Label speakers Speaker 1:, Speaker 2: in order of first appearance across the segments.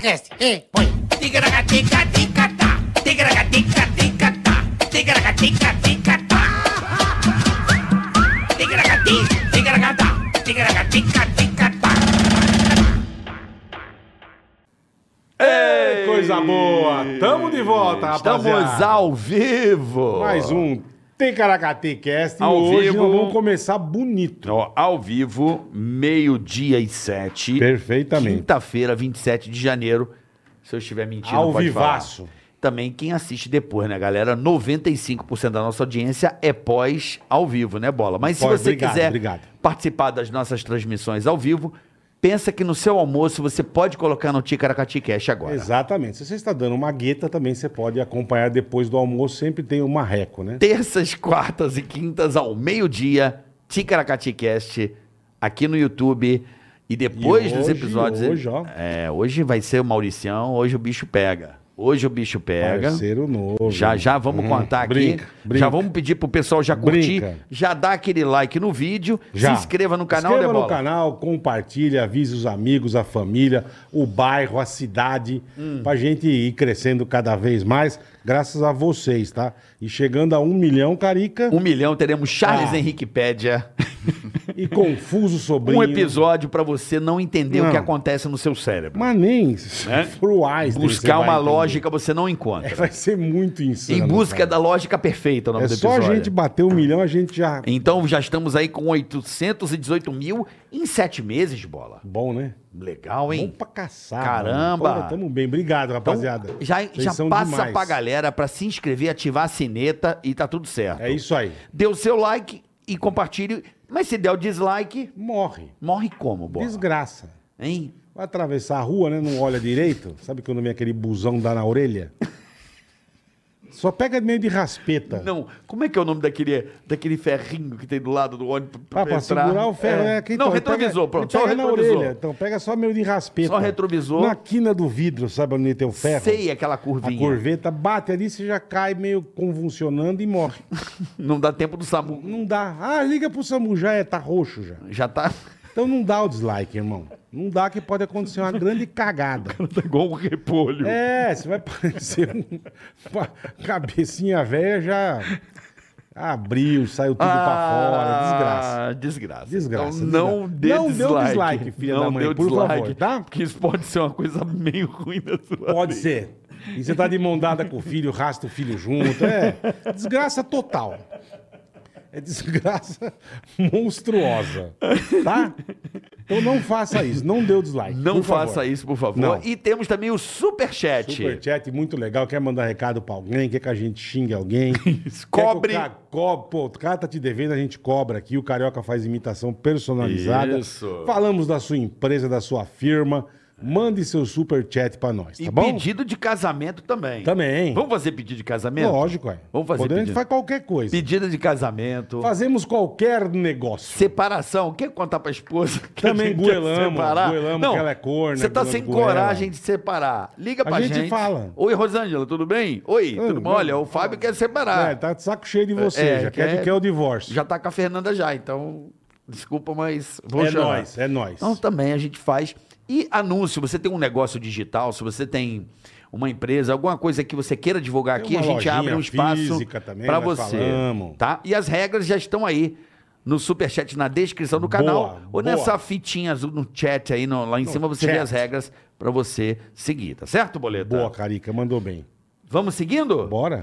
Speaker 1: desce, e põe. Tigaracatica, ticatá. Tigaracatica, ticatá. Tigaracatica, ticatá. Tigaracati, tigaracatá. Tigaracatica, ticatá.
Speaker 2: Ei, coisa boa! Tamo de volta,
Speaker 3: Estamos
Speaker 2: rapaziada.
Speaker 3: ao vivo.
Speaker 2: Mais um Ticaracatecast. E
Speaker 3: Ao
Speaker 2: hoje
Speaker 3: vivo.
Speaker 2: nós vamos começar bonito.
Speaker 3: Ó, ao vivo, meio-dia e sete.
Speaker 2: Perfeitamente.
Speaker 3: Quinta-feira, 27 de janeiro. Se eu estiver mentindo,
Speaker 2: Ao
Speaker 3: pode
Speaker 2: vivaço.
Speaker 3: falar. Também quem assiste depois, né, galera? 95% da nossa audiência é pós ao vivo, né, Bola? Mas
Speaker 2: Pós,
Speaker 3: se você
Speaker 2: obrigado,
Speaker 3: quiser
Speaker 2: obrigado.
Speaker 3: participar das nossas transmissões ao vivo, pensa que no seu almoço você pode colocar no Ticaracati Cash agora.
Speaker 2: Exatamente. Se você está dando uma gueta, também você pode acompanhar depois do almoço. Sempre tem o marreco, né?
Speaker 3: terças, quartas e quintas ao meio-dia, Ticaracaticast, aqui no YouTube. E depois
Speaker 2: E
Speaker 3: dos
Speaker 2: hoje,
Speaker 3: episódios.
Speaker 2: hoje, ó.
Speaker 3: É, hoje vai ser o Mauricião, hoje o bicho pega. Hoje o bicho pega.
Speaker 2: Parceiro novo.
Speaker 3: Já já vamos
Speaker 2: Hum,
Speaker 3: contar aqui.
Speaker 2: brinca, brinca.
Speaker 3: Já vamos pedir pro pessoal já curtir,
Speaker 2: Brinca.
Speaker 3: já dá aquele like no vídeo,
Speaker 2: Já.
Speaker 3: se inscreva no canal,
Speaker 2: Inscreva
Speaker 3: né,
Speaker 2: no
Speaker 3: Bola?
Speaker 2: canal, compartilha, avise os amigos, a família, o bairro, a cidade,
Speaker 3: Hum.
Speaker 2: pra gente ir crescendo cada vez mais, graças a vocês, tá? E chegando a um milhão, Carica,
Speaker 3: Um milhão teremos Charles
Speaker 2: Ah.
Speaker 3: Henrique Pédia.
Speaker 2: e confuso sobrinho.
Speaker 3: Um episódio pra você não entender
Speaker 2: Não.
Speaker 3: o que acontece no seu cérebro.
Speaker 2: Mas nem se pro Einstein
Speaker 3: Né? Buscar
Speaker 2: você vai
Speaker 3: uma
Speaker 2: entender.
Speaker 3: lógica você não encontra.
Speaker 2: É, vai ser muito insano.
Speaker 3: Em busca
Speaker 2: cara.
Speaker 3: da lógica perfeita, o nome
Speaker 2: É
Speaker 3: do
Speaker 2: só
Speaker 3: episódio.
Speaker 2: a gente bater um milhão, a gente já...
Speaker 3: Então já estamos aí com 818 mil em sete meses, bola.
Speaker 2: Bom, né?
Speaker 3: Legal,
Speaker 2: Bom
Speaker 3: hein?
Speaker 2: pra caçar.
Speaker 3: Caramba.
Speaker 2: Mano. Porra, tamo bem. Obrigado,
Speaker 3: Então,
Speaker 2: rapaziada.
Speaker 3: já
Speaker 2: Vocês
Speaker 3: já
Speaker 2: são
Speaker 3: passa
Speaker 2: demais.
Speaker 3: pra galera pra se inscrever, ativar a sineta e tá tudo certo.
Speaker 2: É isso aí.
Speaker 3: Dê o seu like e compartilhe. Mas se der o dislike,
Speaker 2: Morre.
Speaker 3: morre como, bola?
Speaker 2: Desgraça.
Speaker 3: Hein?
Speaker 2: Vai atravessar a rua, né? Não olha direito. Sabe quando vem aquele busão dá na orelha? Só pega meio de raspeta.
Speaker 3: Não, como é que é o nome daquele, daquele ferrinho que tem do lado do ônibus
Speaker 2: Ah, pra segurar o ferro, né? Aqui,
Speaker 3: É. Não,
Speaker 2: então,
Speaker 3: retrovisor,
Speaker 2: pega-
Speaker 3: pronto,
Speaker 2: ele
Speaker 3: só
Speaker 2: pega na orelha.
Speaker 3: retrovisor.
Speaker 2: Então pega só meio de raspeta.
Speaker 3: Só retrovisor.
Speaker 2: Na quina do vidro, sabe onde tem o ferro?
Speaker 3: Sei aquela
Speaker 2: A
Speaker 3: curvinha.
Speaker 2: corveta bate ali, você já cai meio convulsionando e morre.
Speaker 3: Não dá tempo do Samu.
Speaker 2: Não dá. Ah, liga pro Samu já, é, tá roxo já.
Speaker 3: Já tá.
Speaker 2: Então não dá o dislike, irmão. Não dá que pode acontecer uma grande cagada.
Speaker 3: Tá igual um repolho.
Speaker 2: É, você vai parecer um... uma cabecinha velha já abriu, saiu tudo
Speaker 3: Ah,
Speaker 2: pra fora, desgraça.
Speaker 3: Desgraça.
Speaker 2: Ah, Desgraça,
Speaker 3: Então,
Speaker 2: desgraça.
Speaker 3: não dê
Speaker 2: Não dê o
Speaker 3: dislike.
Speaker 2: dislike, filha da mãe,
Speaker 3: dê o
Speaker 2: por favor, tá?
Speaker 3: Porque isso pode ser uma coisa meio ruim da sua
Speaker 2: Pode
Speaker 3: vida.
Speaker 2: ser. E você tá de mão dada com o filho, rasta o filho junto. É desgraça total. É desgraça monstruosa. Tá? Então não faça isso. Não dê o dislike.
Speaker 3: Não
Speaker 2: por
Speaker 3: faça
Speaker 2: favor.
Speaker 3: isso, por favor.
Speaker 2: Não.
Speaker 3: E temos também o Superchat.
Speaker 2: Superchat muito legal. Quer mandar recado pra alguém? Quer que a gente xingue alguém? Quer que
Speaker 3: Cobre.
Speaker 2: o cara cobre. Pô, o cara tá te devendo, a gente cobra aqui. O Carioca faz imitação personalizada.
Speaker 3: Isso.
Speaker 2: Falamos da sua empresa, da sua firma. Mande seu superchat pra nós, tá
Speaker 3: e
Speaker 2: bom?
Speaker 3: pedido de casamento também.
Speaker 2: Também.
Speaker 3: Vamos fazer pedido de casamento?
Speaker 2: Lógico, é.
Speaker 3: Vamos fazer
Speaker 2: Podemos, a gente
Speaker 3: pedido.
Speaker 2: faz qualquer coisa.
Speaker 3: Pedido de casamento.
Speaker 2: Fazemos qualquer negócio.
Speaker 3: Separação, quer contar pra esposa que
Speaker 2: Também
Speaker 3: a gente quer
Speaker 2: goelamo,
Speaker 3: separar?
Speaker 2: goelamo que ela é corna,
Speaker 3: Você tá
Speaker 2: goelamo
Speaker 3: sem
Speaker 2: goela.
Speaker 3: coragem de separar. Liga
Speaker 2: A
Speaker 3: pra
Speaker 2: gente
Speaker 3: gente.
Speaker 2: fala.
Speaker 3: Oi, Rosângela, tudo bem? Oi,
Speaker 2: Oi,
Speaker 3: tudo bom?
Speaker 2: bom.
Speaker 3: Olha, o Fábio quer separar.
Speaker 2: É, tá de saco cheio de você,
Speaker 3: É,
Speaker 2: já quer,
Speaker 3: quer-
Speaker 2: quer o divórcio.
Speaker 3: Já tá com a Fernanda já, então desculpa, mas vou
Speaker 2: é
Speaker 3: chamar.
Speaker 2: nóis, é nóis.
Speaker 3: Então também a gente faz. E anúncio, você tem um negócio digital, se você tem uma empresa, alguma coisa que você queira divulgar aqui,
Speaker 2: Tem
Speaker 3: a
Speaker 2: uma
Speaker 3: gente abre um
Speaker 2: lojinha
Speaker 3: espaço
Speaker 2: física também,
Speaker 3: para
Speaker 2: nós
Speaker 3: você,
Speaker 2: falamos.
Speaker 3: tá? E as regras já estão aí no superchat na descrição do canal
Speaker 2: Boa,
Speaker 3: ou
Speaker 2: boa.
Speaker 3: nessa fitinha azul no chat aí no- lá em cima você vê
Speaker 2: chat.
Speaker 3: as regras para você seguir, tá certo, boleta?
Speaker 2: Boa, Carica, mandou bem.
Speaker 3: Vamos seguindo?
Speaker 2: Bora?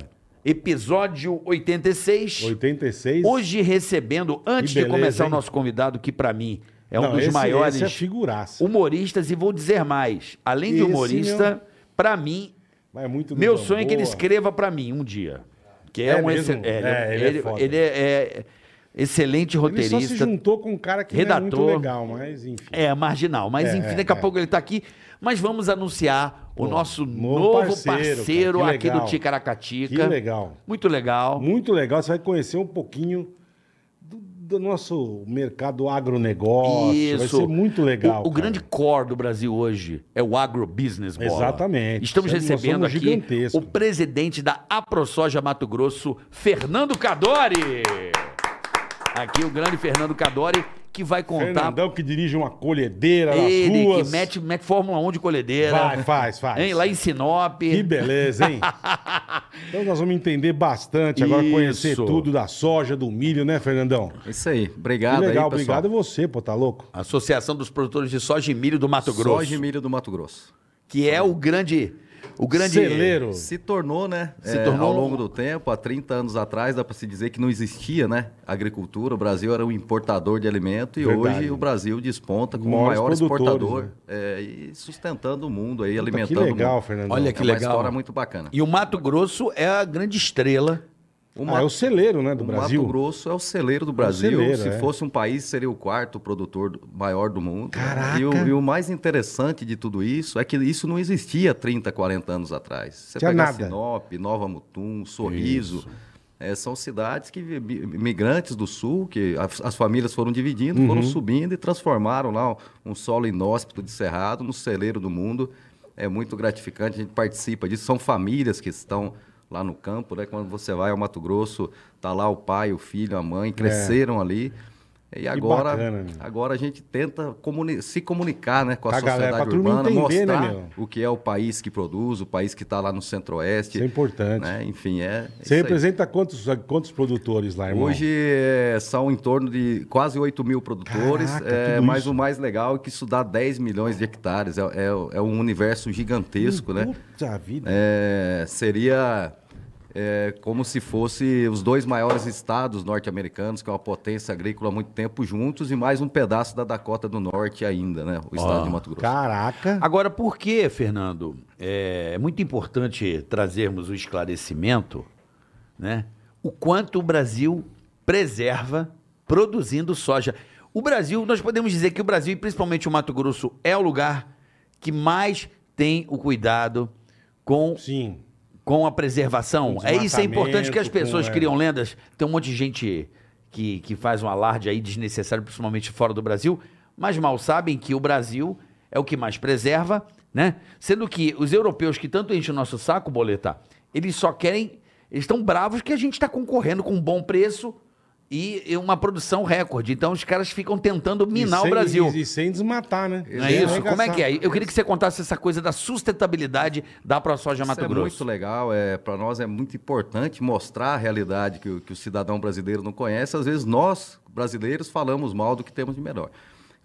Speaker 3: Episódio 86.
Speaker 2: 86.
Speaker 3: Hoje recebendo, antes
Speaker 2: Que beleza,
Speaker 3: de começar
Speaker 2: hein?
Speaker 3: o nosso convidado, que pra mim é um
Speaker 2: Não,
Speaker 3: dos
Speaker 2: esse-
Speaker 3: maiores
Speaker 2: Esse é figuraça.
Speaker 3: humoristas, e vou dizer mais, além de
Speaker 2: Esse
Speaker 3: humorista, pra mim,
Speaker 2: Mas é muito do
Speaker 3: meu
Speaker 2: Gamboa.
Speaker 3: sonho é que ele escreva pra mim um dia. Que é,
Speaker 2: É
Speaker 3: um
Speaker 2: mesmo?
Speaker 3: excel- ele
Speaker 2: É,
Speaker 3: um-
Speaker 2: ele é
Speaker 3: ele-
Speaker 2: foda.
Speaker 3: ele é- é excelente
Speaker 2: Ele só se
Speaker 3: roteirista.
Speaker 2: juntou com um cara que não é muito
Speaker 3: redator.
Speaker 2: legal, mas enfim.
Speaker 3: É, marginal. Mas
Speaker 2: É,
Speaker 3: enfim,
Speaker 2: é,
Speaker 3: daqui a
Speaker 2: é.
Speaker 3: pouco ele tá aqui. Mas vamos anunciar o
Speaker 2: Pô,
Speaker 3: nosso
Speaker 2: novo
Speaker 3: novo
Speaker 2: parceiro, cara,
Speaker 3: parceiro,
Speaker 2: que
Speaker 3: aqui
Speaker 2: legal.
Speaker 3: do Ticaracatica.
Speaker 2: Que legal.
Speaker 3: Muito legal.
Speaker 2: Muito legal, você vai conhecer um pouquinho do, do nosso mercado agronegócio. Vai ser muito legal.
Speaker 3: O, o
Speaker 2: cara.
Speaker 3: grande core do Brasil hoje é o agrobusiness, bola.
Speaker 2: Exatamente.
Speaker 3: Estamos
Speaker 2: Nós somos
Speaker 3: recebendo aqui
Speaker 2: gigantesco.
Speaker 3: o presidente da AproSoja Mato Grosso, Fernando Cadori. Aqui o grande Fernando Cadori, que vai contar.
Speaker 2: Fernandão que dirige uma colhedeira
Speaker 3: Ele
Speaker 2: nas ruas.
Speaker 3: que mete, mete Fórmula 1 de colhedeira.
Speaker 2: Vai, faz, faz.
Speaker 3: Hein, lá em Sinop.
Speaker 2: Que beleza, hein? então nós vamos entender bastante agora, conhecer
Speaker 3: Isso.
Speaker 2: tudo da soja, do milho, né, Fernandão?
Speaker 4: É Isso aí.
Speaker 2: Que
Speaker 4: Obrigado
Speaker 2: legal,
Speaker 4: aí, pessoal.
Speaker 2: obrigado você, pô, tá louco?
Speaker 3: Associação dos Produtores de Soja e Milho do Mato Grosso.
Speaker 4: Soja e milho do Mato Grosso.
Speaker 3: Que é o grande. O grande.
Speaker 2: Celeiro.
Speaker 4: Se tornou, né?
Speaker 3: Se
Speaker 4: é,
Speaker 3: tornou-
Speaker 4: Ao longo do tempo, há 30 anos atrás, dá para se dizer que não existia, né? Agricultura. O Brasil era um importador de alimento e
Speaker 2: Verdade.
Speaker 4: hoje o Brasil desponta como o
Speaker 2: Maiores
Speaker 4: maior
Speaker 2: produtores,
Speaker 4: exportador.
Speaker 2: né?
Speaker 4: é, e sustentando o mundo aí,
Speaker 2: Puta, que
Speaker 4: alimentando o
Speaker 2: legal,
Speaker 4: mundo.
Speaker 2: Fernandão.
Speaker 3: né? Olha
Speaker 4: É
Speaker 3: que
Speaker 4: uma
Speaker 3: legal.
Speaker 4: história muito bacana.
Speaker 3: E o Mato Grosso é a grande estrela. um
Speaker 4: O
Speaker 2: Ah, é
Speaker 4: Mato-
Speaker 2: o celeiro, né, do
Speaker 4: o
Speaker 2: Brasil.
Speaker 4: Mato Grosso é o celeiro do Brasil.
Speaker 2: celeiro,
Speaker 4: Se
Speaker 2: é.
Speaker 4: fosse um país, seria o quarto produtor do- maior do mundo.
Speaker 2: Caraca!
Speaker 4: E o, e o mais interessante de tudo isso é que isso não existia 30, 40 anos atrás. Você
Speaker 2: Tinha
Speaker 4: pegar
Speaker 2: nada.
Speaker 4: Sinop, Nova Mutum, Sorriso. eh, são cidades que vi- mi- migrantes do sul, que as, as famílias foram dividindo,
Speaker 2: Uhum.
Speaker 4: foram subindo e transformaram lá um, um solo inóspito de cerrado no celeiro do mundo. É muito gratificante, a gente participa disso. São famílias que estão lá no campo, né? Quando você vai ao Mato Grosso, tá lá o pai, o filho, a mãe, cresceram ali. E
Speaker 2: É.
Speaker 4: agora,
Speaker 2: bacana, meu.
Speaker 4: agora a gente tenta comuni- se comunicar né, com a
Speaker 2: Pra galera,
Speaker 4: sociedade
Speaker 2: pra turma
Speaker 4: urbana,
Speaker 2: entender, né,
Speaker 4: mostrar
Speaker 2: meu?
Speaker 4: o que é o país que produz, o país que está lá no centro-oeste.
Speaker 2: Isso é importante.
Speaker 4: né? Enfim, é. é
Speaker 2: Você
Speaker 4: isso aí.
Speaker 2: representa quantos, quantos produtores lá, irmão?
Speaker 4: Hoje é, são em torno de quase 8 mil produtores,
Speaker 2: Caraca,
Speaker 4: é,
Speaker 2: tudo
Speaker 4: mas
Speaker 2: isso.
Speaker 4: o mais legal é que isso dá 10 milhões de hectares. É, é- é um universo gigantesco, né?
Speaker 2: Puta vida.
Speaker 4: É, seria é, como se fosse os dois maiores estados norte-americanos, que é uma potência agrícola há muito tempo juntos, e mais um pedaço da Dakota do Norte ainda, né? O estado de Mato Grosso.
Speaker 2: Caraca.
Speaker 3: Agora, por que, Fernando, é muito importante trazermos o esclarecimento, né? O quanto o Brasil preserva produzindo soja. O Brasil, nós podemos dizer que o Brasil, e principalmente o Mato Grosso, é o lugar que mais tem o cuidado com,
Speaker 2: Sim.
Speaker 3: com a preservação.
Speaker 2: Com
Speaker 3: É isso, é importante que as
Speaker 2: desmatamento,
Speaker 3: pessoas
Speaker 2: com, é.
Speaker 3: criam lendas. Tem um monte de gente que, que faz um alarde aí desnecessário, principalmente fora do Brasil, mas mal sabem que o Brasil é o que mais preserva, né? Sendo que os europeus que tanto enchem o nosso saco, boleta, eles só querem. Eles estão bravos que a gente está concorrendo com um bom preço e e uma produção recorde. Então os caras ficam tentando minar
Speaker 2: E sem-
Speaker 3: o Brasil.
Speaker 2: E, e sem desmatar, né?
Speaker 3: Não é
Speaker 2: Sem
Speaker 3: isso? Como é que é?
Speaker 2: arregaçar.
Speaker 3: Eu queria que você contasse essa coisa da sustentabilidade da ProSoja Mato
Speaker 4: Isso é
Speaker 3: Grosso.
Speaker 4: muito legal, é, para nós é muito importante mostrar a realidade que, o- que o cidadão brasileiro não conhece. Às vezes nós, brasileiros, falamos mal do que temos de melhor.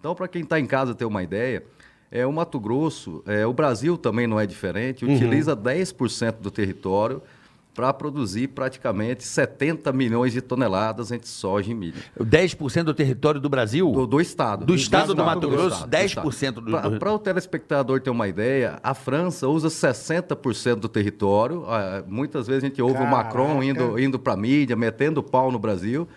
Speaker 4: Então, para quem está em casa ter uma ideia, é, o Mato Grosso, é, o Brasil também não é diferente,
Speaker 3: Uhum.
Speaker 4: utiliza 10% do território para produzir praticamente 70 milhões de toneladas entre soja e milho.
Speaker 3: 10% do território do Brasil?
Speaker 4: Do, do estado.
Speaker 3: Do estado do Mato Grosso, 10% do- do-
Speaker 4: Para o telespectador ter uma ideia, a França usa 60% do território. Ah, muitas vezes a gente ouve
Speaker 2: Caraca.
Speaker 4: o Macron indo, indo para a mídia, metendo pau no Brasil.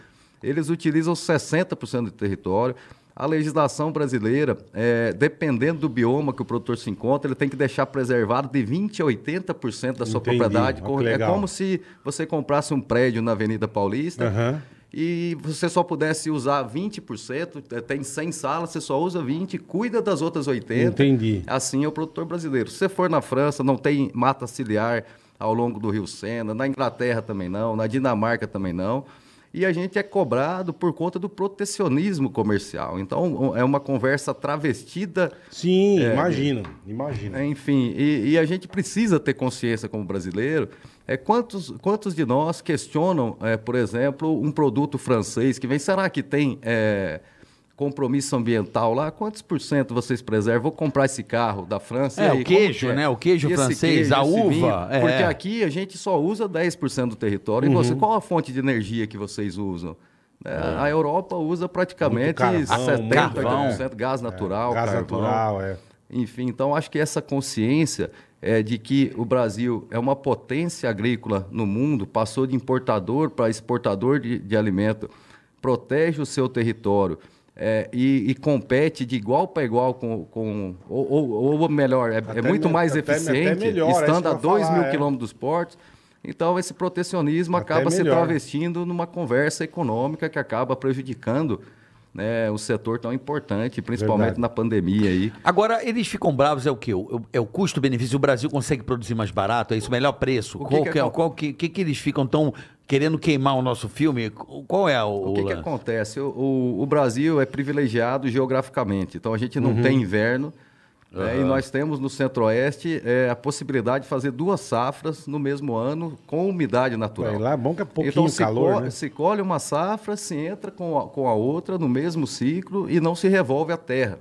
Speaker 4: Eles utilizam 60% do território. A legislação brasileira, eh, dependendo do bioma que o produtor se encontra, ele tem que deixar preservado de 20% a 80% da sua
Speaker 2: Entendi.
Speaker 4: propriedade.
Speaker 2: Ó,
Speaker 4: Co-
Speaker 2: que
Speaker 4: É
Speaker 2: legal.
Speaker 4: como se você comprasse um prédio na Avenida Paulista
Speaker 2: Aham.
Speaker 4: e você só pudesse usar 20%, eh, tem 100 salas, você só usa 20, cuida das outras 80.
Speaker 2: Entendi.
Speaker 4: Assim é o produtor brasileiro. Se você for na França, não tem mata ciliar ao longo do Rio Sena, na Inglaterra também não, na Dinamarca também não. E a gente é cobrado por conta do protecionismo comercial. Então, um- é uma conversa travestida
Speaker 2: Sim,
Speaker 4: É,
Speaker 2: imagino. Imagino.
Speaker 4: enfim, e, e a gente precisa ter consciência como brasileiro. É, quantos, quantos de nós questionam, é, por exemplo, um produto francês que vem? Será que tem é, compromisso ambiental lá? Quantos por cento vocês preservam? Vou comprar esse carro da França.
Speaker 3: É,
Speaker 4: e
Speaker 3: o
Speaker 4: aí,
Speaker 3: queijo,
Speaker 4: como que
Speaker 3: né? O queijo
Speaker 4: Esse
Speaker 3: francês, a
Speaker 4: esse
Speaker 3: uva,
Speaker 4: vinho?
Speaker 3: é. Uhum.
Speaker 4: Porque aqui a gente só usa 10% do território. E você, qual a fonte de energia que vocês usam? É,
Speaker 3: Ah.
Speaker 4: A Europa usa praticamente
Speaker 2: carvão,
Speaker 4: 70%
Speaker 3: carvão.
Speaker 4: gás natural,
Speaker 2: É, Gás
Speaker 4: carvão.
Speaker 2: natural, é.
Speaker 4: Enfim, então acho que essa consciência é, de que o Brasil é uma potência agrícola no mundo, passou de importador para exportador de, de alimento, protege o seu território é, e, e compete de igual para igual com. com ou, ou- ou melhor, é, é
Speaker 2: Até
Speaker 4: muito
Speaker 2: me-
Speaker 4: mais
Speaker 2: até- até
Speaker 4: eficiente,
Speaker 2: melhor, é isso que
Speaker 4: estando
Speaker 2: eu
Speaker 4: a
Speaker 2: ia
Speaker 4: 2
Speaker 2: falar,
Speaker 4: mil
Speaker 2: é.
Speaker 4: quilômetros dos portos. Então, esse protecionismo
Speaker 2: Até
Speaker 4: acaba se
Speaker 2: melhor.
Speaker 4: travestindo numa conversa econômica que acaba prejudicando né, o setor tão importante, principalmente
Speaker 2: Verdade.
Speaker 4: na pandemia aí.
Speaker 3: Agora, eles ficam bravos, é o quê? O- É o custo-benefício? O Brasil consegue produzir mais barato? É isso? Melhor preço?
Speaker 4: O que
Speaker 3: qual,
Speaker 4: que
Speaker 3: que, é-
Speaker 4: acon-
Speaker 3: qual que, que que eles ficam tão querendo queimar o nosso filme? Qual é o.
Speaker 4: O que, que
Speaker 3: lance?
Speaker 4: acontece? O, o- o Brasil é privilegiado geograficamente, então a gente
Speaker 3: Uhum.
Speaker 4: não tem inverno. né? e nós temos no Centro-Oeste é, a possibilidade de fazer duas safras no mesmo ano com umidade natural.
Speaker 2: Ué, lá é bom que é pouquinho
Speaker 4: então, se
Speaker 2: calor,
Speaker 4: co-
Speaker 2: né?
Speaker 4: se colhe uma safra, se entra com a, com a outra no mesmo ciclo e não se revolve a terra.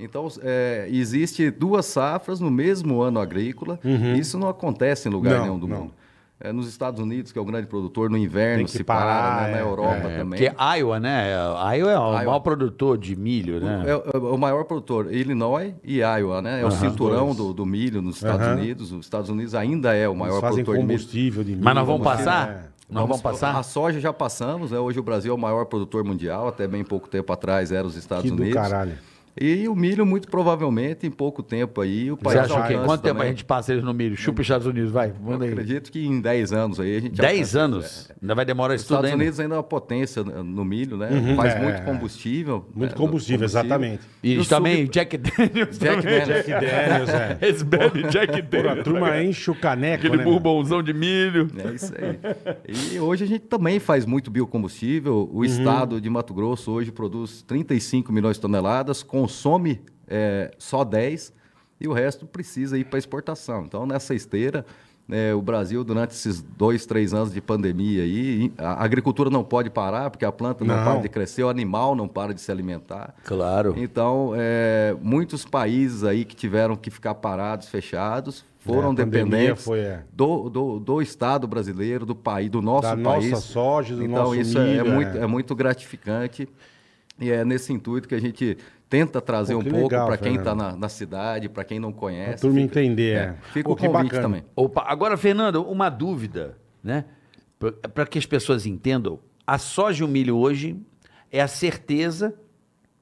Speaker 4: Então, é, existe duas safras no mesmo ano agrícola. Isso não acontece em lugar
Speaker 2: Uhum. Não,
Speaker 4: nenhum do
Speaker 2: não.
Speaker 4: mundo. É, nos Estados Unidos, que é o grande produtor, no inverno
Speaker 2: Tem que
Speaker 4: se para,
Speaker 2: parar,
Speaker 4: né?
Speaker 2: é,
Speaker 4: na Europa
Speaker 2: é,
Speaker 4: também.
Speaker 3: Porque Iowa, né? Iowa é o
Speaker 4: Iowa.
Speaker 3: maior produtor de milho, né?
Speaker 4: É, o- é o maior produtor, Illinois e Iowa, né? É o cinturão do, do milho nos Estados
Speaker 2: Aham.
Speaker 4: Unidos. Os Estados Unidos ainda é o
Speaker 2: Eles
Speaker 4: maior
Speaker 2: fazem
Speaker 4: produtor de milho.
Speaker 2: combustível de milho.
Speaker 3: Mas nós vamos
Speaker 2: combustível,
Speaker 3: passar?
Speaker 4: né?
Speaker 2: é.
Speaker 3: Nós vamos
Speaker 4: A
Speaker 3: passar?
Speaker 4: soja já passamos, né? Hoje o Brasil é o maior produtor mundial, até bem pouco tempo atrás era os Estados
Speaker 2: Que do
Speaker 4: Unidos. É,
Speaker 2: caralho.
Speaker 4: E o milho, muito provavelmente, em pouco tempo aí, o
Speaker 3: Você
Speaker 4: país
Speaker 3: acha o quê?
Speaker 4: alcança
Speaker 3: Quanto tempo
Speaker 4: também.
Speaker 3: a gente passa eles no milho? Chupa os Estados Unidos, vai.
Speaker 4: Eu
Speaker 3: Manda aí.
Speaker 4: acredito que em 10 anos aí a gente
Speaker 3: 10
Speaker 4: alcança.
Speaker 3: anos? né? Ainda vai demorar
Speaker 4: Os
Speaker 3: isso tudo
Speaker 4: Estados
Speaker 3: ainda.
Speaker 4: Unidos ainda é uma potência no milho, né?
Speaker 2: Uhum,
Speaker 4: Faz
Speaker 2: é.
Speaker 4: muito combustível. né,
Speaker 2: Muito
Speaker 4: né?
Speaker 2: combustível, exatamente.
Speaker 3: E
Speaker 4: o
Speaker 3: isso
Speaker 4: sul
Speaker 3: também,
Speaker 4: que-
Speaker 3: Jack Daniels.
Speaker 4: Jack
Speaker 3: também.
Speaker 4: Daniels.
Speaker 2: Que Daniels, é.
Speaker 3: Eles bebem Jack
Speaker 2: Pô,
Speaker 3: Daniels.
Speaker 2: a turma
Speaker 3: né?
Speaker 2: enche o caneco,
Speaker 3: Aquele
Speaker 2: né? meu?
Speaker 3: bourbonzão de milho.
Speaker 4: É isso aí. E hoje a gente também faz muito biocombustível. O estado de Mato Grosso hoje produz 35 milhões de toneladas, consome é, só 10 e o resto precisa ir para exportação. Então, nessa esteira, né, o Brasil, durante esses dois, três anos de pandemia, aí, a agricultura não pode parar, porque a planta não,
Speaker 2: Não.
Speaker 4: para de crescer, o animal não para de se alimentar.
Speaker 3: Claro.
Speaker 4: Então, é, muitos países aí que tiveram que ficar parados, fechados,
Speaker 2: É,
Speaker 4: foram
Speaker 2: a pandemia
Speaker 4: dependentes
Speaker 2: foi, é.
Speaker 4: do, do, do Estado brasileiro, do país, do nosso
Speaker 2: Da nossa
Speaker 4: país.
Speaker 2: soja, do
Speaker 4: então,
Speaker 2: nosso
Speaker 4: isso é- é,
Speaker 2: milho,
Speaker 4: muito,
Speaker 2: é.
Speaker 4: é. muito gratificante. E é nesse intuito que a gente tenta trazer
Speaker 2: Pô,
Speaker 4: um
Speaker 2: que
Speaker 4: pouco
Speaker 2: legal,
Speaker 4: para quem está
Speaker 2: Fernando.
Speaker 4: na, na cidade, para quem não
Speaker 2: Pra
Speaker 4: conhece.
Speaker 2: turma
Speaker 4: fica-
Speaker 2: entender.
Speaker 4: é,
Speaker 2: é.
Speaker 4: fica
Speaker 2: Pô,
Speaker 4: o
Speaker 2: que
Speaker 4: convite
Speaker 2: bacana.
Speaker 4: também.
Speaker 3: Opa, agora, Fernando, uma dúvida, né? Para que as pessoas entendam, a soja e o milho hoje é a certeza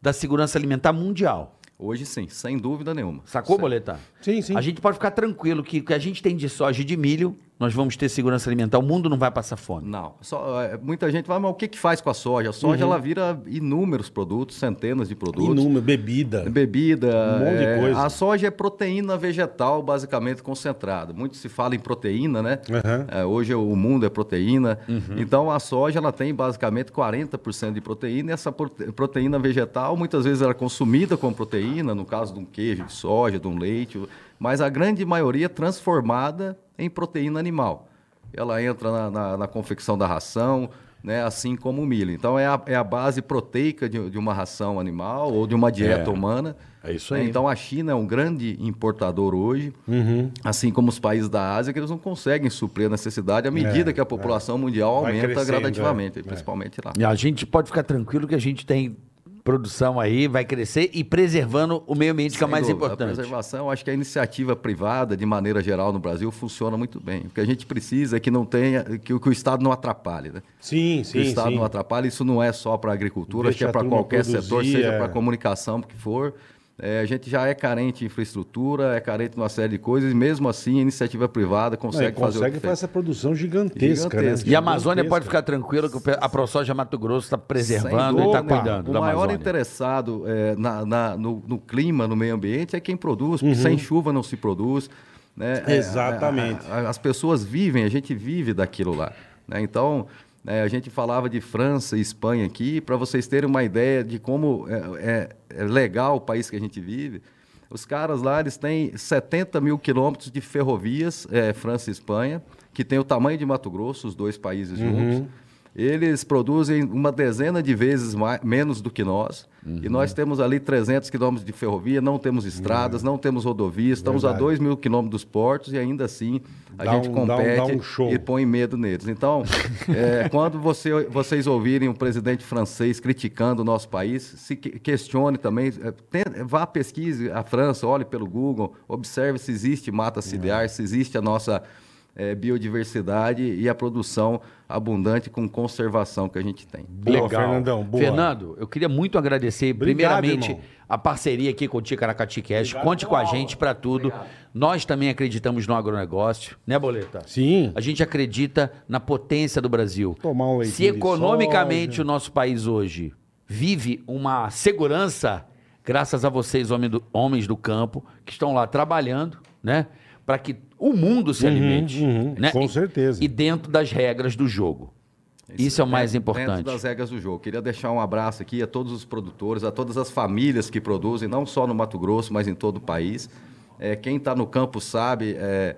Speaker 3: da segurança alimentar mundial.
Speaker 4: Hoje sim, sem dúvida nenhuma.
Speaker 3: Sacou,
Speaker 4: Sem-
Speaker 3: Boletar?
Speaker 2: Sim, sim.
Speaker 3: A gente pode ficar tranquilo que o que a gente tem de soja e de milho, nós vamos ter segurança alimentar. O mundo não vai passar fome.
Speaker 4: Não. Só, é, muita gente vai, mas o que, que faz com a soja? A soja
Speaker 2: Uhum.
Speaker 4: ela vira inúmeros produtos, centenas de produtos.
Speaker 2: Inúmero, bebida.
Speaker 4: Bebida.
Speaker 2: Um monte de
Speaker 4: é,
Speaker 2: coisa.
Speaker 4: A soja é proteína vegetal, basicamente concentrada. Muito se fala em proteína, né?
Speaker 2: Aham.
Speaker 4: É, hoje o mundo é proteína.
Speaker 3: Uhum.
Speaker 4: Então a soja ela tem basicamente 40% de proteína. E essa prote- proteína vegetal muitas vezes era consumida com proteína, no caso de um queijo, de soja, de um leite, mas a grande maioria é transformada em proteína animal. Ela entra na, na- na confecção da ração. Né, assim como o milho. Então, é a, é a base proteica de, de uma ração animal ou de uma dieta
Speaker 3: É.
Speaker 4: humana.
Speaker 3: É isso aí.
Speaker 4: Então a China é um grande importador hoje,
Speaker 2: Uhum.
Speaker 4: assim como os países da Ásia, que eles não conseguem suprir a necessidade à medida
Speaker 2: É,
Speaker 4: que a população mundial
Speaker 2: Vai
Speaker 4: aumenta
Speaker 2: crescendo,
Speaker 4: gradativamente,
Speaker 2: é.
Speaker 4: principalmente lá.
Speaker 3: E a gente pode ficar tranquilo que a gente tem produção aí, vai crescer e preservando o meio ambiente, que é o mais
Speaker 4: Sem dúvida, A
Speaker 3: importante.
Speaker 4: preservação, acho que a iniciativa privada, de maneira geral, no Brasil, funciona muito bem. O que a gente precisa é que não tenha, que, o- que o Estado não atrapalhe, né?
Speaker 2: Sim, sim,
Speaker 4: que o Estado
Speaker 2: sim.
Speaker 4: não atrapalhe. Isso não é só para a agricultura,
Speaker 2: Deixa
Speaker 4: acho que
Speaker 2: a
Speaker 4: é para
Speaker 2: turma
Speaker 4: qualquer
Speaker 2: produzir,
Speaker 4: setor, seja
Speaker 2: é.
Speaker 4: para comunicação, o que for. É, a gente já é carente de infraestrutura, é carente de uma série de coisas, e mesmo assim a iniciativa privada
Speaker 2: Não, e
Speaker 4: consegue, fazer o
Speaker 2: consegue fazer
Speaker 4: que fez.
Speaker 2: essa produção gigantesca,
Speaker 4: Gigantesca.
Speaker 2: né?
Speaker 3: E a Amazônia
Speaker 2: Gigantesca.
Speaker 3: pode ficar tranquila que o pe- a ProSoja Mato Grosso está
Speaker 4: Sem
Speaker 3: preservando
Speaker 4: dúvida
Speaker 3: e está
Speaker 4: nenhuma.
Speaker 3: cuidando
Speaker 4: O
Speaker 3: da
Speaker 4: maior
Speaker 3: Amazônia.
Speaker 4: interessado é, na- na- no, no clima, no meio ambiente, é quem produz, porque
Speaker 2: Uhum.
Speaker 4: sem chuva não se produz. né? É,
Speaker 2: Exatamente.
Speaker 4: a- a- as pessoas vivem, a gente vive daquilo lá. né? Então, né, a gente falava de França e Espanha aqui, para vocês terem uma ideia de como é, é- é legal o país que a gente vive. Os caras lá, eles têm 70 mil quilômetros de ferrovias, é, França e Espanha, que tem o tamanho de Mato Grosso, os dois países juntos. Eles produzem uma dezena de vezes mai- menos do que nós. E nós temos ali 300 quilômetros de ferrovia, não temos estradas, não temos rodovias, estamos a
Speaker 2: Verdade.
Speaker 4: 2 mil quilômetros dos portos e ainda assim a
Speaker 2: Dá
Speaker 4: gente
Speaker 2: um- dá um-
Speaker 4: compete
Speaker 2: dá um show.
Speaker 4: e põe medo neles. Então, é, quando você- vocês ouvirem um presidente francês criticando o nosso país, se que- questione também, é, ten- vá pesquise a França, olhe pelo Google, observe se existe mata
Speaker 2: É.
Speaker 4: ciliar, se existe a nossa é, biodiversidade e a produção abundante com conservação que a gente tem.
Speaker 2: Boa, Fernandão, boa.
Speaker 3: Fernando, eu queria muito agradecer, primeiramente,
Speaker 2: irmão.
Speaker 3: a parceria aqui com o Ticaracati Cash.
Speaker 2: Obrigado
Speaker 3: Conte com
Speaker 2: pela
Speaker 3: a
Speaker 2: aula.
Speaker 3: gente para tudo. Nós também acreditamos no agronegócio, né, Boleta?
Speaker 2: Sim.
Speaker 3: A gente acredita na potência do Brasil.
Speaker 2: Tomar um leitinho
Speaker 3: Se
Speaker 2: de
Speaker 3: economicamente
Speaker 2: soja.
Speaker 3: o nosso país hoje vive uma segurança, graças a vocês, homem do- homens do campo, que estão lá trabalhando, né? para que o mundo se
Speaker 2: Uhum,
Speaker 3: alimente.
Speaker 2: uhum,
Speaker 3: né?
Speaker 2: com
Speaker 3: E-
Speaker 2: certeza.
Speaker 3: E dentro das regras do jogo. Isso é o mais
Speaker 4: Dentro-
Speaker 3: importante.
Speaker 4: Dentro das regras do jogo. Queria deixar um abraço aqui a todos os produtores, a todas as famílias que produzem, não só no Mato Grosso, mas em todo o país. É, quem está no campo sabe é,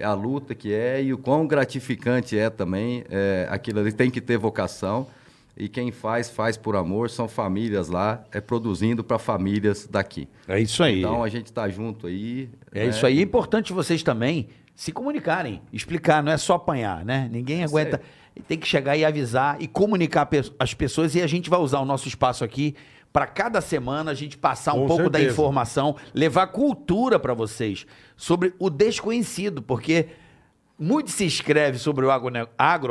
Speaker 4: a luta que é e o quão gratificante é também. É, aquilo ali tem que ter vocação. E quem faz, faz por amor. São famílias lá, é produzindo para famílias daqui.
Speaker 3: É isso aí.
Speaker 4: Então a gente está junto aí.
Speaker 3: É
Speaker 4: né?
Speaker 3: isso aí. É importante vocês também se comunicarem, explicar, não é só apanhar, né? Ninguém
Speaker 4: Isso
Speaker 3: aguenta. Tem que chegar e avisar e comunicar pe- as pessoas e a gente vai usar o nosso espaço aqui para cada semana a gente passar um
Speaker 2: Com
Speaker 3: pouco da
Speaker 2: certeza.
Speaker 3: informação, levar cultura para vocês sobre o desconhecido, porque muito se escreve sobre o agrone-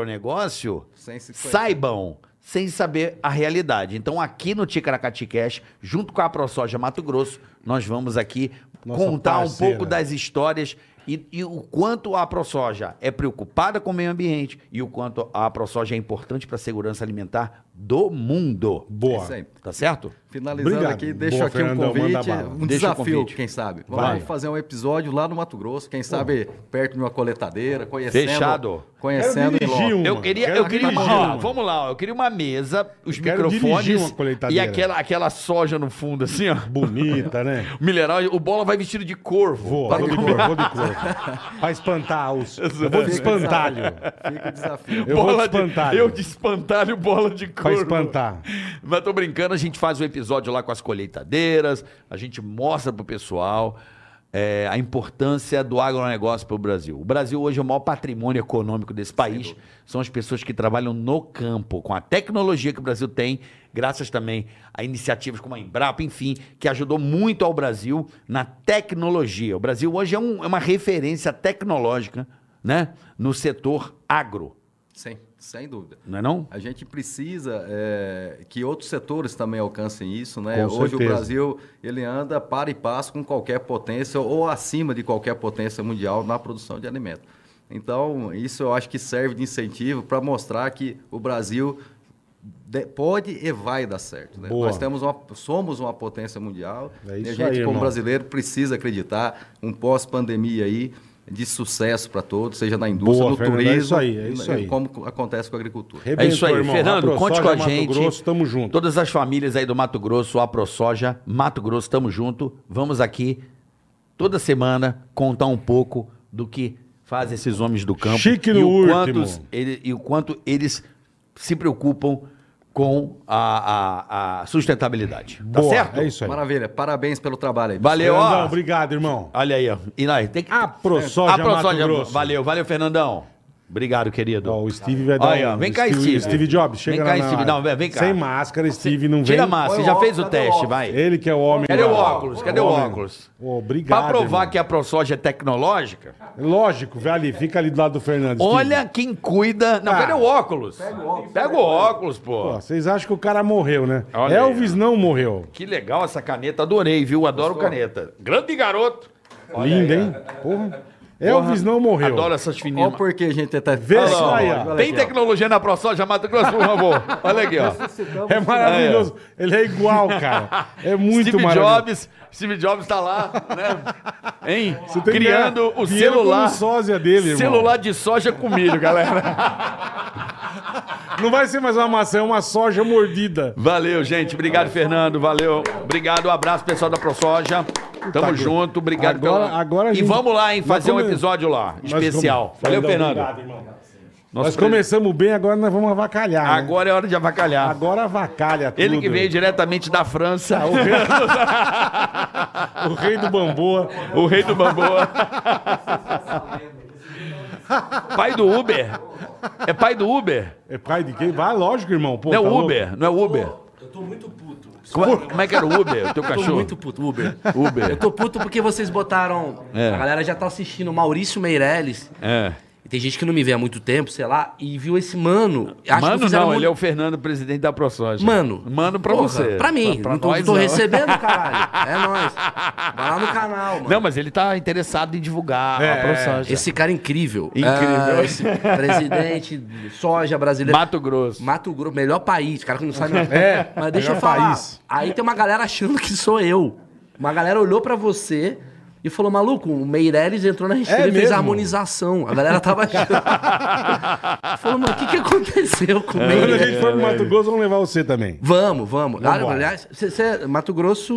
Speaker 3: agronegócio
Speaker 4: Sem se conhecer.
Speaker 3: saibam, sem saber a realidade. Então, aqui no Ticaracati Cash, junto com a ProSoja Mato Grosso, nós vamos aqui
Speaker 2: Nossa
Speaker 3: contar
Speaker 2: parceira.
Speaker 3: um pouco das histórias e, e o quanto a ProSoja é preocupada com o meio ambiente e o quanto a ProSoja é importante para a segurança alimentar do mundo.
Speaker 4: É
Speaker 2: Boa.
Speaker 4: isso aí.
Speaker 3: Tá certo?
Speaker 4: Finalizando
Speaker 2: Obrigado.
Speaker 4: aqui, deixo
Speaker 2: Boa,
Speaker 4: aqui
Speaker 2: Fernandão,
Speaker 4: um
Speaker 2: manda
Speaker 4: convite,
Speaker 2: bala.
Speaker 4: um
Speaker 3: Deixa o
Speaker 4: desafio,
Speaker 3: convite.
Speaker 4: quem sabe.
Speaker 3: Vai.
Speaker 4: Vamos fazer um episódio lá no Mato Grosso, quem sabe perto de uma coletadeira, conhecendo.
Speaker 3: Fechado.
Speaker 4: Conhecendo
Speaker 2: Quero
Speaker 4: em
Speaker 2: dirigir
Speaker 4: loco.
Speaker 2: Uma.
Speaker 3: Eu queria,
Speaker 2: Quero
Speaker 3: eu queria
Speaker 2: dirigir
Speaker 3: ó,
Speaker 2: uma.
Speaker 3: vamos lá, ó, eu queria uma mesa, os
Speaker 2: Eu quero dirigir uma
Speaker 3: microfones e
Speaker 2: colheitadeira.
Speaker 3: aquela, aquela soja no fundo, assim, ó.
Speaker 2: Bonita, né?
Speaker 3: Mineral, o bola vai vestido de corvo.
Speaker 2: Vou,
Speaker 3: Pra
Speaker 2: vou de
Speaker 3: não-
Speaker 2: cor, vou de cor. Pra espantar os. Eu
Speaker 3: assim.
Speaker 2: vou de espantalho.
Speaker 3: É
Speaker 4: Fica o desafio.
Speaker 2: Eu vou de
Speaker 3: Bola
Speaker 2: espantalho.
Speaker 3: eu de espantalho, bola de
Speaker 2: Pra
Speaker 3: corvo.
Speaker 2: espantar.
Speaker 3: Mas tô brincando, a gente faz o episódio lá com as colheitadeiras, a gente mostra pro pessoal é, a importância do agronegócio pro Brasil. O Brasil hoje é o maior patrimônio econômico desse país. São as pessoas que trabalham no campo, com a tecnologia que o Brasil tem, graças também a iniciativas como a Embrapa, enfim, que ajudou muito ao Brasil na tecnologia. O Brasil hoje é, um- é uma referência tecnológica, né? No setor agro,
Speaker 4: Sem, sem dúvida.
Speaker 3: não é não?
Speaker 4: A gente precisa é, que outros setores também alcancem isso, né?
Speaker 2: Com
Speaker 4: Hoje
Speaker 2: certeza.
Speaker 4: o Brasil ele anda para e passo com qualquer potência ou acima de qualquer potência mundial na produção de alimento. Então isso eu acho que serve de incentivo para mostrar que o Brasil de- pode e vai dar certo. né?
Speaker 2: Boa.
Speaker 4: Nós temos uma, somos uma potência mundial
Speaker 2: É
Speaker 4: e
Speaker 2: isso
Speaker 4: a
Speaker 2: aí,
Speaker 4: gente como
Speaker 2: irmão.
Speaker 4: brasileiro precisa acreditar um pós-pandemia aí de sucesso para todos, seja na indústria,
Speaker 2: Boa,
Speaker 4: no
Speaker 2: Fernando, é
Speaker 4: turismo, né,
Speaker 2: isso aí, é isso aí.
Speaker 4: como co- acontece com a agricultura.
Speaker 3: É isso aí,
Speaker 2: Arrebentou, irmão.
Speaker 3: Fernando,
Speaker 2: Aprosoja,
Speaker 3: conte com a
Speaker 2: Mato
Speaker 3: gente.
Speaker 2: Grosso, tamo junto.
Speaker 3: Todas as famílias aí do Mato Grosso, AproSoja, Mato Grosso, tamo junto. Vamos aqui toda semana contar um pouco do que fazem esses homens do campo
Speaker 2: Chique no
Speaker 3: e, o
Speaker 2: último.
Speaker 3: quantos ele- e o quanto eles se preocupam com a, a- a sustentabilidade. Tá
Speaker 2: Boa,
Speaker 3: certo?
Speaker 2: É isso aí.
Speaker 4: Maravilha, parabéns pelo trabalho aí.
Speaker 3: Valeu,
Speaker 2: Fernandão,
Speaker 3: ó.
Speaker 2: obrigado, irmão.
Speaker 3: Olha aí, ó. E nós, tem que...
Speaker 2: AproSoja, Mato Grosso.
Speaker 3: Valeu, valeu, Fernandão. Obrigado, querido.
Speaker 2: Ó, o Steve vai dar.
Speaker 3: Aí, ó,
Speaker 2: um-
Speaker 3: vem cá,
Speaker 2: Steve,
Speaker 3: Steve.
Speaker 2: Steve Jobs, chega
Speaker 3: Vem
Speaker 2: lá
Speaker 3: cá,
Speaker 2: na
Speaker 3: Steve.
Speaker 2: área.
Speaker 3: Não, vem- vem cá.
Speaker 2: Sem máscara, Steve, não vem.
Speaker 3: Tira a máscara, já fez o
Speaker 4: Cadê o
Speaker 3: teste,
Speaker 4: óculos?
Speaker 3: vai.
Speaker 2: Ele que é o homem.
Speaker 3: Cadê o
Speaker 2: lá.
Speaker 3: óculos? Cadê o
Speaker 2: Homem.
Speaker 3: óculos?
Speaker 2: Obrigado.
Speaker 3: Pra provar
Speaker 2: irmão.
Speaker 3: que a ProSoja é tecnológica,
Speaker 2: Lógico, vê ali, fica ali do lado do Fernando. Steve.
Speaker 3: olha quem cuida. Não,
Speaker 2: Ah.
Speaker 3: cadê o óculos? Pega o óculos, pô.
Speaker 2: Pô, vocês acham que o cara morreu, né?
Speaker 3: Olha
Speaker 2: Elvis não morreu.
Speaker 3: Que legal essa caneta, adorei, viu? Adoro caneta. Grande garoto.
Speaker 2: Lindo, hein? Porra. Elvis não morreu.
Speaker 3: Adoro essas
Speaker 4: Olha
Speaker 3: fininhas.
Speaker 4: o porquê a gente tá...
Speaker 2: Vê
Speaker 4: Olha
Speaker 2: se
Speaker 4: lá,
Speaker 2: aí,
Speaker 4: olha,
Speaker 2: ó.
Speaker 4: olha
Speaker 3: Tem
Speaker 4: aqui, ó.
Speaker 3: tecnologia na ProSoja Mato Grosso, por favor. Olha aqui, ó.
Speaker 2: É maravilhoso. Ele é igual, cara. É muito
Speaker 3: Steve
Speaker 2: maravilhoso.
Speaker 3: Jobs, Steve Jobs tá lá, né? Hein?
Speaker 2: tem que
Speaker 3: Criando
Speaker 2: ganhar
Speaker 3: o
Speaker 2: dinheiro como
Speaker 3: celular.
Speaker 2: sósia dele, irmão.
Speaker 3: Celular de soja com milho, galera.
Speaker 2: Não vai ser mais uma maçã, é uma soja mordida.
Speaker 3: Valeu, gente. Obrigado, Fernando. Valeu. Obrigado. Um abraço, pessoal da ProSoja. Tamo
Speaker 2: Tá,
Speaker 3: junto. Obrigado
Speaker 2: agora-
Speaker 3: pela-
Speaker 2: agora a
Speaker 3: E
Speaker 2: gente-
Speaker 3: vamos lá, hein?
Speaker 2: Nós
Speaker 3: Fazer um
Speaker 2: come-
Speaker 3: episódio lá,
Speaker 2: Nós
Speaker 3: especial.
Speaker 2: come- um
Speaker 3: Valeu, Fernando.
Speaker 2: obrigado, irmão.
Speaker 3: Nosso
Speaker 2: Nós começamos bem, agora nós vamos avacalhar. né?
Speaker 3: Agora é hora de avacalhar.
Speaker 2: Agora avacalha tudo. Ah,
Speaker 3: Ele que veio diretamente da França,
Speaker 2: O rei- o rei do bambu.
Speaker 3: o, rei do bamboa. pai do Uber. É pai do Uber?
Speaker 2: É pai de quem? Vai, lógico, irmão. Pô,
Speaker 3: Não é
Speaker 2: tá
Speaker 3: o
Speaker 2: louco?
Speaker 3: Uber, não é o Uber.
Speaker 5: Eu tô muito puto.
Speaker 3: Como é, como é que era o Uber, o teu
Speaker 5: Tô
Speaker 3: cachorro?
Speaker 5: muito puto, Uber.
Speaker 3: Uber.
Speaker 5: Eu tô puto porque vocês botaram.
Speaker 3: É.
Speaker 5: A galera já tá assistindo Maurício Meirelles.
Speaker 3: É.
Speaker 5: E tem gente que não me vê há muito tempo, sei lá, e viu esse mano. Acho que
Speaker 3: Mano,
Speaker 5: fizeram
Speaker 3: não,
Speaker 5: muito-
Speaker 3: ele é o Fernando, presidente da ProSoja.
Speaker 5: Mano.
Speaker 3: Mano pra
Speaker 5: Porra,
Speaker 3: você.
Speaker 5: Pra mim. não tô,
Speaker 3: nós,
Speaker 5: tô
Speaker 3: não.
Speaker 5: recebendo, caralho. É nóis. Vai lá no canal, mano.
Speaker 3: Não, mas ele tá interessado em divulgar a ProSoja.
Speaker 5: Esse cara é incrível.
Speaker 3: Incrível.
Speaker 5: Ah, esse presidente de soja brasileira.
Speaker 3: Mato Grosso.
Speaker 5: Mato Grosso, melhor país, cara que não sabe.
Speaker 2: É,
Speaker 5: mas deixa eu
Speaker 2: melhor
Speaker 5: falar.
Speaker 2: país.
Speaker 5: Aí tem uma galera achando que sou eu. Uma galera olhou pra você E falou, maluco, o Meirelles entrou na
Speaker 2: É
Speaker 5: rasteira e fez
Speaker 2: mesmo?
Speaker 5: a harmonização. A galera tava achando. falou, mano, o que, que aconteceu com o
Speaker 2: É, Quando a
Speaker 5: Meirelles?
Speaker 3: É,
Speaker 2: gente for pro Mato Grosso, vamos levar você também.
Speaker 5: Vamos, vamos.
Speaker 2: Vambora.
Speaker 5: Aliás, você- você- Mato Grosso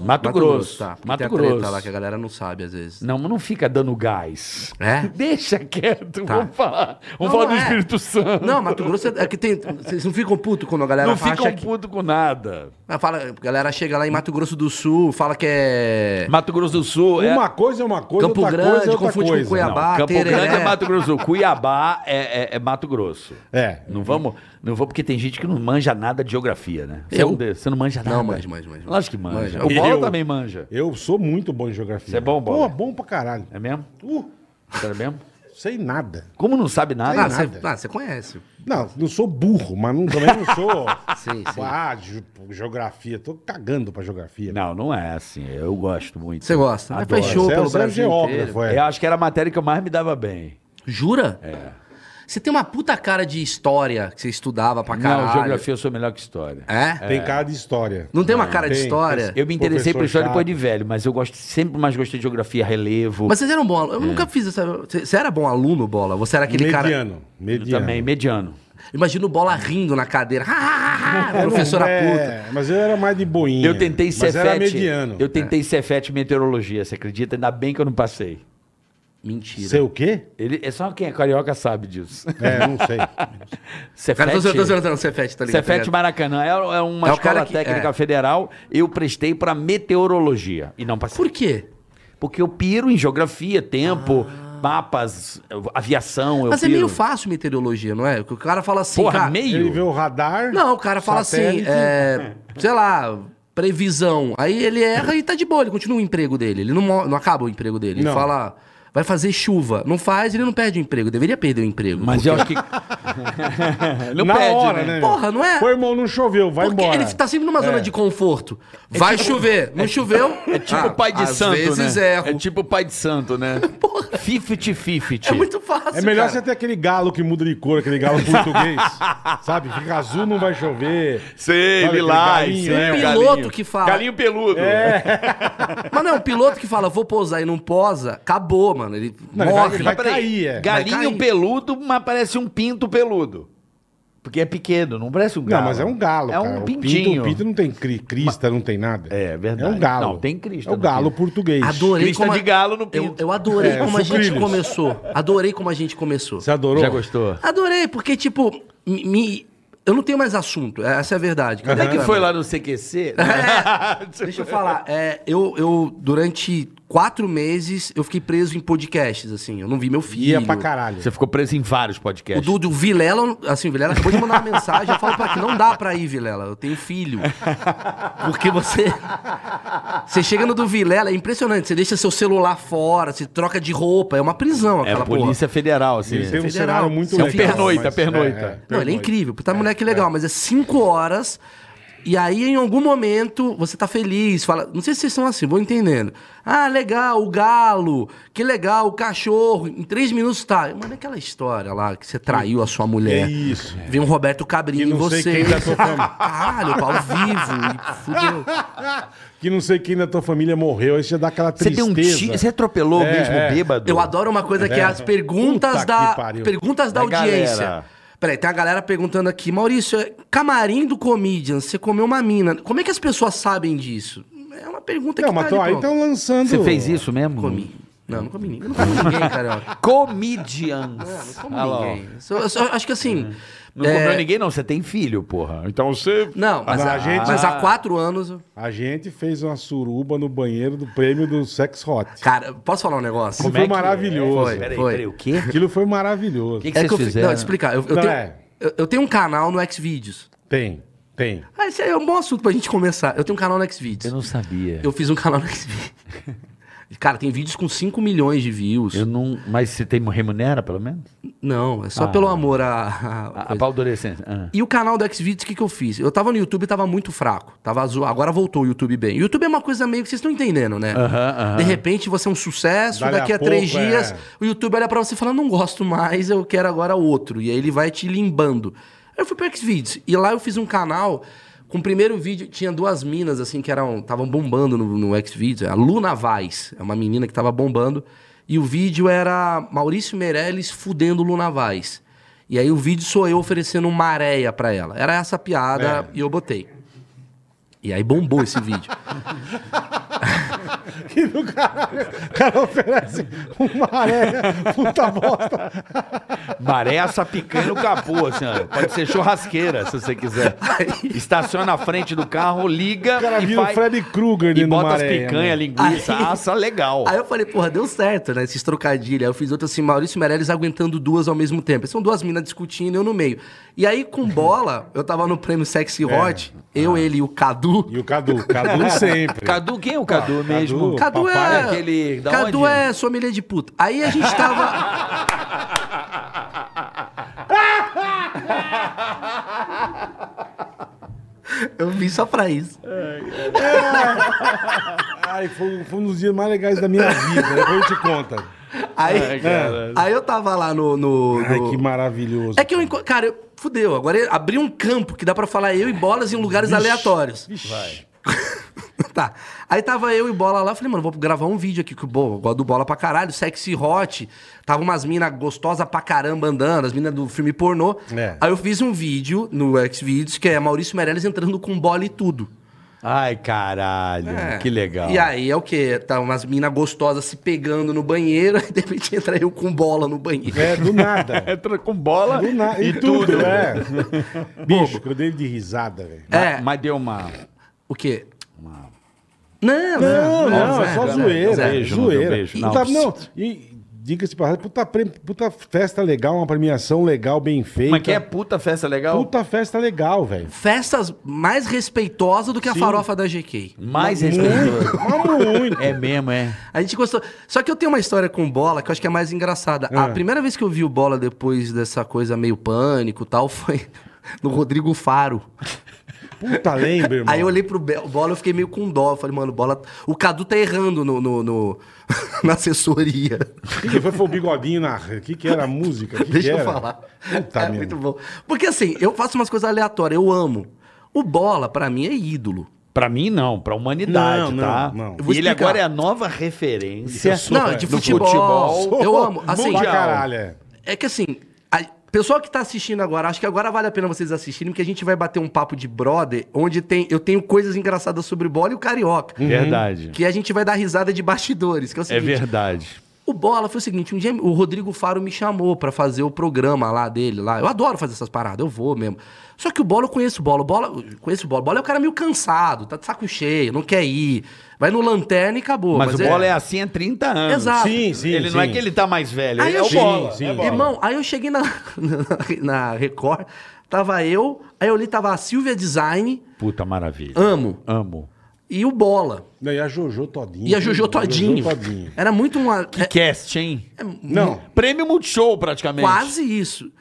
Speaker 3: Mato, Grosso.
Speaker 5: tá. Porque
Speaker 3: Mato
Speaker 5: tem a treta
Speaker 3: Grosso.
Speaker 5: lá que a galera não sabe às vezes.
Speaker 3: Não, mas não fica dando gás.
Speaker 5: É?
Speaker 3: Deixa quieto,
Speaker 5: Tá.
Speaker 3: vamos falar. Vamos
Speaker 5: Não,
Speaker 3: falar
Speaker 5: não
Speaker 3: do
Speaker 5: é.
Speaker 3: Espírito Santo.
Speaker 5: Não, Mato Grosso é que tem. Vocês não ficam putos quando a galera
Speaker 3: não
Speaker 5: acha
Speaker 3: ficam
Speaker 5: que.
Speaker 3: puto com nada.
Speaker 5: Ah, Fala, a galera chega lá em Mato Grosso do Sul, fala que é.
Speaker 3: Mato Grosso do Sul é.
Speaker 2: Uma coisa é uma coisa,
Speaker 5: Campo
Speaker 2: outra coisa é
Speaker 5: Grande,
Speaker 2: outra
Speaker 5: confunde com
Speaker 2: coisa.
Speaker 5: Cuiabá.
Speaker 3: Não, Campo
Speaker 5: Tereré.
Speaker 3: Grande é Mato Grosso do Sul. Cuiabá é, é- é Mato Grosso.
Speaker 2: É.
Speaker 3: Não vamos, não vou porque tem gente que não manja nada de geografia, né? Você
Speaker 5: Eu?
Speaker 3: não, de- você não manja nada.
Speaker 5: Não, manjo, manjo, manjo.
Speaker 3: Lógico que manja. O
Speaker 5: Manjo.
Speaker 3: Bola
Speaker 2: Eu-
Speaker 3: também manja.
Speaker 2: Eu sou muito bom em geografia.
Speaker 3: Você é bom, Bola?
Speaker 2: Pô, bom pra caralho.
Speaker 3: É mesmo?
Speaker 2: Uh,
Speaker 3: Sério mesmo?
Speaker 2: sei nada.
Speaker 3: Como não sabe nada?
Speaker 5: Ah,
Speaker 2: Sei
Speaker 5: você
Speaker 2: nada.
Speaker 5: ah, você conhece.
Speaker 2: Não, não sou burro, mas não, também não sou...
Speaker 5: Sim, sim.
Speaker 2: Ah, ge- geografia. Tô cagando pra geografia.
Speaker 3: Não, não é assim. Eu gosto muito.
Speaker 5: Você gosta. né?
Speaker 3: Adoro.
Speaker 5: Fechou
Speaker 2: Você é-
Speaker 5: pelo
Speaker 2: você é
Speaker 5: Brasil
Speaker 2: geógrafo,
Speaker 5: inteiro.
Speaker 2: é.
Speaker 3: Eu acho que era a matéria que eu mais me dava bem.
Speaker 5: Jura? É. Você tem uma puta cara de história que você estudava pra caralho.
Speaker 3: Não, geografia eu sou melhor que história.
Speaker 5: É?
Speaker 2: Tem cara de história.
Speaker 5: Não tem uma cara de
Speaker 2: tem.
Speaker 5: história?
Speaker 3: Eu me interessei
Speaker 2: Professor
Speaker 3: por história
Speaker 2: chato.
Speaker 3: depois de velho, mas eu gosto, sempre mais gostei de geografia, relevo.
Speaker 5: Mas vocês eram bom aluno.
Speaker 3: É.
Speaker 5: Eu nunca fiz essa. Você você era bom aluno, bola? Você era aquele cara.
Speaker 2: mediano,
Speaker 3: Eu
Speaker 2: mediano.
Speaker 3: também, mediano.
Speaker 5: Imagina o bola rindo na cadeira.
Speaker 3: um
Speaker 2: Eu não-
Speaker 5: Professora puta.
Speaker 2: é, Mas eu era mais de boinha.
Speaker 3: Eu tentei
Speaker 2: Mas era
Speaker 3: Cefet.
Speaker 2: mediano.
Speaker 3: Eu tentei Cefet meteorologia, você acredita? Ainda bem que eu não passei.
Speaker 5: Mentira.
Speaker 2: Sei o quê?
Speaker 3: Ele, é só quem é carioca sabe disso.
Speaker 2: É, não sei.
Speaker 5: Cara, tô zoando,
Speaker 3: Cefet.
Speaker 5: tô zoando, não, Cefete, tá ligado? tá
Speaker 3: Cefet
Speaker 5: ligado?
Speaker 3: Maracanã é, é uma
Speaker 5: É o cara
Speaker 3: escola
Speaker 5: que-
Speaker 3: técnica
Speaker 5: é.
Speaker 3: federal. Eu prestei para meteorologia e não passei.
Speaker 5: Por quê?
Speaker 3: Porque eu piro em geografia, tempo, mapas, aviação. Eu
Speaker 5: Ah. Mas é
Speaker 3: piro.
Speaker 5: meio fácil meteorologia, não é? O cara fala assim,
Speaker 3: Porra,
Speaker 5: cara-
Speaker 3: meio?
Speaker 2: Ele vê o radar.
Speaker 5: Não, o cara fala assim,
Speaker 2: satélite.
Speaker 5: é, sei lá, previsão. Aí ele erra e tá de boa, ele continua o emprego dele. Ele não, mo- não acaba o emprego dele.
Speaker 2: Não.
Speaker 5: Ele fala, vai fazer chuva. Não faz, ele não perde o emprego. Deveria perder o emprego.
Speaker 3: Mas
Speaker 5: porque-
Speaker 3: eu acho que. não
Speaker 2: Na
Speaker 3: pede,
Speaker 2: hora, né?
Speaker 3: né?
Speaker 2: meu?
Speaker 5: Porra, não é?
Speaker 2: Pô, irmão, não choveu, vai
Speaker 5: Porque
Speaker 2: embora.
Speaker 5: ele tá sempre numa zona
Speaker 2: É.
Speaker 5: de conforto. Vai chover. Não choveu.
Speaker 3: tipo-
Speaker 5: Ah,
Speaker 3: É tipo o pai de
Speaker 5: às
Speaker 3: santo,
Speaker 5: vezes
Speaker 3: né?
Speaker 5: erro.
Speaker 3: É tipo o pai de santo, né? Fifty fifty.
Speaker 5: É muito fácil,
Speaker 2: É melhor
Speaker 5: cara.
Speaker 2: você ter aquele galo que muda de cor, aquele galo português. sabe? Fica azul, não vai chover.
Speaker 3: Sei,
Speaker 2: Sabe
Speaker 3: lilás.
Speaker 2: aquele galinho,
Speaker 3: sei,
Speaker 2: né?
Speaker 3: o
Speaker 5: Um
Speaker 3: galinho.
Speaker 5: piloto que fala. É.
Speaker 3: Galinho peludo.
Speaker 5: Mas não, o piloto que fala, vou posar e não posa, acabou, mano. Ele
Speaker 2: Não, ele vai-
Speaker 5: morre.
Speaker 2: ele vai-
Speaker 3: Mas peraí,
Speaker 2: cair, é.
Speaker 3: Galinho
Speaker 5: Vai cair.
Speaker 3: peludo, mas parece um pinto peludo. Porque é pequeno, não parece um
Speaker 2: Não,
Speaker 3: galo.
Speaker 2: mas é um galo,
Speaker 3: É um
Speaker 2: cara. O pinto-
Speaker 3: pintinho.
Speaker 2: O pinto, não tem cri- crista, não tem nada.
Speaker 3: É, verdade.
Speaker 2: É um galo.
Speaker 3: Não, tem crista
Speaker 2: É o
Speaker 3: no
Speaker 2: galo
Speaker 3: pinto.
Speaker 2: português.
Speaker 5: Adorei
Speaker 3: Crista de galo no
Speaker 5: eu,
Speaker 3: pinto.
Speaker 5: eu adorei
Speaker 2: É,
Speaker 5: como a gente
Speaker 2: sucrilhos.
Speaker 5: começou. Adorei como a gente começou.
Speaker 2: Você adorou?
Speaker 3: Já gostou?
Speaker 5: Adorei, porque, tipo, me, me- eu não tenho mais assunto. Essa é a verdade. Cadê
Speaker 3: É que
Speaker 5: a
Speaker 3: foi lá
Speaker 5: câmera?
Speaker 3: no CQC.
Speaker 5: Deixa eu falar. É, eu, eu, durante quatro meses, eu fiquei preso em podcasts, assim. Eu não vi meu filho.
Speaker 2: Ia pra caralho.
Speaker 3: Você ficou preso em vários
Speaker 5: O
Speaker 3: podcasts.
Speaker 5: Dudu, o Vilela, assim, o Vilela acabou de mandar uma mensagem. Eu falo pra que não dá pra ir, Vilela. Eu tenho filho. Porque você. Você chega no do Vilela, é impressionante. Você deixa seu celular fora, você troca de roupa. É uma prisão
Speaker 3: É
Speaker 5: aquela
Speaker 3: a
Speaker 5: porra.
Speaker 3: Polícia Federal, assim.
Speaker 2: Ele tem um
Speaker 5: Federal.
Speaker 2: cenário muito
Speaker 5: Você é um
Speaker 2: legal.
Speaker 3: pernoita,
Speaker 2: mas-
Speaker 3: pernoita.
Speaker 5: Não, ele é
Speaker 2: pernoita.
Speaker 5: incrível. Puta moleque legal, mas é cinco horas. E aí, em algum momento, você tá feliz, fala. Não sei se vocês são assim, vou entendendo. Ah, legal, o galo, que legal, o cachorro. Em três minutos tá. Mano, é aquela história lá que você traiu a sua mulher.
Speaker 2: É isso.
Speaker 5: Vem um Roberto
Speaker 2: Que
Speaker 5: Cabrinho em
Speaker 2: não sei
Speaker 5: você.
Speaker 2: quem tá da tua família.
Speaker 5: Caralho, pau vivo. e Fudeu.
Speaker 2: Que não sei quem da tua família morreu. Aí você dá aquela
Speaker 3: Você
Speaker 2: tristeza.
Speaker 3: deu um tiro. Você atropelou
Speaker 2: É,
Speaker 3: mesmo
Speaker 2: é.
Speaker 3: bêbado.
Speaker 5: Eu adoro uma coisa que é as
Speaker 2: Né? Puta
Speaker 5: perguntas
Speaker 2: que
Speaker 5: da
Speaker 2: pariu.
Speaker 5: perguntas da,
Speaker 3: Da
Speaker 5: audiência.
Speaker 3: galera.
Speaker 5: Peraí, tem a galera perguntando aqui, Maurício, é camarim do comedian, você comeu uma mina. Como é que as pessoas sabem disso? É uma pergunta
Speaker 2: Não,
Speaker 5: que
Speaker 2: mas
Speaker 5: tá
Speaker 2: tô- aí então-
Speaker 5: ali, pronto.
Speaker 2: estão lançando...
Speaker 3: Você fez isso mesmo?
Speaker 5: Comi. Não, não comi ninguém. Eu não como ninguém, carioca.
Speaker 3: Comedians.
Speaker 5: Não, não como
Speaker 3: Olha lá, ó.
Speaker 5: ninguém. Eu só- eu só acho que assim.
Speaker 3: Não
Speaker 5: é,
Speaker 3: comeu ninguém, não. Você tem filho, porra. Então você.
Speaker 5: Não, mas,
Speaker 2: Mas a
Speaker 5: a-
Speaker 2: gente-
Speaker 5: mas há quatro anos. eu-
Speaker 2: A gente fez uma suruba no banheiro do prêmio do Sex Hot.
Speaker 5: Cara, posso falar um negócio?
Speaker 3: é
Speaker 2: Aquilo foi maravilhoso.
Speaker 5: Foi.
Speaker 3: Peraí, peraí, o quê?
Speaker 2: Aquilo foi maravilhoso.
Speaker 3: O que, que
Speaker 5: É
Speaker 3: vocês
Speaker 5: que eu, fi-
Speaker 3: fizeram?
Speaker 5: não, explicar. Eu, eu
Speaker 2: Não,
Speaker 5: tenho,
Speaker 2: é.
Speaker 5: eu- eu tenho um canal no Xvideos.
Speaker 2: Tem, tem.
Speaker 5: Ah, esse aí é um bom assunto pra gente começar. Eu tenho um canal no
Speaker 3: Eu
Speaker 5: Xvideos.
Speaker 3: não sabia.
Speaker 5: Eu fiz um canal no Xvideos. Cara, tem vídeos com 5 milhões de views.
Speaker 3: Eu não. Mas você tem remunera, pelo menos?
Speaker 5: Não, é só pelo amor à. à
Speaker 3: A, a
Speaker 5: coisa.
Speaker 3: paldorescência. Ah.
Speaker 5: E o canal do Xvideos, o que, que eu fiz? Eu tava no YouTube e tava muito fraco. Tava azul. Agora voltou o YouTube bem. O YouTube é uma coisa meio que vocês estão entendendo, né?
Speaker 3: Aham, aham.
Speaker 5: De repente você é um sucesso,
Speaker 2: Dali a
Speaker 5: daqui a,
Speaker 2: pouco,
Speaker 5: três dias
Speaker 2: é.
Speaker 5: o YouTube olha pra você e fala: não gosto mais, eu quero agora outro. E aí ele vai te limbando. Eu fui pro Xvideos e lá eu fiz um canal Com o primeiro vídeo, tinha duas minas, assim, que eram estavam bombando no, no X-Videos. A Luna Vaz, é uma menina que tava bombando. E o vídeo era Maurício Meirelles fudendo Luna Vaz. E aí o vídeo sou eu oferecendo uma areia pra ela. Era essa a
Speaker 2: É.
Speaker 5: piada e eu botei. E aí bombou esse vídeo.
Speaker 2: Que do caralho. O cara oferece uma areia, puta bosta.
Speaker 3: Maré sapicando o capô, assim, ó. Pode ser churrasqueira, se você quiser. Estaciona na frente do carro, liga
Speaker 2: O cara
Speaker 3: e
Speaker 2: vira o
Speaker 3: faz-
Speaker 2: Freddy Krueger
Speaker 3: E
Speaker 2: dentro do
Speaker 3: bota as
Speaker 2: maré.
Speaker 3: picanha, linguiça,
Speaker 5: Aí-
Speaker 3: assa, legal.
Speaker 5: Aí eu falei, porra, deu certo, né? Esses trocadilhos. Aí eu fiz outro assim, Maurício Meirelles aguentando duas ao mesmo tempo. São duas minas discutindo, eu no meio. E aí, com bola, eu tava no prêmio Sexy Hot, eu, ele e o
Speaker 2: É. Ah.
Speaker 5: Cadu.
Speaker 2: E o Cadu, Cadu sempre.
Speaker 3: Cadu, quem é o Cadu mesmo?
Speaker 2: o
Speaker 5: Cadu
Speaker 2: papai
Speaker 5: é.
Speaker 3: é aquele- da
Speaker 5: Cadu
Speaker 3: onde?
Speaker 5: é sommelier de puta. Aí a gente tava. eu vim só pra isso.
Speaker 2: Ai, foi, foi um dos dias mais legais da minha vida. Depois eu te conta.
Speaker 5: Aí,
Speaker 2: É, cara.
Speaker 5: aí eu tava lá no. no,
Speaker 2: Ai,
Speaker 5: no-
Speaker 2: que maravilhoso.
Speaker 5: É que eu enco... Cara, eu... fudeu. Agora eu abri um campo que dá pra falar eu e bolas em lugares aleatórios.
Speaker 2: Vai.
Speaker 5: tá. Aí tava eu e bola lá. Falei, mano, vou gravar um vídeo aqui. Que, bom, eu gosto do bola pra caralho. Sexy hot. Tava umas minas gostosas pra caramba andando. As minas do filme pornô.
Speaker 2: É.
Speaker 5: Aí eu fiz um vídeo no Xvideos que é Maurício Meirelles entrando com bola e tudo.
Speaker 3: Ai, caralho,
Speaker 5: É.
Speaker 3: Hum, que legal.
Speaker 5: E aí é o quê? Tá umas minas gostosas se pegando no banheiro. Aí de repente entra eu com bola no banheiro.
Speaker 2: É, do nada.
Speaker 3: Entra com bola
Speaker 2: Do na... E, tudo, é. Bicho, eu dei de risada, velho.
Speaker 3: Ma-
Speaker 5: É.
Speaker 3: Mas deu uma.
Speaker 5: O quê? Não,
Speaker 2: Não,
Speaker 5: não,
Speaker 2: não, é só
Speaker 5: zero,
Speaker 2: zoeira,
Speaker 5: zero.
Speaker 2: é
Speaker 3: beijo, não deu
Speaker 2: zoeira.
Speaker 3: beijo,
Speaker 2: não,
Speaker 3: não.
Speaker 2: tá, não, e diga-se pra puta, pre- puta festa legal, uma premiação legal, bem feita.
Speaker 3: Mas que é puta festa legal?
Speaker 2: Puta festa legal, velho.
Speaker 5: Festas mais respeitosas do que a farofa da GK.
Speaker 3: Mais respeitoso.
Speaker 2: Amo muito.
Speaker 3: É mesmo, é.
Speaker 5: A gente gostou. Só que eu tenho uma história com o bola que eu acho que é mais engraçada. A
Speaker 2: É.
Speaker 5: primeira vez que eu vi o bola depois dessa coisa meio pânico e tal foi no Rodrigo Faro.
Speaker 2: Puta, lembra, irmão.
Speaker 5: Aí eu olhei pro Be- bola eu fiquei meio com dó. Eu falei, mano, o bola. O Cadu tá errando no, no- no- na assessoria.
Speaker 2: O que, que foi? Foi o bigodinho na... O que que era a música? O que
Speaker 5: Deixa
Speaker 2: que
Speaker 5: eu
Speaker 2: era?
Speaker 5: falar.
Speaker 2: Puta,
Speaker 5: é
Speaker 2: meu.
Speaker 5: muito bom. Porque assim, eu faço umas coisas aleatórias, eu amo. O bola, pra mim, é ídolo.
Speaker 3: Pra mim, não. Pra humanidade,
Speaker 2: Não,
Speaker 3: tá?
Speaker 2: não, não.
Speaker 5: Eu vou
Speaker 3: E ele
Speaker 5: explicar.
Speaker 3: agora é a nova referência.
Speaker 2: Eu sou-
Speaker 5: Não, é de
Speaker 3: do
Speaker 5: futebol.
Speaker 3: futebol.
Speaker 5: Eu amo. Assim,
Speaker 2: Pra caralho, é.
Speaker 5: é que assim, a pessoal que tá assistindo agora, acho que agora vale a pena vocês assistirem, porque a gente vai bater um papo de brother, onde tem, eu tenho coisas engraçadas sobre bola e o carioca.
Speaker 3: Verdade.
Speaker 5: é- Uhum. Que a gente vai dar risada de bastidores, que é o
Speaker 3: Hum. É
Speaker 5: seguinte.
Speaker 3: verdade.
Speaker 5: O Bola foi o seguinte, um dia o Rodrigo Faro me chamou pra fazer o programa lá dele, lá. Eu adoro fazer essas paradas, eu vou mesmo. Só que o Bola, eu conheço o Bola, o Bola, eu conheço o Bola. O Bola é um cara meio cansado, tá de saco cheio, não quer ir. Vai no lanterna e acabou.
Speaker 3: Mas, o bola é...
Speaker 5: assim.
Speaker 3: assim há 30 anos.
Speaker 5: Exato.
Speaker 2: Sim, sim,
Speaker 3: ele
Speaker 2: sim.
Speaker 3: não é que ele tá mais velho,
Speaker 5: Aí
Speaker 3: ele é
Speaker 5: eu
Speaker 3: o
Speaker 5: cheguei-
Speaker 3: bola.
Speaker 2: sim.
Speaker 3: é bola.
Speaker 5: Irmão, aí eu cheguei na, na, na Record, tava eu, aí eu li, tava a Silvia Design,
Speaker 3: Puta maravilha.
Speaker 5: Amo,
Speaker 3: Amo.
Speaker 5: e o Bola.
Speaker 2: Não, e a Uhum, Jojo Todinho.
Speaker 5: E a Jojo Todinho.
Speaker 2: Jojo Todinho.
Speaker 5: Era muito uma.
Speaker 3: Que
Speaker 5: é-
Speaker 3: cast, hein?
Speaker 2: Não,
Speaker 3: Prêmio Multishow, praticamente.
Speaker 5: quase isso.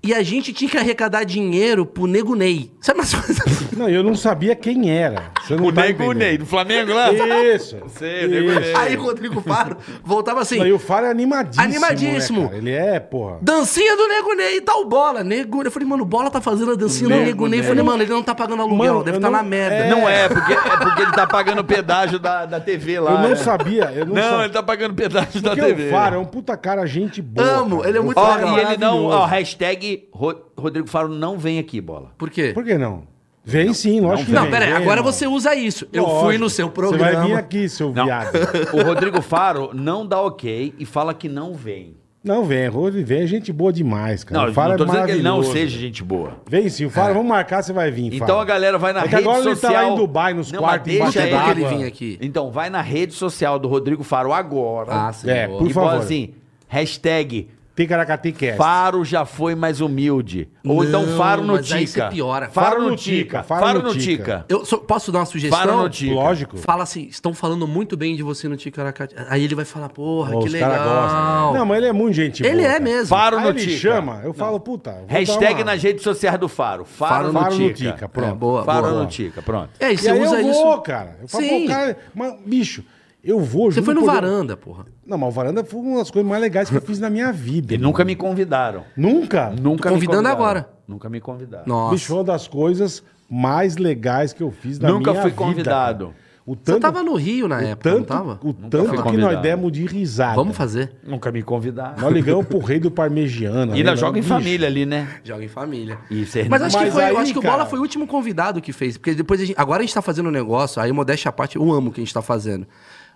Speaker 5: E a gente tinha que arrecadar dinheiro pro Nego Ney. Sabe umas coisas assim?
Speaker 2: não, eu não sabia quem era. Você não
Speaker 3: O
Speaker 2: tá
Speaker 3: Nego
Speaker 2: entendendo.
Speaker 3: Ney, do Flamengo lá.
Speaker 2: Isso.
Speaker 3: Sei, o Nego
Speaker 2: Isso.
Speaker 3: Ney.
Speaker 5: Aí o Rodrigo Faro voltava assim.
Speaker 2: Não, e o Faro é animadíssimo.
Speaker 5: Animadíssimo.
Speaker 2: né, cara? Ele é, porra.
Speaker 5: Dancinha do Nego Ney e tal bola. Nego... Eu falei, mano, o bola tá fazendo a dancinha do
Speaker 3: Nego
Speaker 5: Nego Ney. Eu
Speaker 3: Ney.
Speaker 5: falei, mano, ele não tá pagando aluguel,
Speaker 2: Mano,
Speaker 5: deve
Speaker 2: eu
Speaker 5: estar tá
Speaker 2: não-
Speaker 5: na merda.
Speaker 2: é.
Speaker 3: Não é, porque, é porque ele tá pagando o pedágio da, da TV lá.
Speaker 2: Eu não
Speaker 3: né?
Speaker 2: sabia. Eu não,
Speaker 3: Não,
Speaker 2: sabia.
Speaker 3: ele tá pagando o pedágio da
Speaker 2: Porque
Speaker 3: TV.
Speaker 2: o Faro é um puta cara, gente boa.
Speaker 5: Amo,
Speaker 2: cara.
Speaker 5: ele é
Speaker 2: O
Speaker 5: muito
Speaker 3: Ó,
Speaker 2: Faro
Speaker 5: legal.
Speaker 3: e ele não.
Speaker 2: maravilhoso.
Speaker 3: Ó, hashtag Ro- Rodrigo Faro não vem aqui, bola.
Speaker 5: Por quê?
Speaker 2: Por que não? Vem sim, lógico
Speaker 5: Não,
Speaker 2: que vem.
Speaker 5: peraí,
Speaker 2: Vem,
Speaker 5: agora
Speaker 2: irmão.
Speaker 5: você usa isso. Eu
Speaker 2: Lógico.
Speaker 5: fui no seu programa.
Speaker 2: Você vai vir aqui, seu
Speaker 3: Não.
Speaker 2: viado.
Speaker 3: O Rodrigo Faro não dá ok e fala que não vem.
Speaker 2: Não, vem, Rodrigo, vem, é gente boa demais, cara.
Speaker 3: Não,
Speaker 2: o Faro
Speaker 3: não tô
Speaker 2: é
Speaker 3: dizendo que ele não
Speaker 2: maravilhoso.
Speaker 3: seja gente boa.
Speaker 2: Vem sim, o Faro, vamos marcar, você vai vir,
Speaker 3: Então
Speaker 2: Faro.
Speaker 3: a galera vai na
Speaker 2: É que
Speaker 3: rede
Speaker 2: agora ele tá
Speaker 3: social.
Speaker 2: lá em Dubai, nos
Speaker 3: Não,
Speaker 2: quartos,
Speaker 3: mas deixa
Speaker 5: embaixo
Speaker 3: ele,
Speaker 5: d'água. Ele
Speaker 3: ele
Speaker 5: vinha aqui.
Speaker 3: Então vai na rede social do Rodrigo Faro agora.
Speaker 5: Ah, sim.
Speaker 2: É,
Speaker 5: boa.
Speaker 2: por
Speaker 3: e
Speaker 2: favor. É.
Speaker 3: bola assim, hashtag
Speaker 2: Ticaracatecast.
Speaker 3: Faro já foi mais humilde. Ou então
Speaker 5: Não,
Speaker 3: Faro no
Speaker 5: mas aí
Speaker 3: Tica.
Speaker 5: você piora.
Speaker 3: Faro no Tica. Faro no Tica.
Speaker 5: Eu só- posso dar uma sugestão?
Speaker 3: Faro no Tica.
Speaker 2: Lógico.
Speaker 5: Fala assim, estão falando muito bem de você no Ticaracati. Aí ele vai falar, porra,
Speaker 2: Pô,
Speaker 5: que
Speaker 2: os caras
Speaker 5: legal.
Speaker 2: gostam. Não, mas ele é muito gente boa.
Speaker 5: ele é
Speaker 2: cara.
Speaker 5: mesmo.
Speaker 3: Faro
Speaker 2: Aí
Speaker 3: no
Speaker 2: ele
Speaker 3: Tica.
Speaker 2: chama, eu falo, puta... vou dar
Speaker 3: Hashtag
Speaker 2: uma-
Speaker 3: nas redes sociais do Faro. Faro,
Speaker 5: Faro
Speaker 3: no,
Speaker 2: Faro no
Speaker 3: Tica.
Speaker 2: Tica, pronto.
Speaker 5: É, boa,
Speaker 3: Faro
Speaker 5: boa.
Speaker 3: no Tica, pronto.
Speaker 5: É, e
Speaker 2: E
Speaker 5: você
Speaker 2: aí
Speaker 5: usa
Speaker 2: eu
Speaker 5: isso.
Speaker 2: vou, cara. Eu falo,
Speaker 5: Sim.
Speaker 2: pô, cara... Mas, bicho, eu vou...
Speaker 5: Você
Speaker 2: juro
Speaker 5: foi no
Speaker 2: por Deus.
Speaker 5: varanda, porra.
Speaker 2: Não, mas o varanda foi uma das coisas mais legais que eu fiz na minha vida.
Speaker 3: E nunca me convidaram.
Speaker 2: Nunca?
Speaker 3: Nunca
Speaker 5: Tô
Speaker 3: me
Speaker 5: convidando
Speaker 3: convidaram.
Speaker 5: agora.
Speaker 3: Nunca me convidaram.
Speaker 5: Nossa.
Speaker 2: Bicho, foi uma das coisas mais legais que eu fiz na
Speaker 3: Nunca
Speaker 2: minha
Speaker 3: fui
Speaker 2: vida,
Speaker 3: convidado.
Speaker 2: cara. O tanto,
Speaker 5: Você tava no Rio na
Speaker 2: o
Speaker 5: época,
Speaker 2: tanto,
Speaker 5: não tava?
Speaker 2: O
Speaker 3: fui
Speaker 2: tanto que
Speaker 3: convidado.
Speaker 2: nós demos de risada.
Speaker 5: Vamos fazer.
Speaker 3: Nunca me convidaram.
Speaker 2: Nós ligamos pro rei do Parmegiana.
Speaker 3: E ainda
Speaker 2: lembra?
Speaker 3: joga em
Speaker 2: Bicho,
Speaker 3: família ali, né?
Speaker 5: Joga em família.
Speaker 3: E vocês
Speaker 5: Mas acho que
Speaker 2: Mas
Speaker 5: foi,
Speaker 2: aí,
Speaker 5: eu acho que o
Speaker 2: cara-
Speaker 5: Bola foi o último convidado que fez. Porque depois a gente, agora a gente tá fazendo um negócio, aí modéstia à parte, eu amo o que a gente tá fazendo.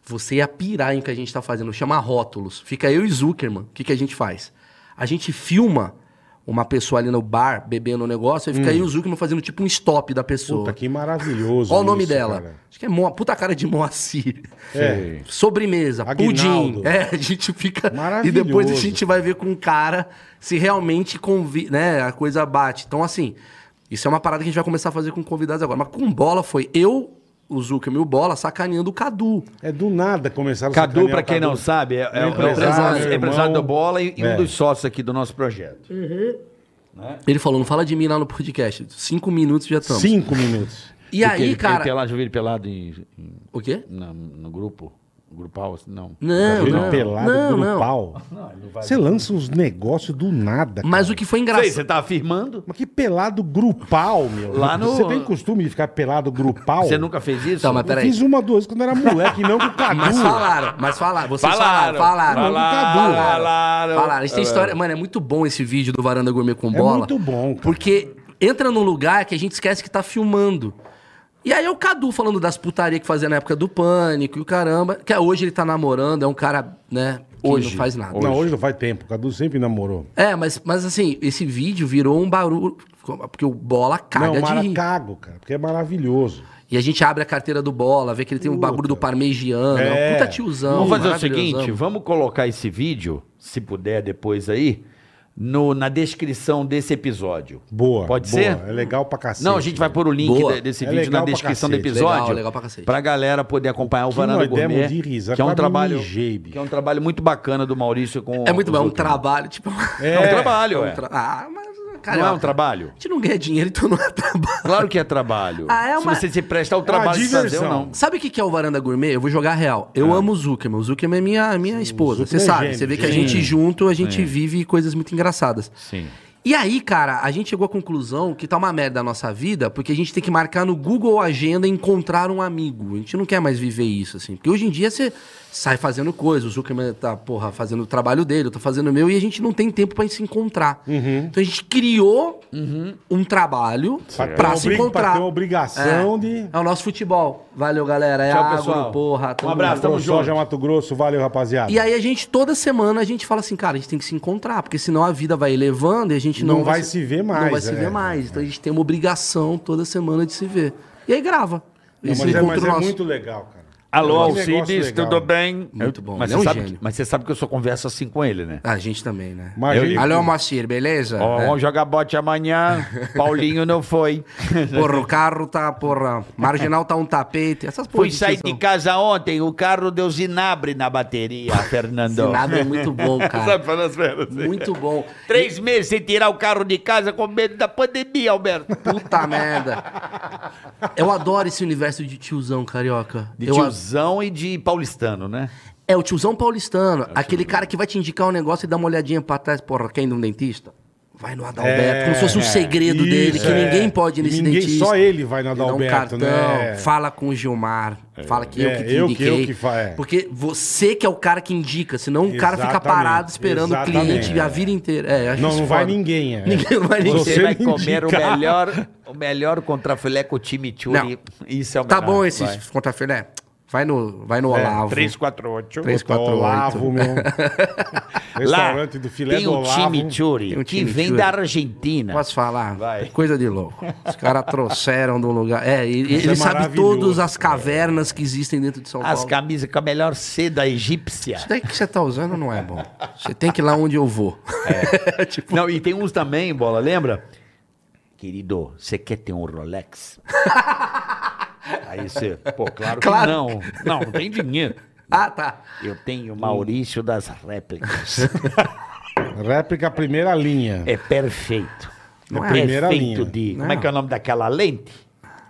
Speaker 5: Você ia pirar em que a gente tá fazendo, chama rótulos. Fica eu e Zuckerman. O que, que a gente faz? A gente filma uma pessoa ali no bar bebendo um negócio, aí fica eu e o Zuckerman fazendo tipo um stop da pessoa.
Speaker 2: Hum. Puta, que maravilhoso.
Speaker 5: Qual o nome
Speaker 2: isso,
Speaker 5: dela?
Speaker 2: cara.
Speaker 5: Acho que é Mo, puta cara de Moacir.
Speaker 2: É.
Speaker 5: Sobremesa,
Speaker 2: Aguinaldo.
Speaker 5: pudim. É, a gente fica. E
Speaker 2: Maravilhoso.
Speaker 5: depois a gente vai ver com o cara se realmente convi né, a coisa bate. Então, assim, isso é uma parada que a gente vai começar a fazer com convidados agora. Mas com bola foi eu, o Zuckerman e o Bola sacaneando o Cadu.
Speaker 2: É do nada começaram
Speaker 5: tá
Speaker 2: a
Speaker 3: Cadu,
Speaker 2: sacanear
Speaker 3: pra
Speaker 2: o
Speaker 3: quem
Speaker 2: Cadu.
Speaker 3: não sabe, é, é, é o
Speaker 2: Empresário,
Speaker 3: empresário,
Speaker 2: irmão.
Speaker 3: empresário do Bola e, e
Speaker 2: É.
Speaker 3: um dos sócios aqui do nosso projeto.
Speaker 5: Ele falou: não fala de mim lá no podcast. Cinco minutos já estamos.
Speaker 2: Cinco minutos.
Speaker 5: E
Speaker 3: Porque
Speaker 5: aí,
Speaker 3: ele-
Speaker 5: cara.
Speaker 3: Ele pelado, já vi ele pelado em- em-
Speaker 5: O quê?
Speaker 3: na- no grupo. Grupal, assim, não.
Speaker 5: Não,
Speaker 2: Ele
Speaker 5: não.
Speaker 2: pelado
Speaker 5: não,
Speaker 2: pelo
Speaker 5: não.
Speaker 2: pau. Você lança uns negócios do nada.
Speaker 5: Mas o que foi
Speaker 3: Sei,
Speaker 5: engraçado.
Speaker 3: você tá afirmando?
Speaker 2: Mas que pelado grupal, meu.
Speaker 3: Lá no-
Speaker 2: Você tem costume de ficar pelado grupal?
Speaker 3: Você nunca fez isso?
Speaker 5: Tá, mas
Speaker 2: Eu
Speaker 5: peraí.
Speaker 2: fiz uma, duas quando era moleque, não com o Cadu.
Speaker 5: Mas falaram, mas falaram. Vocês falaram, falaram.
Speaker 2: Não,
Speaker 3: Falaram,
Speaker 2: Cadu.
Speaker 3: falaram.
Speaker 5: Falaram, a gente tem história. Mano, é muito bom esse vídeo do Varanda Gourmet com
Speaker 2: É
Speaker 5: bola.
Speaker 2: muito bom, cara.
Speaker 5: Porque entra num lugar que a gente esquece que tá filmando. E aí é o Cadu falando das putarias que fazia na época do pânico e o caramba. Que hoje ele tá namorando, é um cara, né, que
Speaker 3: Hoje.
Speaker 5: não faz nada.
Speaker 2: Não, hoje não faz tempo. O Cadu sempre namorou.
Speaker 5: É, mas, mas assim, esse vídeo virou um barulho. Porque o bola caga
Speaker 2: não,
Speaker 5: de
Speaker 2: mara
Speaker 5: rir.
Speaker 2: cago, cara, porque é maravilhoso.
Speaker 5: E a gente abre a carteira do bola, vê que ele tem um
Speaker 2: Puta.
Speaker 5: bagulho do parmegiano.
Speaker 2: É.
Speaker 5: É. um puta tiozão.
Speaker 3: Vamos fazer o
Speaker 5: maravilhosão.
Speaker 3: seguinte, vamos colocar esse vídeo, se puder depois aí, no- na descrição desse episódio.
Speaker 2: Boa.
Speaker 3: Pode
Speaker 2: boa.
Speaker 3: ser?
Speaker 2: É legal pra cacete.
Speaker 3: Não, a gente vai pôr o link
Speaker 5: Boa.
Speaker 3: de- desse
Speaker 2: É
Speaker 3: vídeo na
Speaker 2: legal pra
Speaker 3: descrição do
Speaker 2: cacete.
Speaker 3: episódio.
Speaker 5: Legal, legal pra cacete.
Speaker 3: galera poder acompanhar o
Speaker 2: que
Speaker 3: Varanda
Speaker 2: nós
Speaker 3: Gourmet,
Speaker 2: demos de risada,
Speaker 3: que é um
Speaker 2: quase
Speaker 3: trabalho,
Speaker 2: me mijei, bicho.
Speaker 3: que é um trabalho muito bacana do Maurício com
Speaker 5: É muito
Speaker 3: os
Speaker 5: bom, é um
Speaker 3: outros.
Speaker 5: trabalho, tipo.
Speaker 3: É um trabalho,
Speaker 5: É
Speaker 3: é.
Speaker 5: um tra- Ah, mas. Cara,
Speaker 3: Não é
Speaker 5: ó,
Speaker 3: um trabalho?
Speaker 5: A gente não ganha dinheiro, então não é trabalho.
Speaker 3: Claro que é trabalho.
Speaker 5: Ah, é uma-
Speaker 3: Se você se presta ao trabalho de fazer ou
Speaker 2: diversão.
Speaker 3: não.
Speaker 5: Sabe o que que é o Varanda Gourmet? Eu vou jogar real. Eu amo o Zuckerman. O Zuckerman é minha, minha esposa.
Speaker 2: Ah.
Speaker 5: Você
Speaker 2: Zuckerman é
Speaker 5: sabe,
Speaker 2: gênio,
Speaker 5: você vê que a
Speaker 2: gênio. É.
Speaker 5: gente junto, a gente vive coisas muito engraçadas.
Speaker 3: Sim.
Speaker 5: E aí, cara, a gente chegou à conclusão que tá uma merda a nossa vida, porque a gente tem que marcar no Google Agenda encontrar um amigo. A gente não quer mais viver isso, assim. Porque hoje em dia você sai fazendo coisa, o Zuckerman tá, porra, fazendo o trabalho dele, eu tô fazendo o meu, e a gente não tem tempo pra se encontrar.
Speaker 2: Uhum.
Speaker 5: Então a gente criou um trabalho
Speaker 2: Pra ter
Speaker 5: pra
Speaker 2: uma
Speaker 5: se
Speaker 2: obri- Pra
Speaker 5: encontrar.
Speaker 2: ter uma obrigação de...
Speaker 5: É o nosso futebol. Valeu, galera. É
Speaker 3: Tchau,
Speaker 5: agro,
Speaker 3: pessoal.
Speaker 5: porra.
Speaker 3: Um abraço,
Speaker 5: junto.
Speaker 3: tamo junto.
Speaker 2: Soja Mato Grosso, valeu, rapaziada.
Speaker 5: E aí a gente, toda semana, a gente fala assim, cara, a gente tem que se encontrar, porque senão a vida vai elevando e a gente não...
Speaker 2: Não vai se ver mais,
Speaker 5: Não vai se
Speaker 2: é.
Speaker 5: ver mais. Então a gente tem uma obrigação toda semana de se ver. E aí grava.
Speaker 2: Não,
Speaker 5: Esse
Speaker 2: mas é,
Speaker 5: encontro
Speaker 2: mas é
Speaker 5: nosso.
Speaker 2: muito legal, cara.
Speaker 3: Alô,
Speaker 2: Que É um negócio
Speaker 3: Alcides,
Speaker 2: legal.
Speaker 3: tudo bem?
Speaker 5: Muito bom,
Speaker 3: Mas
Speaker 5: ele é
Speaker 3: você,
Speaker 5: um
Speaker 3: sabe,
Speaker 5: gênio.
Speaker 3: mas você sabe que eu só converso assim com ele, né?
Speaker 5: A gente também, né?
Speaker 2: Mas
Speaker 3: Eu
Speaker 2: ele-
Speaker 3: ligo.
Speaker 5: Alô, Moacir, beleza?
Speaker 3: Ó,
Speaker 5: É.
Speaker 3: vamos jogar bote amanhã. Paulinho não foi.
Speaker 5: Porra, o carro tá, porra... Marginal tá um tapete. Essas
Speaker 3: Fui
Speaker 5: porras
Speaker 3: sair de casa ontem, o carro deu zinabre na bateria, Fernando.
Speaker 5: Nada é muito bom, cara.
Speaker 3: Sabe, falando as merdas assim.
Speaker 5: muito bom.
Speaker 3: Três meses sem tirar o carro de casa com medo da pandemia, Alberto.
Speaker 5: Puta merda. Eu adoro esse universo de tiozão carioca.
Speaker 3: De
Speaker 5: Eu adoro.
Speaker 3: tiozão É um e de paulistano, né?
Speaker 5: É o tiozão
Speaker 2: É
Speaker 5: paulistano, aquele cara que vai te indicar um negócio e dá uma olhadinha pra trás, porra, quer ir num dentista? Vai no Adalberto,
Speaker 2: É,
Speaker 5: como se fosse um
Speaker 2: é.
Speaker 5: segredo
Speaker 2: Isso,
Speaker 5: dele, que
Speaker 2: é.
Speaker 5: ninguém pode ir nesse
Speaker 2: Ninguém-
Speaker 5: dentista.
Speaker 2: só ele vai no
Speaker 5: Ele dá um
Speaker 2: Adalberto, né?
Speaker 5: Fala com o Gilmar, fala que eu
Speaker 2: É,
Speaker 5: que te
Speaker 2: eu que-
Speaker 5: indiquei.
Speaker 2: eu que fa- é.
Speaker 5: Porque você que é o cara que indica, senão o cara fica
Speaker 2: Exatamente,
Speaker 5: parado esperando o cliente
Speaker 2: exatamente,
Speaker 5: a
Speaker 2: é.
Speaker 5: vida inteira. É, acho
Speaker 2: Não,
Speaker 5: isso
Speaker 2: não vai
Speaker 5: foda.
Speaker 2: ninguém, é.
Speaker 5: Ninguém não vai
Speaker 2: Você
Speaker 5: ninguém.
Speaker 3: Você vai
Speaker 2: me
Speaker 3: comer o
Speaker 2: indica.
Speaker 3: melhor, o melhor contrafilé com o chimichurri. Isso é o
Speaker 5: Tá
Speaker 3: melhor.
Speaker 5: bom esses
Speaker 3: Vai.
Speaker 5: contrafilé? Vai no, vai
Speaker 2: É,
Speaker 5: no Olavo.
Speaker 3: 348.
Speaker 5: Três,
Speaker 2: Puta,
Speaker 5: quatro, oito.
Speaker 2: Olavo, meu.
Speaker 3: Lá
Speaker 2: Restaurante do filé
Speaker 3: tem
Speaker 2: do
Speaker 3: um
Speaker 2: Olavo.
Speaker 3: chimichurri
Speaker 5: Tem um
Speaker 3: que vem
Speaker 5: chimichurri.
Speaker 3: da Argentina.
Speaker 5: Posso falar?
Speaker 3: Vai.
Speaker 5: É Coisa de louco. Os caras trouxeram de um lugar. É, ele,
Speaker 2: Isso
Speaker 5: ele
Speaker 2: é
Speaker 5: sabe
Speaker 2: maravilhoso,
Speaker 5: todas as cavernas que existem dentro de São
Speaker 3: As
Speaker 5: Paulo.
Speaker 3: camisas com a melhor seda egípcia.
Speaker 5: Isso daí que você tá usando não é bom. Você tem que ir lá onde eu vou.
Speaker 3: É.
Speaker 5: tipo,
Speaker 3: Não, e tem uns também, bola, lembra? Querido, você quer ter um Rolex? Aí você, pô, claro,
Speaker 5: Claro.
Speaker 3: que não. Não, não tem dinheiro.
Speaker 5: ah, tá.
Speaker 3: Eu tenho Maurício das réplicas.
Speaker 2: Réplica primeira linha.
Speaker 3: É perfeito.
Speaker 5: Não
Speaker 3: é
Speaker 5: é.
Speaker 2: Primeira
Speaker 3: feito
Speaker 2: linha.
Speaker 3: de. Como
Speaker 5: Não.
Speaker 3: é que é o nome daquela lente?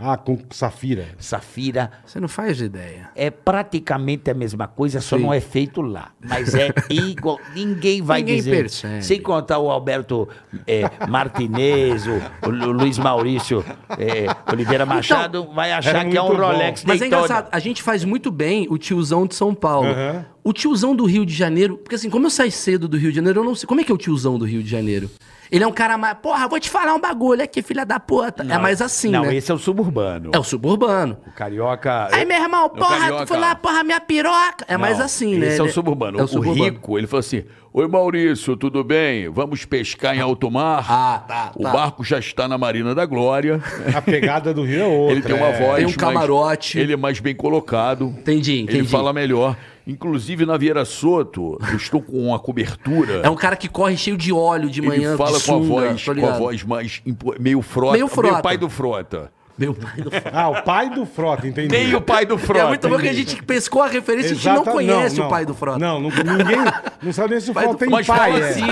Speaker 2: Ah, com safira.
Speaker 3: Safira
Speaker 5: Você não faz ideia.
Speaker 3: é praticamente a mesma coisa, só
Speaker 5: Sim.
Speaker 3: não é feito lá. Mas é igual. Ninguém vai
Speaker 5: Ninguém
Speaker 3: dizer.
Speaker 5: percebe.
Speaker 3: Sem contar o Alberto eh, Martinez, o, o Lu- Luiz Maurício eh, Oliveira
Speaker 5: Então,
Speaker 3: Machado, vai achar
Speaker 2: era
Speaker 3: que é um
Speaker 2: muito bom.
Speaker 3: Rolex
Speaker 5: Mas é
Speaker 3: Daytona.
Speaker 5: engraçado, a gente faz muito bem o tiozão de São Paulo.
Speaker 2: Aham.
Speaker 5: O tiozão do Rio de Janeiro, porque assim, como eu saí cedo do Rio de Janeiro, eu não sei. Como é que é o tiozão do Rio de Janeiro? Ele é um cara mais. Porra, vou te falar um bagulho aqui, filha da puta. é mais assim,
Speaker 3: Não,
Speaker 5: né?
Speaker 3: esse é o suburbano.
Speaker 5: É o É suburbano.
Speaker 3: O carioca.
Speaker 5: Aí, meu irmão, porra,
Speaker 3: carioca.
Speaker 5: tu foi lá, porra, minha piroca. É
Speaker 3: Não,
Speaker 5: mais assim, né?
Speaker 3: Esse é o
Speaker 5: Ele-
Speaker 3: suburbano.
Speaker 5: é
Speaker 3: o rico, ele falou assim: Oi Maurício, tudo bem? Vamos pescar em alto mar.
Speaker 5: Ah, tá,
Speaker 6: O
Speaker 5: tá.
Speaker 6: barco já está na Marina da Glória.
Speaker 2: A pegada do Rio é outra.
Speaker 6: Ele tem uma
Speaker 2: é.
Speaker 6: voz.
Speaker 5: Tem um
Speaker 6: mais-
Speaker 5: camarote.
Speaker 6: ele é mais bem colocado.
Speaker 5: Entendi, entendi.
Speaker 6: Ele fala melhor. Inclusive, na Vieira Soto, eu estou com uma cobertura.
Speaker 5: É um cara que corre cheio de óleo de manhã.
Speaker 6: ele fala
Speaker 5: de
Speaker 6: com, a
Speaker 5: sunga,
Speaker 6: voz,
Speaker 5: tô
Speaker 6: com a
Speaker 5: ligado?
Speaker 6: voz mais impo- meio frota.
Speaker 5: Meio frota.
Speaker 6: pai do frota.
Speaker 5: Meu pai do
Speaker 2: Ah, o pai do Frota, entendi.
Speaker 6: Meio pai do frota.
Speaker 5: É muito bom que a gente pescou a referência e a gente não
Speaker 2: Exata-
Speaker 5: conhece
Speaker 2: não,
Speaker 5: o pai do Frota.
Speaker 2: Não, não ninguém. Não sabe nem se o
Speaker 5: Pai do-
Speaker 2: Frota tem
Speaker 6: Mas
Speaker 2: pai.
Speaker 6: fala
Speaker 2: é.
Speaker 6: assim,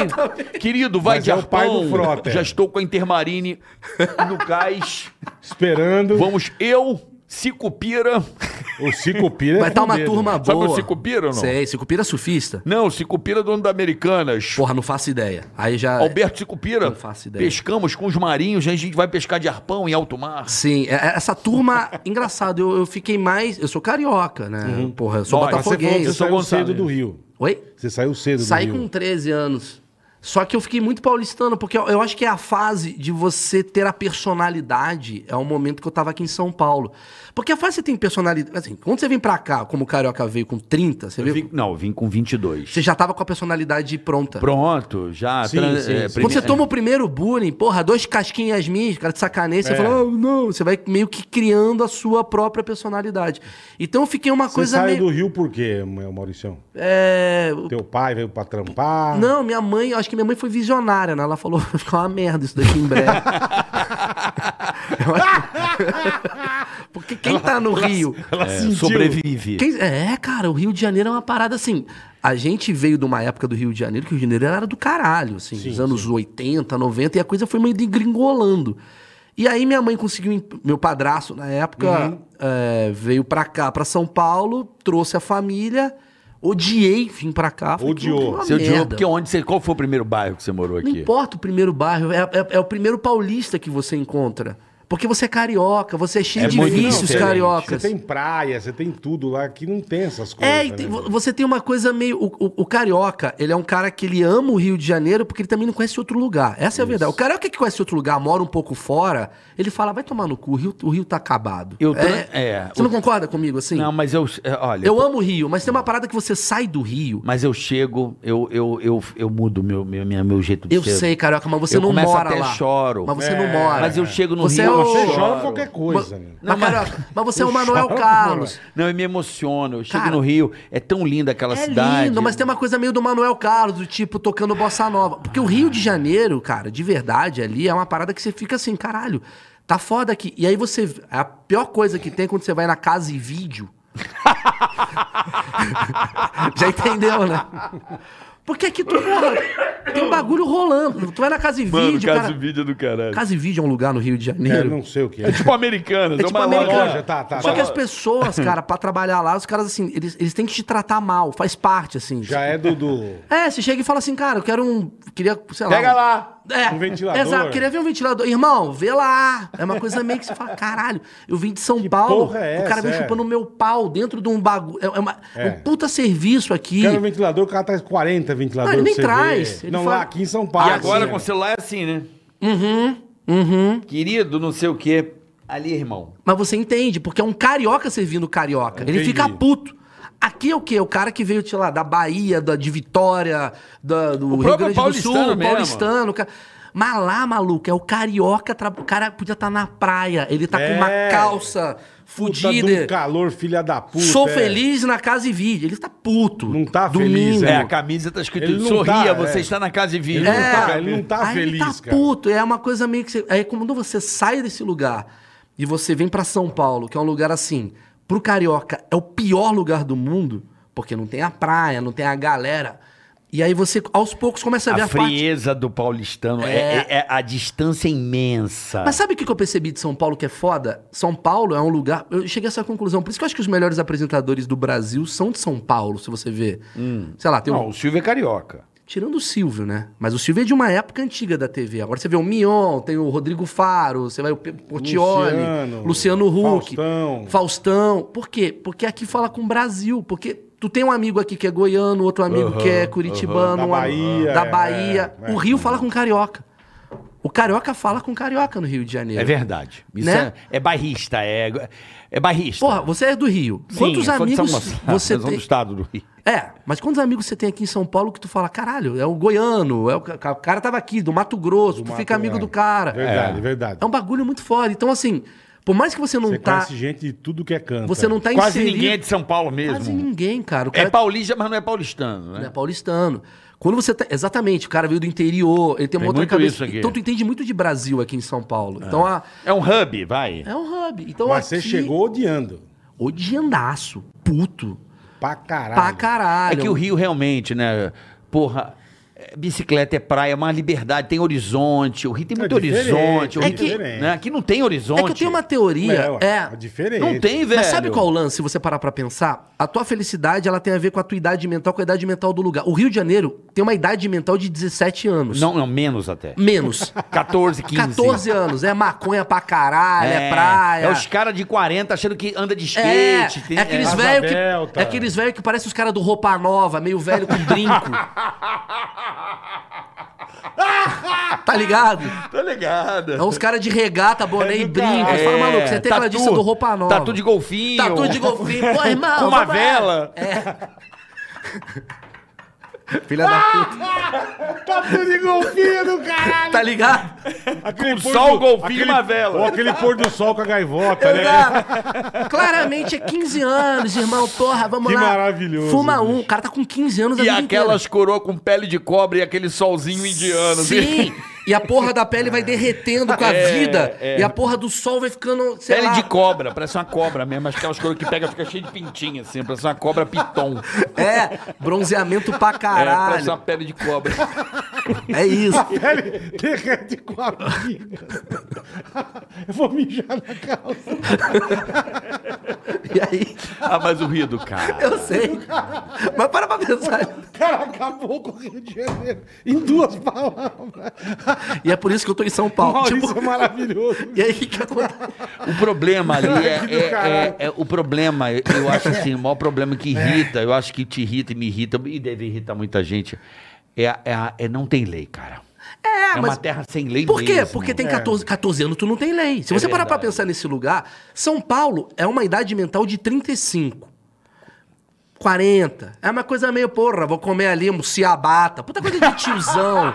Speaker 6: querido, vai
Speaker 2: Mas
Speaker 6: de
Speaker 2: é o pai do
Speaker 6: arpão.
Speaker 2: Frota, é.
Speaker 6: Já estou com a Intermarine no cais.
Speaker 2: Esperando.
Speaker 6: Vamos eu, Sicupira.
Speaker 2: O Cicupira é
Speaker 5: Mas tá uma
Speaker 2: fudido.
Speaker 5: turma boa.
Speaker 6: Sabe o Sicupira ou não?
Speaker 5: Sei, Sicupira é surfista.
Speaker 6: Não, Sicupira é dono da Americanas.
Speaker 5: Porra, não faço ideia. Aí já...
Speaker 6: Alberto Sicupira.
Speaker 5: é. Não faço ideia.
Speaker 6: Pescamos com os marinhos, a gente vai pescar de arpão em alto mar.
Speaker 5: Sim, é- é- essa turma... Engraçado, eu, eu fiquei mais... Eu sou carioca, né? Porra, eu sou
Speaker 6: Nossa,
Speaker 2: Mas você falou que
Speaker 5: botafoguense.
Speaker 2: você
Speaker 6: eu sou
Speaker 2: saiu
Speaker 6: Gonçalo.
Speaker 2: cedo do Rio.
Speaker 5: Oi?
Speaker 2: Você saiu cedo
Speaker 5: Saí
Speaker 2: do Rio.
Speaker 5: com 13 anos. Só que eu fiquei muito paulistano, porque eu, eu acho que é a fase de você ter a personalidade. É o momento que eu tava aqui em São Paulo. Porque a fase que você tem personalidade. Assim, quando você vem pra cá, como o Carioca veio com 30, você,
Speaker 3: Eu
Speaker 5: veio,
Speaker 3: vim- não, eu vim com 22.
Speaker 5: você já tava com a personalidade pronta.
Speaker 3: Pronto, já.
Speaker 2: Sim,
Speaker 3: tran-
Speaker 2: sim,
Speaker 3: é,
Speaker 2: sim.
Speaker 5: Quando
Speaker 3: prime-
Speaker 5: você toma o primeiro bullying, porra, dois casquinhas minhas, cara de sacanagem, você
Speaker 2: É.
Speaker 5: fala, "Ah, não, você vai meio que criando a sua própria personalidade. Então eu fiquei uma
Speaker 2: Você
Speaker 5: coisa
Speaker 2: saiu
Speaker 5: meio.
Speaker 2: do Rio por quê, Mauricião?
Speaker 5: É,
Speaker 2: Teu pai veio pra trampar.
Speaker 5: Não, minha mãe, acho que minha mãe foi visionária, né? Ela falou, vai ficar uma merda isso daqui em breve. Eu acho- Porque quem tá no Rio.
Speaker 2: Ela
Speaker 3: é,
Speaker 2: sentiu.
Speaker 3: sobrevive.
Speaker 5: quem- É, cara, o Rio de Janeiro é uma parada assim. A gente veio de uma época do Rio de Janeiro que o Rio de Janeiro era do caralho, assim,
Speaker 2: Sim,
Speaker 5: os anos 80, 90, e a coisa foi meio de gringolando. E aí minha mãe conseguiu. em- Meu padrasto, na época,
Speaker 2: Uhum.
Speaker 5: é, veio pra cá, pra São Paulo, trouxe a família. Odiei vim pra cá. falei,
Speaker 2: Odiou.
Speaker 5: "Puta, uma
Speaker 3: Seu Diogo,
Speaker 5: merda."
Speaker 3: porque onde você, qual foi o primeiro bairro que você morou
Speaker 5: Não
Speaker 3: aqui?
Speaker 5: importa o primeiro bairro, é, é- é o primeiro paulista que você encontra. Porque você é carioca, você é cheio
Speaker 3: É
Speaker 5: de
Speaker 3: muito
Speaker 5: vícios
Speaker 3: diferente.
Speaker 2: Você
Speaker 5: cariocas.
Speaker 2: tem praia, você tem tudo lá. Aqui não tem essas coisas.
Speaker 5: É, e tem-
Speaker 2: né,
Speaker 5: vo-
Speaker 2: meu?
Speaker 5: você tem uma coisa meio. O, o- o carioca, ele é um cara que ele ama o Rio de Janeiro porque ele também não conhece outro lugar. Essa é a verdade. O carioca que conhece outro lugar, mora um pouco fora, ele fala, vai tomar no cu, o Rio, o Rio tá acabado.
Speaker 3: Eu tô-
Speaker 5: é,
Speaker 3: é,
Speaker 5: você
Speaker 3: o-
Speaker 5: não concorda comigo assim?
Speaker 3: Não, mas eu. é, Olha,
Speaker 5: eu amo o Rio, mas tem uma parada que você sai do Rio.
Speaker 3: Mas eu chego, eu, eu, eu, eu mudo meu, meu, minha- meu jeito de
Speaker 5: Eu
Speaker 3: ser.
Speaker 5: sei, carioca, mas você
Speaker 3: Eu
Speaker 5: não
Speaker 3: começo
Speaker 5: mora
Speaker 3: até
Speaker 5: lá.
Speaker 3: choro. É,
Speaker 5: Mas você não mora.
Speaker 3: Mas eu chego no
Speaker 5: Você
Speaker 3: Rio,
Speaker 5: é
Speaker 3: eu
Speaker 5: o-
Speaker 2: Você
Speaker 3: choro.
Speaker 2: chora qualquer coisa.
Speaker 5: Ma-
Speaker 2: né?
Speaker 5: Mas, carioca, mas você é o Manuel
Speaker 2: choro,
Speaker 5: Carlos.
Speaker 3: Não, eu me emociono. Eu chego
Speaker 5: Cara,
Speaker 3: no Rio, é tão linda aquela
Speaker 5: É
Speaker 3: cidade.
Speaker 5: lindo, mas tem uma coisa meio do Manuel Carlos, do tipo, tocando bossa nova. Porque o Rio de Janeiro, cara, de verdade, ali é uma parada que você fica assim, caralho, tá foda aqui. E aí você. é A pior coisa que tem é quando você vai na casa e vídeo. Já entendeu, né? Porque aqui tu, porra, tem um bagulho rolando. Tu vai na casa e um vídeo, cara. Casa e vídeo.
Speaker 6: vídeo do caralho.
Speaker 5: é um lugar no Rio de
Speaker 2: É,
Speaker 5: Janeiro.
Speaker 2: não sei o que é.
Speaker 6: É tipo Americanas.
Speaker 5: É tipo
Speaker 6: uma
Speaker 5: americano.
Speaker 2: loja, tá, tá,
Speaker 5: Só
Speaker 2: tá.
Speaker 5: que as pessoas, cara, pra trabalhar lá, os caras, assim, eles, eles têm que te tratar mal, faz parte, assim.
Speaker 2: Já é do. do-
Speaker 5: É, você chega e fala assim, cara, eu quero um. Queria, sei lá.
Speaker 6: Pega
Speaker 5: um-
Speaker 6: lá.
Speaker 5: É,
Speaker 2: Um ventilador.
Speaker 5: Exato, queria ver um ventilador. Irmão, vê lá. É uma coisa meio que você fala, caralho, eu vim de São Paulo.
Speaker 2: porra é
Speaker 5: o cara
Speaker 2: essa,
Speaker 5: veio
Speaker 2: é?
Speaker 5: chupando o meu pau dentro de um bagulho. É, uma-
Speaker 2: É.
Speaker 5: um puta serviço aqui.
Speaker 2: Quero um ventilador, o cara traz 40 ventiladores.
Speaker 5: Não, ele
Speaker 2: pra
Speaker 5: nem
Speaker 2: você
Speaker 5: traz.
Speaker 2: ver.
Speaker 5: Ele
Speaker 2: não,
Speaker 5: fala-
Speaker 2: lá aqui em São Paulo.
Speaker 3: E agora
Speaker 2: assim,
Speaker 3: com o
Speaker 2: né?
Speaker 3: celular é assim, né? Uhum, uhum. Querido, não sei o quê. Ali, irmão.
Speaker 5: Mas você entende, porque é um carioca servindo carioca. Ele
Speaker 2: Entendi.
Speaker 5: fica puto. Aqui é o quê? O cara que veio, sei lá, da Bahia, da, de Vitória, da- do Rio
Speaker 3: próprio
Speaker 5: Grande do Sul,
Speaker 3: paulistano mesmo.
Speaker 5: paulistano. Cara. Mas lá, maluco, é o carioca. tra- O cara podia estar na praia, ele tá com uma
Speaker 2: É.
Speaker 5: calça
Speaker 2: Puta de um
Speaker 5: fudida.
Speaker 2: calor, filha da puta.
Speaker 5: é. Sou
Speaker 2: é.
Speaker 5: feliz na casa e vídeo. Ele tá puto.
Speaker 2: Não tá
Speaker 5: Domingo.
Speaker 2: feliz,
Speaker 3: É, a camisa tá escrito
Speaker 2: Ele não
Speaker 3: sorria,
Speaker 2: tá,
Speaker 3: você
Speaker 2: é.
Speaker 3: está na casa e
Speaker 2: Ele,
Speaker 3: vive.
Speaker 2: não tá, ele não tá
Speaker 5: É, Aí ele
Speaker 2: feliz,
Speaker 5: tá
Speaker 2: cara.
Speaker 5: puto, é uma coisa meio que você, aí quando você sai desse lugar e você vem pra São Paulo, que é um lugar assim, pro carioca é o pior lugar do mundo, porque não tem a praia, não tem a galera. E aí você, aos poucos, começa a ver
Speaker 3: A
Speaker 5: a, parte.
Speaker 3: frieza do paulistano é, é- é a distância imensa.
Speaker 5: Mas sabe o que que eu percebi de São Paulo que é foda? São Paulo é um lugar. Eu cheguei a essa conclusão. Por isso que eu acho que os melhores apresentadores do Brasil são de São Paulo, se você ver.
Speaker 2: Hum.
Speaker 5: Sei lá, tem um.
Speaker 3: Não, o Silvio é carioca.
Speaker 5: Tirando o Silvio, né? Mas o Silvio é de uma época antiga da TV. Agora você vê o Mion, tem o Rodrigo Faro, você vai o Pe- Portioli,
Speaker 2: Luciano,
Speaker 5: Luciano, Huck,
Speaker 2: Faustão.
Speaker 5: Faustão. Por quê? Porque aqui fala com o Brasil. Porque tu tem um amigo aqui que é goiano, outro amigo que é curitibano,
Speaker 2: Da
Speaker 5: um am-
Speaker 2: Bahia,
Speaker 5: da
Speaker 2: é,
Speaker 5: Bahia.
Speaker 2: é, é.
Speaker 5: O Rio fala com carioca. O carioca fala com carioca no Rio de Janeiro.
Speaker 3: É verdade. Isso
Speaker 5: Né?
Speaker 3: é, é bairrista, é, é bairrista.
Speaker 5: Porra, você é do Rio.
Speaker 3: Sim,
Speaker 5: Quantos
Speaker 3: eu sou de São
Speaker 5: amigos
Speaker 3: Gonçalo,
Speaker 5: você
Speaker 3: eu sou do
Speaker 5: tem?
Speaker 3: estado do Rio.
Speaker 5: É, mas quantos amigos você tem aqui em São Paulo que tu fala, caralho, é o goiano, é o, ca- o cara tava aqui, do Mato Grosso, tu
Speaker 2: Mato,
Speaker 5: fica amigo
Speaker 2: é.
Speaker 5: do cara.
Speaker 2: Verdade,
Speaker 5: é.
Speaker 2: verdade.
Speaker 5: É um bagulho muito foda. Então, assim, por mais que você não
Speaker 2: Você
Speaker 5: tá.
Speaker 2: conhece gente de tudo que é canto.
Speaker 5: Você não tá
Speaker 3: Quase
Speaker 5: inserido-
Speaker 3: ninguém é de São Paulo mesmo.
Speaker 5: Quase ninguém, cara. O cara
Speaker 3: É paulista, mas não é paulistano,
Speaker 5: né,
Speaker 3: né?
Speaker 5: paulistano. Quando você tá. Exatamente, o cara veio do interior, ele tem uma
Speaker 3: Tem
Speaker 5: outra
Speaker 3: muito
Speaker 5: cabeça.
Speaker 3: isso aqui.
Speaker 5: Então tu entende muito de Brasil aqui em São Paulo. Então a-
Speaker 3: É um hub, vai.
Speaker 5: É um hub. Então,
Speaker 2: Mas você
Speaker 5: aqui,
Speaker 2: chegou odiando.
Speaker 5: Odiandaço, puto.
Speaker 2: Pra caralho.
Speaker 5: Pra
Speaker 3: É
Speaker 5: caralho.
Speaker 3: que o Rio realmente, né? Porra, é, bicicleta é praia, é uma liberdade, tem horizonte. O Rio tem
Speaker 2: É
Speaker 3: muito
Speaker 2: diferente,
Speaker 3: horizonte. o
Speaker 5: é
Speaker 3: Rio tem-
Speaker 2: diferente.
Speaker 3: né, Aqui não tem horizonte.
Speaker 5: É que eu tenho uma teoria.
Speaker 2: ué,
Speaker 5: é,
Speaker 2: diferente.
Speaker 3: Não tem, velho.
Speaker 5: Mas sabe qual é o lance, se você parar pra pensar? A tua felicidade, ela tem a ver com a tua idade mental, com a idade mental do lugar. O Rio de Janeiro tem uma idade mental de 17 anos.
Speaker 3: Não, não, menos até.
Speaker 5: Menos.
Speaker 3: 14, 15.
Speaker 5: 14 anos. É maconha pra caralho, é, praia.
Speaker 3: É os caras de 40 achando que anda de skate.
Speaker 5: É,
Speaker 3: tem-
Speaker 5: é aqueles
Speaker 2: Asa
Speaker 5: velho que
Speaker 2: delta.
Speaker 5: é aqueles velho que parece os caras do roupa nova, meio velho com brinco. tá ligado?
Speaker 3: Tô ligado.
Speaker 5: É uns caras de regata, boné
Speaker 3: É
Speaker 5: e
Speaker 6: Então,
Speaker 5: brinco. Aí
Speaker 6: é.
Speaker 5: fala, maluco, você tem aquela
Speaker 3: tatu-
Speaker 5: disso do roupa nova.
Speaker 3: Tatu de golfinho.
Speaker 5: Tatu de golfinho. Pô, irmão.
Speaker 3: Com uma
Speaker 5: vamos lá. É,
Speaker 3: vela.
Speaker 4: Filha da puta.
Speaker 2: Papo de golfinho do caralho.
Speaker 5: Tá ligado?
Speaker 2: Aquele
Speaker 3: Com
Speaker 2: pôr
Speaker 3: sol, golfinho e uma vela.
Speaker 2: Ou aquele pôr do sol com a gaivota, né?
Speaker 5: Exato. Claramente é 15 anos, irmão. Porra, vamos
Speaker 2: Que
Speaker 5: lá.
Speaker 2: maravilhoso,
Speaker 5: Fuma
Speaker 2: bicho.
Speaker 5: um. O cara tá com 15 anos a
Speaker 6: E
Speaker 5: vida
Speaker 6: aquelas coroas com pele de cobra e aquele solzinho indiano. assim.
Speaker 5: inteira. Sim. E a porra da pele vai derretendo com a vida. E a porra do sol vai ficando, sei
Speaker 6: É, Pele
Speaker 5: lá.
Speaker 6: de cobra, parece uma cobra mesmo. mas Aquelas coroas que pega, fica cheio de pintinha, assim. Parece uma cobra piton.
Speaker 5: É, bronzeamento pra
Speaker 6: É, parece uma
Speaker 5: caralho.
Speaker 6: pele de cobra.
Speaker 5: É, isso.
Speaker 2: Ele derrete com a vida. Eu vou mijar na calça.
Speaker 5: E aí,
Speaker 6: Ah, mas o Rio do cara.
Speaker 5: eu sei. Mas para pra pensar.
Speaker 2: O cara acabou com o Rio de Janeiro. Em duas palavras.
Speaker 5: E é por isso que eu tô em São Paulo.
Speaker 2: Maurício
Speaker 5: Tipo,
Speaker 2: é maravilhoso.
Speaker 5: e aí, o que que acontece?
Speaker 3: O problema ali é,
Speaker 2: Que do
Speaker 3: é- é-
Speaker 2: caralho.
Speaker 3: é- O problema, eu- eu acho assim, o maior problema que
Speaker 5: É.
Speaker 3: irrita, eu acho que te irrita e me irrita, e deve irritar muita gente, é, a- é, a- é não tem lei, cara. É, uma
Speaker 5: Ah, mas-
Speaker 3: terra sem lei
Speaker 5: Por quê?
Speaker 3: mesmo.
Speaker 5: Porque tem 14, 14 anos, tu não tem lei. Se você parar pra pensar nesse lugar, São Paulo é uma idade mental de 35. 40. É uma coisa meio, porra, vou comer ali um ciabata. Puta coisa de tiozão.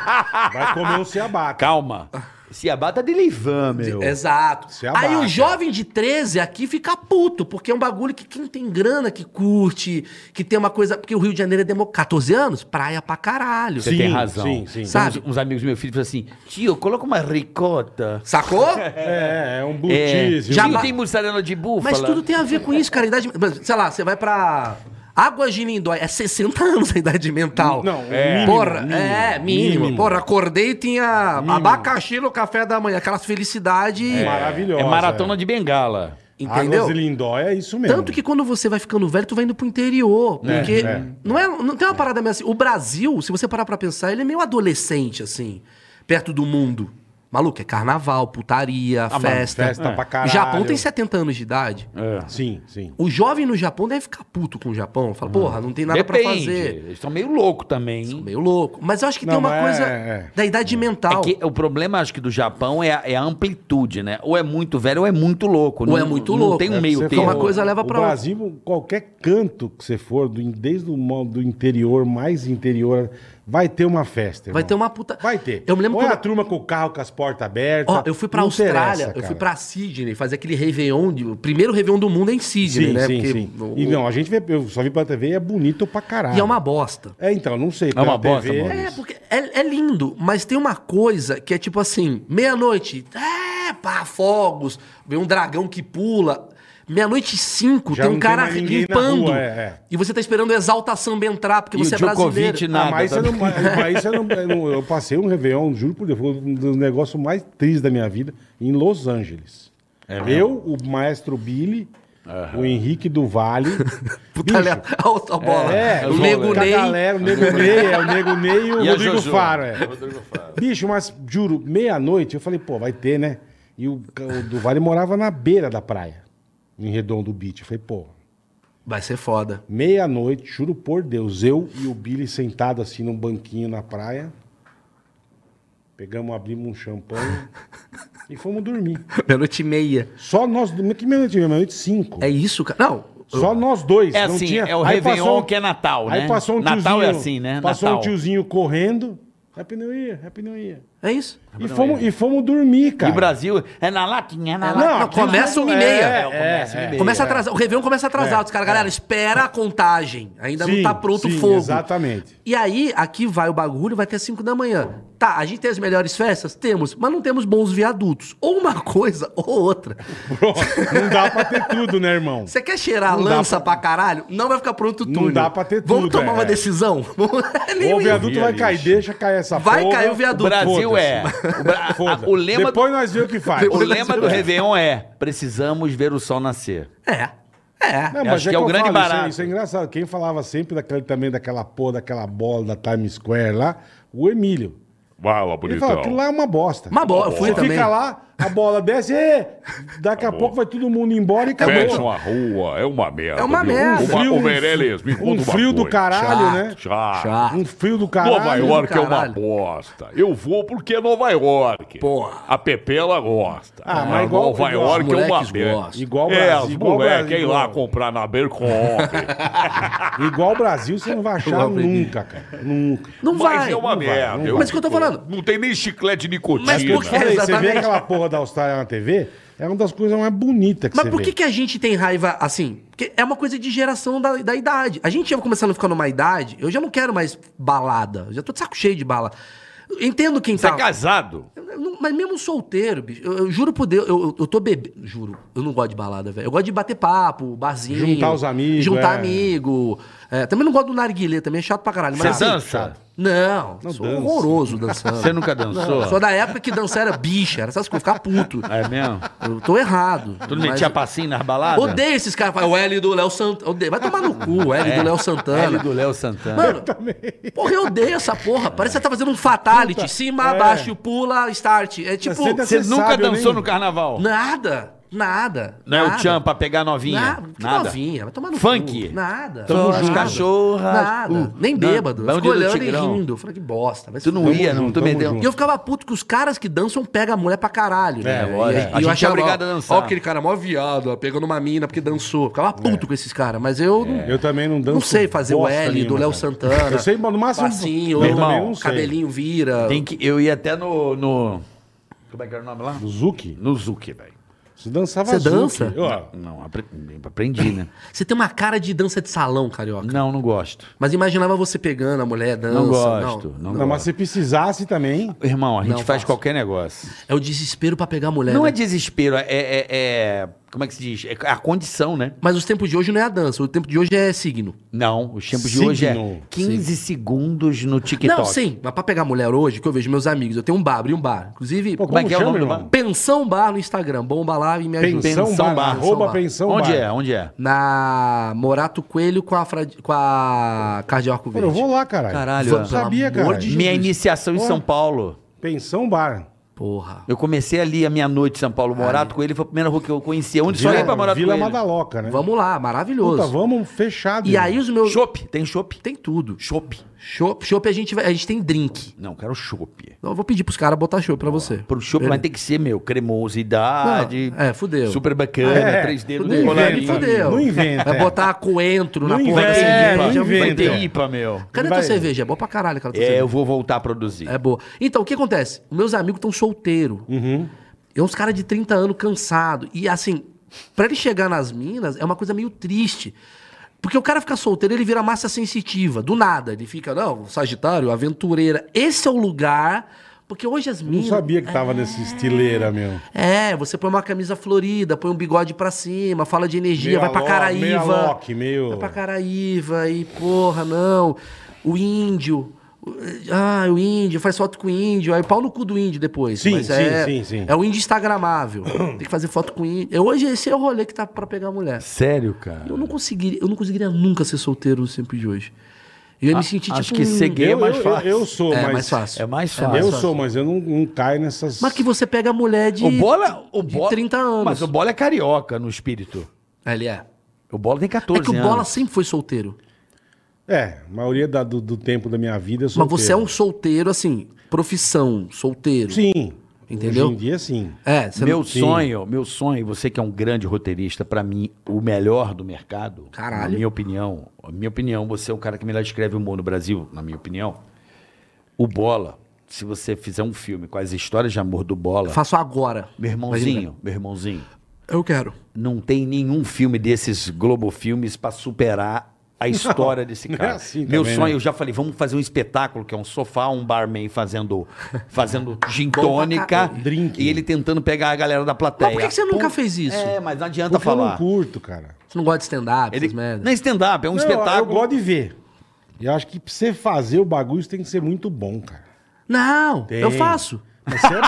Speaker 2: Vai comer um ciabaca.
Speaker 3: Calma. Se abata de Leivan, meu.
Speaker 5: É, Exato.
Speaker 2: ciabata.
Speaker 5: Aí o jovem de 13 aqui fica puto, porque é um bagulho que quem tem grana, que curte, que tem uma coisa... Porque o Rio de Janeiro é democrático. 14 anos? Praia pra caralho.
Speaker 3: Você tem razão.
Speaker 2: Sim, sim.
Speaker 5: Sabe?
Speaker 3: Uns, uns amigos do meu filho falam assim, tio, coloca uma ricota.
Speaker 5: Sacou?
Speaker 2: É, é um
Speaker 3: É,
Speaker 2: butíssimo.
Speaker 3: já
Speaker 5: ba-
Speaker 3: tem mussarela de búfala.
Speaker 5: Mas tudo tem a ver com isso, cara. A idade... mas, Sei lá, você vai pra Águas de Lindóia. É 60 anos a idade mental.
Speaker 2: Não, é. mínimo,
Speaker 5: Porra, é, mínimo.
Speaker 2: mínimo.
Speaker 5: Porra, acordei e tinha abacaxi no café da manhã. Aquela felicidade,
Speaker 2: Maravilhosa.
Speaker 3: É maratona de bengala.
Speaker 5: entendeu?
Speaker 2: Águas de Lindóia é isso mesmo.
Speaker 5: Tanto que quando você vai ficando velho, tu vai indo pro interior. Porque
Speaker 2: é.
Speaker 5: Não, é, não tem uma parada meio assim. O Brasil, se você parar pra pensar, ele é meio adolescente, assim, perto do mundo. Maluco, é carnaval, putaria,
Speaker 2: mas
Speaker 5: festa.
Speaker 2: Ah, festa pra caralho.
Speaker 5: O Japão tem 70 anos de idade.
Speaker 2: Sim, sim.
Speaker 5: O jovem no Japão deve ficar puto com o Japão. Fala, porra, não tem nada pra
Speaker 3: É. Depende.
Speaker 5: fazer.
Speaker 3: Eles são meio loucos também. hein?
Speaker 5: Meio louco. Mas eu acho que
Speaker 2: Não,
Speaker 5: tem uma
Speaker 2: mas
Speaker 5: coisa
Speaker 2: é- é.
Speaker 5: da idade
Speaker 3: É
Speaker 5: mental.
Speaker 3: que o problema, acho que, do Japão é a, é a amplitude, né? Ou é muito velho ou é muito louco.
Speaker 5: Ou é muito
Speaker 3: Não
Speaker 5: louco.
Speaker 3: tem um
Speaker 5: É,
Speaker 3: meio
Speaker 2: Você
Speaker 3: termo.
Speaker 5: Uma
Speaker 2: falou,
Speaker 5: coisa leva
Speaker 2: o
Speaker 5: pra outra.
Speaker 2: Brasil, qualquer canto que você for, do, desde o mo- do interior, mais interior, vai ter uma festa.
Speaker 5: Vai
Speaker 2: irmão.
Speaker 5: ter uma puta.
Speaker 2: Vai ter.
Speaker 5: Eu me lembro
Speaker 2: Ou é
Speaker 5: quando.
Speaker 2: a turma com o carro com as portas abertas.
Speaker 5: Ó, eu fui pra
Speaker 2: Não
Speaker 5: Austrália,
Speaker 2: interessa,
Speaker 5: eu
Speaker 2: cara.
Speaker 5: fui pra Sydney fazer aquele Réveillon. de- o primeiro Réveillon do mundo é em Sydney,
Speaker 2: Sim,
Speaker 5: né?
Speaker 2: sim,
Speaker 5: Porque
Speaker 2: sim.
Speaker 5: o-
Speaker 2: E não, a gente vê, eu só vi pela TV e é bonito pra caralho.
Speaker 5: E é uma bosta.
Speaker 2: É, então, não sei. pela
Speaker 3: uma bosta,
Speaker 2: TV,
Speaker 3: mano.
Speaker 5: É, porque é, é lindo, mas tem uma coisa que é tipo assim: meia-noite, é, pá, fogos, vem um dragão que pula. Meia-noite e cinco
Speaker 2: Já
Speaker 5: tem
Speaker 2: não
Speaker 5: um
Speaker 2: tem
Speaker 5: cara
Speaker 2: mais ninguém na
Speaker 5: limpando.
Speaker 2: rua, é, é.
Speaker 5: E você tá esperando o Exalta Samba entrar, porque
Speaker 3: E o
Speaker 5: você é brasileiro.
Speaker 3: Djokovic
Speaker 2: Ah,
Speaker 3: nada.
Speaker 2: mas isso eu
Speaker 3: também.
Speaker 2: não, mas isso eu não- eu não- Eu passei um Réveillon, juro por Deus, foi um dos negócios mais tristes da minha vida, em Los Angeles. eu, o maestro Billy, o Henrique do Vale.
Speaker 5: Puta, olha, alta a bola.
Speaker 2: É,
Speaker 5: o
Speaker 2: os
Speaker 5: Nego
Speaker 2: homens.
Speaker 5: Ney.
Speaker 2: Com a galera, o Nego Ney, é, o Nego Ney e o
Speaker 6: E a
Speaker 2: Rodrigo
Speaker 6: Jojo?
Speaker 2: Faro. É. Bicho, mas juro, meia-noite eu falei, pô, vai ter, né? E o, o do Vale morava na beira da praia, em Redondo Beach. Eu falei, pô,
Speaker 5: Vai ser foda.
Speaker 2: meia-noite, juro por Deus, eu e o Billy sentado assim num banquinho na praia. Pegamos, abrimos um champanhe e fomos dormir.
Speaker 5: Meia-noite e meia.
Speaker 2: Só nós. Que meia-noite? Meia-noite cinco.
Speaker 5: É isso, cara? Não.
Speaker 2: Só nós dois.
Speaker 3: É
Speaker 2: não
Speaker 3: assim,
Speaker 2: tinha-
Speaker 3: é o
Speaker 2: Aí
Speaker 3: Réveillon
Speaker 2: passou um-
Speaker 3: que é Natal, né?
Speaker 2: Aí passou um
Speaker 3: Natal
Speaker 2: tiozinho.
Speaker 3: é assim, né?
Speaker 2: Passou um
Speaker 3: Natal.
Speaker 2: tiozinho correndo. Happy New Year, Happy New Year.
Speaker 5: É isso.
Speaker 2: E fomos, e fomos dormir, cara.
Speaker 3: E Brasil, é na latinha, é na
Speaker 5: Não,
Speaker 3: latinha.
Speaker 5: não, começa uma e meia.
Speaker 2: É,
Speaker 3: É, começa uma e
Speaker 2: é,
Speaker 3: meia.
Speaker 5: Começa atrasado. O Réveillon começa atrasado. Os caras, galera, espera a contagem. Ainda não tá pronto o fogo.
Speaker 2: Exatamente.
Speaker 5: E aí, aqui vai o bagulho, vai ter 5 da manhã. Tá, a gente tem as melhores festas? Temos, mas não temos bons viadutos. Ou uma coisa ou outra.
Speaker 2: Pronto. Não dá pra ter tudo, né, irmão?
Speaker 5: Você quer cheirar a
Speaker 2: Não dá
Speaker 5: lança pra... caralho? Não vai ficar pronto o
Speaker 2: Não
Speaker 5: túnel.
Speaker 2: dá pra ter
Speaker 5: Vamos
Speaker 2: tudo,
Speaker 5: tomar
Speaker 2: é,
Speaker 5: uma
Speaker 2: é.
Speaker 5: decisão? Vamos- Nem
Speaker 2: Ou o
Speaker 5: o-
Speaker 2: viaduto
Speaker 6: vi,
Speaker 2: vai cair,
Speaker 6: lixo.
Speaker 2: deixa cair essa
Speaker 5: Vai
Speaker 2: porra.
Speaker 5: cair o
Speaker 3: O
Speaker 5: viaduto.
Speaker 3: Brasil
Speaker 2: Foda-se.
Speaker 3: é. O, Bra-
Speaker 2: Foda.
Speaker 3: a- o lema,
Speaker 2: Depois nós vemos o que faz.
Speaker 3: o
Speaker 5: assim.
Speaker 3: lema do
Speaker 2: É.
Speaker 3: Réveillon é: precisamos ver o sol nascer.
Speaker 5: É. É.
Speaker 2: Não,
Speaker 3: Acho que é o
Speaker 2: eu
Speaker 3: grande
Speaker 2: falo, isso
Speaker 3: barato.
Speaker 2: Isso, é engraçado. Quem falava sempre daquele, também daquela porra, daquela bola da Times Square lá, o Emílio.
Speaker 6: Vai lá,
Speaker 2: Ele
Speaker 6: bonitão.
Speaker 2: falou, aquilo lá é uma bosta.
Speaker 5: Uma bola, eu fui
Speaker 2: Você
Speaker 5: também.
Speaker 2: fica lá, a bola desce, e daqui a
Speaker 6: Acabou.
Speaker 2: pouco vai todo mundo embora e
Speaker 6: Fecham
Speaker 2: acabou. Um
Speaker 6: a rua, é uma merda.
Speaker 5: É uma
Speaker 6: viu?
Speaker 5: merda. Um
Speaker 6: Uma,
Speaker 2: frio-
Speaker 6: o Meirelles, me conta
Speaker 2: um
Speaker 6: uma
Speaker 2: frio do
Speaker 6: coisa.
Speaker 2: caralho, né?
Speaker 6: Chato.
Speaker 5: Chato.
Speaker 2: Um frio do caralho.
Speaker 6: Nova York é uma
Speaker 5: caralho.
Speaker 6: bosta. Eu vou porque é Nova York.
Speaker 5: Porra.
Speaker 6: A Pepela gosta.
Speaker 2: Ah, mas igual-
Speaker 6: Nova
Speaker 2: igual-
Speaker 6: York é
Speaker 5: os
Speaker 6: uma
Speaker 5: moleques
Speaker 6: merda.
Speaker 5: gostam.
Speaker 2: Igual o
Speaker 6: é,
Speaker 2: Brasil,
Speaker 6: os
Speaker 2: igual o
Speaker 6: moleques
Speaker 2: Brasil,
Speaker 6: ir lá
Speaker 2: igual.
Speaker 6: comprar na Bercomp.
Speaker 2: Igual o Brasil, você não vai achar
Speaker 5: Igual o
Speaker 2: nunca, cara. Nunca.
Speaker 5: Não
Speaker 6: Mas
Speaker 5: vai.
Speaker 6: é uma
Speaker 2: não vai,
Speaker 6: merda.
Speaker 2: não
Speaker 6: eu-
Speaker 5: Mas o que eu tô falando?
Speaker 6: Não tem nem chiclete de nicotina.
Speaker 5: Mas por que-
Speaker 2: Olha aí, É, você vê
Speaker 5: Exatamente.
Speaker 2: aquela porra da Austrália na TV, é uma das coisas mais bonitas que
Speaker 5: Mas
Speaker 2: você
Speaker 5: por
Speaker 2: vê.
Speaker 5: que, que a gente tem raiva assim? Porque é uma coisa de geração da, da idade. A gente já começando a ficar numa idade, eu já não quero mais balada. Eu já tô de saco cheio de bala. Eu Entendo quem
Speaker 6: Você é
Speaker 5: tá.
Speaker 6: casado.
Speaker 5: Eu não- Mas mesmo solteiro, bicho, eu, eu juro por Deus, eu, eu- eu tô bebendo. Juro, eu não gosto de balada, velho. Eu gosto de bater papo, barzinho.
Speaker 2: Juntar os amigos,
Speaker 5: Juntar
Speaker 2: é.
Speaker 5: amigo. É, também não gosto do narguilé, também é chato pra caralho.
Speaker 3: Você
Speaker 5: mas assim-
Speaker 3: dança?
Speaker 5: Não, sou
Speaker 2: dança.
Speaker 5: horroroso dançando.
Speaker 3: Você nunca dançou?
Speaker 5: Sou da época que dançar era bicha, era essas coisas, ficar puto.
Speaker 3: É mesmo?
Speaker 5: Eu tô errado.
Speaker 3: Tu não
Speaker 5: mas-
Speaker 3: metia passinho nas baladas?
Speaker 5: Odeio esses caras. Fala, "É O L do Léo Santana. Odeio. Vai tomar no cu, o L do Léo Santana.
Speaker 3: É. L do Léo Santana.
Speaker 5: Mano, porra, eu odeio essa porra. Parece que você tá fazendo um fatality. Cima,
Speaker 2: é.
Speaker 5: baixo, pula, start. É tipo.
Speaker 2: Você tá-
Speaker 3: você
Speaker 2: cê
Speaker 3: nunca
Speaker 2: sabe, eu
Speaker 3: dançou
Speaker 2: nem-
Speaker 3: no carnaval?
Speaker 5: Nada. Nada.
Speaker 3: Não é o
Speaker 5: nada.
Speaker 3: tchan pra pegar novinha?
Speaker 5: Nada. Que
Speaker 3: nada.
Speaker 5: novinha. Vai tomar no
Speaker 3: Funk.
Speaker 5: cu. Nada.
Speaker 3: Tamo
Speaker 5: Nada.
Speaker 3: junto. Cachorra.
Speaker 5: Nada.
Speaker 3: Uh,
Speaker 5: Nem
Speaker 3: não,
Speaker 5: bêbado. Eu
Speaker 3: Bonde
Speaker 5: fico
Speaker 3: do
Speaker 5: olhando e
Speaker 3: Tigrão.
Speaker 5: rindo. Eu falei, que bosta. Vai se
Speaker 3: Tu não
Speaker 5: fuder.
Speaker 3: ia, não.
Speaker 2: junto,
Speaker 3: tu
Speaker 2: tamo
Speaker 3: meteu.
Speaker 2: junto.
Speaker 5: E eu ficava puto que os caras que dançam pegam a mulher pra caralho, né?
Speaker 2: É,
Speaker 5: E-
Speaker 2: lógico.
Speaker 5: E,
Speaker 3: A
Speaker 5: e
Speaker 3: gente
Speaker 5: eu
Speaker 3: é
Speaker 5: achava,
Speaker 3: obrigado
Speaker 5: ó,
Speaker 3: a dançar. É.
Speaker 5: Ó, aquele cara mó viado, ó, pegando uma mina porque dançou. Ficava puto com esses caras, mas eu não.
Speaker 2: Eu também não danço
Speaker 5: Não sei fazer o
Speaker 2: bosta
Speaker 5: L do
Speaker 2: nenhuma,
Speaker 5: Léo
Speaker 2: cara.
Speaker 5: Santana.
Speaker 2: Eu sei, mas no máximo-
Speaker 5: Passinho,
Speaker 2: Meu irmão,
Speaker 5: irmão, cabelinho vira.
Speaker 3: Tem que, eu ia até no, no. Como é que era o nome lá?
Speaker 2: Zuki?
Speaker 3: No Zuki, velho.
Speaker 2: Você dançava
Speaker 5: Você
Speaker 2: Zuki.
Speaker 5: dança?
Speaker 2: Ó,
Speaker 3: Não, apre- aprendi, né?
Speaker 5: Você tem uma cara de dança de salão, carioca.
Speaker 3: Não, não gosto.
Speaker 5: Mas imaginava você pegando a mulher, dança.
Speaker 3: Não gosto. Não,
Speaker 2: não, mas
Speaker 3: gosto.
Speaker 2: se precisasse também...
Speaker 3: Irmão, a gente
Speaker 5: Não
Speaker 3: faz
Speaker 5: faço.
Speaker 3: qualquer negócio.
Speaker 5: É o desespero pra pegar a mulher.
Speaker 3: Não
Speaker 5: né?
Speaker 3: é desespero, é, é- é- Como é que se diz? É a condição, né?
Speaker 5: Mas os tempos de hoje não é a dança, o tempo de hoje é signo.
Speaker 3: Não, os tempos de
Speaker 2: Signo.
Speaker 3: hoje é 15 segundos no TikTok.
Speaker 5: não, sim, mas pra pegar mulher hoje, que eu vejo meus amigos, eu tenho um bar, abri um bar. Inclusive,
Speaker 2: Pô,
Speaker 3: Como é que é o
Speaker 2: chama,
Speaker 3: nome do
Speaker 2: irmão?
Speaker 3: bar? É
Speaker 5: Pensão Bar no Instagram, bomba lá e me ajuda.
Speaker 2: Pensão
Speaker 3: Pensão
Speaker 2: Bar.
Speaker 3: Bar.
Speaker 2: Arroba Pensão Bar.
Speaker 3: Onde é? Onde é?
Speaker 5: Na Morato Coelho com a, fra... com a Cardioco
Speaker 2: Pô,
Speaker 5: Verde.
Speaker 2: eu vou lá, caralho.
Speaker 3: é? Caralho,
Speaker 2: eu
Speaker 3: pelo
Speaker 2: sabia,
Speaker 5: amor
Speaker 2: cara.
Speaker 5: de
Speaker 3: Minha iniciação em
Speaker 2: Porra.
Speaker 3: São Paulo.
Speaker 2: Pensão Bar.
Speaker 5: Porra.
Speaker 3: Eu comecei ali à meia-noite em São Paulo. Morato Coelho foi a primeira rua que eu conhecia. Onde só ia pra Morato
Speaker 2: Vila
Speaker 3: Coelho?
Speaker 2: Madaloca, né?
Speaker 5: Vamos lá, maravilhoso.
Speaker 2: Puta, vamos fechado.
Speaker 5: E aí os meus...
Speaker 3: Chopp. Tem chopp?
Speaker 5: Tem tudo.
Speaker 3: Chopp.
Speaker 5: Chopp, chopp a gente vai... A gente tem drink.
Speaker 3: Não, quero chopp.
Speaker 5: Então eu vou pedir pros caras botar chopp pra você.
Speaker 3: Pro chopp, mas tem que ser, meu, cremosidade.
Speaker 5: Não, é, fudeu.
Speaker 3: Super bacana,
Speaker 2: É,
Speaker 3: três dedos
Speaker 5: Fudeu,
Speaker 3: no colarinho.
Speaker 5: inventa, fudeu.
Speaker 2: Não inventa,
Speaker 5: Vai
Speaker 2: é.
Speaker 5: botar coentro na
Speaker 2: Não
Speaker 5: porra da
Speaker 2: inventa,
Speaker 5: cerveja.
Speaker 2: não
Speaker 5: Já
Speaker 2: inventa.
Speaker 5: vai
Speaker 3: Vai
Speaker 5: ter.
Speaker 3: ter IPA, meu.
Speaker 5: Cadê
Speaker 2: Vai.
Speaker 5: tua cerveja? É boa pra caralho aquela tua
Speaker 3: É,
Speaker 5: cerveja.
Speaker 3: eu vou voltar a produzir.
Speaker 5: É boa. Então, o que acontece? Meus amigos estão solteiros.
Speaker 2: Uhum.
Speaker 5: É uns caras de 30 anos cansados. E assim, pra ele chegar nas minas é uma coisa meio triste. Porque o cara fica solteiro, ele vira massa sensitiva. Do nada. Ele fica, não, Sagitário, aventureira. Esse é o lugar Porque hoje as
Speaker 2: Não
Speaker 5: minas.
Speaker 2: sabia que tava nesse estileira, meu.
Speaker 5: É, você põe uma camisa florida, põe um bigode pra cima, fala de energia,
Speaker 2: Meio
Speaker 5: vai pra
Speaker 2: alo-
Speaker 5: Caraíva.
Speaker 2: meio aloque, meio-
Speaker 5: Vai pra Caraíva e, porra, não. O índio. o- Ah, o índio, faz foto com o índio. Aí pau no cu do índio depois.
Speaker 2: Sim,
Speaker 5: mas
Speaker 2: sim,
Speaker 5: é,
Speaker 2: sim, sim.
Speaker 5: É o índio instagramável. Tem que fazer foto com o índio. Hoje esse é o rolê que tá pra pegar mulher.
Speaker 3: Sério, cara?
Speaker 5: Eu não conseguiria, eu não conseguiria nunca ser solteiro no tempo de hoje. Eu ia me sentir
Speaker 3: Ah, acho
Speaker 5: tipo.
Speaker 3: que ser gay- É
Speaker 2: Eu, eu-
Speaker 3: mais
Speaker 2: eu-
Speaker 3: fácil.
Speaker 2: eu sou,
Speaker 5: É
Speaker 2: mas.
Speaker 5: mais fácil.
Speaker 3: É mais
Speaker 5: É
Speaker 3: fácil.
Speaker 5: mais
Speaker 2: Eu
Speaker 5: fácil.
Speaker 2: sou, mas eu não, não caio nessas.
Speaker 5: Mas que você pega a mulher de.
Speaker 3: O Bola... O
Speaker 5: de
Speaker 3: bola...
Speaker 5: 30 anos.
Speaker 3: Mas o Bola é carioca no espírito.
Speaker 5: Ele é.
Speaker 3: O Bola tem 14
Speaker 5: É
Speaker 3: anos.
Speaker 5: que o Bola sempre foi solteiro.
Speaker 2: É, a maioria da- do, do tempo da minha vida eu sou.
Speaker 5: Mas você é um solteiro, assim, profissão, solteiro.
Speaker 2: Sim.
Speaker 5: Entendeu?
Speaker 2: Hoje em dia, sim.
Speaker 5: É, você
Speaker 3: Meu
Speaker 5: não...
Speaker 2: Sim.
Speaker 3: sonho, meu sonho, você que é um grande roteirista, pra mim, o melhor do mercado.
Speaker 5: Caralho.
Speaker 3: Na minha opinião, a minha opinião, você é o cara que melhor escreve o humor no Brasil, na minha opinião. O Bola, se você fizer um filme com as histórias de amor do
Speaker 2: é
Speaker 3: Bola,
Speaker 5: faço agora.
Speaker 3: meu irmãozinho, meu irmãozinho,
Speaker 5: Eu quero.
Speaker 3: não tem nenhum filme desses Globo Filmes pra superar a história desse
Speaker 2: não é
Speaker 3: cara.
Speaker 2: assim
Speaker 3: Meu
Speaker 2: também,
Speaker 3: sonho,
Speaker 2: né?
Speaker 3: eu já falei, vamos fazer um espetáculo que é um sofá, um barman fazendo fazendo gin
Speaker 5: pra
Speaker 3: tônica
Speaker 5: caralho.
Speaker 2: Drink.
Speaker 3: e ele tentando pegar a galera da plateia.
Speaker 5: Mas por que que você
Speaker 3: Pô,
Speaker 5: nunca fez isso?
Speaker 3: É, mas não adianta
Speaker 2: Porque eu não
Speaker 3: falar.
Speaker 2: curto, cara.
Speaker 5: Você não gosta de stand-up,
Speaker 3: Ele
Speaker 5: essas merdas?
Speaker 3: não é stand-up, é um
Speaker 2: Não, Eu
Speaker 3: espetáculo.
Speaker 2: gosto de ver. Eu acho que pra você fazer o bagulho, você tem que ser muito bom, cara.
Speaker 5: Não,
Speaker 2: Tem.
Speaker 5: eu faço.
Speaker 2: Mas você é bom,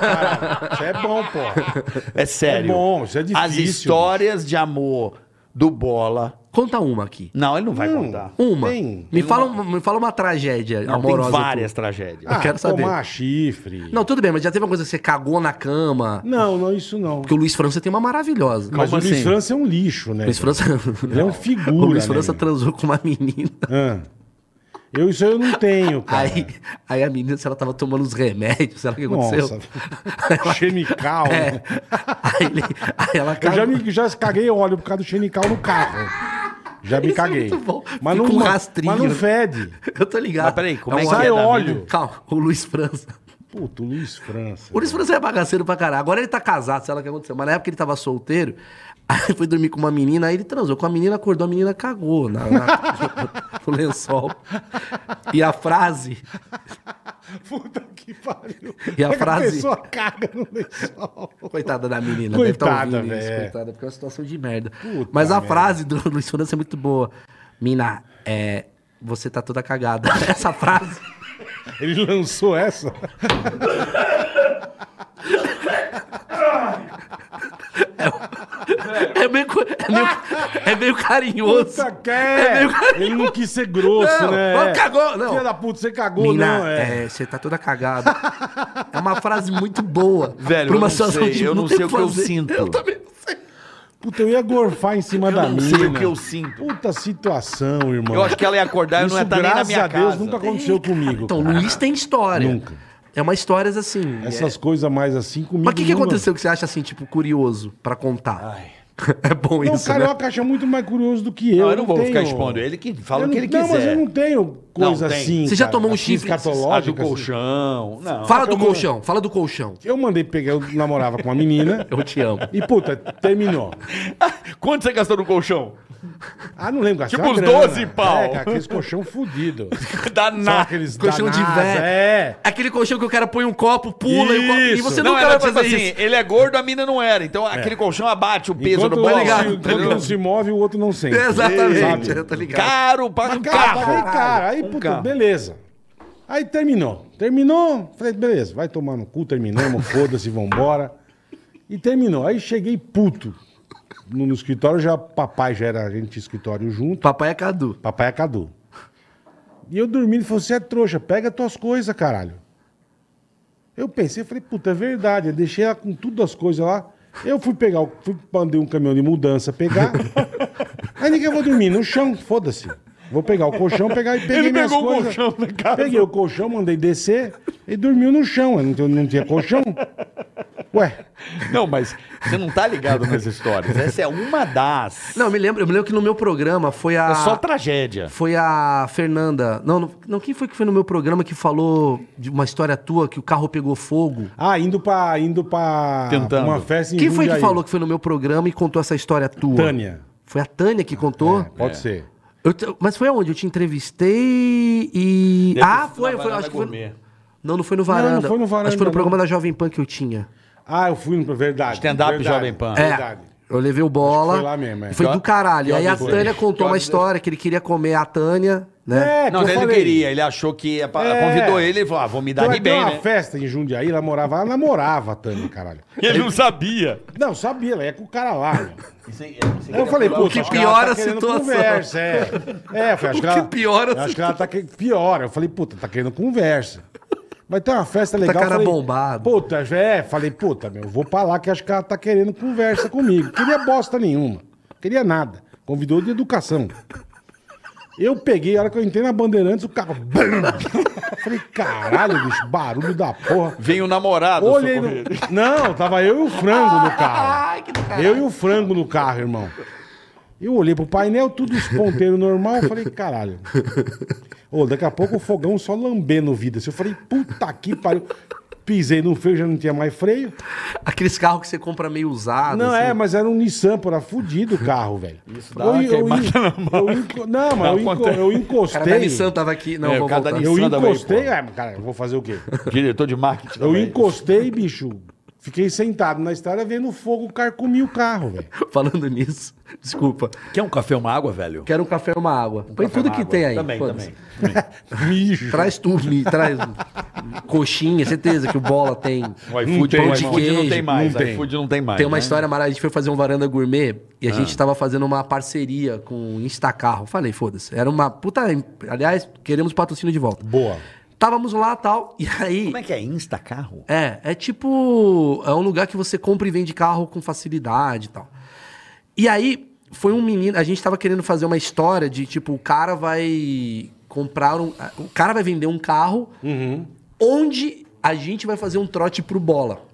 Speaker 2: cara. Você é bom, pô.
Speaker 3: É sério.
Speaker 2: É bom, isso é difícil.
Speaker 3: As histórias de amor do Bola.
Speaker 5: Conta uma aqui.
Speaker 3: Não, ele não vai
Speaker 2: Não.
Speaker 3: contar.
Speaker 5: Uma.
Speaker 2: Tem.
Speaker 5: me, fala, uma- me fala uma tragédia
Speaker 3: Não,
Speaker 5: amorosa.
Speaker 3: tem várias
Speaker 5: tua.
Speaker 3: tragédias.
Speaker 5: Ah. quero saber.
Speaker 2: Tomar chifre.
Speaker 5: Não, tudo bem, mas já teve uma coisa que você cagou na cama.
Speaker 2: não, não, isso não.
Speaker 5: Porque o Luiz França tem uma maravilhosa.
Speaker 2: Mas o
Speaker 3: Como
Speaker 2: Luiz
Speaker 3: assim?
Speaker 2: França é um lixo, né?
Speaker 5: O Luiz França.
Speaker 2: Ele é um figura.
Speaker 5: O Luiz
Speaker 2: né,
Speaker 5: França
Speaker 2: meu?
Speaker 5: transou com uma menina.
Speaker 2: Ah. Eu, isso eu não tenho, cara.
Speaker 5: Aí, aí a menina, se ela tava tomando os remédios, sei lá o que aconteceu.
Speaker 2: Nossa.
Speaker 5: Ela-
Speaker 2: Chemical.
Speaker 5: É.
Speaker 2: né?
Speaker 5: Aí, ele- aí ela
Speaker 2: Eu
Speaker 5: cagou.
Speaker 2: já, me, já caguei óleo por causa do chemical no carro. Já me
Speaker 5: Isso é
Speaker 2: caguei.
Speaker 5: muito bom.
Speaker 2: Mas,
Speaker 5: Fica
Speaker 2: não,
Speaker 5: um
Speaker 2: mas
Speaker 5: rastrinho.
Speaker 2: não fede.
Speaker 5: Eu tô ligado.
Speaker 3: Mas peraí, como é
Speaker 5: um
Speaker 3: que é da
Speaker 2: óleo?
Speaker 5: menina? Calma, o Luiz França.
Speaker 2: Puto, Luiz França.
Speaker 5: O Luiz França é bagaceiro pra caralho. Agora ele tá casado, sei lá o que aconteceu. Mas na época ele tava solteiro, aí foi dormir com uma menina, aí ele transou com a menina, acordou, a menina cagou na, na- no lençol. E a frase,
Speaker 2: Puta que pariu.
Speaker 5: E a
Speaker 2: É que
Speaker 5: frase-
Speaker 2: A pessoa caga no lençol.
Speaker 5: Coitada da menina,
Speaker 2: Coitada,
Speaker 5: deve tá ouvindo isso,
Speaker 2: velho.
Speaker 5: coitada, porque é uma situação de merda.
Speaker 2: Puta
Speaker 5: Mas a
Speaker 2: merda.
Speaker 5: frase do Luiz França é muito boa. Mina, é, você tá toda cagada. Essa frase.
Speaker 2: Ele lançou essa.
Speaker 5: É meio, co- é meio, é meio carinhoso.
Speaker 2: Puta que é.
Speaker 5: meio
Speaker 2: Ele não quis ser grosso,
Speaker 5: Não,
Speaker 2: né?
Speaker 5: mas cagou, não.
Speaker 2: Filha da puta, você cagou,
Speaker 5: Mina,
Speaker 2: não. É.
Speaker 5: é, você tá toda cagada. é uma frase muito boa.
Speaker 3: Velho,
Speaker 5: pra
Speaker 3: eu não sei, eu não
Speaker 5: tem
Speaker 3: sei o que eu
Speaker 5: fazer.
Speaker 3: sinto.
Speaker 5: Eu também não sei.
Speaker 2: Puta, eu ia gorfar em cima da
Speaker 3: não
Speaker 2: mina.
Speaker 3: sei o que eu sinto.
Speaker 2: Puta situação, irmão.
Speaker 3: Eu acho que ela ia acordar
Speaker 5: é
Speaker 3: e não ia
Speaker 2: Isso,
Speaker 3: estar nem na
Speaker 2: graças
Speaker 3: minha
Speaker 2: a Deus,
Speaker 3: casa.
Speaker 2: nunca aconteceu comigo.
Speaker 5: Então,
Speaker 2: cara.
Speaker 5: Luiz tem história.
Speaker 2: Nunca.
Speaker 5: É uma história assim. é-
Speaker 2: Essas coisas mais assim comigo.
Speaker 5: Mas o que, que
Speaker 2: nunca-
Speaker 5: aconteceu que você acha assim, tipo, curioso pra contar? É bom
Speaker 2: Não,
Speaker 5: isso,
Speaker 2: o
Speaker 5: né?
Speaker 2: carioca acha muito mais curioso do que eu.
Speaker 3: Não, eu não vou ficar
Speaker 2: tenho-
Speaker 3: expondo. Ele que fala
Speaker 2: Eu
Speaker 3: o que
Speaker 2: não-
Speaker 3: ele
Speaker 2: Não, mas
Speaker 3: quiser.
Speaker 2: eu não tenho coisa
Speaker 3: Não, tem.
Speaker 2: assim.
Speaker 5: Você já
Speaker 2: cara,
Speaker 5: tomou um
Speaker 2: assim,
Speaker 5: chifre-
Speaker 3: A do
Speaker 2: escatológica, assim.
Speaker 3: colchão. Não.
Speaker 5: Fala do
Speaker 2: Acabou.
Speaker 5: colchão, fala do colchão.
Speaker 2: Eu mandei pegar, eu namorava com uma menina.
Speaker 5: Eu te amo.
Speaker 2: E, puta, terminou.
Speaker 3: Quanto você gastou no colchão?
Speaker 2: Ah, não lembro. gastei
Speaker 3: Tipo
Speaker 2: uma
Speaker 3: uns
Speaker 2: grana.
Speaker 3: 12 pau.
Speaker 2: É, cara, aqueles colchão fudido. Sabe
Speaker 3: Danado.
Speaker 2: aqueles
Speaker 5: Colchão de
Speaker 2: danados?
Speaker 5: velho.
Speaker 2: É.
Speaker 5: Aquele colchão que o cara põe um copo, pula e, o copo- e
Speaker 2: Isso.
Speaker 5: você
Speaker 3: Não,
Speaker 5: nunca
Speaker 3: era
Speaker 5: vai
Speaker 3: tipo
Speaker 5: fazer
Speaker 3: assim,
Speaker 5: isso.
Speaker 3: ele é gordo, a mina não era. Então aquele colchão abate o peso
Speaker 2: É. Enquanto
Speaker 3: do
Speaker 2: um
Speaker 3: bola.
Speaker 5: ligado,
Speaker 2: se-
Speaker 3: entendeu?
Speaker 2: Enquanto um se move, o outro não sente.
Speaker 5: Exatamente,
Speaker 2: Sabe?
Speaker 5: tá ligado?
Speaker 3: Caro para um
Speaker 2: Cara,
Speaker 3: carro.
Speaker 2: aí, cara, aí, puta, beleza. Aí terminou. Terminou, falei, beleza, vai tomar no cu, terminamos, foda-se, vambora. E terminou. Aí cheguei puto no, no escritório, já papai já era, a gente tinha escritório junto,
Speaker 5: Papai é Cadu.
Speaker 2: papai é Cadu. E eu dormindo, ele falou, você é trouxa, pega tuas coisas, caralho. Eu pensei, falei, puta, é verdade, eu deixei ela com tudo as coisas lá. Eu fui pegar, o- fui, mandei um caminhão de mudança pegar. Aí ninguém vou dormir no chão, foda-se. Vou pegar o colchão, pegar e peguei
Speaker 6: Ele
Speaker 2: minhas
Speaker 6: pegou o
Speaker 2: coisas.
Speaker 6: colchão da casa.
Speaker 2: Peguei o colchão, mandei descer e dormiu no chão. Eu não, tinha- não tinha colchão? Ué,
Speaker 3: Não, mas você não tá ligado nas histórias. Essa é uma das.
Speaker 5: Não, eu me lembro, eu me lembro que no meu programa foi a.
Speaker 3: É
Speaker 2: Ah.
Speaker 3: só tragédia.
Speaker 5: Foi a Fernanda. Não, não, não, quem foi que foi no meu programa que falou de uma história tua que o carro pegou fogo?
Speaker 2: ah, indo pra, indo pra
Speaker 3: Tentando.
Speaker 2: uma festa em
Speaker 5: Quem foi que
Speaker 2: Jundiaí.
Speaker 5: falou que foi no meu programa e contou essa história tua?
Speaker 2: Tânia.
Speaker 5: Foi a Tânia que contou?
Speaker 2: É, pode ser.
Speaker 5: Eu te- mas foi aonde? Eu te entrevistei e.
Speaker 3: Deve
Speaker 5: ah,
Speaker 3: ter sido
Speaker 5: foi,
Speaker 3: na
Speaker 5: foi,
Speaker 3: Banana
Speaker 5: acho que foi.
Speaker 3: Gourmet.
Speaker 5: Não, não foi no
Speaker 2: não
Speaker 5: Varanda.
Speaker 2: foi no Varanda,
Speaker 5: Acho que foi no
Speaker 2: não.
Speaker 5: programa da Jovem Pan que eu tinha.
Speaker 2: Ah, eu fui no. Verdade.
Speaker 3: Stand-up
Speaker 2: verdade,
Speaker 3: Jovem Pan.
Speaker 5: É,
Speaker 2: Ah, Verdade.
Speaker 5: eu levei o
Speaker 2: Acho
Speaker 5: bola.
Speaker 2: que foi lá mesmo, é.
Speaker 5: Foi
Speaker 3: Pior-
Speaker 5: do caralho.
Speaker 3: pior
Speaker 5: Aí a
Speaker 3: dos
Speaker 5: Tânia
Speaker 3: dois.
Speaker 5: contou uma história que ele queria comer a Tânia, né?
Speaker 2: É que
Speaker 3: É. Não,
Speaker 2: eu
Speaker 3: ele não
Speaker 2: falei.
Speaker 3: queria, ele achou que. a pa-
Speaker 2: É.
Speaker 3: Convidou ele e falou: ah, vou me dar
Speaker 2: Então,
Speaker 3: de
Speaker 2: tem
Speaker 3: bem,
Speaker 2: uma
Speaker 3: né?
Speaker 2: festa em Jundiaí, ela morava, ela namorava a Tânia, caralho.
Speaker 6: Ele não sabia.
Speaker 2: Não, sabia, ela é com o cara lá. meu. Aí eu falei, pô, tá
Speaker 5: que piora a situação.
Speaker 2: Conversa, é. É, eu falei, acho
Speaker 5: O
Speaker 2: que,
Speaker 5: que
Speaker 2: ela,
Speaker 5: piora a
Speaker 2: eu Acho que ela tá que, piora. Eu falei, puta, tá querendo conversa. Vai ter uma festa legal.
Speaker 5: cara
Speaker 2: falei,
Speaker 5: bombado.
Speaker 2: Puta, é, falei, puta, meu, vou pra lá que acho que ela tá querendo conversa comigo. Queria bosta nenhuma. Queria nada. Convidou de educação. Eu peguei, a hora que eu entrei na Bandeirantes, o carro. bam! Falei, caralho, bicho, barulho da porra.
Speaker 6: Vem o namorado.
Speaker 2: Olhei no...
Speaker 6: socorrer.
Speaker 2: Não, tava eu e o frango no carro. eu e o frango no carro, irmão. Eu olhei pro painel, tudo esponteiro normal, eu falei, caralho. Ô, daqui a pouco o fogão só lambendo vida. Eu falei, puta que pariu. Pisei no freio, já não tinha mais freio.
Speaker 5: Aqueles carros que você compra meio
Speaker 6: Ah,
Speaker 5: usado.
Speaker 2: Não,
Speaker 5: assim.
Speaker 2: é, mas era um Nissan, pô, era fudido o carro, velho. Isso
Speaker 6: dá uma queimada na
Speaker 2: Não, mas eu, enco- eu
Speaker 5: O cara da
Speaker 2: encostei.
Speaker 5: Nissan tava aqui. Não,
Speaker 6: É,
Speaker 5: vou
Speaker 6: o cara da
Speaker 5: voltar.
Speaker 6: Nissan.
Speaker 2: Eu
Speaker 6: também,
Speaker 2: encostei.
Speaker 6: pô.
Speaker 2: É, mas, cara, eu vou fazer o quê?
Speaker 6: Diretor de marketing.
Speaker 2: Eu
Speaker 6: também.
Speaker 2: encostei, bicho. Fiquei sentado na estrada vendo o fogo carcomir o carro, velho.
Speaker 5: Falando nisso, desculpa.
Speaker 6: Quer um café, uma água, velho?
Speaker 5: Quero um café e uma água. Põe tudo que tem aí.
Speaker 6: Também,
Speaker 5: foda-se.
Speaker 6: também.
Speaker 2: Mijo.
Speaker 5: Traz tudo, me traz um coxinha, certeza que o Bola tem.
Speaker 3: Um
Speaker 6: O Um iFood,
Speaker 5: tem,
Speaker 6: o iFood
Speaker 5: irmão.
Speaker 6: não tem mais.
Speaker 2: Não
Speaker 6: O
Speaker 2: tem.
Speaker 6: iFood não tem mais.
Speaker 5: Tem uma
Speaker 6: né?
Speaker 5: história maravilhosa. A gente foi fazer um varanda gourmet e a gente tava fazendo uma parceria com o Instacarro. Falei, foda-se. Era uma puta. em- Aliás, queremos patrocínio de volta.
Speaker 2: Boa.
Speaker 5: Távamos lá tal, e aí.
Speaker 3: Como é que é? Insta carro?
Speaker 5: É, é tipo. É um lugar que você compra e vende carro com facilidade e tal. E aí, foi um menino. A gente tava querendo fazer uma história de tipo, o cara vai comprar um. O cara vai vender um carro
Speaker 2: Uhum.
Speaker 5: onde a gente vai fazer um trote pro bola.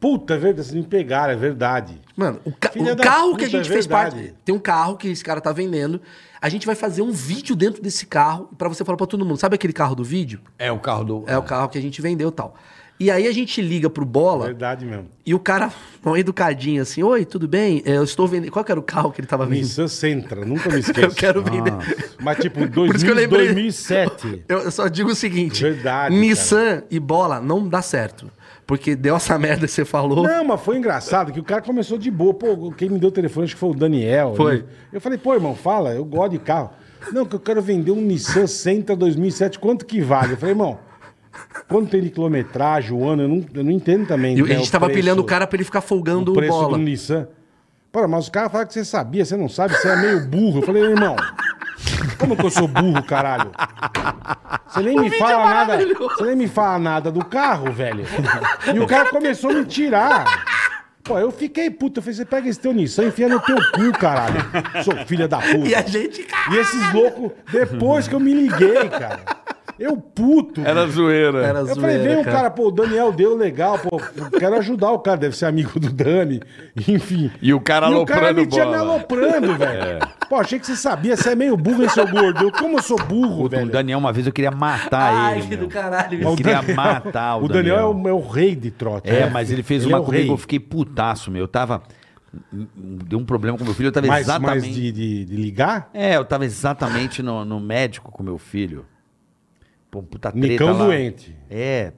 Speaker 2: Puta, é verdade, vocês me pegaram, é verdade.
Speaker 5: Mano, o, ca-
Speaker 2: Filha
Speaker 5: o
Speaker 2: da
Speaker 5: carro
Speaker 2: puta,
Speaker 5: que a gente
Speaker 2: é
Speaker 5: fez
Speaker 2: verdade.
Speaker 5: parte. Tem um carro que esse cara tá vendendo. A gente vai fazer um vídeo dentro desse carro pra você falar pra todo mundo. Sabe aquele carro do vídeo?
Speaker 3: É o carro do.
Speaker 5: É o carro que a gente vendeu e tal. E aí a gente liga pro bola.
Speaker 2: É Verdade mesmo.
Speaker 5: E o cara, mal educadinho assim, oi, tudo bem? É, Eu estou vendendo. Qual que era o carro que ele estava vendendo?
Speaker 2: Nissan Sentra, nunca me esqueço.
Speaker 5: Eu quero vender.
Speaker 2: Mas tipo,
Speaker 5: Por isso que
Speaker 2: 2000,
Speaker 5: eu lembrei.
Speaker 2: 2007.
Speaker 5: Eu eu só digo o seguinte:
Speaker 2: Verdade,
Speaker 5: Nissan e bola não dá certo. Porque deu essa merda que você falou.
Speaker 2: Não, mas foi engraçado que o cara começou de boa. Pô, quem me deu o telefone acho que foi o Daniel.
Speaker 5: Foi.
Speaker 2: né? Eu falei, pô, irmão, fala, eu gosto de carro. Não, que eu quero vender um Nissan Sentra 2007, quanto que vale? Eu falei, irmão, quanto tem de quilometragem, o ano, eu não, eu não entendo também.
Speaker 5: e
Speaker 2: né,
Speaker 5: a gente tava
Speaker 2: preço.
Speaker 5: pilhando o cara pra ele ficar folgando
Speaker 2: o
Speaker 5: o
Speaker 2: preço
Speaker 5: bola.
Speaker 2: do Nissan. Pô, mas os caras falaram que você sabia, você não sabe, você é meio burro. Eu falei, irmão, como que eu sou burro, caralho? Você nem me fala nada. Você nem me fala nada do carro, velho. E o cara começou a me tirar. Pô, eu fiquei puto. Eu falei, você pega esse teu Nissan e enfia no teu cu, caralho. Sou filha da puta.
Speaker 5: E a gente.
Speaker 2: E esses loucos, depois que eu me liguei, cara. Eu puto.
Speaker 6: Era zoeira.
Speaker 5: Era
Speaker 2: Eu falei, vem
Speaker 5: zoeira,
Speaker 2: o cara, pô, o Daniel deu legal, pô, eu quero ajudar o cara, deve ser amigo do Dani, enfim.
Speaker 6: E o cara
Speaker 2: E o cara
Speaker 6: aloprando
Speaker 2: me tinha me
Speaker 6: bola.
Speaker 2: aloprando,
Speaker 3: É.
Speaker 2: velho. Pô, achei que você sabia, você é meio burro, hein, seu gordo? Eu, como eu sou burro,
Speaker 3: O,
Speaker 2: velho?
Speaker 3: o Daniel, uma vez eu queria matar
Speaker 5: Ai,
Speaker 3: ele.
Speaker 5: que
Speaker 3: meu.
Speaker 5: do caralho.
Speaker 3: Eu
Speaker 2: Mas
Speaker 3: queria matar o
Speaker 2: o Daniel.
Speaker 3: Daniel.
Speaker 2: é, o, é o rei de trote.
Speaker 3: É, mas ele fez uma
Speaker 2: é o
Speaker 3: comigo,
Speaker 2: rei.
Speaker 3: eu fiquei putaço, meu. Eu tava. Deu um problema com meu filho, eu tava
Speaker 2: Mas,
Speaker 3: exatamente.
Speaker 2: mas de, de- de ligar?
Speaker 3: É, eu tava exatamente no, no médico com meu filho. Pô, puta treta
Speaker 2: Nicão
Speaker 3: lá.
Speaker 2: doente.
Speaker 3: É.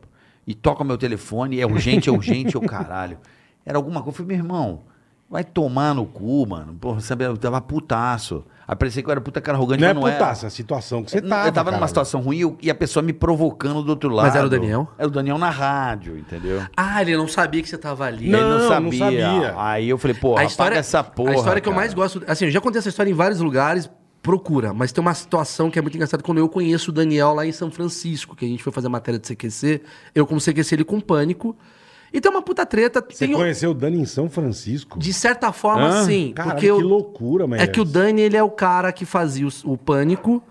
Speaker 3: E toca meu telefone, é urgente, é urgente, é o caralho. Era alguma coisa. Eu falei, meu irmão, vai tomar no cu, mano. Porra, sabe, eu tava putaço. Aí parecia que eu era puta cara arrogante,
Speaker 2: Não é
Speaker 3: mas não era.
Speaker 2: putaça, é a situação que você tava.
Speaker 3: Eu tava numa
Speaker 2: caralho.
Speaker 3: situação ruim eu- e a pessoa me provocando do outro lado.
Speaker 5: Mas era o Daniel?
Speaker 3: Era o Daniel na rádio, entendeu?
Speaker 5: Ah, ele não sabia que você tava ali.
Speaker 2: Não,
Speaker 3: ele não
Speaker 2: não
Speaker 3: sabia.
Speaker 2: sabia.
Speaker 3: Aí eu falei, pô, apaga essa porra.
Speaker 5: A história que eu
Speaker 3: cara.
Speaker 5: mais gosto. Assim, eu já contei essa história em vários lugares. Procura, mas tem uma situação que é muito engraçada. Quando eu conheço o Daniel lá em São Francisco, que a gente foi fazer matéria de CQC, eu como CQC ele com pânico. E tem uma puta treta.
Speaker 2: Você
Speaker 5: tem um-
Speaker 2: conheceu o Dani em São Francisco?
Speaker 5: de certa forma,
Speaker 6: Hã?
Speaker 5: sim.
Speaker 2: Caralho,
Speaker 5: porque eu-
Speaker 2: que loucura, mas
Speaker 5: é que o Dani, ele é o cara que fazia os- o, pânico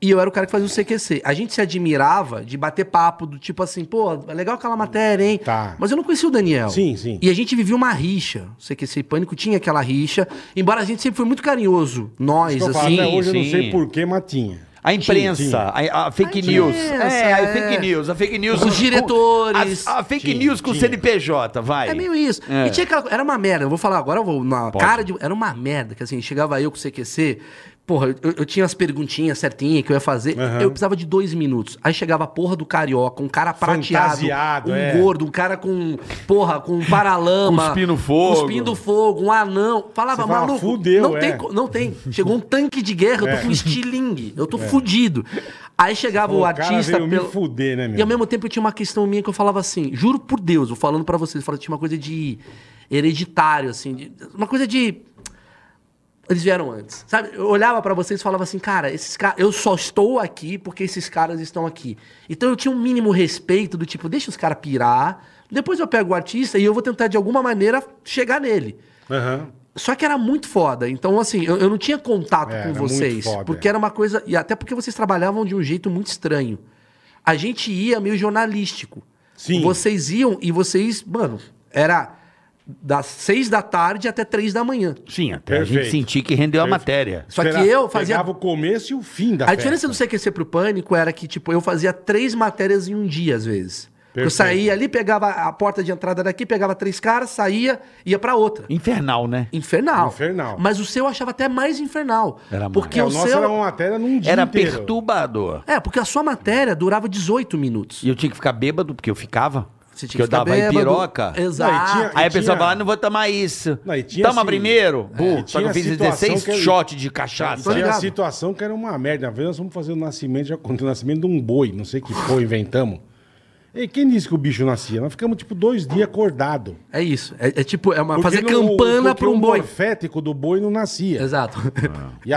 Speaker 5: e eu era o cara que fazia o CQC. A gente se admirava de bater papo do tipo assim, pô, é legal aquela matéria, hein?
Speaker 2: Tá.
Speaker 5: Mas eu não conhecia o Daniel.
Speaker 2: Sim, sim.
Speaker 5: E a gente vivia uma rixa. O CQC e pânico tinha aquela rixa, embora a gente sempre foi muito carinhoso, nós,
Speaker 2: Tô falando,
Speaker 5: assim.
Speaker 2: até hoje eu né? não
Speaker 3: sim.
Speaker 2: sei porquê, mas tinha.
Speaker 3: A imprensa,
Speaker 2: Tinha,
Speaker 3: A, a fake
Speaker 5: A
Speaker 3: news.
Speaker 5: imprensa,
Speaker 3: é, a
Speaker 5: é.
Speaker 3: fake news, a fake news.
Speaker 5: Os
Speaker 3: com-
Speaker 5: diretores.
Speaker 3: A, a fake
Speaker 2: Tinha,
Speaker 3: news com o
Speaker 2: tinha.
Speaker 3: CNPJ, vai.
Speaker 5: É meio isso.
Speaker 3: É.
Speaker 5: E tinha aquela. Era uma merda. Eu vou falar agora, eu vou. Na cara de. Era uma merda. Que assim, chegava eu com o CQC. Porra, eu, eu tinha as perguntinhas certinhas que eu ia fazer.
Speaker 2: Aham.
Speaker 5: Eu precisava de dois minutos. Aí chegava a porra do carioca, um cara prateado.
Speaker 2: Fantasiado,
Speaker 5: um
Speaker 2: é.
Speaker 5: gordo, um cara com. Porra, com um paralama.
Speaker 6: Cuspindo fogo.
Speaker 5: Cuspindo fogo, um anão. Falava,
Speaker 2: Você fala,
Speaker 5: maluco.
Speaker 2: "Fudeu,
Speaker 5: não,
Speaker 2: é."
Speaker 5: tem, co- não tem. Chegou um tanque de guerra, eu tô com estilingue. Eu tô
Speaker 2: É.
Speaker 5: fudido. Aí chegava o,
Speaker 2: Pô, o cara
Speaker 5: artista.
Speaker 2: veio me fuder, né, meu?
Speaker 5: E ao mesmo tempo eu tinha uma questão minha que eu falava assim, juro por Deus, eu falando pra vocês, eu falava, tinha uma coisa de hereditário, assim, de- uma coisa de eles vieram antes. Sabe? Eu olhava pra vocês e falava assim, cara, esses caras, eu só estou aqui porque esses caras estão aqui. Então eu tinha um mínimo respeito do tipo, deixa os caras pirar, depois eu pego o artista e eu vou tentar de alguma maneira chegar nele.
Speaker 2: Aham.
Speaker 5: Só que era muito foda. Então, assim, eu, eu não tinha contato
Speaker 2: É,
Speaker 5: com
Speaker 2: era
Speaker 5: vocês.
Speaker 2: muito foda,
Speaker 5: porque
Speaker 2: é.
Speaker 5: era uma coisa. E até porque vocês trabalhavam de um jeito muito estranho. A gente ia meio jornalístico.
Speaker 2: Sim.
Speaker 5: Vocês iam e vocês, mano, era das seis da tarde até três da manhã.
Speaker 3: Sim, até a
Speaker 2: Perfeito.
Speaker 3: gente sentir que rendeu a matéria.
Speaker 5: Só
Speaker 2: Espera-
Speaker 5: que eu fazia.
Speaker 2: Pegava o começo e o fim da
Speaker 5: A diferença
Speaker 2: festa.
Speaker 5: do CQC pro Pânico era que, tipo, eu fazia três matérias em um dia, às vezes. Eu
Speaker 2: Perfeito.
Speaker 5: saía ali, pegava a porta de entrada daqui, pegava três caras, saía, ia pra outra.
Speaker 3: Infernal, né?
Speaker 5: Infernal.
Speaker 2: Infernal.
Speaker 5: Mas o seu eu achava até mais infernal.
Speaker 3: Era mais.
Speaker 5: porque
Speaker 2: É,
Speaker 5: o,
Speaker 2: o nosso
Speaker 5: seu.
Speaker 2: era uma matéria num dia
Speaker 3: Era
Speaker 2: inteiro.
Speaker 3: perturbador.
Speaker 5: É, porque a sua matéria durava 18 minutos.
Speaker 3: E eu tinha que ficar bêbado, porque eu ficava.
Speaker 5: Você tinha
Speaker 3: porque eu
Speaker 5: que
Speaker 3: dava
Speaker 5: ficar bêbado.
Speaker 3: piroca.
Speaker 5: Exato.
Speaker 2: Não, e tinha-
Speaker 3: Aí a pessoa
Speaker 2: tinha-
Speaker 3: fala, não vou tomar isso.
Speaker 2: Não, e tinha,
Speaker 3: Toma
Speaker 2: assim,
Speaker 3: primeiro.
Speaker 2: é,
Speaker 3: Burro.
Speaker 2: e
Speaker 3: Só que eu
Speaker 2: tinha
Speaker 3: fiz
Speaker 2: situação
Speaker 3: 16
Speaker 2: que eu-
Speaker 3: shots de
Speaker 5: Tô
Speaker 3: cachaça.
Speaker 2: Tinha a
Speaker 5: ligado.
Speaker 2: situação que era uma merda. Uma vez nós fomos fazer o nascimento, já contei o nascimento de um boi, não sei que foi, inventamos. E quem disse que o bicho nascia? Nós ficamos tipo dois dias acordado.
Speaker 5: É isso. É, é tipo, é uma.
Speaker 2: Porque
Speaker 5: fazer
Speaker 2: não-
Speaker 5: campana
Speaker 2: porque
Speaker 5: pra um
Speaker 2: o
Speaker 5: boi.
Speaker 2: morfético do boi não nascia.
Speaker 5: Exato.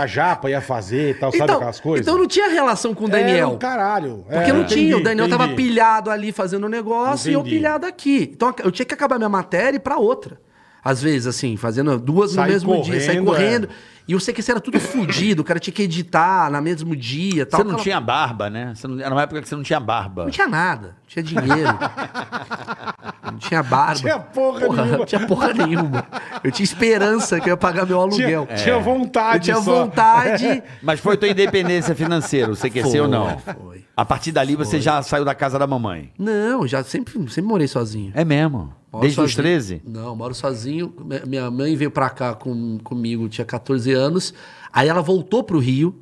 Speaker 2: E a japa ia fazer e tal, sabe
Speaker 5: então,
Speaker 2: aquelas coisas?
Speaker 5: então não tinha relação com o
Speaker 2: Era
Speaker 5: Daniel.
Speaker 2: um caralho.
Speaker 5: Porque
Speaker 2: É,
Speaker 5: não tinha, o
Speaker 2: entendi,
Speaker 5: Daniel tava
Speaker 2: entendi.
Speaker 5: pilhado ali fazendo o negócio e eu
Speaker 2: Entendi.
Speaker 5: pilhado aqui. Então eu tinha que acabar minha matéria e ir pra outra. Às vezes, assim, fazendo duas
Speaker 2: Sair
Speaker 5: no mesmo dia, sair
Speaker 2: correndo,
Speaker 5: correndo.
Speaker 2: é.
Speaker 5: E eu sei que isso era tudo fudido, o cara tinha que editar no mesmo dia tal.
Speaker 3: Você não
Speaker 5: Aquela-
Speaker 3: tinha barba, né? Você não- Era uma época que você não tinha barba.
Speaker 5: Não tinha nada. Tinha dinheiro. não tinha barba.
Speaker 2: Tinha porra nenhuma.
Speaker 5: Não tinha porra nenhuma. Eu tinha esperança que eu ia pagar meu aluguel.
Speaker 2: Tinha,
Speaker 3: É.
Speaker 2: tinha vontade
Speaker 5: Eu tinha
Speaker 2: só.
Speaker 5: vontade.
Speaker 3: Mas foi tua independência financeira, você quer ser ou não?
Speaker 5: Foi.
Speaker 3: A partir dali você já saiu da casa da mamãe.
Speaker 5: Não, já sempre, sempre morei sozinho.
Speaker 3: É mesmo?
Speaker 5: Moro
Speaker 3: Desde os
Speaker 5: sozinho.
Speaker 3: 13?
Speaker 5: Não, moro sozinho. Me- Minha mãe veio pra cá com, comigo, tinha 14 anos. Aí ela voltou pro Rio.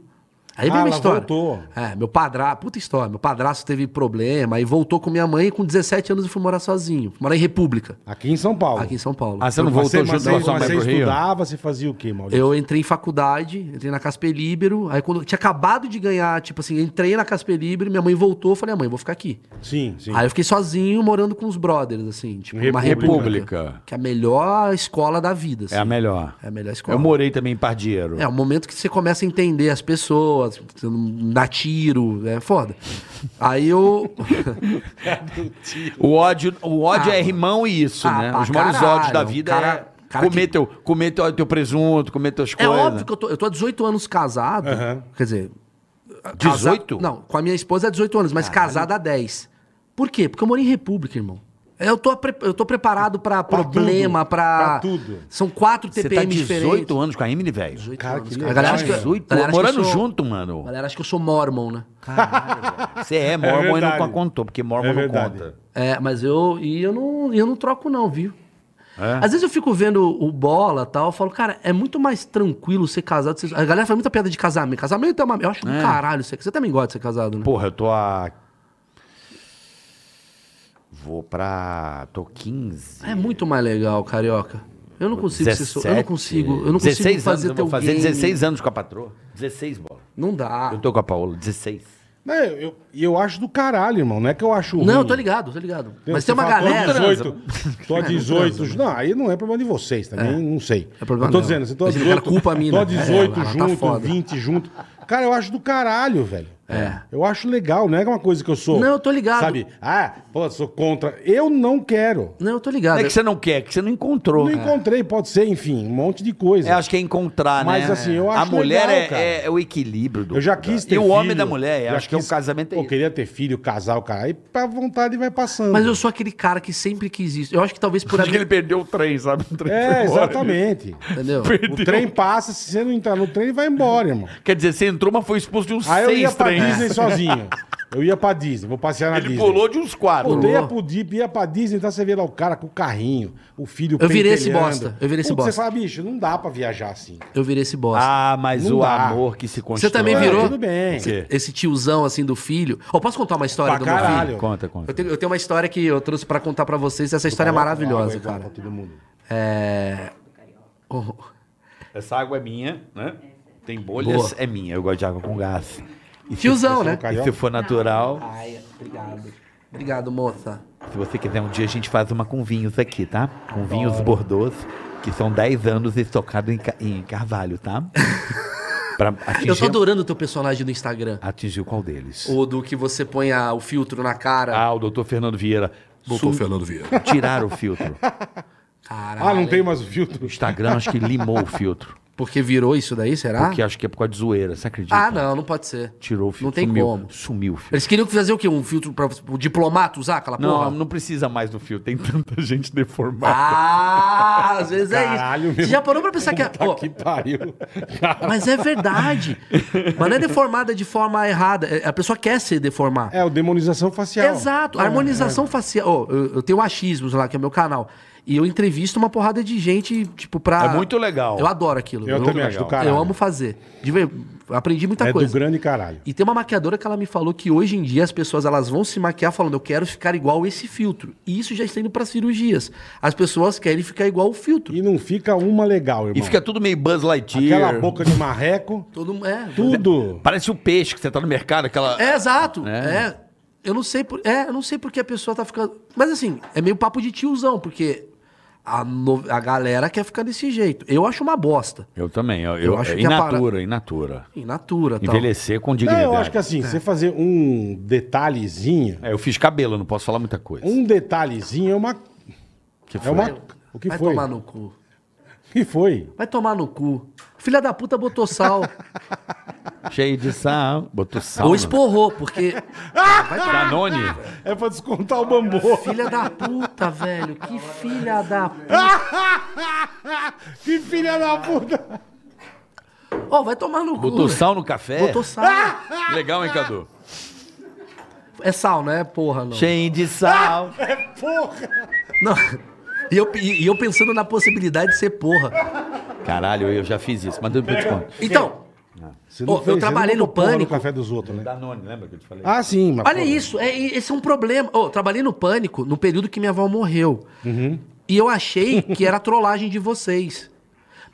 Speaker 5: Aí
Speaker 2: Ah,
Speaker 5: vem uma
Speaker 2: ela
Speaker 5: história.
Speaker 2: voltou.
Speaker 5: É, meu padrasto, puta história. Meu padrasto teve problema, aí voltou com minha mãe e com 17 anos eu fui morar sozinho. Fui morar em República,
Speaker 2: Aqui em São Paulo.
Speaker 5: aqui em São Paulo.
Speaker 3: Ah, você não voltou
Speaker 2: Mas
Speaker 3: junto
Speaker 2: você,
Speaker 3: com a
Speaker 2: mas
Speaker 3: sua mãe
Speaker 2: você
Speaker 3: pro Rio?
Speaker 2: estudava, você fazia o quê, Maurício?
Speaker 5: Eu entrei em faculdade, entrei na Casper Libero. Aí quando eu tinha acabado de ganhar, tipo assim, entrei na Casper Libero, minha mãe voltou, eu falei, ah, mãe, eu vou ficar aqui.
Speaker 2: Sim, sim.
Speaker 5: Aí eu fiquei sozinho morando com os brothers, assim, tipo, uma
Speaker 3: República.
Speaker 5: república. Que é a melhor escola da vida, assim.
Speaker 3: É a melhor.
Speaker 5: É a melhor escola.
Speaker 3: Eu morei também em Pardieiro.
Speaker 5: É o momento que você começa a entender as pessoas, você não dá tiro, é foda. Aí eu.
Speaker 3: O ódio, o ódio
Speaker 5: Ah,
Speaker 3: é irmão e isso,
Speaker 5: ah,
Speaker 3: né?
Speaker 5: pra
Speaker 3: Os maiores
Speaker 5: caralho,
Speaker 3: ódios da
Speaker 5: um
Speaker 3: vida
Speaker 5: cara-
Speaker 3: é
Speaker 5: cara
Speaker 3: comer,
Speaker 5: que-
Speaker 3: teu, comer teu, teu presunto, comer tuas
Speaker 5: É
Speaker 3: coisas.
Speaker 5: óbvio que eu tô, eu tô há 18 anos casado.
Speaker 2: Aham.
Speaker 5: Quer dizer. casa-
Speaker 3: 18?
Speaker 5: Não, com a minha esposa há 18 anos, mas casado há 10. Por quê? Porque eu moro em república, irmão. Eu tô, pre- eu tô preparado pra
Speaker 2: Pra
Speaker 5: problema,
Speaker 2: tudo,
Speaker 5: pra...
Speaker 2: pra tudo.
Speaker 5: São quatro
Speaker 3: Você tá
Speaker 5: TPM
Speaker 3: 18
Speaker 5: diferentes.
Speaker 3: anos com a Emily, velho?
Speaker 5: 18
Speaker 2: Cara, que
Speaker 5: A
Speaker 2: legal,
Speaker 5: é galera
Speaker 2: hein?
Speaker 5: acha que,
Speaker 3: 18?
Speaker 5: a galera acha que eu
Speaker 3: Morando
Speaker 5: sou-
Speaker 3: junto, mano.
Speaker 5: A galera acha que eu sou mormon, né?
Speaker 3: Você é mormon e
Speaker 2: verdade.
Speaker 3: não contou, porque mormon
Speaker 2: É
Speaker 3: não
Speaker 2: verdade.
Speaker 3: conta.
Speaker 5: É, mas eu. E eu não, e eu não troco, não, viu? Às vezes eu fico vendo o bola e tal, eu falo, cara, é muito mais tranquilo ser casado. ser- A galera faz muita piada de casamento. Casamento é uma. Eu acho do caralho ser. Você também gosta de ser casado, né?
Speaker 3: Porra, eu tô a... Vou pra... Tô 15.
Speaker 5: É muito mais legal, carioca. Eu não consigo ser. so- Eu não
Speaker 3: 17.
Speaker 5: consigo. Eu não consigo
Speaker 3: 16 anos,
Speaker 5: fazer
Speaker 3: eu
Speaker 5: teu
Speaker 3: vou fazer
Speaker 5: game.
Speaker 3: 16 anos com a patroa. 16 bola.
Speaker 5: Não dá.
Speaker 2: Ah.
Speaker 3: Eu tô com a Paola, 16.
Speaker 2: Não, eu, eu, eu acho do caralho, irmão. Não é que eu acho ruim.
Speaker 5: Não, eu tô ligado, tô ligado. mas tem uma galera. É,
Speaker 2: Tô 18, tô a 18 ju- não, aí não é problema de vocês também, não sei.
Speaker 5: É problema
Speaker 2: eu tô
Speaker 5: dela.
Speaker 2: dizendo, você tô a
Speaker 5: Mas ele quer
Speaker 2: 18,
Speaker 5: culpa a mina.
Speaker 2: tô a 18
Speaker 5: É, ela tá
Speaker 2: junto,
Speaker 5: foda.
Speaker 2: 20 junto. Cara, eu acho do caralho, velho. É. Eu acho legal, não é uma coisa que eu sou.
Speaker 5: Não, eu tô ligado.
Speaker 2: Sabe? Ah, pô, sou contra. Eu não quero.
Speaker 5: Não, eu tô
Speaker 3: Não
Speaker 5: ligado.
Speaker 3: é que você não quer, é que você não encontrou.
Speaker 2: Não encontrei, pode ser, enfim, um monte de coisa.
Speaker 3: Eu acho que é encontrar, né?
Speaker 2: Mas, assim, eu
Speaker 3: A
Speaker 2: acho
Speaker 3: mulher
Speaker 2: legal,
Speaker 3: é-
Speaker 2: cara.
Speaker 3: é, é o equilíbrio do
Speaker 2: Eu já quis
Speaker 3: é.
Speaker 2: ter
Speaker 3: E o
Speaker 2: filho,
Speaker 3: homem da mulher, eu
Speaker 2: já
Speaker 3: acho que o
Speaker 2: quis-
Speaker 3: casamento é
Speaker 2: Pô,
Speaker 3: isso.
Speaker 2: queria ter filho, casar, o cara. Aí pra vontade vai
Speaker 3: é
Speaker 2: passando.
Speaker 3: um-
Speaker 5: Mas eu sou aquele cara que sempre quis isso. Eu acho que talvez por
Speaker 6: Acho que ele
Speaker 5: ali.
Speaker 6: perdeu o trem, sabe? O trem
Speaker 2: É,
Speaker 6: foi embora.
Speaker 2: exatamente.
Speaker 5: Entendeu?
Speaker 2: O trem passa, se você não entrar no trem, ele vai embora, irmão.
Speaker 3: Quer dizer, você entrou, mas foi expulso de uns
Speaker 2: Aí eu ia
Speaker 3: seis
Speaker 2: pra
Speaker 6: trens.
Speaker 2: Disney sozinho. Eu ia pra Disney, vou passear na
Speaker 6: Ele
Speaker 2: Disney.
Speaker 6: pulou de uns quadros.
Speaker 2: Pô, tu
Speaker 5: Pulou.
Speaker 2: ia, pro Di- ia pra Disney, então você vê lá o cara com o carrinho, o filho
Speaker 5: Eu virei esse
Speaker 2: pentelhando.
Speaker 5: bosta, eu virei esse
Speaker 2: Putz, Você
Speaker 5: bosta.
Speaker 2: fala, bicho, não dá pra viajar assim.
Speaker 5: Eu virei esse bosta.
Speaker 3: Ah, mas
Speaker 2: Não
Speaker 3: o
Speaker 2: dá.
Speaker 3: amor que se constrói.
Speaker 5: Você também virou?
Speaker 2: tudo bem.
Speaker 5: Esse, é esse tiozão assim do filho. Ó, posso contar uma história
Speaker 2: Pra
Speaker 5: do meu
Speaker 2: caralho.
Speaker 5: filho?
Speaker 3: Conta, conta.
Speaker 5: Eu tenho, eu tenho uma história que eu trouxe pra contar pra vocês. Essa
Speaker 2: Tá
Speaker 5: história é maravilhosa,
Speaker 2: Água igual
Speaker 5: cara.
Speaker 2: pra todo mundo.
Speaker 5: É. Oh,
Speaker 6: Essa água é minha, né?
Speaker 3: Tem bolhas,
Speaker 5: Boa.
Speaker 3: é minha. Eu gosto de água com gás. E se
Speaker 5: Tiozão,
Speaker 3: for-
Speaker 5: né?
Speaker 3: E se for natural,
Speaker 5: Ai, obrigado. Obrigado, moça.
Speaker 3: se você quiser um dia, a gente faz uma com vinhos aqui, tá? Com vinhos bordeaux, que são 10 anos estocado em, ca- em carvalho, tá? pra atingir, um-
Speaker 5: Eu tô adorando o teu personagem do Instagram.
Speaker 3: atingir qual deles?
Speaker 5: O do que você põe a- o filtro na cara.
Speaker 6: Ah, o doutor Fernando Vieira.
Speaker 5: Doutor Fernando Vieira.
Speaker 3: Tirar o filtro.
Speaker 5: Caralho.
Speaker 2: Ah, não tem mais o filtro.
Speaker 3: O Instagram acho que limou o filtro.
Speaker 5: Porque virou isso daí, será?
Speaker 3: Porque acho que é por causa de zoeira, você acredita?
Speaker 5: Ah, não, não pode ser.
Speaker 3: Tirou o filtro.
Speaker 5: Não tem
Speaker 3: sumiu,
Speaker 5: como.
Speaker 3: Sumiu o filtro.
Speaker 5: Eles queriam fazer o quê? Um filtro pra o diplomata usar aquela
Speaker 3: Não,
Speaker 5: porra?
Speaker 3: não precisa mais do filtro. Tem tanta gente deformada.
Speaker 5: Ah, às vezes é isso.
Speaker 2: Caralho,
Speaker 5: Você
Speaker 2: meu.
Speaker 5: já parou pra pensar que. a-
Speaker 2: Puta
Speaker 5: Ó,
Speaker 2: Tá que pariu.
Speaker 5: Mas é verdade. Mas não é deformada de forma errada. É- A pessoa quer se deformar.
Speaker 2: É, o demonização facial.
Speaker 5: Exato. harmonização facial. Ó, eu, eu tenho achismos lá, que é o meu canal. E eu entrevisto uma porrada de gente, tipo, pra.
Speaker 6: É muito legal.
Speaker 5: Eu adoro aquilo.
Speaker 2: Eu também acho do caralho.
Speaker 5: Eu amo fazer. De ver- Aprendi muita
Speaker 2: É do
Speaker 5: coisa.
Speaker 2: grande caralho.
Speaker 5: E tem uma maquiadora que ela me falou que hoje em dia as pessoas elas vão se maquiar falando eu quero ficar igual esse filtro. E isso já está indo para cirurgias. As pessoas querem ficar igual o filtro.
Speaker 2: E não fica uma legal, irmão.
Speaker 6: E fica tudo meio Buzz Lightyear.
Speaker 2: Aquela boca de marreco,
Speaker 5: Todo mundo é.
Speaker 2: tudo.
Speaker 6: Parece o peixe que você tá no mercado, aquela...
Speaker 5: É exato.
Speaker 6: É.
Speaker 5: É. Eu não sei por, é, eu não sei porque a pessoa tá ficando, mas assim, é meio papo de tiozão, porque a, no- a galera quer ficar desse jeito. Eu acho uma bosta.
Speaker 6: Eu também. Eu,
Speaker 5: Eu acho
Speaker 6: é
Speaker 5: que a
Speaker 6: in
Speaker 5: Então. para-
Speaker 6: natura, in natura.
Speaker 5: In natura, tal.
Speaker 6: Envelhecer com
Speaker 2: Não,
Speaker 6: dignidade.
Speaker 2: eu acho que assim, você fazer um detalhezinho,
Speaker 6: É, eu fiz cabelo, não posso falar muita coisa.
Speaker 2: um detalhezinho é uma...
Speaker 6: Que
Speaker 2: É
Speaker 6: foi?
Speaker 2: uma... O que
Speaker 5: Vai
Speaker 2: foi?
Speaker 5: tomar no cu.
Speaker 2: O que foi?
Speaker 5: Vai tomar no cu. Filha da puta botou sal.
Speaker 6: Cheio de sal. Botou sal.
Speaker 5: Ou
Speaker 6: né?
Speaker 5: esporrou, porque
Speaker 6: Danone.
Speaker 2: É pra descontar o bambu.
Speaker 5: Filha da puta, velho. Que filha da puta.
Speaker 2: que filha da puta.
Speaker 5: Ó, vai tomar no cu.
Speaker 6: Botou
Speaker 5: velho.
Speaker 6: sal no café.
Speaker 3: É.
Speaker 5: Botou sal.
Speaker 6: Legal, hein, Cadu?
Speaker 5: É sal, né? Porra, não.
Speaker 3: Cheio de sal.
Speaker 5: Não. E eu, e e eu pensando na possibilidade de ser porra.
Speaker 3: Caralho, eu já fiz isso. Mas depois eu te conto.
Speaker 5: Então,
Speaker 2: Você
Speaker 5: Ô, eu trabalhei no
Speaker 2: botou porra
Speaker 5: Pânico.
Speaker 2: café dos outros, né?
Speaker 6: Danone, lembra que eu te falei?
Speaker 2: Ah, sim. mas
Speaker 5: olha
Speaker 2: porra.
Speaker 5: isso. É, e- esse é um problema. Ô, trabalhei no Pânico no período que minha avó morreu. E eu achei que era trollagem de vocês.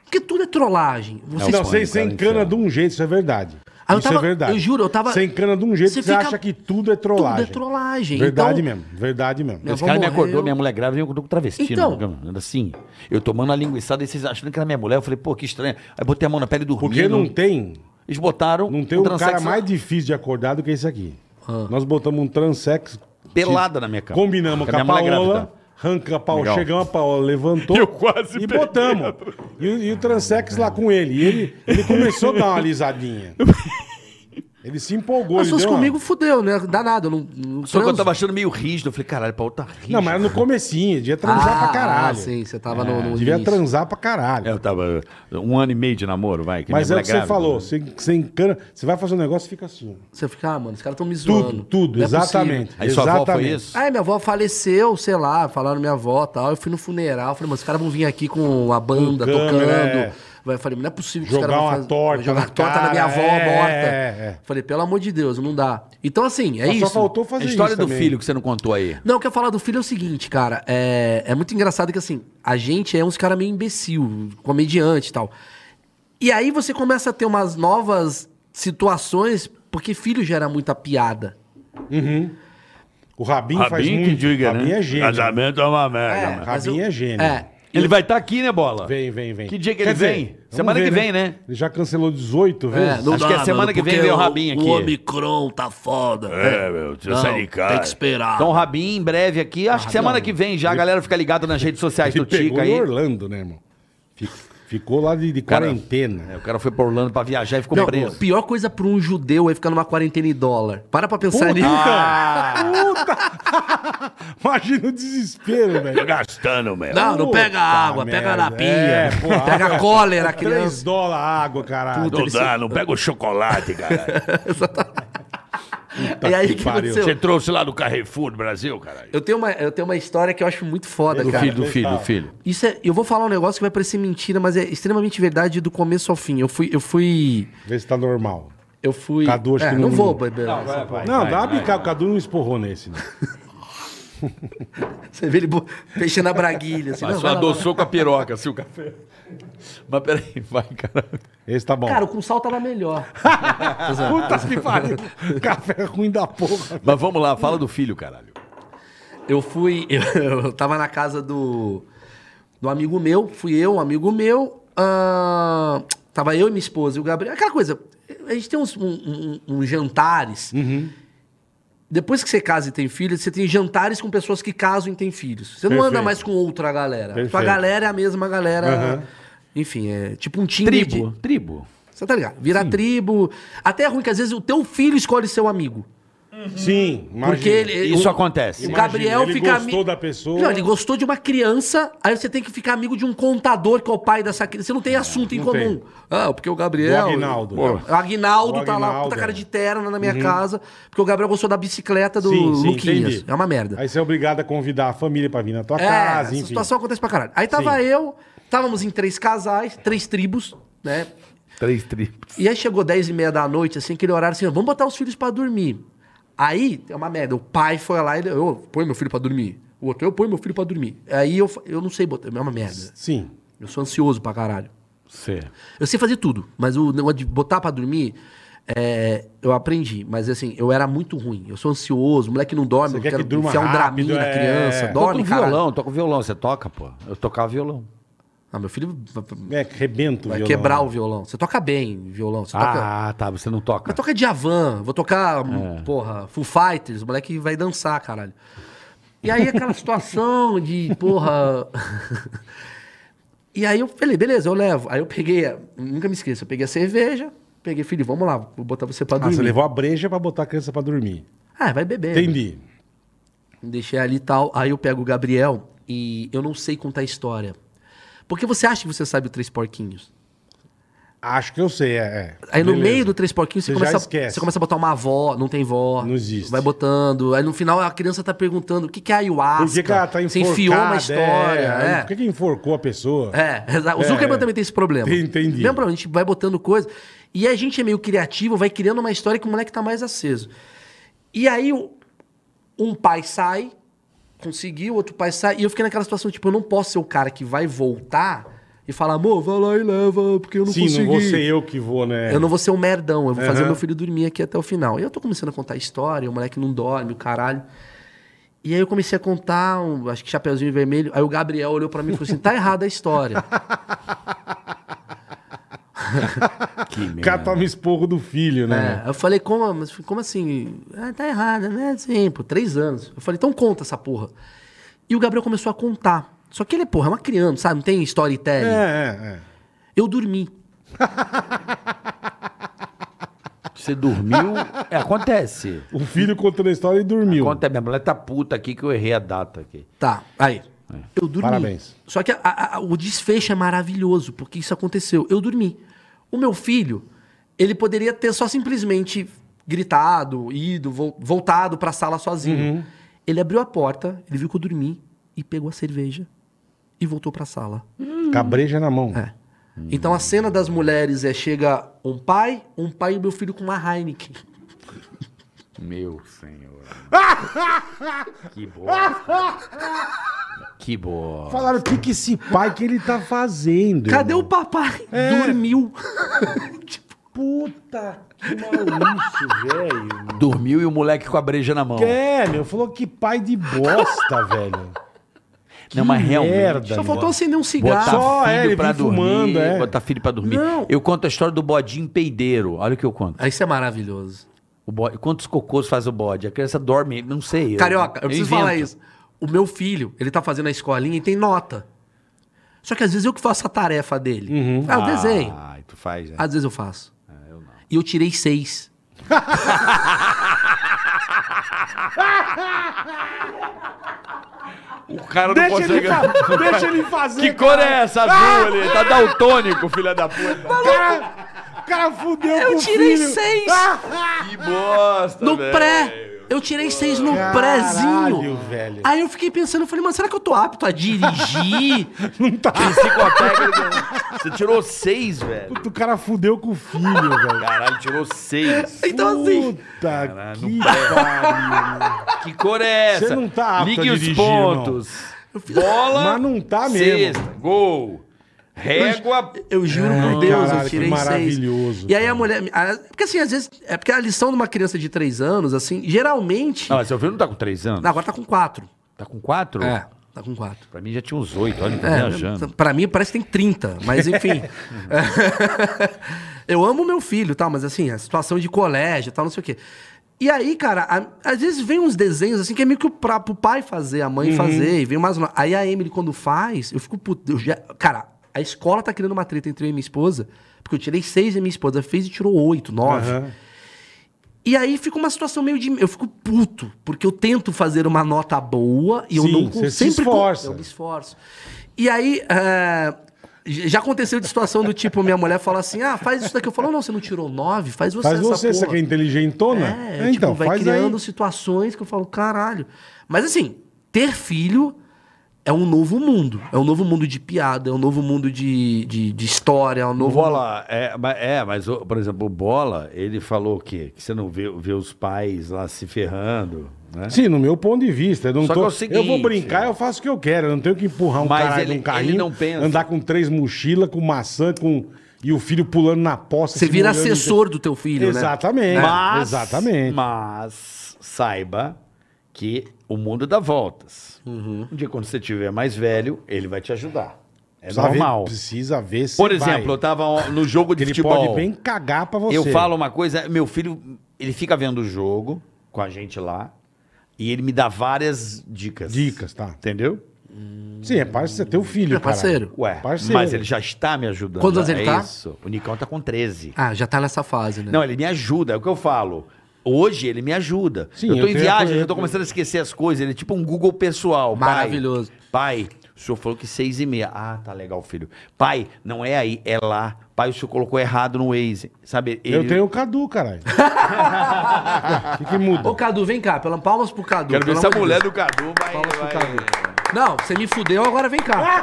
Speaker 5: Porque tudo é trollagem. Vocês
Speaker 2: Não, você, você encana de um jeito, isso é verdade.
Speaker 5: Ah, eu
Speaker 2: isso é
Speaker 5: tava-
Speaker 2: verdade.
Speaker 5: eu juro, eu tava-
Speaker 2: Você encana de um jeito,
Speaker 5: Você
Speaker 2: você, você
Speaker 5: fica-
Speaker 2: acha que tudo é trollagem.
Speaker 5: Tudo é trollagem.
Speaker 2: Verdade
Speaker 5: Então-
Speaker 2: mesmo, verdade mesmo.
Speaker 5: Meu-
Speaker 6: Esse cara me
Speaker 5: morreu.
Speaker 6: acordou, minha mulher grávida, e eu acordou com travesti.
Speaker 5: Então.
Speaker 6: no programa, Assim, eu tomando a linguiçada e vocês achando que era minha mulher. Eu falei, pô, que estranho. Aí botei a mão na pele do
Speaker 2: Porque não tem,
Speaker 6: Eles botaram
Speaker 2: não tem um, cara
Speaker 6: transexo
Speaker 2: mais difícil de acordar do que esse aqui.
Speaker 5: Ah.
Speaker 2: Nós botamos um transexo.
Speaker 6: pelada na minha cama.
Speaker 2: Combinamos com a
Speaker 6: minha mulher é
Speaker 2: Paola.
Speaker 6: grávida. tá?
Speaker 2: Arranca a Paola,
Speaker 6: Legal.
Speaker 2: chegamos, a Paola levantou
Speaker 6: Eu quase
Speaker 2: e
Speaker 6: peguei
Speaker 2: botamos. E, o- e o transex lá com ele. E ele, ele começou a dar uma alisadinha. Ele se empolgou. Ele
Speaker 5: As pessoas
Speaker 2: deu uma-
Speaker 5: comigo fudeu, né? Danado. Eu não, não
Speaker 6: Só que eu
Speaker 5: transo.
Speaker 6: tava achando meio rígido. Eu falei, caralho, Paola tá rígido.
Speaker 2: Não, mas era no comecinho, devia transar pra caralho.
Speaker 5: Ah, sim, você tava no, no
Speaker 2: Devia
Speaker 5: início.
Speaker 2: transar pra caralho.
Speaker 6: Eu tava uh, um ano e meio de namoro, vai. que
Speaker 2: Mas é o
Speaker 6: minha mulher
Speaker 2: que você
Speaker 6: grávida,
Speaker 2: falou,
Speaker 6: né?
Speaker 2: você, você encana, você vai fazer um negócio e fica assim. ó.
Speaker 5: Você fica, ah, mano, os caras estão me
Speaker 2: Tudo,
Speaker 5: zoando.
Speaker 2: tudo,
Speaker 5: Não é
Speaker 2: exatamente.
Speaker 6: Aí sua avó foi
Speaker 2: exatamente. Ah,
Speaker 6: isso?
Speaker 5: Aí minha avó faleceu, sei lá, falaram minha avó e tal. Eu fui no funeral, falei, mano, os caras vão vir aqui com a banda
Speaker 2: Com câmera, é.
Speaker 5: tocando. Vai, Eu falei, não é possível que
Speaker 2: Jogar
Speaker 5: os caras vão
Speaker 2: uma
Speaker 5: fazer-
Speaker 2: torta
Speaker 5: jogar
Speaker 2: na
Speaker 5: torta na minha
Speaker 2: cara,
Speaker 5: avó
Speaker 2: é,
Speaker 5: morta.
Speaker 2: é, é.
Speaker 5: Falei, pelo amor de Deus, não dá. Então, assim, é
Speaker 2: Mas
Speaker 5: isso.
Speaker 2: Só faltou fazer
Speaker 6: A história
Speaker 2: isso
Speaker 6: do
Speaker 2: também.
Speaker 6: filho que você não contou aí.
Speaker 5: Não, o que eu ia falar do filho é o seguinte, cara. É, é muito engraçado que, assim, a gente é uns caras meio imbecil, comediante e tal. E aí você começa a ter umas novas situações, porque filho gera muita piada.
Speaker 2: O Rabinho, faz
Speaker 6: Rabinho
Speaker 2: muito.
Speaker 6: que diga,
Speaker 2: Rabinho
Speaker 6: né?
Speaker 2: é gênio.
Speaker 6: Casamento é uma merda. mano.
Speaker 5: mas
Speaker 2: Rabinho
Speaker 5: eu-
Speaker 2: é gênio.
Speaker 5: É.
Speaker 6: Ele vai
Speaker 2: tá
Speaker 6: estar aqui, né, Bola?
Speaker 2: Vem, vem, vem.
Speaker 6: Que dia que
Speaker 2: Quer
Speaker 6: ele
Speaker 2: dizer,
Speaker 6: vem?
Speaker 2: vamos
Speaker 6: Semana que
Speaker 2: ver, né?
Speaker 6: vem, né?
Speaker 2: Ele já cancelou 18 vezes.
Speaker 6: Acho que é semana que vem
Speaker 5: porque
Speaker 6: vem o Rabinho aqui.
Speaker 5: O Omicron tá foda.
Speaker 6: É,
Speaker 5: né?
Speaker 6: meu, tira
Speaker 5: Não,
Speaker 6: essa de cara.
Speaker 5: Tem que esperar.
Speaker 6: Então, Rabin, em breve aqui. Acho que semana que vem já. A galera fica ligada nas redes sociais
Speaker 2: Ah,
Speaker 6: do
Speaker 2: Ele pegou
Speaker 6: Tica
Speaker 2: em
Speaker 6: aí.
Speaker 2: Orlando, né, irmão? Fic- Ficou lá de, de
Speaker 6: Cara,
Speaker 2: quarentena.
Speaker 6: É, o cara foi pra Orlando pra viajar e ficou
Speaker 5: Não,
Speaker 6: preso.
Speaker 5: pior coisa pra um judeu é ficar numa quarentena em dólar. Para pra pensar nisso.
Speaker 2: Imagina o desespero, velho.
Speaker 6: gastando, meu.
Speaker 5: Não, não
Speaker 2: Puta
Speaker 5: pega água, pega
Speaker 2: merda.
Speaker 5: na pia.
Speaker 2: É, pô,
Speaker 5: pega
Speaker 2: água.
Speaker 5: cólera,
Speaker 2: 3
Speaker 5: criança.
Speaker 2: dólares a água, caralho.
Speaker 6: dá, não pega o chocolate, cara.
Speaker 5: e aí
Speaker 2: que
Speaker 5: o que
Speaker 2: pariu.
Speaker 5: aconteceu?
Speaker 6: Você trouxe lá do Carrefour do Brasil, caralho?
Speaker 5: Eu tenho, uma, eu tenho uma história que eu acho muito foda,
Speaker 6: Do
Speaker 5: cara.
Speaker 6: filho, do
Speaker 2: tá-
Speaker 6: filho, do filho.
Speaker 5: Isso é, eu vou falar um negócio que vai parecer mentira, mas é extremamente verdade do começo ao fim. Eu fui. Eu fui.
Speaker 2: Vê se tá normal.
Speaker 5: Eu fui.
Speaker 2: Cadu, acho
Speaker 5: é,
Speaker 2: que
Speaker 5: não,
Speaker 2: não-
Speaker 5: vou beber.
Speaker 2: não, dá uma bicada. O Cadu não esporrou nesse. Né?
Speaker 5: Você vê ele bo- fechando a braguilha. Assim, não,
Speaker 6: Mas só
Speaker 5: vai lá, vai lá.
Speaker 6: adoçou com a piroca, assim, o café. Mas peraí, vai, caralho.
Speaker 2: Esse tá bom.
Speaker 5: Cara, com sal tava melhor.
Speaker 2: Puta que pariu. Café é ruim da porra.
Speaker 6: Mas vamos lá, fala do filho, caralho.
Speaker 5: Eu fui. Eu, eu tava na casa do. Do amigo meu. Fui eu, um amigo meu. ah, tava eu e minha esposa e o Gabriel. Aquela coisa. A gente tem uns, um- um- uns jantares.
Speaker 2: Uhum.
Speaker 5: Depois que você casa e tem filhos, você tem jantares com pessoas que casam e têm filhos. Você não anda
Speaker 2: Perfeito.
Speaker 5: mais com outra galera. Sua
Speaker 2: Perfeito.
Speaker 5: galera é a mesma galera.
Speaker 2: Aham.
Speaker 5: Enfim, é tipo um time.
Speaker 6: Tribo,
Speaker 5: de-
Speaker 6: tribo.
Speaker 5: Você tá ligado? Vira tribo. Até é ruim que às vezes o teu filho escolhe seu amigo.
Speaker 2: Sim, imagina.
Speaker 5: Porque ele,
Speaker 6: Isso
Speaker 5: É, o-
Speaker 6: acontece.
Speaker 5: O
Speaker 2: Imagina,
Speaker 5: Gabriel
Speaker 2: ele
Speaker 5: fica
Speaker 2: gostou
Speaker 5: ami-
Speaker 2: da pessoa.
Speaker 5: Não, ele gostou de uma criança, aí você tem que ficar amigo de um contador que é o pai dessa criança. Você não tem assunto em
Speaker 2: não
Speaker 5: comum.
Speaker 2: tem.
Speaker 5: Ah, porque o Gabriel.
Speaker 2: Do Aguinaldo. né?
Speaker 5: Pô, O Aguinaldo
Speaker 2: O
Speaker 5: tá lá,
Speaker 2: Aguinaldo,
Speaker 5: puta cara
Speaker 2: é.
Speaker 5: de terno na minha casa, porque o Gabriel gostou da bicicleta do
Speaker 2: Sim, sim,
Speaker 5: Luquinhas.
Speaker 2: entendi.
Speaker 5: É uma merda.
Speaker 2: Aí você é obrigado a convidar a família pra vir na tua
Speaker 5: é,
Speaker 2: casa,
Speaker 5: essa
Speaker 2: enfim.
Speaker 5: situação acontece pra caralho. Aí tava
Speaker 2: Sim.
Speaker 5: eu, estávamos em três casais, três tribos, né?
Speaker 6: Três tribos.
Speaker 5: E aí chegou 10 e meia da noite, assim, aquele horário assim, ó, vamos botar os filhos pra dormir. Aí, é uma merda, o pai foi lá e ele, eu põe meu filho pra dormir. O outro, eu ponho meu filho pra dormir. Aí eu, fa- eu não sei botar, é uma merda.
Speaker 2: Sim.
Speaker 5: Eu sou ansioso pra caralho.
Speaker 6: Você.
Speaker 5: Eu sei fazer tudo, mas o negócio de botar pra dormir, é, eu aprendi. Mas assim, eu era muito ruim. Eu sou ansioso, o moleque não dorme,
Speaker 2: Você
Speaker 5: eu
Speaker 2: quer
Speaker 5: quero
Speaker 2: que durma
Speaker 5: enfiar um
Speaker 2: rápido,
Speaker 5: draminho na
Speaker 2: é.
Speaker 5: criança,
Speaker 2: Toca
Speaker 5: dorme,
Speaker 3: toco
Speaker 5: cara.
Speaker 3: violão, toco violão. Você toca, pô? Eu tocava violão.
Speaker 5: Ah, meu filho vai- vai
Speaker 2: É, rebento o violão. né?
Speaker 5: quebrar o violão. Você toca bem violão, você toca...
Speaker 3: Ah, tá. Você não toca.
Speaker 5: Vai tocar Djavan, vou tocar,
Speaker 2: É.
Speaker 5: porra, Full Fighters, o moleque vai dançar, caralho. E aí aquela situação de, porra... e aí eu falei, beleza, eu levo. Aí eu peguei, a- nunca me esqueço, eu peguei a cerveja, peguei, filho, vamos lá, vou botar você pra
Speaker 2: Ah,
Speaker 5: dormir.
Speaker 2: você levou a breja pra botar a criança pra dormir.
Speaker 5: Ah, vai beber. né?
Speaker 2: Entendi.
Speaker 5: Deixei ali e tal. Aí eu pego o Gabriel e eu não sei contar a história. Porque você acha que você sabe o Três Porquinhos.
Speaker 2: Acho que eu sei, é. é.
Speaker 5: Aí no
Speaker 2: Beleza.
Speaker 5: meio do Três Porquinhos você,
Speaker 2: Você já
Speaker 5: começa,
Speaker 2: esquece.
Speaker 5: você começa a botar uma avó, não tem vó.
Speaker 2: Não existe.
Speaker 5: Vai botando. Aí no final a criança tá perguntando o que, que é ayahuasca.
Speaker 2: Por que, que ela tá
Speaker 5: Você
Speaker 2: enforcada?
Speaker 5: enfiou uma história.
Speaker 2: é.
Speaker 5: É.
Speaker 2: Por que, que enforcou a pessoa?
Speaker 5: É, exa- o Zuckerman
Speaker 2: É.
Speaker 5: também tem esse problema.
Speaker 2: Entendi.
Speaker 5: Mesmo problema, a gente vai botando coisa. E a gente é meio criativo, vai criando uma história que o moleque tá mais aceso. E aí o- um pai sai, conseguiu, outro pai sai, e eu fiquei naquela situação, tipo, eu não posso ser o cara que vai voltar e falar, amor, vai lá e leva, porque eu não
Speaker 2: Sim,
Speaker 5: consegui.
Speaker 2: não vou ser eu que vou, né?
Speaker 5: Eu não vou ser um merdão, eu vou fazer
Speaker 2: Aham.
Speaker 5: meu filho dormir aqui até o final. E eu tô começando a contar a história, o moleque não dorme, o caralho. E aí eu comecei a contar, um- acho que Chapeuzinho Vermelho. Aí o Gabriel olhou pra mim e falou assim: tá errada a história.
Speaker 2: O cara tava esporro do filho, né?
Speaker 5: É, eu falei, como, mas como assim? Ah, tá errada, né? Sim, pô, três anos. Eu falei, então conta essa porra. E o Gabriel começou a contar. Só que ele, porra, é uma criança, sabe? Não tem
Speaker 2: É,
Speaker 5: storytelling.
Speaker 2: é, é.
Speaker 5: Eu dormi.
Speaker 3: Você dormiu. É, acontece.
Speaker 2: O filho contando a história e dormiu.
Speaker 3: Acontece. Minha mulher tá puta aqui que eu errei a data aqui.
Speaker 5: Tá, aí. Eu dormi.
Speaker 2: Parabéns.
Speaker 5: Só que a- a- a- o desfecho é maravilhoso, porque isso aconteceu. Eu dormi. O meu filho, ele poderia ter só simplesmente gritado, ido, vol- voltado pra sala sozinho. Ele abriu a porta, ele viu que eu dormi e pegou a cerveja e voltou pra sala.
Speaker 2: Com a breja na mão.
Speaker 5: É. Então a cena das mulheres é chega um pai, um pai e meu filho com uma Heineken.
Speaker 3: Meu senhor. que bosta. Que boa.
Speaker 2: Falaram, o que, que esse pai que ele tá fazendo?
Speaker 5: Cadê o papai? Dormiu.
Speaker 2: Puta, que maluco, velho.
Speaker 3: Dormiu e o moleque com a breja na mão.
Speaker 2: É, meu, falou que pai de bosta, velho.
Speaker 3: Não, mas realmente.
Speaker 2: merda,
Speaker 5: Só
Speaker 2: meu.
Speaker 5: faltou acender um cigarro.
Speaker 3: Botar
Speaker 2: Só,
Speaker 3: filho
Speaker 2: é, ele
Speaker 3: pra
Speaker 2: vem
Speaker 3: dormir.
Speaker 2: fumando, é.
Speaker 3: Botar filho pra dormir.
Speaker 5: Não.
Speaker 3: Eu conto a história do bodinho peideiro. Olha o que eu conto.
Speaker 5: Ah, Isso é maravilhoso.
Speaker 3: O bode- quantos cocôs faz o bode? A criança dorme, não sei. eu-
Speaker 5: Carioca, eu preciso
Speaker 3: invento.
Speaker 5: falar isso. O meu filho, ele tá fazendo a escolinha e tem nota. Só que às vezes eu que faço a tarefa dele.
Speaker 2: Uhum.
Speaker 5: Ah, eu desenho.
Speaker 3: Ah, tu faz, né? É,
Speaker 5: Às vezes eu faço. E eu tirei seis.
Speaker 6: O cara não
Speaker 2: Deixa ele,
Speaker 6: consegue.
Speaker 2: fa- deixa ele fazer.
Speaker 6: Que cor é essa azul ali? Tá daltônico, filha da puta.
Speaker 2: cara? cara fudeu com
Speaker 5: Eu
Speaker 2: o
Speaker 5: tirei
Speaker 2: filho. Ah!
Speaker 5: seis.
Speaker 3: Que bosta,
Speaker 5: No
Speaker 3: velho.
Speaker 5: pré. Eu tirei seis no
Speaker 2: Caralho,
Speaker 5: prézinho.
Speaker 2: velho.
Speaker 5: Aí eu fiquei pensando, eu falei, mano, será que eu tô apto a dirigir?
Speaker 2: Não tá.
Speaker 3: Psicotécnico. Você tirou seis, velho.
Speaker 2: Puta, o cara fudeu com o filho, velho.
Speaker 3: Caralho, tirou seis.
Speaker 5: então assim,
Speaker 2: Puta que pariu.
Speaker 3: Que cor é essa?
Speaker 2: Você não tá apto
Speaker 3: Ligue
Speaker 2: a
Speaker 3: os
Speaker 2: dirigir,
Speaker 3: pontos. Bola.
Speaker 2: Mas não tá mesmo.
Speaker 3: Sexta. Gol. Régua.
Speaker 5: eu juro por Deus,
Speaker 2: É, caralho, que
Speaker 5: eu tirei
Speaker 2: maravilhoso,
Speaker 5: seis. E aí
Speaker 2: cara.
Speaker 5: a mulher. a- porque assim, às vezes. É porque a lição de uma criança de três anos, assim, geralmente.
Speaker 3: Não, mas seu filho não tá com três anos?
Speaker 5: Não, agora tá com quatro.
Speaker 3: Tá com quatro?
Speaker 5: É, tá com quatro.
Speaker 3: Pra mim já tinha uns oito. Olha, eu tô
Speaker 5: É,
Speaker 3: Tá viajando.
Speaker 5: pra mim parece que tem 30, mas enfim. eu amo meu filho, tal, mas assim, a situação de colégio, tal, não sei o quê. E aí, cara, a- às vezes vem uns desenhos assim que é meio que pra, pro pai fazer, a mãe fazer, e vem mais uma. Aí a Emily, quando faz, eu fico puto. eu já- cara, a escola tá criando uma treta entre eu e minha esposa, porque eu tirei seis e minha esposa fez e tirou oito, nove.
Speaker 2: Aham.
Speaker 5: E aí fica uma situação meio de. Eu fico puto, porque eu tento fazer uma nota boa e eu
Speaker 2: Sim,
Speaker 5: não con-
Speaker 2: você se
Speaker 5: con-
Speaker 2: esforça.
Speaker 5: Eu me esforço. E aí. é, j- Já aconteceu de situação do tipo, minha mulher fala assim: ah, faz isso daqui. Eu falo, não, você não tirou nove, faz você
Speaker 2: Faz
Speaker 5: essa
Speaker 2: você,
Speaker 5: porra.
Speaker 2: você que é inteligentona?
Speaker 5: É,
Speaker 2: então,
Speaker 5: tipo, vai
Speaker 2: faz aí.
Speaker 5: criando situações que eu falo, caralho. Mas assim, ter filho é um novo mundo. É um novo mundo de piada, é um novo mundo de, de, de história, é um
Speaker 3: O
Speaker 5: novo.
Speaker 3: Bola, é, ma- é, mas, o- por exemplo, o Bola, ele falou o quê? Que você não vê, vê os pais lá se ferrando, né?
Speaker 2: Sim, no meu ponto de vista. Eu, não
Speaker 3: Só
Speaker 2: tô-
Speaker 3: que é o seguinte,
Speaker 2: eu vou brincar, eu faço o que eu quero. Eu não tenho que empurrar um
Speaker 3: Mas
Speaker 2: caralho
Speaker 3: ele-
Speaker 2: num carrinho,
Speaker 3: ele não pensa.
Speaker 2: andar com três mochilas, com maçã, com... e o filho pulando na poça.
Speaker 5: Você
Speaker 2: se
Speaker 5: vira
Speaker 2: molhando.
Speaker 5: assessor do teu filho, né?
Speaker 2: Exatamente.
Speaker 3: Mas,
Speaker 2: Exatamente.
Speaker 3: mas saiba que o mundo dá voltas.
Speaker 2: Uhum.
Speaker 3: Um dia, quando você tiver mais velho, ele vai te ajudar. É
Speaker 2: Precisa
Speaker 3: normal.
Speaker 2: Ver, precisa ver se
Speaker 3: Por
Speaker 2: vai.
Speaker 3: exemplo, eu tava no jogo de
Speaker 2: Ele
Speaker 3: futebol.
Speaker 2: pode bem cagar pra você.
Speaker 3: Eu falo uma coisa, meu filho, ele fica vendo o jogo com a gente lá e ele me dá várias dicas.
Speaker 2: Dicas, tá.
Speaker 3: Entendeu?
Speaker 2: Sim, é parceiro, você tem o filho,
Speaker 5: É parceiro.
Speaker 2: caralho.
Speaker 3: Ué,
Speaker 2: Parceiro.
Speaker 3: mas ele já está me ajudando.
Speaker 5: Quantos anos ele
Speaker 3: é
Speaker 5: tá?
Speaker 3: Isso. O Nicão tá com 13.
Speaker 5: Ah, já tá nessa fase, né?
Speaker 3: Não, ele me ajuda, é o que eu falo. Hoje ele me ajuda.
Speaker 2: Sim,
Speaker 3: eu
Speaker 2: eu
Speaker 3: tô em
Speaker 2: tenho-
Speaker 3: viagem, eu
Speaker 2: eu-
Speaker 3: tô começando a esquecer as coisas. Ele é tipo um Google pessoal. Pai,
Speaker 5: Maravilhoso.
Speaker 3: Pai, o senhor falou que seis e meia. Ah, tá legal, filho. Pai, não é aí, é lá. Pai, o senhor colocou errado no Waze. Sabe?
Speaker 2: Eu
Speaker 3: ele-
Speaker 2: tenho um o Cadu, caralho. O que, que muda?
Speaker 5: Ô, Cadu, vem cá, pela palmas pro Cadu.
Speaker 3: Quero ver
Speaker 5: pelo
Speaker 3: se a
Speaker 5: amor de
Speaker 3: mulher
Speaker 5: Deus.
Speaker 3: do Cadu vai.
Speaker 5: Palmas pro
Speaker 3: vai-
Speaker 5: Cadu. Não, você me fudeu, agora vem cá.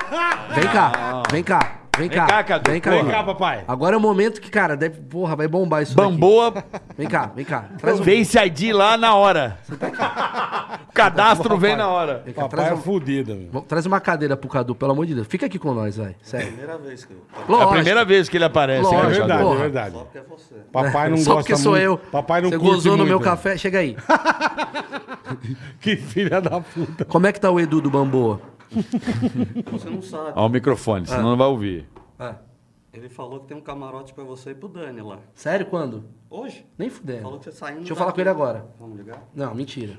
Speaker 5: Vem cá, vem cá, vem cá.
Speaker 3: cá, Cadu.
Speaker 5: Vem cá,
Speaker 3: Vem
Speaker 5: mano.
Speaker 2: cá, papai.
Speaker 5: Agora é o momento que, cara, deve, porra, vai bombar isso
Speaker 3: Bamboa,
Speaker 5: daqui. Vem cá, vem cá. Traz um...
Speaker 3: Face ID lá na hora.
Speaker 2: tá
Speaker 3: O cadastro vem na hora.
Speaker 5: Vem cá,
Speaker 2: Papai
Speaker 5: traz,
Speaker 2: é
Speaker 5: um-
Speaker 2: fudido, meu.
Speaker 5: Vamos- traz uma cadeira pro Cadu, pelo amor de Deus. Fica aqui com nós, vai. Sério.
Speaker 7: É Primeira vez que eu.
Speaker 5: Lógico.
Speaker 3: É a primeira vez que ele aparece.
Speaker 5: Lógico.
Speaker 3: né, Cadu?
Speaker 2: É verdade,
Speaker 5: Porra.
Speaker 2: é verdade.
Speaker 7: É você.
Speaker 2: Papai não
Speaker 5: Só
Speaker 2: gosta
Speaker 5: porque sou
Speaker 2: muito.
Speaker 5: eu.
Speaker 2: Papai não
Speaker 5: Você
Speaker 2: curte
Speaker 5: gozou
Speaker 2: muito.
Speaker 5: no
Speaker 2: né?
Speaker 5: meu café. Chega aí.
Speaker 2: Que filha da puta.
Speaker 5: Como é que tá o Edu do Bamboa?
Speaker 8: Você não sabe.
Speaker 3: Ó, o microfone,
Speaker 2: Ah.
Speaker 3: senão não vai ouvir.
Speaker 8: Ele falou que tem um camarote pra você e pro Dani lá.
Speaker 5: Sério, quando?
Speaker 8: Hoje?
Speaker 5: Nem fudendo.
Speaker 8: Falou que você tá saindo.
Speaker 5: Deixa eu
Speaker 8: daqui.
Speaker 5: falar com ele agora.
Speaker 8: Vamos ligar?
Speaker 5: Não, mentira.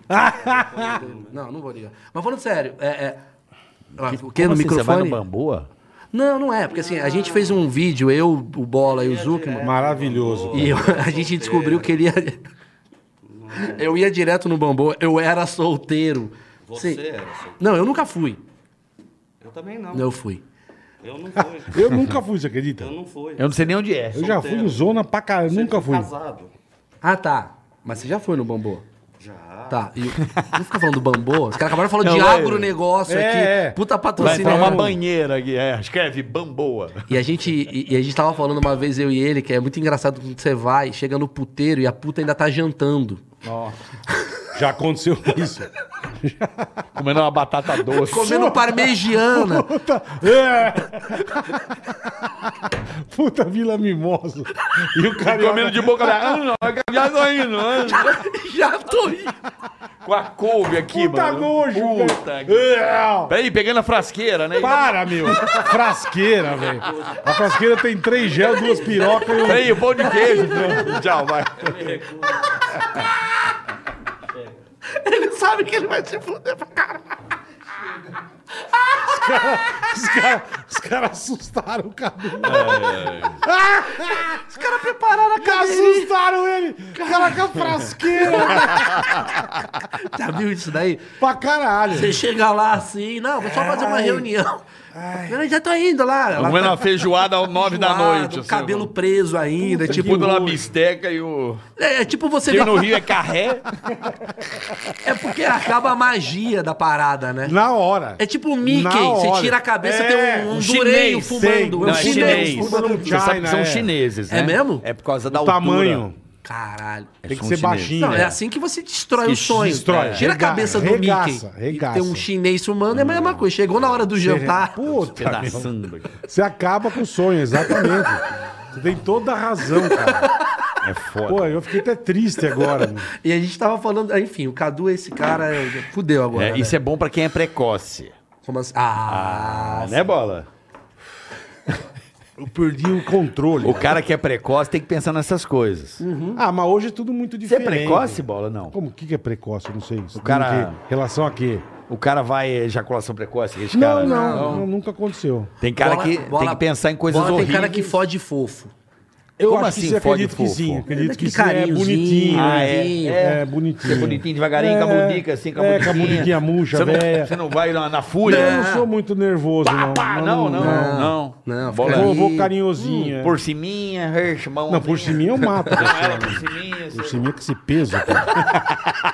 Speaker 5: não, não vou ligar. Mas falando sério, é. é... Ah, O que
Speaker 2: é
Speaker 3: Como
Speaker 5: no
Speaker 3: assim, Você vai
Speaker 5: microfone?
Speaker 3: no Bamboa?
Speaker 5: não, não é, porque assim, a gente fez um vídeo, eu, o Bola e o
Speaker 2: É,
Speaker 5: Zuckerman,
Speaker 2: Maravilhoso.
Speaker 5: e eu- a gente descobriu que ele ia. Eu ia direto no bambu, eu era solteiro.
Speaker 8: Você
Speaker 5: Sim.
Speaker 8: era solteiro.
Speaker 5: Não, eu nunca fui.
Speaker 8: Eu também não.
Speaker 5: Eu fui.
Speaker 8: Eu não fui.
Speaker 2: Eu nunca fui, você acredita?
Speaker 8: Eu não fui.
Speaker 3: Eu não sei nem onde é.
Speaker 2: Eu já fui no Zona pra caralho, nunca fui.
Speaker 8: casado.
Speaker 5: Ah, tá. Mas você já foi no bambu?
Speaker 8: Já.
Speaker 5: Tá. E... Não fica falando do bambu? Os caras acabaram falando de
Speaker 3: Não, vai-
Speaker 5: agronegócio
Speaker 2: É,
Speaker 5: aqui.
Speaker 2: é.
Speaker 5: Puta
Speaker 3: Vai
Speaker 5: patrocínio.
Speaker 3: entrar um- uma
Speaker 5: não.
Speaker 3: banheira aqui, é. Escreve Bamboa.
Speaker 5: E a gente, e, e a gente tava falando uma vez, eu e ele, que é muito engraçado quando você vai, chega no puteiro e a puta ainda tá jantando.
Speaker 2: Já aconteceu isso.
Speaker 3: Comendo uma batata doce.
Speaker 5: Comendo parmegiana.
Speaker 2: Puta. É. Puta Vila Mimosa. E o cara.
Speaker 3: Comendo de boca aberta. Não, não, já tô indo. ah,
Speaker 5: Já tô rindo.
Speaker 3: Com a couve aqui,
Speaker 2: Puta
Speaker 3: mano.
Speaker 2: nojo,
Speaker 3: né? Puta
Speaker 2: velho.
Speaker 3: que-
Speaker 2: É.
Speaker 3: Peraí, pegando a frasqueira, né?
Speaker 2: Para, meu. Frasqueira, velho. A frasqueira tem três gel, duas pirocas e um
Speaker 3: Peraí, o pão de queijo. Tchau, vai.
Speaker 5: Ele sabe que ele vai se fuder pra caralho.
Speaker 2: Os caras os cara assustaram o Cadu.
Speaker 5: Os caras prepararam a
Speaker 2: Que assustaram ele! Cara com a frasqueira!
Speaker 5: Já viu isso daí?
Speaker 2: pra caralho!
Speaker 5: Você chega lá assim, não, vou só fazer uma reunião. Eu já tô indo lá. Ela
Speaker 3: Comendo
Speaker 5: tá
Speaker 3: uma feijoada às nove da
Speaker 5: zoada,
Speaker 3: noite.
Speaker 5: o
Speaker 3: assim,
Speaker 5: cabelo preso ainda, é tipo...
Speaker 3: Tipo do La Bisteca e o.
Speaker 5: É, é tipo você...
Speaker 3: Quem
Speaker 5: ver-
Speaker 3: no Rio é carré.
Speaker 5: É porque acaba a magia da parada, né?
Speaker 2: Na hora!
Speaker 5: É tipo o Mickey,
Speaker 2: Na hora.
Speaker 5: você tira a cabeça,
Speaker 2: É,
Speaker 5: tem um, um
Speaker 2: um
Speaker 5: dureio
Speaker 3: chinês,
Speaker 5: fumando.
Speaker 2: sei.
Speaker 5: É
Speaker 2: Não,
Speaker 5: um
Speaker 2: é
Speaker 5: chinês.
Speaker 2: chinês. fumando um
Speaker 3: Você sabe
Speaker 2: China,
Speaker 3: que são
Speaker 2: é.
Speaker 3: chineses, né?
Speaker 5: É mesmo?
Speaker 3: É por causa da
Speaker 2: o
Speaker 3: altura. É um
Speaker 2: tamanho
Speaker 5: Caralho.
Speaker 2: tem que
Speaker 3: são
Speaker 2: ser
Speaker 3: chineses.
Speaker 2: baixinho. né?
Speaker 5: Não, é assim que você destrói o sonho.
Speaker 2: destrói,
Speaker 5: Tira a
Speaker 2: rega-
Speaker 5: cabeça do
Speaker 2: regaça,
Speaker 5: Mickey.
Speaker 2: regaça.
Speaker 5: Tem um chinês fumando, é a mesma coisa. Chegou na hora do jantar.
Speaker 3: Tá
Speaker 2: Puta, meu.
Speaker 3: Pedaçando.
Speaker 2: Você acaba com o sonho, exatamente. Você tem toda a razão, cara.
Speaker 3: É foda.
Speaker 2: Pô, eu fiquei até triste agora. Mano.
Speaker 5: E a gente tava falando, ah, enfim, o Cadu é esse cara, é- fudeu agora.
Speaker 3: É,
Speaker 5: né?
Speaker 3: isso é bom pra quem é precoce.
Speaker 5: Como assim? Ah,
Speaker 3: né, bola?
Speaker 2: Eu perdi o controle.
Speaker 3: O cara que é precoce tem que pensar nessas coisas.
Speaker 2: Ah, mas hoje é tudo muito
Speaker 3: Uhum. Você é
Speaker 2: diferente.
Speaker 3: precoce, bola? Não.
Speaker 2: Como o que, que é precoce? Eu não sei. O
Speaker 3: cara-
Speaker 2: Relação a quê?
Speaker 3: O cara vai ejaculação precoce? aqueles
Speaker 2: Não,
Speaker 3: cara-
Speaker 2: não, não, nunca aconteceu.
Speaker 3: Tem cara
Speaker 5: Bola-
Speaker 3: que
Speaker 5: bola-
Speaker 3: tem que pensar em coisas
Speaker 5: bola
Speaker 3: horríveis.
Speaker 5: Tem cara que fode fofo.
Speaker 2: Eu
Speaker 3: Como
Speaker 2: acho que
Speaker 3: assim,
Speaker 2: sim,
Speaker 3: fode
Speaker 2: acredito que
Speaker 3: fofo?
Speaker 2: sim. Acredito que
Speaker 5: Daquele
Speaker 2: sim. É
Speaker 5: carinhozinho,
Speaker 2: bonitinho.
Speaker 3: Ah, é.
Speaker 2: É, bonitinho.
Speaker 3: Você é bonitinho devagarinho, com a bundica assim, com a
Speaker 2: É,
Speaker 3: bundiquinha.
Speaker 2: com a bundiquinha murcha,
Speaker 3: Você não-
Speaker 2: velha.
Speaker 3: Você não vai na, na
Speaker 2: Não,
Speaker 3: fúria?
Speaker 2: eu não sou muito nervoso, não.
Speaker 3: Pá, não, não, não. Não,
Speaker 5: Não,
Speaker 3: bola
Speaker 5: fica
Speaker 2: Vou,
Speaker 5: aí.
Speaker 2: vou carinhosinho. é.
Speaker 3: hum, Por ciminha, irmão.
Speaker 2: Não, por é um cima eu mato. né?
Speaker 3: Não, ela É, por ciminha. assim.
Speaker 2: Por
Speaker 3: você-
Speaker 2: cima com esse peso, cara.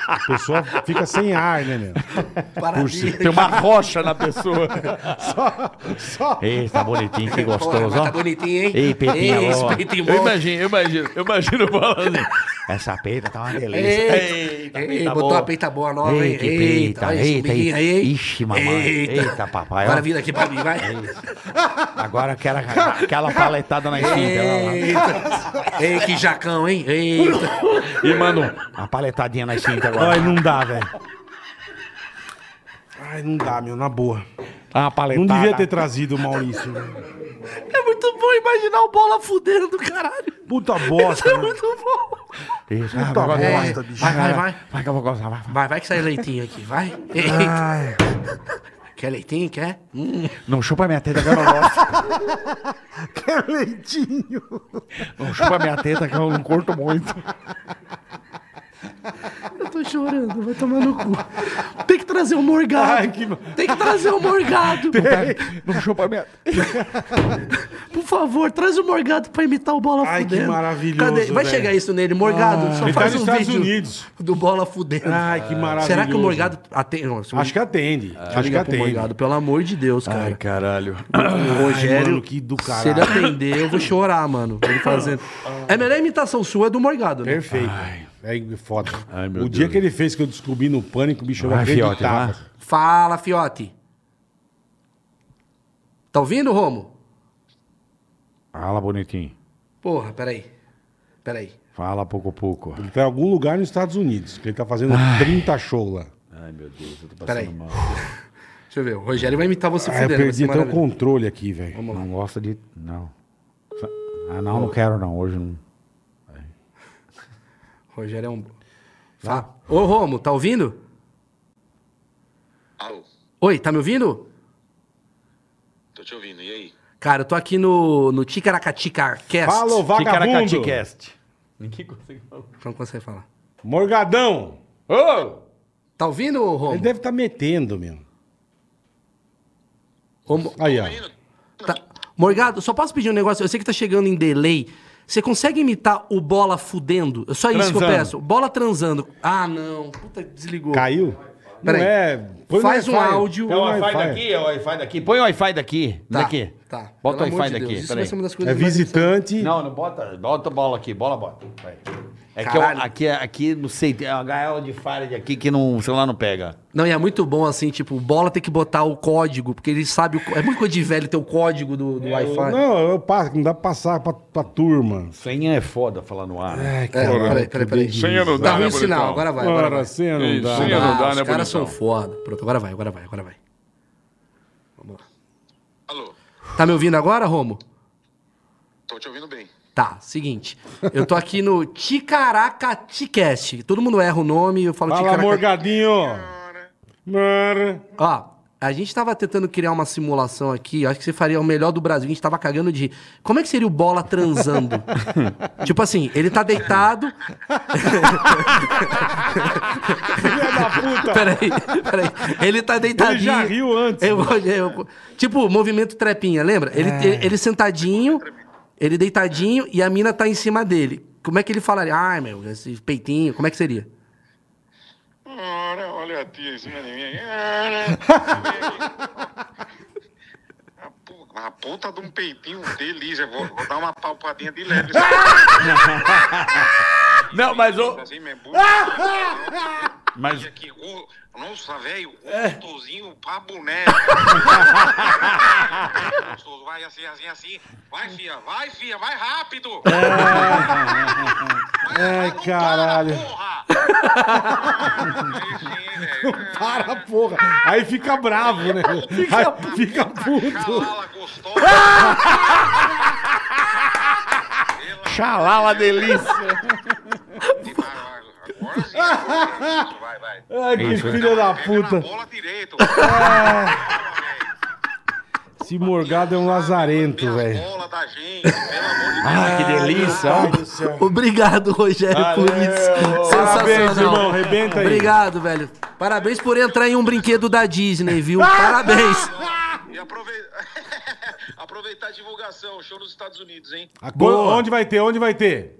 Speaker 2: A pessoa fica sem ar, né, meu?
Speaker 5: Paradinha.
Speaker 3: Tem uma rocha na pessoa.
Speaker 2: Só, só.
Speaker 3: Ei, tá bonitinho, que gostoso,
Speaker 5: Porra,
Speaker 3: ó.
Speaker 5: tá bonitinho, hein?
Speaker 3: Ei, peitinho,
Speaker 5: Ei,
Speaker 3: ó.
Speaker 5: esse peitinho
Speaker 3: Eu
Speaker 5: bom.
Speaker 3: imagino, eu imagino, eu imagino falando. Essa peita tá uma delícia.
Speaker 5: Ei, ei, botou
Speaker 3: boa.
Speaker 5: a peita boa nova,
Speaker 3: Ei,
Speaker 5: hein?
Speaker 3: que peita,
Speaker 5: olha
Speaker 3: eita,
Speaker 5: esse amiguinho aí, hein?
Speaker 3: Ixi, mamãe. Eita, papai, ó.
Speaker 5: Agora vira aqui pra mim, vai.
Speaker 3: Agora eu quero aquela paletada na esquina. lá, lá.
Speaker 5: Eita. Ei, que jacão, hein? Eita.
Speaker 3: E mano, uma paletadinha na cinta agora.
Speaker 2: Ai, não dá, velho. Ai, não dá, meu, na boa.
Speaker 3: Dá Uma paletada.
Speaker 2: Não devia ter trazido o Maurício. né?
Speaker 5: É muito bom imaginar o bola fudendo do caralho.
Speaker 2: Puta bosta.
Speaker 5: É
Speaker 2: né?
Speaker 5: muito bom.
Speaker 3: Isso, ah,
Speaker 2: Puta
Speaker 3: agora eu
Speaker 2: bosta,
Speaker 3: gosto.
Speaker 2: bicho. É.
Speaker 5: Vai, vai, vai.
Speaker 3: Tá Vai que eu vou gozar, vai. vai.
Speaker 5: Vai, vai que sai leitinho aqui, vai. Eita.
Speaker 2: Ai,
Speaker 5: Quer leitinho? Quer? Hum.
Speaker 3: Não chupa minha teta que eu não gosto.
Speaker 2: que leitinho.
Speaker 3: Não chupa minha teta que eu não curto muito.
Speaker 5: Eu tô chorando, vai tomar no cu. Tem que trazer o morgado.
Speaker 2: Ai, que...
Speaker 5: Tem que trazer o morgado.
Speaker 3: Não chupa minha
Speaker 5: Por favor, traz o morgado pra imitar o bola
Speaker 2: Ai, que
Speaker 5: fudendo.
Speaker 2: maravilhoso,
Speaker 5: Vai
Speaker 2: velho.
Speaker 5: chegar isso nele, morgado. só
Speaker 2: Ele tá
Speaker 5: faz
Speaker 2: nos
Speaker 5: um
Speaker 2: Estados
Speaker 5: vídeo
Speaker 2: Unidos.
Speaker 5: do bola fudendo.
Speaker 2: Ai,
Speaker 3: Ah,
Speaker 2: que maravilhoso.
Speaker 5: Será que o morgado atende?
Speaker 2: Acho que atende. acho que atende.
Speaker 5: morgado, pelo amor de Deus, cara.
Speaker 3: Caralho.
Speaker 5: o Rogério,
Speaker 2: mano, que do
Speaker 5: se ele
Speaker 2: caralho. Ah.
Speaker 5: atender, eu vou chorar, mano. Ele fazendo. É a melhor imitação sua é do morgado, né?
Speaker 2: Perfeito. É foda.
Speaker 3: Ai, meu
Speaker 2: o dia
Speaker 3: Deus.
Speaker 2: que ele fez que eu descobri no pânico, o bicho, eu não
Speaker 3: Vai, Fiote,
Speaker 2: acreditava.
Speaker 3: vai.
Speaker 5: Fala, fiote. Tá ouvindo, Romo?
Speaker 3: Fala, bonitinho.
Speaker 5: Porra, peraí. Peraí.
Speaker 2: Tá
Speaker 3: Fala pouco a pouco.
Speaker 2: Ele tá em algum lugar nos Estados Unidos, que ele tá fazendo 30 shows lá.
Speaker 3: Ai, meu Deus, eu tô
Speaker 5: Peraí.
Speaker 3: mal.
Speaker 5: Deixa eu ver. O Rogério vai imitar você
Speaker 2: Ah, eu
Speaker 5: fudendo. vai
Speaker 2: perdi
Speaker 5: ser
Speaker 2: até o
Speaker 5: maravilhoso.
Speaker 2: controle aqui, velho.
Speaker 3: Não gosta de. Não. Ah, não, não quero não. Hoje não.
Speaker 5: Rogério é um. Fa- Ô, Romo, tá ouvindo?
Speaker 9: Alô,
Speaker 5: Oi, tá me ouvindo?
Speaker 9: tô te ouvindo, e aí?
Speaker 5: Cara, eu tô aqui no, no Ticaracatica Cast.
Speaker 2: Fala, ô vagabundo!
Speaker 3: Ticaracati-cast. Ninguém consegue falar.
Speaker 5: Não consegue falar.
Speaker 2: Morgadão!
Speaker 3: Ô!
Speaker 5: Tá ouvindo, ô, Romo?
Speaker 2: Ele deve estar metendo, meu.
Speaker 5: Romo-
Speaker 2: Aí, ó.
Speaker 5: tá- Morgado, só posso pedir um negócio? Eu sei que tá chegando em delay. Você consegue imitar o bola fudendo? É só isso que eu
Speaker 3: Transando.
Speaker 5: peço. Bola transando. Ah, não. Puta, desligou.
Speaker 2: Caiu?
Speaker 5: Peraí.
Speaker 2: Não é. põe no
Speaker 5: Faz um
Speaker 2: Wi-Fi.
Speaker 5: áudio.
Speaker 2: Põe no
Speaker 5: É o
Speaker 2: Wi-Fi.
Speaker 3: é o Wi-Fi daqui. Põe o Wi-Fi daqui.
Speaker 5: Tá,
Speaker 3: daqui.
Speaker 5: Tá.
Speaker 3: Bota o Wi-Fi
Speaker 5: Pelo amor de
Speaker 3: daqui.
Speaker 5: Deis, Isso
Speaker 3: peraí.
Speaker 5: vai ser uma das
Speaker 2: É
Speaker 5: coisas mais-
Speaker 2: visitante.
Speaker 3: Não, não bota. Bota bola aqui. Bola, bota. Vai. É que eu-
Speaker 5: Caralho.
Speaker 3: aqui, aqui, não sei, tem uma gaiola de falha de aqui que não, o celular não pega.
Speaker 5: Não, e é muito bom, assim, tipo, o bola tem que botar o código, porque ele sabe o... co- É muito coisa de velho ter o código do, do Wi-Fi.
Speaker 2: É, Não, eu passo, não dá pra passar pra, pra turma.
Speaker 3: Senha é foda falar no ar. né?
Speaker 2: Ai,
Speaker 5: É, peraí, peraí, peraí.
Speaker 6: Senha não
Speaker 5: Tá
Speaker 6: dá,
Speaker 5: ruim
Speaker 6: né,
Speaker 5: o sinal,
Speaker 6: bonitão?
Speaker 5: agora vai, agora
Speaker 2: Agora
Speaker 5: vai.
Speaker 2: assim não
Speaker 6: Ih,
Speaker 2: dá.
Speaker 6: senha não dá,
Speaker 5: os
Speaker 6: né,
Speaker 5: caras são
Speaker 6: bonitão?
Speaker 5: foda. Pronto, agora vai, agora vai, agora vai. Vamos lá.
Speaker 9: Alô,
Speaker 5: Tá me ouvindo agora, Romo?
Speaker 9: tô te ouvindo bem.
Speaker 5: Tá, seguinte. Eu tô aqui no Ticaracaticast. Todo mundo erra o nome e eu falo
Speaker 2: Fala,
Speaker 5: Ticaraca-
Speaker 2: Morgadinho. Mor...
Speaker 5: Ó, A gente tava tentando criar uma simulação aqui, acho que você faria o melhor do Brasil, a gente tava cagando de rir. Como é que seria o bola transando? tipo assim, ele tá deitado.
Speaker 2: Filha da puta!
Speaker 5: Peraí, peraí. Ele tá deitadinho.
Speaker 2: Então. já riu antes. né? É.
Speaker 5: Eu vou- eu- tipo, movimento trepinha, lembra? Ele, ele, ele sentadinho, ele deitadinho e a mina tá em cima dele. Como é que ele falaria? Ai, meu, esse peitinho, como é que seria?
Speaker 10: Ora, olha a tia em cima de mim. Ora. A pu- A ponta de um peitinho delícia. Vou, vou dar uma palpadinha de leve.
Speaker 6: Não, mas o.
Speaker 10: Assim mesmo. Olha
Speaker 6: Mas, É.
Speaker 10: aqui, o- Nossa, velho, o motorzinho pra boneco. Gostoso, Vai assim, assim, assim. Vai, fia, vai, fia, vai rápido.
Speaker 6: É.
Speaker 2: Ai,
Speaker 10: Não para,
Speaker 2: caralho.
Speaker 10: porra. Aí sim, velho.
Speaker 2: Para, porra. Aí fica bravo, né? Aí fica puto.
Speaker 10: Xalala Ah, gostosa.
Speaker 6: xalala delícia.
Speaker 10: Agora sim. agora sim. Vai, vai.
Speaker 2: Ai, que
Speaker 5: é.
Speaker 2: filha da
Speaker 10: Pega na
Speaker 2: Ah, puta. É.
Speaker 10: bola direito.
Speaker 2: Esse morgado é um lazarento,
Speaker 10: Pega a
Speaker 2: velho.
Speaker 10: bola da gente, pelo amor de Deus.
Speaker 6: Ah, que delícia. ó.
Speaker 5: Obrigado, Rogério, por
Speaker 2: Parabéns, irmão.
Speaker 5: isso. Sensacional.
Speaker 2: Arrebenta aí.
Speaker 5: Obrigado, velho. Parabéns por entrar em um brinquedo da Disney, viu? Parabéns.
Speaker 10: E aprove- aproveitar a divulgação, show nos Estados Unidos, hein?
Speaker 2: Ah, quando- Onde vai ter? Onde vai ter?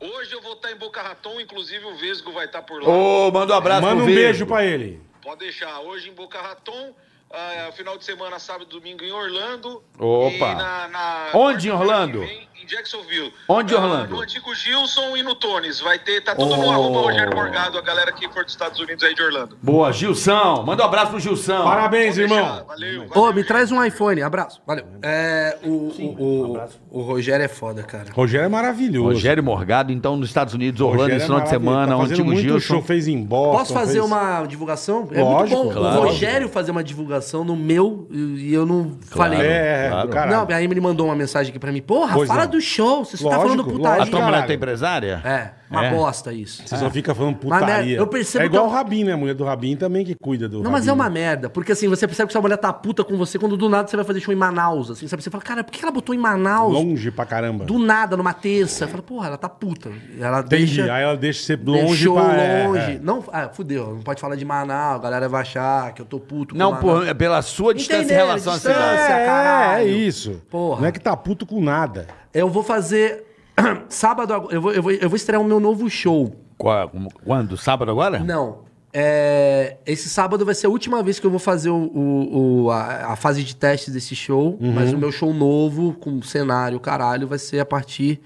Speaker 10: Hoje eu vou estar em Boca Raton, inclusive o Vesgo vai estar por lá.
Speaker 6: Ô, manda um abraço
Speaker 2: Manda
Speaker 6: pro
Speaker 2: um
Speaker 6: Verde.
Speaker 2: beijo pra ele.
Speaker 10: Pode deixar, hoje em Boca Raton, ah, final de semana, sábado e domingo em Orlando.
Speaker 6: Opa.
Speaker 10: E na, na-
Speaker 6: Onde em Orlando?
Speaker 10: Em em Jacksonville.
Speaker 6: Onde em
Speaker 10: Ah,
Speaker 6: Orlando? Oh.
Speaker 10: no antigo Gilson e no Tones. Vai ter, tá tudo no arroba Rogério Morgado, a galera que for dos Estados Unidos aí de Orlando.
Speaker 6: Boa, Gilson. Manda um abraço pro Gilson.
Speaker 2: Parabéns,
Speaker 10: Pode deixar,
Speaker 2: irmão.
Speaker 10: Valeu, valeu.
Speaker 5: Ô, me traz um iPhone. Abraço. Valeu. É, o, o, o, o Rogério é foda, cara.
Speaker 2: Rogério é maravilhoso.
Speaker 6: Rogério Morgado, então, nos Estados Unidos,
Speaker 5: é
Speaker 6: Orlando,
Speaker 2: Rogério
Speaker 6: esse final de
Speaker 2: maravilhoso.
Speaker 6: semana,
Speaker 2: tá
Speaker 6: o
Speaker 2: fazendo
Speaker 6: antigo
Speaker 2: muito show,
Speaker 6: Gilson.
Speaker 2: fez em Boston.
Speaker 5: Posso fazer
Speaker 2: fez-
Speaker 5: uma divulgação?
Speaker 2: Lógico,
Speaker 5: é muito bom
Speaker 2: claro.
Speaker 5: o Rogério fazer uma divulgação no meu e eu não falei.
Speaker 2: É,
Speaker 6: Claro.
Speaker 2: caralho.
Speaker 5: Não, aí ele mandou uma mensagem aqui pra mim. Porra,
Speaker 2: Pois
Speaker 5: fala
Speaker 2: não.
Speaker 5: do show. Você tá
Speaker 2: Lógico,
Speaker 5: falando
Speaker 2: lógico.
Speaker 5: putagem.
Speaker 2: A
Speaker 6: Tua mulher
Speaker 2: Caralho.
Speaker 6: tá empresária?
Speaker 5: É, uma bosta isso.
Speaker 2: Você só fica falando
Speaker 5: Mas, né,
Speaker 2: putaria.
Speaker 5: eu percebo
Speaker 2: é
Speaker 5: que
Speaker 2: igual
Speaker 5: eu-
Speaker 2: o Rabin, né? A mulher do Rabin também que cuida do
Speaker 5: Não, mas é
Speaker 2: Rabin.
Speaker 5: uma merda. Porque assim, você percebe que sua mulher tá puta com você quando do nada você vai fazer show em Manaus. Assim, sabe? Você fala, cara, por que ela botou em Manaus?
Speaker 2: Longe pra caramba.
Speaker 5: Do nada, numa terça. Fala, porra, ela tá puta. Ela
Speaker 2: Entendi.
Speaker 5: deixa.
Speaker 2: Aí ela deixa você longe
Speaker 5: deixou
Speaker 2: pra... é,
Speaker 5: longe.
Speaker 2: é.
Speaker 5: Não, ah, fudeu. Não pode falar de Manaus. A galera vai achar que eu tô puto. com
Speaker 6: Não,
Speaker 5: Manaus.
Speaker 6: por, é pela sua distância em
Speaker 5: Entendeu?
Speaker 6: relação à
Speaker 5: Distância.
Speaker 6: cidade.
Speaker 5: Nossa,
Speaker 2: É, é,
Speaker 5: caralho.
Speaker 2: isso.
Speaker 5: Porra.
Speaker 2: Não é que tá puto com nada.
Speaker 5: Eu vou fazer. Sábado, agora- eu vou, eu, vou, eu vou estrear o meu novo show.
Speaker 6: Qual- como- Quando? Sábado agora?
Speaker 5: Não. é, esse sábado vai ser a última vez que eu vou fazer o, o- o- a, a fase de teste desse show. Mas o meu show novo, com cenário, caralho, vai ser a partir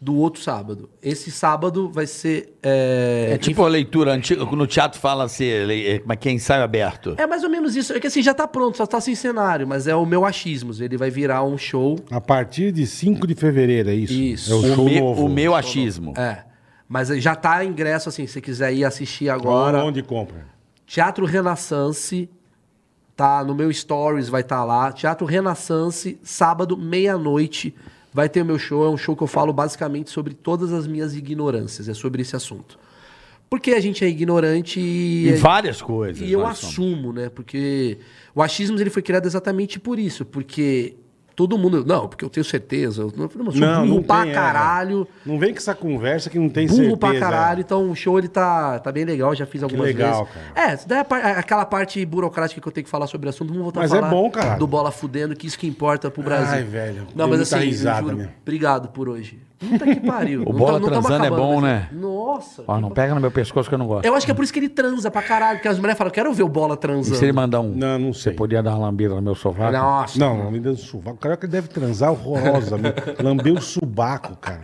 Speaker 5: do outro sábado. Esse sábado vai ser. É,
Speaker 6: É tipo a leitura antiga, no teatro fala-se, ele- é, como é que é ensaio aberto.
Speaker 5: é mais ou menos isso. É que assim, já tá pronto, só tá sem cenário, mas é o meu achismos. Ele vai virar um show.
Speaker 2: A partir de 5 de fevereiro, é isso?
Speaker 5: Isso.
Speaker 2: É o,
Speaker 6: O,
Speaker 2: show
Speaker 6: me-
Speaker 2: novo.
Speaker 6: o meu achismo.
Speaker 5: É. Mas já tá ingresso, assim, se você quiser ir assistir agora.
Speaker 2: Agora... Onde compra?
Speaker 5: Teatro Renaissance, tá? No meu stories vai estar lá. Teatro Renaissance, sábado, meia-noite, vai ter o meu show. É um show que eu falo basicamente sobre todas as minhas ignorâncias. É sobre esse assunto. Porque a gente é ignorante e... é-
Speaker 6: Em várias coisas.
Speaker 5: E eu
Speaker 6: nós somos.
Speaker 5: assumo, né? Porque o achismo ele foi criado exatamente por isso, porque todo mundo, não, porque eu tenho certeza, eu não, eu sou
Speaker 2: Não,
Speaker 5: burro
Speaker 2: não
Speaker 5: pra
Speaker 2: tem, é.
Speaker 5: caralho,
Speaker 2: Não vem com essa conversa que não tem
Speaker 5: burro
Speaker 2: certeza. é.
Speaker 5: pra caralho, então o show ele tá, tá bem legal, já fiz algumas
Speaker 2: legal,
Speaker 5: vezes.
Speaker 2: cara.
Speaker 5: É, isso daí é a par- aquela parte burocrática que eu tenho que falar sobre o assunto, vamos voltar
Speaker 2: Mas
Speaker 5: a
Speaker 2: é
Speaker 5: falar
Speaker 2: bom, caralho.
Speaker 5: do bola fudendo, que isso que importa pro Brasil.
Speaker 2: Ai, velho,
Speaker 5: Não,
Speaker 2: dei
Speaker 5: mas
Speaker 2: muita
Speaker 5: assim, eu
Speaker 2: risada
Speaker 5: juro,
Speaker 2: mesmo.
Speaker 5: obrigado por hoje. Puta que pariu. tá-
Speaker 6: O bola transando é bom, né?
Speaker 5: Nossa.
Speaker 6: Ó, não pega no meu pescoço que eu não gosto.
Speaker 5: Eu acho que é por isso que ele transa pra caralho, porque as mulheres falam, quero ver o bola
Speaker 6: E
Speaker 5: transando.
Speaker 6: se ele mandar um,
Speaker 2: Não, não
Speaker 6: você
Speaker 2: sei.
Speaker 6: podia dar uma lambida no meu sofá?
Speaker 5: Nossa.
Speaker 2: Não, não me dando sovaco. O carioca deve transar horrorosa. meu. Lambeu o subaco, cara.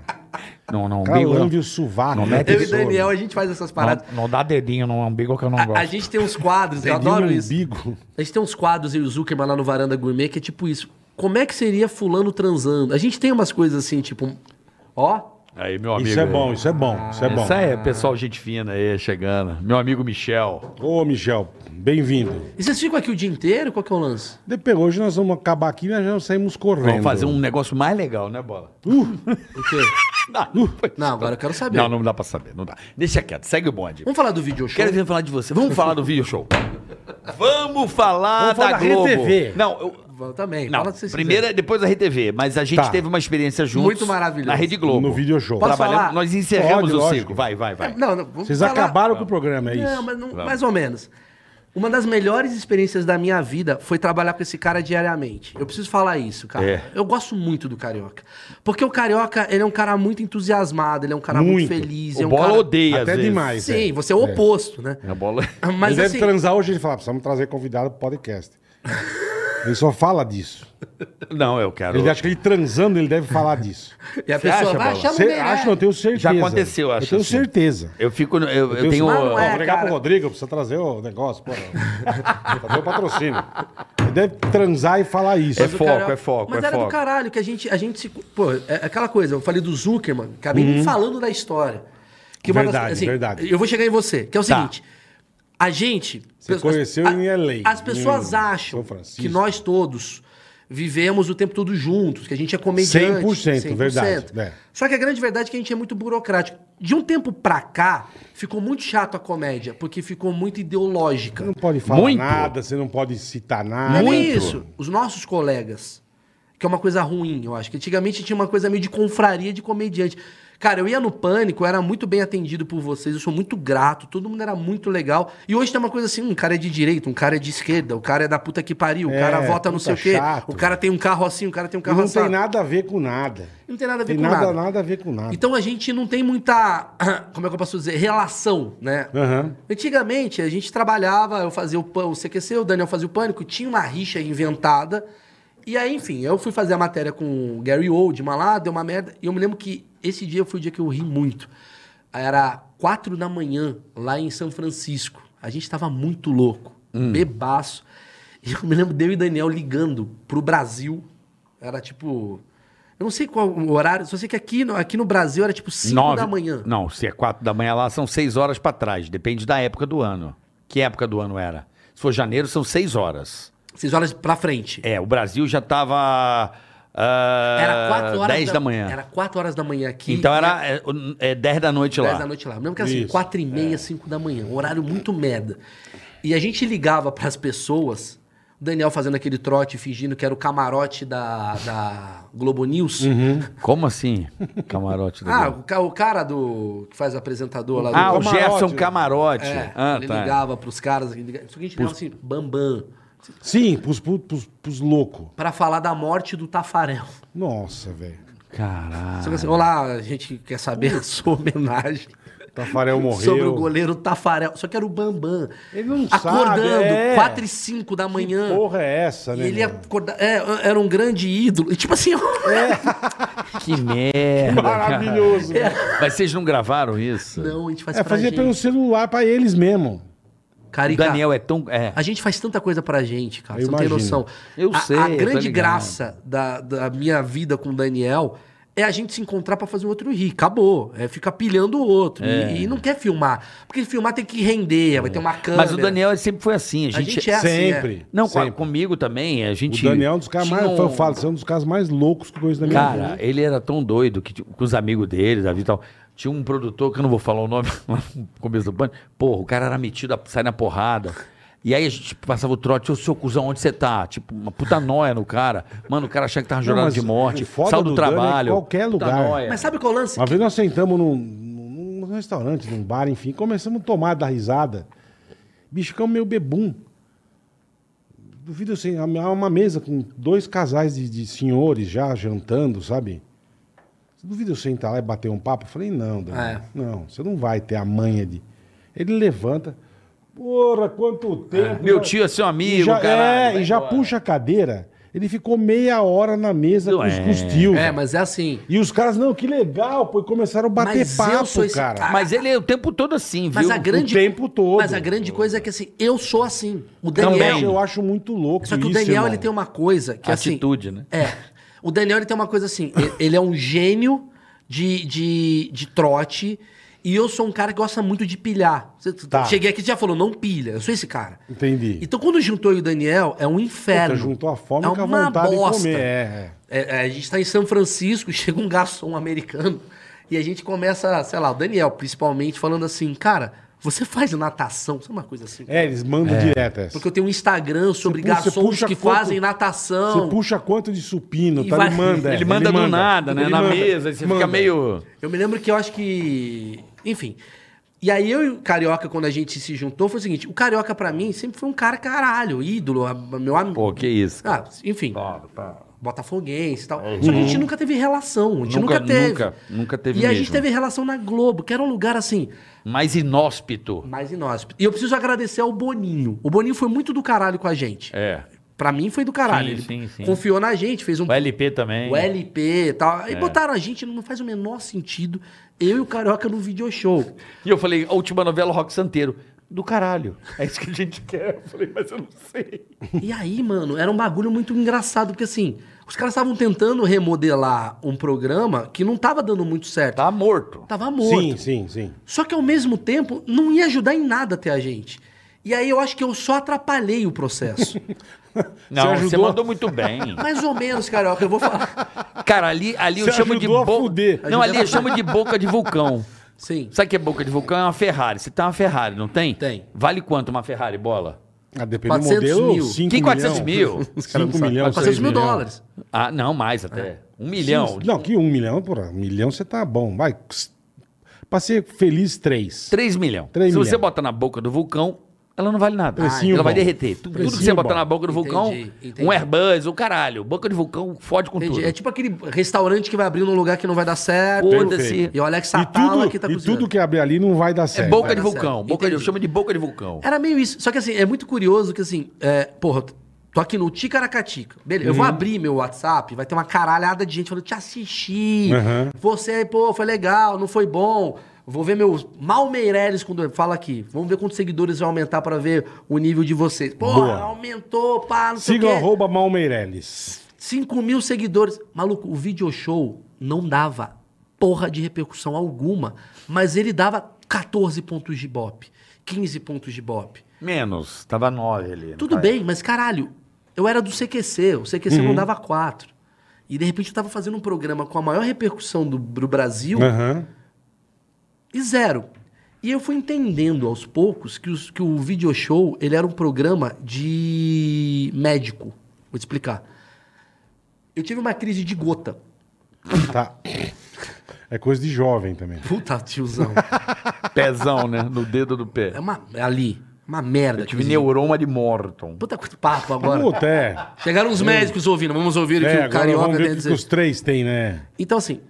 Speaker 6: Não, não,
Speaker 2: O cara
Speaker 6: umbigo, não.
Speaker 2: lambe o sovaco.
Speaker 6: Não
Speaker 2: né,
Speaker 6: mete
Speaker 5: Eu e
Speaker 2: tesouro.
Speaker 5: Daniel, a gente faz essas paradas.
Speaker 6: Não, não dá dedinho no umbigo que eu não
Speaker 5: A-
Speaker 6: gosto.
Speaker 5: A, gente tem uns quadros, eu
Speaker 2: Dedinho
Speaker 5: adoro
Speaker 2: no
Speaker 5: isso.
Speaker 2: umbigo.
Speaker 5: A gente tem uns quadros e o Zuckerman lá no Varanda Gourmet que é tipo isso. Como é que seria fulano transando? A gente tem umas coisas assim, tipo... Ó,
Speaker 6: Aí, meu amigo.
Speaker 2: Isso é
Speaker 6: aí.
Speaker 2: bom, isso é bom, isso é bom.
Speaker 6: Isso aí é pessoal, gente fina aí, chegando. Meu amigo Michel.
Speaker 2: Ô, Michel, bem-vindo.
Speaker 5: e vocês ficam aqui o dia inteiro? Qual que é o lance?
Speaker 2: Depois, hoje nós vamos acabar aqui e nós já saímos correndo.
Speaker 6: Vamos fazer um negócio mais legal, né, Bola?
Speaker 2: Uh!
Speaker 5: O quê?
Speaker 6: Não,
Speaker 5: Não, agora eu quero saber.
Speaker 6: não, não dá pra saber, não dá. Deixa quieto, segue o bonde.
Speaker 5: Vamos falar do video show?
Speaker 6: Quero ver falar de você. Vamos falar do vídeo show.
Speaker 3: Vamos falar
Speaker 2: Vamos falar
Speaker 3: da
Speaker 2: da
Speaker 3: Globo.
Speaker 2: RTV.
Speaker 3: Não, eu,
Speaker 5: Vamos Também.
Speaker 3: não
Speaker 5: fala o que vocês
Speaker 3: primeiro, é
Speaker 5: quiserem.
Speaker 3: depois da RTV, mas a gente
Speaker 2: Tá.
Speaker 3: teve uma experiência juntos.
Speaker 5: Muito maravilhoso.
Speaker 3: Na Rede Globo.
Speaker 2: No video show.
Speaker 5: Posso
Speaker 3: Trabalhamos-
Speaker 5: falar?
Speaker 3: Nós encerramos
Speaker 2: Pode,
Speaker 3: o
Speaker 2: lógico.
Speaker 3: circo. Vai, vai, vai.
Speaker 5: Não, não, vamos
Speaker 2: Vocês
Speaker 5: falar-
Speaker 2: acabaram com o programa, é isso?
Speaker 5: Não, mas não- mais ou menos. Uma das melhores experiências da minha vida foi trabalhar com esse cara diariamente. Eu preciso falar isso, cara.
Speaker 3: É.
Speaker 5: Eu gosto muito do Carioca. Porque o Carioca, ele é um cara muito entusiasmado, ele é um cara muito,
Speaker 2: Muito.
Speaker 5: feliz. é
Speaker 3: O
Speaker 5: um
Speaker 3: Bola
Speaker 5: cara...
Speaker 3: odeia,
Speaker 2: Até
Speaker 3: às vezes.
Speaker 2: demais.
Speaker 5: Sim,
Speaker 2: é.
Speaker 5: você é o oposto, né?
Speaker 3: A bola...
Speaker 5: Mas
Speaker 2: ele deve
Speaker 5: assim,
Speaker 2: transar hoje e ele fala, precisamos trazer convidado pro podcast. Ele só fala disso.
Speaker 3: Tá Não, eu quero...
Speaker 2: Ele acha que ele transando, ele deve falar disso.
Speaker 5: e a
Speaker 3: Você
Speaker 5: pessoa
Speaker 3: acha,
Speaker 5: vai
Speaker 3: Bola?
Speaker 5: achar
Speaker 2: Você acha, não, eu tenho certeza.
Speaker 3: Já aconteceu, acho
Speaker 2: Eu tenho
Speaker 3: assim.
Speaker 2: certeza.
Speaker 3: Eu fico... no- Eu, eu tenho...
Speaker 2: Eu tenho...
Speaker 5: Mas não é,
Speaker 2: Vou ligar
Speaker 5: cara.
Speaker 2: pro Rodrigo, precisa trazer o negócio, pô. Fazer o patrocínio. Ele deve transar e falar isso.
Speaker 3: É
Speaker 5: do
Speaker 3: foco,
Speaker 5: Carioca.
Speaker 3: é foco,
Speaker 5: Mas
Speaker 3: é
Speaker 5: era
Speaker 3: foco.
Speaker 5: do caralho, que a gente, a gente se. Pô, é aquela coisa, eu falei do Zuckerman, acabei nem falando da história. Que uma das-
Speaker 2: Uhum. Verdade,
Speaker 5: assim,
Speaker 2: verdade. Tá.
Speaker 5: Eu vou chegar em você, que é o seguinte. A gente.
Speaker 2: Você
Speaker 5: as-
Speaker 2: conheceu em LA,
Speaker 5: As pessoas
Speaker 2: em
Speaker 5: acham
Speaker 2: São Francisco.
Speaker 5: que nós todos vivemos o tempo todo juntos, que a gente é comediante.
Speaker 2: 100%, verdade, né?
Speaker 5: Só que a grande verdade é que a gente é muito burocrático. De um tempo pra cá, ficou muito chato a comédia, porque ficou muito ideológica.
Speaker 2: Você não pode falar
Speaker 3: Muito.
Speaker 2: nada, você não pode citar
Speaker 5: Não
Speaker 2: nada.
Speaker 5: é nem isso. Os nossos colegas. Que é uma coisa ruim, eu acho. Que antigamente tinha uma coisa meio de confraria de comediante. Cara, eu ia no pânico, eu era muito bem atendido por vocês, eu sou muito grato, todo mundo era muito legal. E hoje tem uma coisa assim: um cara é de direita, um cara é de esquerda, o cara é da puta que pariu, o
Speaker 2: É,
Speaker 5: cara vota não
Speaker 2: puta
Speaker 5: sei o quê,
Speaker 2: chato.
Speaker 5: o cara tem um carro assim, o cara tem um
Speaker 2: E
Speaker 5: carro
Speaker 2: não
Speaker 5: assim.
Speaker 2: tem nada a ver com nada.
Speaker 5: Não tem nada a ver
Speaker 2: Tem
Speaker 5: com
Speaker 2: nada,
Speaker 5: nada.
Speaker 2: nada a ver com nada.
Speaker 5: Então a gente não tem muita, como é que eu posso dizer, relação, né?
Speaker 2: Aham.
Speaker 5: Antigamente, a gente trabalhava, eu fazia o, pã- o CQC, o Daniel fazia o Pânico, tinha uma rixa inventada. E aí, enfim, eu fui fazer a matéria com o Gary Oldman lá, deu uma merda. E eu me lembro que esse dia foi o dia que eu ri muito. Era quatro da manhã, lá em São Francisco. A gente tava muito louco, bebaço. E eu me lembro de eu e Daniel ligando pro Brasil. Era tipo... Eu não sei qual o horário, só sei que aqui no, aqui no Brasil era tipo cinco
Speaker 3: Nove-
Speaker 5: da manhã.
Speaker 3: Não, se é quatro da manhã lá, são seis horas pra trás. Depende da época do ano. Que época do ano era? Se for janeiro, são seis horas.
Speaker 5: Seis horas pra frente.
Speaker 3: É, o Brasil já tava.
Speaker 5: Era 4 horas
Speaker 3: 10 da, manhã.
Speaker 5: Era 4 horas da manhã aqui.
Speaker 3: então
Speaker 5: né?
Speaker 3: era 10 da noite
Speaker 5: 10
Speaker 3: lá.
Speaker 5: da noite lá. Mesmo que era assim,
Speaker 2: Isso,
Speaker 5: 4 e meia, 5 da manhã. Um horário muito merda. E a gente ligava pras pessoas, o Daniel fazendo aquele trote, fingindo que era o camarote da, da Globo News.
Speaker 2: Uhum.
Speaker 3: Como assim? Camarote da
Speaker 5: Ah,
Speaker 3: Globo?
Speaker 5: o, ca- o cara do que faz apresentador lá do
Speaker 3: Ah, o
Speaker 2: camarote,
Speaker 3: Gerson
Speaker 2: né?
Speaker 3: Camarote.
Speaker 5: É,
Speaker 3: ah,
Speaker 5: ele
Speaker 3: tá.
Speaker 5: ligava pros caras. ele ligava- Só que a gente ligava assim, Bambam,
Speaker 2: Sim, pros, pu- pros, pros loucos.
Speaker 5: pra falar da morte do Tafarel.
Speaker 2: Nossa, velho.
Speaker 3: Caralho.
Speaker 5: Só que assim, olá, a gente quer saber a sua homenagem.
Speaker 2: Tafarel morreu.
Speaker 5: sobre o goleiro Tafarel. Só que era o Bambam.
Speaker 2: Ele não
Speaker 5: Acordando,
Speaker 2: sabe, é.
Speaker 5: 4 e 5 da manhã.
Speaker 2: Porra, é essa,
Speaker 5: e
Speaker 2: né?
Speaker 5: ele
Speaker 2: meu?
Speaker 5: acorda... é, era um grande ídolo. E tipo assim,
Speaker 3: Que merda.
Speaker 2: Maravilhoso. né?
Speaker 5: É.
Speaker 3: cara. Mas vocês não gravaram isso?
Speaker 5: não, a gente faz
Speaker 2: É
Speaker 5: pra
Speaker 2: fazer
Speaker 5: gente.
Speaker 2: pelo celular pra eles mesmo.
Speaker 3: O
Speaker 5: Carica,
Speaker 3: Daniel é tão. É.
Speaker 5: a gente faz tanta coisa pra gente, cara.
Speaker 2: Eu
Speaker 5: você não tem
Speaker 2: imagino.
Speaker 5: noção.
Speaker 3: Eu
Speaker 5: a,
Speaker 3: sei,
Speaker 5: A
Speaker 3: eu tô
Speaker 5: grande
Speaker 3: ligado.
Speaker 5: graça da, da minha vida com o Daniel é a gente se encontrar pra fazer um outro rir. Acabou. É ficar pilhando o outro. E- E, não quer filmar. Porque filmar tem que render, vai ter uma câmera.
Speaker 3: É. Mas o Daniel sempre foi assim. A
Speaker 5: A
Speaker 3: gente,
Speaker 5: gente é assim,
Speaker 2: Sempre.
Speaker 5: é.
Speaker 3: Não, com a-
Speaker 2: sempre.
Speaker 3: comigo também. A
Speaker 2: O
Speaker 3: gente.
Speaker 2: Daniel é um dos caras mais.
Speaker 3: tinha um-
Speaker 2: Eu falo, você é um dos caras mais loucos que eu conheço da minha
Speaker 3: Cara,
Speaker 2: vida.
Speaker 3: ele era tão doido que tipo, com os amigos dele, Davi e tal. Tinha um produtor, que eu não vou falar o nome lá no começo do pânico. Porra, o cara era metido a sair na porrada. E aí a gente passava o trote, ô seu cuzão, onde você tá? Tipo, uma puta nóia no cara. Mano, o cara achava que tava jurado
Speaker 2: mas
Speaker 3: de morte.
Speaker 2: o foda
Speaker 3: Saiu do,
Speaker 2: do Dani é
Speaker 3: trabalho.
Speaker 2: em qualquer
Speaker 3: Puta
Speaker 2: lugar.
Speaker 3: nóia.
Speaker 5: Mas sabe qual é o lance?
Speaker 2: Uma vez nós sentamos num, num- num restaurante, num bar, enfim, começamos a tomar da risada. Bicho, ficamos meio bebum. Duvido assim, há uma mesa com dois casais de, de senhores já jantando, sabe? Duvido eu sentar lá e bater um papo? Eu falei, não, Daniel,
Speaker 5: É.
Speaker 2: não, você não vai ter a manha de. Ele levanta. Porra, quanto tempo!
Speaker 3: Meu
Speaker 2: já-
Speaker 3: tio é seu amigo,
Speaker 2: já,
Speaker 3: caralho.
Speaker 2: É, e já puxa a cadeira. Ele ficou meia hora na mesa com os,
Speaker 3: é.
Speaker 2: com os tios.
Speaker 5: É, mas é assim.
Speaker 2: E os caras, não, que legal, pô, e começaram a bater
Speaker 5: Mas eu
Speaker 2: papo,
Speaker 5: sou esse
Speaker 2: cara.
Speaker 5: cara.
Speaker 3: Mas ele é o tempo todo assim, viu?
Speaker 5: Mas a grande,
Speaker 2: O tempo todo.
Speaker 5: Mas a grande coisa é que assim, eu sou assim. O
Speaker 2: Também.
Speaker 5: Daniel.
Speaker 2: Eu acho muito louco
Speaker 5: Só que
Speaker 2: isso,
Speaker 5: o Daniel
Speaker 2: irmão.
Speaker 5: ele tem um uma coisa que assim.
Speaker 3: Atitude, né?
Speaker 5: É. O Daniel ele tem uma coisa assim. e- Ele é um gênio de, de, de trote. E eu sou um cara que gosta muito de pilhar. Você-
Speaker 2: Tá.
Speaker 5: Cheguei aqui e já falou, não pilha. Eu sou esse cara.
Speaker 2: Entendi.
Speaker 5: Então quando juntou eu e o Daniel, é um inferno.
Speaker 2: Puta, juntou a fome
Speaker 5: é
Speaker 2: com a
Speaker 5: uma
Speaker 2: vontade de
Speaker 5: bosta.
Speaker 2: comer, é,
Speaker 5: É, é, a gente tá em São Francisco, chega um garçom americano e a gente começa, sei lá, o Daniel principalmente, falando assim, cara, Você faz natação? Isso é uma coisa assim.
Speaker 2: É, eles mandam direto essa.
Speaker 5: Porque eu tenho um Instagram sobre
Speaker 2: puxa- você
Speaker 5: garçons
Speaker 2: puxa
Speaker 5: que
Speaker 2: quanto-
Speaker 5: fazem natação.
Speaker 2: Você puxa quanto de supino,
Speaker 5: E
Speaker 2: tá?
Speaker 5: vai-
Speaker 2: Ele manda. é,
Speaker 3: Ele manda do nada, né?
Speaker 2: Ele
Speaker 3: Na
Speaker 2: manda,
Speaker 3: mesa, aí você
Speaker 2: manda.
Speaker 3: fica meio.
Speaker 5: Eu me lembro que eu acho que. Enfim. E aí eu e o Carioca, quando a gente se juntou, foi o seguinte: o Carioca, pra mim, sempre foi um cara caralho, ídolo, a- meu amigo.
Speaker 3: Pô, que isso.
Speaker 5: Ah, enfim. Botafoguense e tal. Só que a gente nunca teve relação. A gente nunca, teve.
Speaker 3: Nunca, nunca teve
Speaker 5: e
Speaker 3: mesmo.
Speaker 5: a gente teve relação na Globo, que era um lugar assim,
Speaker 3: Mais inóspito.
Speaker 5: mais inóspito. E eu preciso agradecer ao Boninho. O Boninho foi muito do caralho com a gente.
Speaker 6: É.
Speaker 5: Pra mim foi do caralho.
Speaker 6: Sim,
Speaker 5: Ele
Speaker 6: sim, sim.
Speaker 5: confiou na gente, fez um
Speaker 6: O LP também.
Speaker 5: o LP e tal.
Speaker 2: É.
Speaker 5: Aí botaram a gente, não faz o menor sentido. Eu e o Carioca no video show.
Speaker 3: E eu falei, a última novela Rock Santeiro. Do caralho. É isso que a gente quer. Eu falei, mas eu não sei.
Speaker 5: E aí, mano, era um bagulho muito engraçado, porque assim, os caras estavam tentando remodelar um programa que não tava dando muito certo.
Speaker 3: Tá morto.
Speaker 5: Tava
Speaker 2: Sim,
Speaker 5: morto.
Speaker 2: sim, sim.
Speaker 5: Só que ao mesmo tempo, não ia ajudar em nada até a gente. E aí eu acho que eu só atrapalhei o processo.
Speaker 6: Não, você,
Speaker 2: ajudou-
Speaker 6: mandou muito bem.
Speaker 5: Mais ou menos, Carioca, eu vou falar.
Speaker 3: Cara, ali, ali eu
Speaker 2: Você
Speaker 3: chamo de
Speaker 2: ajudou a
Speaker 3: bo-
Speaker 2: fuder.
Speaker 3: Não, ali eu chamo de boca de vulcão.
Speaker 5: Sim.
Speaker 3: Sabe o que é boca de vulcão? É uma Ferrari. Você tem uma Ferrari, não tem?
Speaker 5: Tem.
Speaker 3: Vale quanto uma Ferrari, bola?
Speaker 2: Ah, depende do
Speaker 5: 400
Speaker 2: modelo,
Speaker 5: mil.
Speaker 2: 5
Speaker 3: Que 400 mil?
Speaker 2: 5 milhões,
Speaker 5: 400 mil
Speaker 2: milhões.
Speaker 5: dólares.
Speaker 3: Ah, não, mais até. Um milhão.
Speaker 2: É. Não, que 1 um milhão, porra. 1 milhão você tá bom. Vai. Pra ser feliz, 3.
Speaker 3: 3 milhão.
Speaker 2: Três
Speaker 3: Se você
Speaker 2: milhão.
Speaker 3: bota na boca do vulcão, ela não vale nada.
Speaker 2: Precinho
Speaker 3: ela vai
Speaker 2: bom.
Speaker 3: derreter. Tu- Tudo que
Speaker 2: Precinho
Speaker 3: você botar
Speaker 2: bom.
Speaker 3: na boca do vulcão,
Speaker 5: Entendi, entendi.
Speaker 3: um Airbus, o caralho. Boca de vulcão fode com
Speaker 5: Entendi.
Speaker 3: tudo.
Speaker 5: É tipo aquele restaurante que vai abrir num lugar que não vai dar certo.
Speaker 3: Foda-se.
Speaker 5: E o Alex
Speaker 2: E
Speaker 5: Satala
Speaker 2: tudo,
Speaker 5: que tá
Speaker 2: e
Speaker 5: cozinhando.
Speaker 2: tudo que abrir ali não vai dar
Speaker 3: É
Speaker 2: certo.
Speaker 3: boca de
Speaker 5: dar
Speaker 3: vulcão. Boca
Speaker 5: certo.
Speaker 3: de, eu
Speaker 5: né? Entendi.
Speaker 3: chamo de boca de vulcão.
Speaker 5: Era meio isso. Só que assim, é muito curioso que assim, é, porra, tô aqui no Ticaracatica. Beleza,
Speaker 2: Uhum.
Speaker 5: eu vou abrir meu WhatsApp, vai ter uma caralhada de gente falando, te assisti,
Speaker 2: Uhum.
Speaker 5: você, é, pô, foi legal, não foi bom. Vou ver meus. Mal Meirelles quando fala aqui. Vamos ver quantos seguidores vai aumentar pra ver o nível de vocês. Porra,
Speaker 2: Boa.
Speaker 5: aumentou, pá, não sei
Speaker 2: Siga o
Speaker 5: o quê.
Speaker 2: arroba Malmeireles.
Speaker 5: 5 mil seguidores. Maluco, o video show não dava porra de repercussão alguma, mas ele dava 14 pontos de Ibope, 15 pontos de Ibope.
Speaker 6: Menos. Tava nove ali. não
Speaker 2: Ah,
Speaker 5: Tudo
Speaker 3: né?
Speaker 2: é?
Speaker 6: tava?
Speaker 5: bem, mas caralho, eu era do CQC, o CQC
Speaker 2: Uhum.
Speaker 5: não dava quatro. E de repente eu tava fazendo um programa com a maior repercussão do, do Brasil
Speaker 2: Aham.
Speaker 5: e zero. E eu fui entendendo aos poucos que, os, que o video show ele era um programa de médico. Vou te explicar. Eu tive uma crise de gota.
Speaker 2: Tá. É coisa de jovem também.
Speaker 5: Puta, tiozão.
Speaker 6: Pezão, né? No dedo do pé.
Speaker 5: É uma. é ali. Uma merda.
Speaker 6: Eu tive
Speaker 5: crise de-
Speaker 6: neuroma de Morton.
Speaker 5: Puta quanto papo agora.
Speaker 2: Puta, é.
Speaker 5: Chegaram uns médicos ouvindo. Vamos ouvir o que
Speaker 2: É,
Speaker 5: o
Speaker 2: agora
Speaker 5: carioca
Speaker 2: vamos
Speaker 5: tem
Speaker 2: ver
Speaker 5: a
Speaker 2: o que,
Speaker 5: dizer.
Speaker 2: que os três têm, né?
Speaker 5: Então, assim,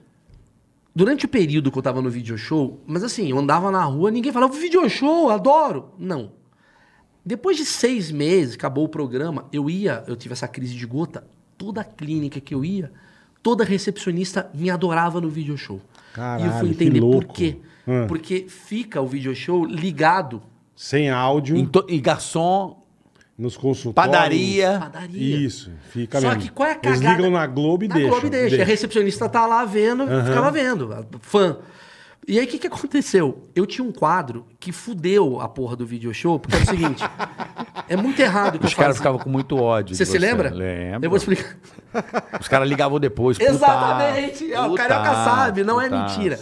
Speaker 5: durante o período que eu tava no video show, mas assim, eu andava na rua, ninguém falava, video show, adoro. Não. Depois de seis meses, acabou o programa, eu ia, eu tive essa crise de gota, toda a clínica que eu ia, toda recepcionista me adorava no video show. e eu
Speaker 2: Caralho,
Speaker 5: fui
Speaker 2: que
Speaker 5: entender por
Speaker 2: louco.
Speaker 5: quê.
Speaker 2: Hum.
Speaker 5: Porque fica o video show ligado
Speaker 2: Sem áudio,
Speaker 3: Então, e garçom,
Speaker 2: nos consultórios.
Speaker 3: padaria.
Speaker 5: padaria.
Speaker 2: Isso, fica
Speaker 5: Só
Speaker 2: mesmo.
Speaker 5: que qual é a
Speaker 2: Eles
Speaker 5: cagada?
Speaker 2: ligam na Globo e
Speaker 5: na
Speaker 2: deixam.
Speaker 5: Globo e deixa. E a recepcionista tá lá vendo, ficava vendo, a- fã. E aí, o que, que aconteceu? Eu tinha um quadro que fudeu a porra do video show, porque é o seguinte, é muito errado o que
Speaker 3: Os
Speaker 5: eu
Speaker 3: caras
Speaker 5: fazia.
Speaker 3: ficavam com muito ódio. de
Speaker 5: Você se lembra?
Speaker 3: Lembro.
Speaker 5: Eu vou explicar.
Speaker 3: Os caras ligavam depois. putaço,
Speaker 5: Exatamente. Ah, o carioca
Speaker 3: putaço,
Speaker 5: sabe, não é
Speaker 3: putaço.
Speaker 5: mentira.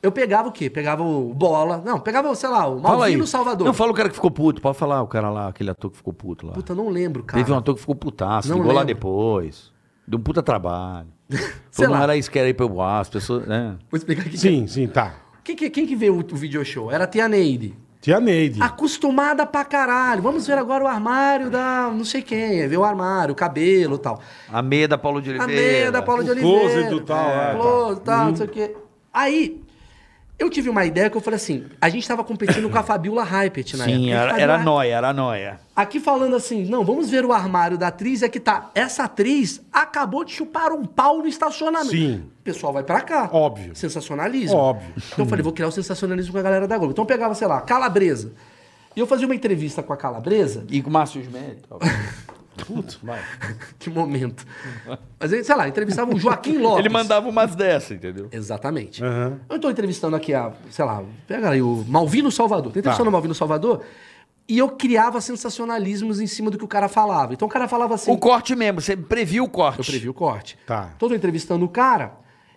Speaker 5: Eu pegava o quê? Pegava o Bola. Não, pegava, sei lá, o
Speaker 3: Fala aí.
Speaker 5: Malvino Salvador.
Speaker 3: Não, fala o cara que ficou puto. Pode falar o cara lá, aquele ator que ficou puto lá.
Speaker 5: Puta, não lembro, cara.
Speaker 3: Teve um ator que ficou putaço,
Speaker 5: Não
Speaker 3: ligou lá
Speaker 5: lembro.
Speaker 3: depois. Deu um puta trabalho.
Speaker 5: Sei
Speaker 3: Falou, não
Speaker 5: lá.
Speaker 3: era isso que era ir pra eu ar, as pessoas, né?
Speaker 5: Vou explicar aqui.
Speaker 2: Sim, sim, tá.
Speaker 5: Quem, que- quem que veio o, o video show? Era a Tia Neide.
Speaker 2: Tia Neide.
Speaker 5: Acostumada pra caralho. Vamos ver agora o armário da não sei quem. É, Ver o armário, o cabelo e tal.
Speaker 3: A meia da Paulo de
Speaker 5: A
Speaker 3: Oliveira.
Speaker 5: meia da Paula de
Speaker 2: O
Speaker 5: Oliveira.
Speaker 2: close do tal, é, tá.
Speaker 5: Close, tal, não sei o quê. Aí, eu tive uma ideia que eu falei assim, a gente tava competindo com a Fabiola Hypert na época.
Speaker 6: Sim,
Speaker 5: E a
Speaker 6: era,
Speaker 5: Fabiola
Speaker 6: era
Speaker 5: Hypert-
Speaker 6: nóia, era nóia.
Speaker 5: Aqui falando assim, não, vamos ver o armário da atriz, é que tá, essa atriz acabou de chupar um pau no estacionamento.
Speaker 2: Sim.
Speaker 5: O pessoal vai pra cá.
Speaker 2: Óbvio.
Speaker 5: Sensacionalismo.
Speaker 2: Óbvio.
Speaker 5: Então eu falei, vou criar o sensacionalismo com a galera da Globo. Então eu pegava, sei lá, Calabresa. E eu fazia uma entrevista com a Calabresa
Speaker 3: E com o Márcio Smet.
Speaker 5: Que momento. Mas, aí, sei lá, entrevistava o Joaquim Lopes.
Speaker 6: Ele mandava umas dessas, entendeu?
Speaker 5: Exatamente.
Speaker 2: Aham.
Speaker 5: Eu tô entrevistando aqui a, sei lá, pega aí o Malvino Salvador. Tô
Speaker 2: Tá.
Speaker 5: entrevistando o Malvino Salvador e eu criava sensacionalismos em cima do que o cara falava. Então o cara falava assim.
Speaker 3: O corte mesmo, você previu o corte.
Speaker 5: Eu previ o corte.
Speaker 2: Tá.
Speaker 5: Então eu tô entrevistando o cara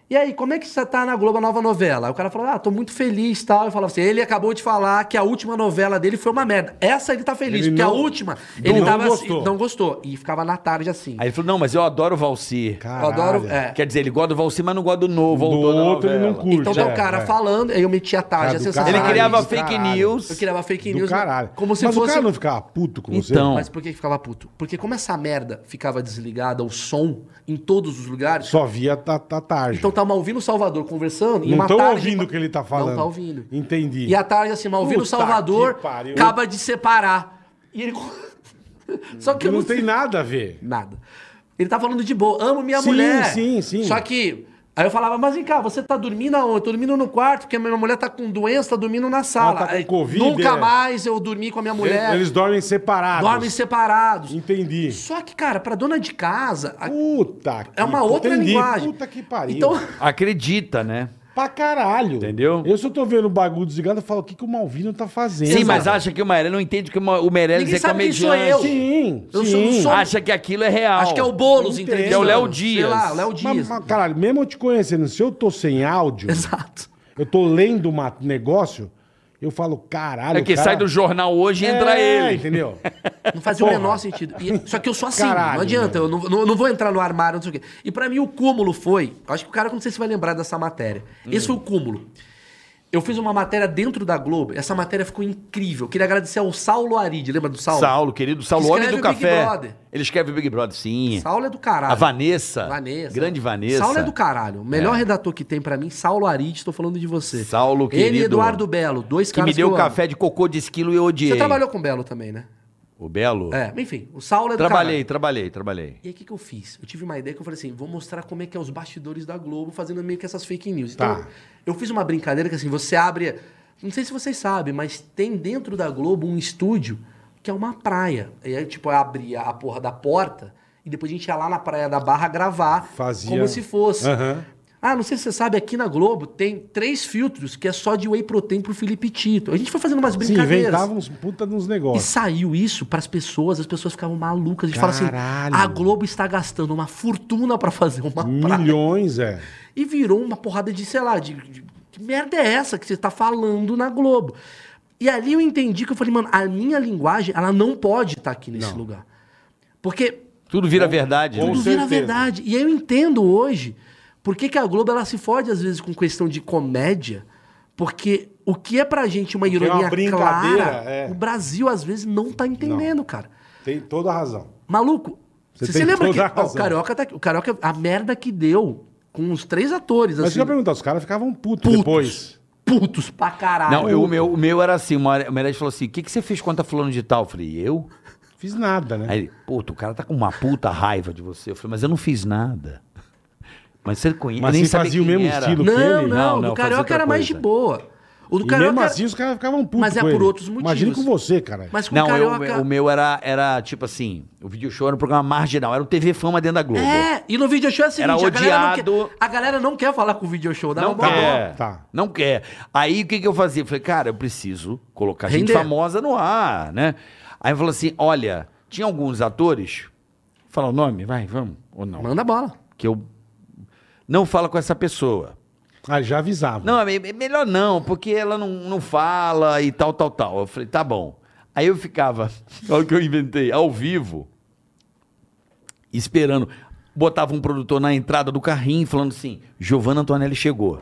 Speaker 5: E aí, como é que você tá na Globo, a nova novela? Aí o cara falou, ah, tô muito feliz e tal. Eu falava assim, ele acabou de falar que a última novela dele foi uma merda. Essa ele tá feliz,
Speaker 2: Ele
Speaker 5: porque
Speaker 2: não-
Speaker 5: a última,
Speaker 2: não
Speaker 5: ele tava
Speaker 2: gostou.
Speaker 5: assim, não gostou. E ficava na tarde assim.
Speaker 3: Aí ele falou: não, mas eu adoro o Valci.
Speaker 5: eu adoro. É.
Speaker 3: Quer dizer, ele gosta do Valci, mas não gosta do novo.
Speaker 2: Do
Speaker 3: ou da
Speaker 2: outro ele
Speaker 3: novela.
Speaker 2: não curte.
Speaker 5: Então tá
Speaker 2: é,
Speaker 5: o cara
Speaker 2: é.
Speaker 5: falando, aí eu metia a
Speaker 2: Cara
Speaker 5: tarde, é
Speaker 2: do
Speaker 5: sensacional.
Speaker 3: Ele
Speaker 2: caralho,
Speaker 3: criava
Speaker 2: do
Speaker 3: fake
Speaker 2: caralho.
Speaker 3: news.
Speaker 5: Eu criava fake
Speaker 2: Do
Speaker 5: news.
Speaker 2: caralho.
Speaker 5: Como se
Speaker 2: Mas
Speaker 5: fosse.
Speaker 2: o cara não ficava puto com você?
Speaker 3: Então.
Speaker 5: Mas por que que ficava puto? Porque como essa merda ficava desligada, o som, em todos os lugares,
Speaker 2: Só via ta- ta- tarde.
Speaker 5: então tá ouvindo o Salvador conversando, e
Speaker 2: não
Speaker 5: uma
Speaker 2: estão
Speaker 5: tarde...
Speaker 2: ouvindo o que ele tá falando.
Speaker 5: Não tá ouvindo.
Speaker 2: Entendi.
Speaker 5: E a tarde, assim, Malvino
Speaker 2: Puta
Speaker 5: Salvador
Speaker 2: que pariu.
Speaker 5: acaba de separar. E ele. Só que eu
Speaker 2: não, tem nada a ver.
Speaker 5: Nada. Ele tá falando de boa. Amo minha
Speaker 2: Sim,
Speaker 5: mulher.
Speaker 2: sim, sim.
Speaker 5: Só que. Aí eu falava, mas vem cá, você tá dormindo aonde? Eu tô dormindo no quarto, porque a minha mulher tá com doença, tá dormindo na sala.
Speaker 2: tá com
Speaker 5: Aí,
Speaker 2: Covid,
Speaker 5: Nunca
Speaker 2: é.
Speaker 5: mais eu dormi com a minha mulher.
Speaker 2: Eles dormem separados.
Speaker 5: dormem separados.
Speaker 2: Entendi.
Speaker 5: Só que, cara, pra dona de casa, a-
Speaker 2: Puta que
Speaker 5: é uma outra
Speaker 2: entendi.
Speaker 5: linguagem.
Speaker 2: Puta que pariu.
Speaker 5: Então,
Speaker 3: Acredita, né?
Speaker 2: Pra caralho.
Speaker 3: Entendeu?
Speaker 2: Eu só tô vendo o bagulho desligado e falo, o que, que o Malvino tá fazendo?
Speaker 3: Sim, mas acha que o Meirelles não entende que o Ma- o Meirelles
Speaker 5: Ninguém
Speaker 3: é
Speaker 5: sabe quem
Speaker 3: comediante.
Speaker 5: sou eu.
Speaker 2: Sim,
Speaker 5: Eu sou-
Speaker 2: sim.
Speaker 5: não sou-
Speaker 3: Acha que aquilo é real.
Speaker 5: acho que é o Boulos,
Speaker 2: Entendo.
Speaker 5: entendeu?
Speaker 2: Que é o
Speaker 3: Léo
Speaker 5: Sei
Speaker 3: Dias.
Speaker 5: lá, Léo
Speaker 2: Mas,
Speaker 5: Dias.
Speaker 2: mas, caralho, mesmo eu te conhecendo, se eu tô sem áudio,
Speaker 5: Exato.
Speaker 2: eu tô lendo um negócio, eu falo, caralho,
Speaker 3: É que
Speaker 2: cara-
Speaker 3: sai do jornal hoje e entra
Speaker 2: É,
Speaker 3: ele.
Speaker 2: entendeu?
Speaker 5: Não fazia
Speaker 2: Porra.
Speaker 5: o menor sentido. E- só que eu sou assim,
Speaker 2: Caralho,
Speaker 5: não adianta.
Speaker 2: meu.
Speaker 5: Eu não, não- não vou entrar no armário, não sei o quê. E pra mim o cúmulo foi. Acho que o cara, não sei se vai lembrar dessa matéria. Esse foi o cúmulo. Eu fiz uma matéria dentro da Globo. Essa matéria ficou incrível. Eu Queria agradecer ao Saulo Aride. Lembra do Saulo?
Speaker 3: Saulo, querido Saulo, homem
Speaker 5: Escreve
Speaker 3: do
Speaker 5: o Big
Speaker 3: café.
Speaker 5: Brother.
Speaker 3: Ele escreve o Big Brother, sim.
Speaker 5: Saulo é do caralho.
Speaker 3: A Vanessa.
Speaker 5: Vanessa.
Speaker 3: Grande Vanessa.
Speaker 5: Saulo é do caralho. O melhor redator que tem pra mim, Saulo Aride. Tô falando de você.
Speaker 3: Saulo,
Speaker 5: Ele e
Speaker 3: querido.
Speaker 5: Eduardo Belo. Dois
Speaker 3: Que
Speaker 5: caras
Speaker 3: me deu
Speaker 5: eu amo.
Speaker 3: café de cocô de esquilo e eu odiei.
Speaker 5: Você trabalhou com o Belo também, né?
Speaker 3: O Belo?
Speaker 5: É, enfim. O Saulo é do caralho.
Speaker 3: Trabalhei, trabalhei, trabalhei.
Speaker 5: E aí, o que, que eu fiz? Eu tive uma ideia que eu falei assim: vou mostrar como é que é os bastidores da Globo fazendo meio que essas fake news. Então,
Speaker 2: Tá.
Speaker 5: eu fiz uma brincadeira que assim, você abre. Não sei se vocês sabem, mas tem dentro da Globo um estúdio que é uma praia. E aí, tipo, eu abria a porra da porta e depois a gente ia lá na praia da Barra gravar
Speaker 2: Fazia.
Speaker 5: como se fosse.
Speaker 2: Aham.
Speaker 5: Ah, não sei se você sabe, aqui na Globo tem três filtros que é só de whey protein pro Felipe Tito. A gente foi fazendo umas
Speaker 2: Sim,
Speaker 5: brincadeiras.
Speaker 2: inventava uns puta nos
Speaker 5: E
Speaker 2: negócios.
Speaker 5: saiu isso pras pessoas, as pessoas ficavam malucas. A gente fala
Speaker 2: Caralho.
Speaker 5: assim: a Globo está gastando uma fortuna pra fazer uma praia.
Speaker 2: Milhões, é.
Speaker 5: E virou uma porrada de, sei lá, de, de- que merda é essa que você tá falando na Globo? E ali eu entendi que eu falei, mano, a minha linguagem, ela não pode estar aqui nesse lugar. Porque
Speaker 3: Tudo vira verdade.
Speaker 2: com
Speaker 3: né?
Speaker 5: tudo vira
Speaker 2: certeza.
Speaker 5: verdade. E eu entendo hoje por que, que a Globo ela se fode às vezes com questão de comédia, porque o que é pra gente uma
Speaker 2: que é uma
Speaker 5: ironia
Speaker 2: brincadeira,
Speaker 5: clara,
Speaker 2: é.
Speaker 5: o Brasil às vezes não tá entendendo, cara.
Speaker 2: Tem toda a razão.
Speaker 5: Maluco,
Speaker 2: Você
Speaker 5: você,
Speaker 2: tem
Speaker 5: você lembra
Speaker 2: toda
Speaker 5: que
Speaker 2: a
Speaker 5: ó, o
Speaker 2: razão.
Speaker 5: Carioca tá aqui, o Carioca a merda que deu com os três atores
Speaker 2: Mas
Speaker 5: assim,
Speaker 2: deixa eu perguntar, os caras ficavam putos,
Speaker 5: Putos.
Speaker 2: depois.
Speaker 5: putos pra caralho.
Speaker 3: Não, eu- o, meu, o meu era assim, uma hora- o Meirelles falou assim, o que, que você fez contra fulano de tal? Eu falei, eu?
Speaker 2: Fiz nada, né?
Speaker 3: Aí ele, puta, o cara tá com uma puta raiva de você. Eu falei, mas eu não fiz nada. Mas você conhece,
Speaker 2: Mas
Speaker 3: nem
Speaker 2: você
Speaker 3: sabia
Speaker 2: fazia o
Speaker 3: quem
Speaker 2: mesmo
Speaker 3: era.
Speaker 2: estilo?
Speaker 5: não,
Speaker 2: Kelly?
Speaker 5: não,
Speaker 3: Não, não,
Speaker 5: o
Speaker 3: fazia
Speaker 5: Carioca
Speaker 3: outra
Speaker 5: era mais de
Speaker 3: coisa.
Speaker 5: boa. O do
Speaker 2: E
Speaker 3: é
Speaker 2: mesmo
Speaker 5: Carioca
Speaker 2: assim, os caras ficavam putos.
Speaker 5: Mas é
Speaker 2: com
Speaker 5: por
Speaker 2: ele.
Speaker 5: outros motivos.
Speaker 2: Imagina com você, cara.
Speaker 5: Mas com
Speaker 3: Não,
Speaker 5: o
Speaker 3: eu-
Speaker 5: Carioca
Speaker 3: o meu era, era tipo assim, o video show era um programa marginal, era o TV Fama dentro da Globo.
Speaker 5: É, e no video show é o seguinte,
Speaker 3: Era
Speaker 5: a, galera não
Speaker 3: odiado.
Speaker 5: quer, a galera não quer falar com o video show, dá
Speaker 3: Não
Speaker 5: uma boa
Speaker 3: quer.
Speaker 5: dó.
Speaker 2: Tá.
Speaker 3: Não quer. Aí o que, que eu fazia? Eu falei, cara, eu preciso colocar gente
Speaker 5: Render.
Speaker 3: famosa no ar, né? Aí eu falei assim: olha, tinha alguns atores. Fala o nome, vai, vamos, ou não.
Speaker 5: Manda bola.
Speaker 3: Que eu não falo com essa pessoa.
Speaker 2: Ah, já avisava.
Speaker 3: Não, é é melhor não, porque ela não, não fala e tal, tal, tal. Eu falei, tá bom. Aí eu ficava, olha o que eu inventei, ao vivo, esperando. Botava um produtor na entrada do carrinho falando assim: Giovanna Antonelli chegou.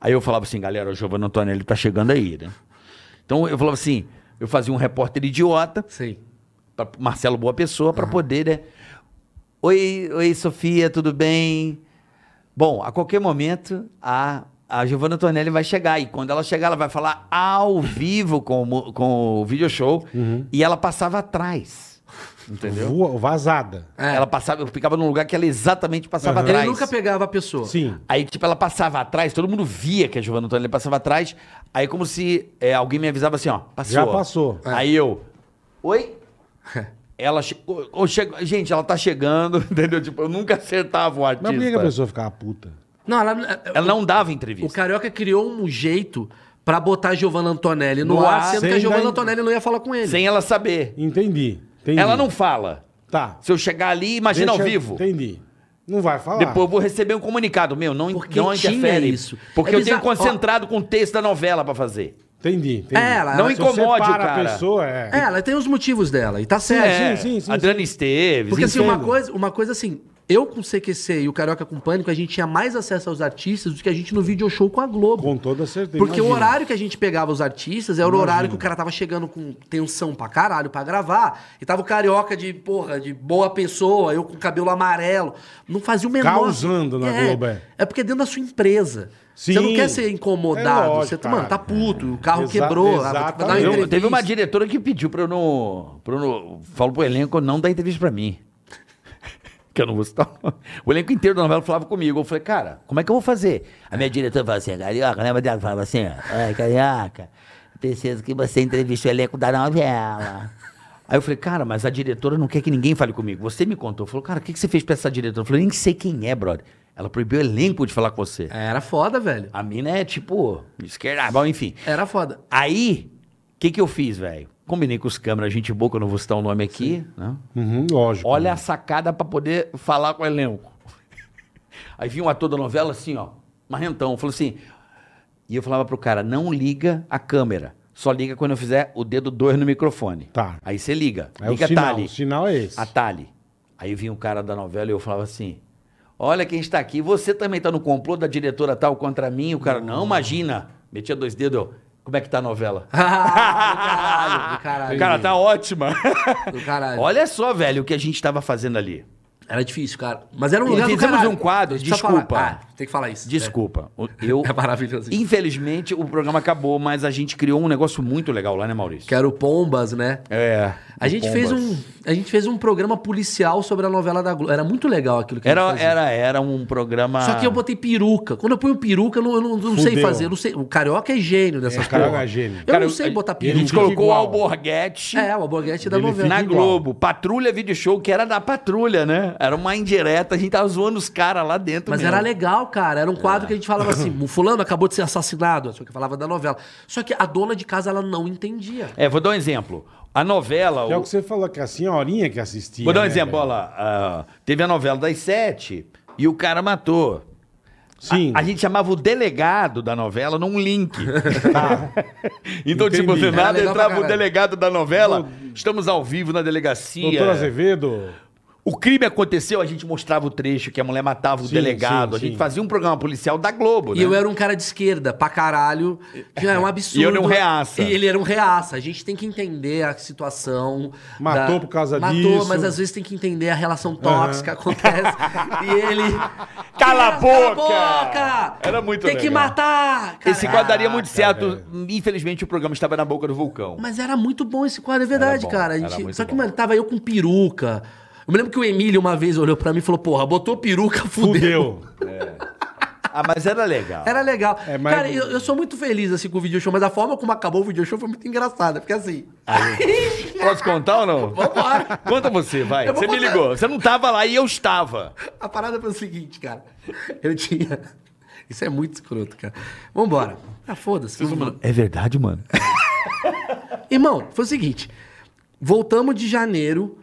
Speaker 3: Aí eu falava assim, galera, o Giovanna Antonelli tá chegando aí, né? Então eu falava assim, eu fazia um repórter idiota,
Speaker 5: Sim.
Speaker 3: pra Marcelo Boa Pessoa,
Speaker 5: Ah.
Speaker 3: pra poder, né? Oi, oi, Sofia, tudo bem? Bom, a qualquer momento a, a Giovanna Tornelli vai chegar. E quando ela chegar, ela vai falar ao vivo com o, mu- com o video show.
Speaker 5: Uhum.
Speaker 3: E ela passava atrás.
Speaker 2: entendeu? vazada.
Speaker 5: É.
Speaker 3: Ela passava, eu ficava num lugar que ela exatamente passava
Speaker 5: Ele
Speaker 3: atrás.
Speaker 5: nunca pegava a pessoa.
Speaker 2: Sim.
Speaker 3: Aí, tipo, ela passava atrás, todo mundo via que a Giovanna Antonelli passava atrás. Aí, como se é, alguém me avisava assim, ó, passou.
Speaker 2: Já passou.
Speaker 5: É.
Speaker 3: Aí eu, oi? ela chegou, ô, chegou- gente, ela tá chegando, entendeu? Tipo, eu nunca acertava o artista.
Speaker 2: Mas por que que a pessoa ficava puta?
Speaker 5: Não, ela,
Speaker 3: Ela não dava
Speaker 5: o
Speaker 3: entrevista.
Speaker 5: Carioca criou um jeito pra botar a Giovanna Antonelli no,
Speaker 3: No
Speaker 5: ar,
Speaker 3: ar,
Speaker 5: sendo que
Speaker 2: sem
Speaker 5: a Giovanna
Speaker 2: dar-
Speaker 5: Antonelli não ia falar com ele.
Speaker 3: Sem ela saber.
Speaker 2: Entendi. entendi.
Speaker 3: Ela não fala.
Speaker 2: Tá.
Speaker 3: Se eu chegar ali, imagina
Speaker 2: Deixa-
Speaker 3: ao vivo.
Speaker 2: Entendi. Não vai falar.
Speaker 3: Depois eu vou receber um comunicado meu, não,
Speaker 5: Porque
Speaker 3: não
Speaker 5: tinha
Speaker 3: interfere.
Speaker 5: isso.
Speaker 3: Porque
Speaker 5: É
Speaker 3: eu tenho
Speaker 5: bizarro.
Speaker 3: concentrado com o texto da novela pra fazer.
Speaker 2: Entendi, entendi.
Speaker 5: É, ela-
Speaker 3: Não
Speaker 5: se
Speaker 2: Se você
Speaker 3: incomode o
Speaker 2: para
Speaker 3: cara.
Speaker 2: a pessoa, é.
Speaker 5: É, ela tem os motivos dela, e tá certo.
Speaker 3: É,
Speaker 2: sim, sim, sim,
Speaker 3: Adriana Esteves.
Speaker 5: Porque assim, uma
Speaker 2: entendo.
Speaker 5: coisa, uma coisa assim, eu com CQC e o Carioca com Pânico, a gente tinha mais acesso aos artistas do que a gente no video show com a Globo.
Speaker 2: Com toda certeza.
Speaker 5: Porque o
Speaker 2: imagino.
Speaker 5: horário que a gente pegava os artistas era o horário que o cara tava chegando com tensão pra caralho pra gravar. E tava o carioca de, porra, de boa pessoa, eu com cabelo amarelo. Não fazia o menor.
Speaker 2: Causando na
Speaker 5: é,
Speaker 2: Globo, é.
Speaker 5: É porque dentro da sua empresa.
Speaker 2: Sim.
Speaker 5: Você não quer ser incomodado.
Speaker 2: É lógico,
Speaker 5: você, tá-
Speaker 2: cara.
Speaker 5: mano, tá puto, o carro
Speaker 2: Exa-
Speaker 5: quebrou. ah, vai dar uma
Speaker 2: exatamente.
Speaker 3: Eu-
Speaker 5: entrevista.
Speaker 3: teve uma diretora que pediu pra eu não. Pra eu não falo pro elenco não dar entrevista pra mim. que eu não vou citar. o nome. O elenco inteiro da novela falava comigo. Eu falei, cara, como é que eu vou fazer? A minha diretora falava assim, carioca, lembra dela? Falava assim, ó, ai, carioca, preciso que você entreviste o elenco da novela. Aí eu falei, cara, mas a diretora não quer que ninguém fale comigo. Você me contou. Falou, cara, o que, que você fez pra essa diretora? Eu falei, nem sei quem é, brother. Ela proibiu o elenco de falar com você.
Speaker 5: Era foda, velho.
Speaker 3: A mina é tipo, esquerda, bom, enfim.
Speaker 5: Era foda.
Speaker 3: Aí, o que, que eu fiz, velho? Combinei com os câmeras, gente boa, que eu não vou citar o nome aqui. Né?
Speaker 2: Uhum, lógico.
Speaker 3: Olha a sacada pra poder falar com o elenco. Aí vinha um ator da novela assim, ó, marrentão, falou assim. E eu falava pro cara: não liga a câmera. Só liga quando eu fizer o dedo 2 no microfone.
Speaker 2: Tá.
Speaker 3: Aí você liga.
Speaker 2: É o
Speaker 3: liga
Speaker 2: sinal.
Speaker 3: Tali.
Speaker 2: O sinal é esse.
Speaker 3: Atalhe. Aí vinha um cara da novela e eu falava assim: Olha quem está aqui, você também está no complô da diretora tal contra mim? O cara, não, imagina. Metia dois dedos, eu, como é que tá a novela?
Speaker 5: Ah, do caralho, do caralho.
Speaker 3: O cara tá ótima.
Speaker 5: Do caralho.
Speaker 3: Olha só, velho, o que a gente estava fazendo ali.
Speaker 5: Era difícil, cara. Mas era um lugar do
Speaker 3: fizemos
Speaker 5: caralho.
Speaker 3: um quadro,
Speaker 5: Deixa eu
Speaker 3: desculpa.
Speaker 5: falar. Ah, tem que falar isso.
Speaker 3: Desculpa. o- Eu,
Speaker 5: É, é maravilhoso. isso.
Speaker 3: infelizmente, o programa acabou, mas a gente criou um negócio muito legal lá, né, Maurício?
Speaker 5: Que era o Pombas, né?
Speaker 3: É.
Speaker 5: A gente, fez um, a gente fez um programa policial sobre a novela da Globo. Era muito legal aquilo que a
Speaker 3: Era,
Speaker 5: gente fazia.
Speaker 3: era, era um programa.
Speaker 5: Só que eu botei peruca. Quando eu ponho peruca, eu não, eu não- eu não sei
Speaker 2: Fudeu.
Speaker 5: fazer. eu não sei. O carioca é gênio dessas
Speaker 2: É, o carioca
Speaker 5: porra.
Speaker 2: é gênio.
Speaker 5: Eu
Speaker 3: Cara,
Speaker 5: não sei
Speaker 3: a-
Speaker 5: botar
Speaker 3: A gente
Speaker 5: peruca.
Speaker 3: colocou o
Speaker 2: Igual.
Speaker 3: Alborguete.
Speaker 5: É, o Alborguete da
Speaker 2: Ele
Speaker 5: novela.
Speaker 3: Na
Speaker 2: Igual.
Speaker 3: Globo, Patrulha Video Show, que era da Patrulha, né? Era uma indireta, a gente tava zoando os caras lá dentro.
Speaker 5: Mas
Speaker 3: mesmo. É.
Speaker 5: era legal, cara. Era um quadro que a gente falava assim: o fulano acabou de ser assassinado. Só que falava da novela. Só que a dona de casa, ela não entendia.
Speaker 3: É, vou dar um exemplo. A novela.
Speaker 2: Que é
Speaker 3: o-
Speaker 2: o que você falou, que a senhorinha que assistia.
Speaker 3: Vou dar um
Speaker 2: né,
Speaker 3: exemplo,
Speaker 2: velho?
Speaker 3: olha lá. ah, teve a novela das sete e o cara matou.
Speaker 2: Sim.
Speaker 3: A gente chamava o delegado da novela num link. então,
Speaker 2: Entendi.
Speaker 3: tipo, do
Speaker 2: Era
Speaker 3: nada
Speaker 5: legal
Speaker 3: entrava
Speaker 5: pra
Speaker 3: o
Speaker 5: caralho.
Speaker 3: delegado da novela. Estamos ao vivo na delegacia.
Speaker 2: Doutor Azevedo.
Speaker 3: O crime aconteceu, a gente mostrava o trecho que a mulher matava o
Speaker 2: Sim,
Speaker 3: delegado.
Speaker 2: sim,
Speaker 3: a gente
Speaker 2: sim.
Speaker 3: fazia um programa policial da Globo,
Speaker 5: E
Speaker 3: né?
Speaker 5: eu era um cara de esquerda, pra caralho. Que é um absurdo.
Speaker 3: E eu era um reaça.
Speaker 5: E ele era um reaça. A gente tem que entender a situação.
Speaker 2: Matou por causa disso.
Speaker 5: Matou, mas às vezes tem que entender a relação tóxica que acontece. e ele.
Speaker 3: Cala a
Speaker 5: Cala
Speaker 3: boca!
Speaker 5: boca!
Speaker 3: Era muito
Speaker 5: Tem que
Speaker 3: legal.
Speaker 5: matar! cara.
Speaker 3: Esse quadro daria muito
Speaker 2: Caraca,
Speaker 3: certo. Infelizmente, o programa estava na boca do vulcão.
Speaker 5: Mas era muito bom esse quadro, é verdade,
Speaker 3: bom,
Speaker 5: cara. A
Speaker 3: era
Speaker 5: gente-
Speaker 3: muito
Speaker 5: Só que,
Speaker 3: bom.
Speaker 5: mano, tava eu com peruca. Eu me lembro que o Emílio uma vez olhou pra mim e falou: porra, botou peruca, fudeu.
Speaker 2: Fudeu.
Speaker 3: Ah, mas era legal.
Speaker 5: Era legal.
Speaker 2: É, mas-
Speaker 5: Cara, eu, eu sou muito feliz assim com o video show, mas a forma como acabou o video show foi muito engraçada, porque assim.
Speaker 3: Posso contar ou não?
Speaker 5: Vambora.
Speaker 3: Conta você, vai.
Speaker 5: Eu vou
Speaker 3: Você me
Speaker 5: contar.
Speaker 3: ligou. Você não tava lá e eu estava.
Speaker 5: A parada foi o seguinte, cara. Eu tinha. Isso é muito escroto, cara. Vambora. Ah, foda-se. Vambora.
Speaker 3: É verdade, mano?
Speaker 5: Irmão, foi o seguinte. Voltamos de janeiro.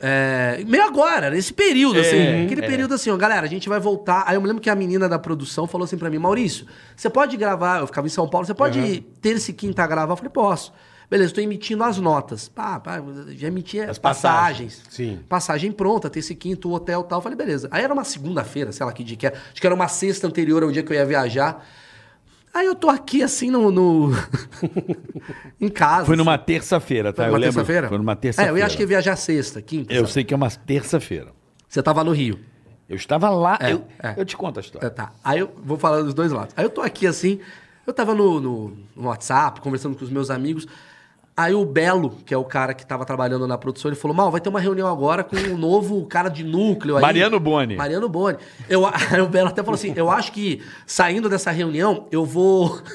Speaker 5: é, meio agora, nesse período,
Speaker 3: É,
Speaker 5: assim. Aquele período assim, ó, galera, a gente vai voltar. Aí eu me lembro que a menina da produção falou assim pra mim, Maurício, você pode gravar, eu ficava em São Paulo, você pode terça e quinta gravar? Eu falei, posso. Beleza, estou emitindo as notas. Pá, pá, já emiti as É, passagens.
Speaker 2: Sim.
Speaker 5: Passagem pronta, terça e quinta, o hotel e tal. Eu falei, beleza. Aí era uma segunda-feira, sei lá que dia que era. Acho que era uma sexta anterior ao dia que eu ia viajar. Aí eu tô aqui assim no. no- em casa.
Speaker 3: Foi numa terça-feira, tá?
Speaker 5: Foi
Speaker 3: eu
Speaker 5: numa
Speaker 3: lembro.
Speaker 5: terça-feira?
Speaker 3: Foi numa terça-feira.
Speaker 5: É, eu acho que ia viajar sexta, quinta.
Speaker 3: Eu
Speaker 5: sabe?
Speaker 3: sei que é uma terça-feira.
Speaker 5: Você tava no Rio.
Speaker 3: Eu estava lá.
Speaker 5: É,
Speaker 3: eu,
Speaker 5: é.
Speaker 3: eu te conto a
Speaker 5: É,
Speaker 3: história.
Speaker 5: tá. Aí eu vou falar dos dois lados. Aí eu tô aqui assim, eu tava no, no- no WhatsApp, conversando com os meus amigos. Aí o Belo, que é o cara que tava trabalhando na produção, ele falou: Mal, vai ter uma reunião agora com um novo cara de núcleo aí.
Speaker 3: Mariano Boni.
Speaker 5: Mariano Boni. Eu, a- aí o Belo até falou assim: eu acho que saindo dessa reunião, eu vou.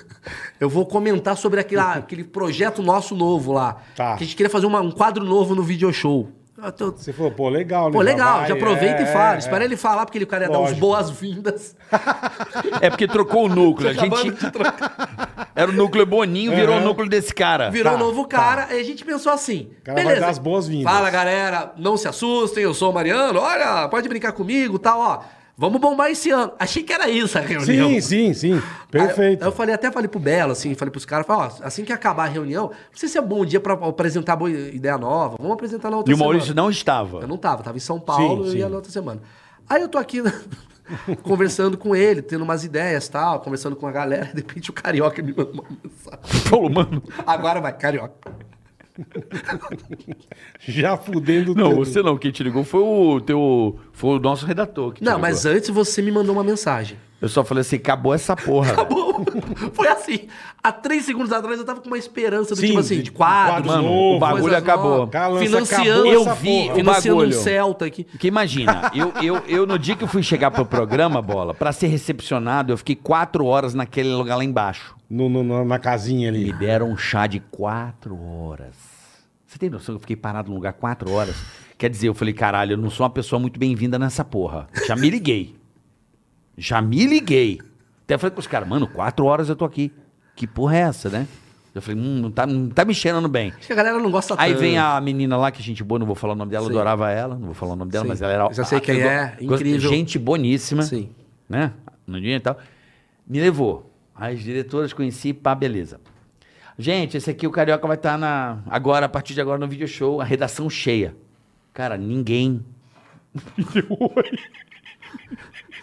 Speaker 5: Eu vou comentar sobre aquele, aquele projeto nosso novo lá.
Speaker 2: Tá.
Speaker 5: Que a gente queria fazer uma- um quadro novo no video show. Eu tô-
Speaker 2: Você falou, pô, legal, né?
Speaker 5: Pô, legal,
Speaker 2: Vai,
Speaker 5: já aproveita
Speaker 2: é,
Speaker 5: e fala.
Speaker 2: é,
Speaker 5: Espera ele falar, porque ele- o cara ia dar
Speaker 2: Lógico.
Speaker 5: umas boas-vindas.
Speaker 3: É porque trocou o núcleo. A gente.
Speaker 5: Acabando de trocar.
Speaker 3: Era o núcleo Boninho, virou
Speaker 2: Aham.
Speaker 3: o núcleo desse cara.
Speaker 5: Virou
Speaker 2: Tá,
Speaker 5: um novo
Speaker 2: tá.
Speaker 5: cara, aí a gente pensou assim.
Speaker 2: cara vai
Speaker 5: beleza.
Speaker 2: dar as boas-vindas.
Speaker 5: Fala, galera, não se assustem, eu sou o Mariano, olha, pode brincar comigo e tal, ó. Vamos bombar esse ano. Achei que era isso a reunião.
Speaker 2: é. Sim, sim, sim. Perfeito.
Speaker 5: Aí eu falei, até falei pro Belo, assim, falei pros caras, falei, ó, assim que acabar a reunião, não sei se é bom dia pra apresentar boa ideia nova, vamos apresentar na outra
Speaker 3: E o Maurício
Speaker 5: semana.
Speaker 3: não estava.
Speaker 5: Eu não tava, tava em São
Speaker 2: Sim,
Speaker 5: Paulo eu
Speaker 2: sim.
Speaker 5: ia na outra semana. Aí eu tô aqui conversando com ele, tendo umas ideias e tal, conversando com a galera, de repente o carioca me manda uma mensagem.
Speaker 3: Falou, mano.
Speaker 5: Agora vai, carioca.
Speaker 2: Já fudendo
Speaker 3: Não,
Speaker 2: tudo.
Speaker 3: você não. Quem te ligou foi o teu. Foi o nosso redator. Que te
Speaker 5: Não,
Speaker 3: ligou.
Speaker 5: mas antes você me mandou uma mensagem.
Speaker 3: Eu só falei assim: acabou essa porra. velho.
Speaker 5: Bom, Foi assim. Há três segundos atrás eu tava com uma esperança do
Speaker 2: Sim,
Speaker 5: tipo assim,
Speaker 2: de
Speaker 5: de quadro.
Speaker 2: quadro
Speaker 3: Mano,
Speaker 2: novo,
Speaker 3: o bagulho
Speaker 5: coisas
Speaker 3: acabou.
Speaker 5: novas.
Speaker 2: Cara, lança-
Speaker 5: Financiando,
Speaker 2: acabou essa
Speaker 3: Eu vi
Speaker 2: porra.
Speaker 3: o
Speaker 5: financiando um
Speaker 3: bagulho.
Speaker 5: Celta aqui.
Speaker 3: Porque imagina, eu, eu, eu no dia que eu fui chegar pro programa, bola, pra ser recepcionado, eu fiquei quatro horas naquele lugar lá embaixo.
Speaker 2: No- no- no- na casinha ali.
Speaker 3: Me deram um chá de quatro horas. Você tem noção que eu fiquei parado num lugar quatro horas? Quer dizer, eu falei, caralho, eu não sou uma pessoa muito bem-vinda nessa porra. Já me liguei. Já me liguei. Até falei com os caras, mano, quatro horas eu tô aqui. Que porra é essa, né? Eu falei, hum, não tá, não tá me cheirando bem.
Speaker 5: Acho que a galera não gosta
Speaker 3: Aí
Speaker 5: tanto.
Speaker 3: vem a menina lá, que é gente boa, não vou falar o nome dela, eu
Speaker 5: Sim.
Speaker 3: adorava ela, não vou falar o nome dela,
Speaker 5: Sim.
Speaker 3: mas ela era.
Speaker 5: Eu já sei quem é,
Speaker 3: go-
Speaker 5: incrível.
Speaker 3: Gente boníssima.
Speaker 5: Sim.
Speaker 3: Né? No dia e tal. Me levou. As diretoras conheci, pá, beleza. Gente, esse aqui o Carioca vai estar na. Agora, a partir de agora, no video show, a redação cheia. Cara, ninguém.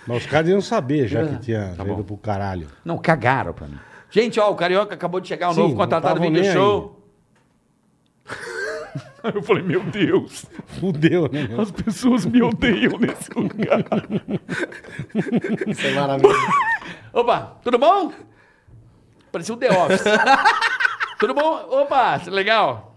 Speaker 2: Mas os caras iam saber já que
Speaker 3: Tá
Speaker 2: tinha
Speaker 3: bom.
Speaker 2: ido pro caralho.
Speaker 3: Não, cagaram pra mim. Gente, ó, o Carioca acabou de chegar, o
Speaker 2: Sim,
Speaker 3: novo
Speaker 2: não
Speaker 3: contratado
Speaker 2: tavam
Speaker 3: video
Speaker 2: nem
Speaker 3: show. Aí eu falei, meu Deus,
Speaker 2: Fudeu, né? meu?
Speaker 3: as pessoas me odeiam nesse lugar.
Speaker 5: Isso é maravilhoso.
Speaker 3: Opa, tudo bom? Parecia um The Office. tudo bom? Opa, legal.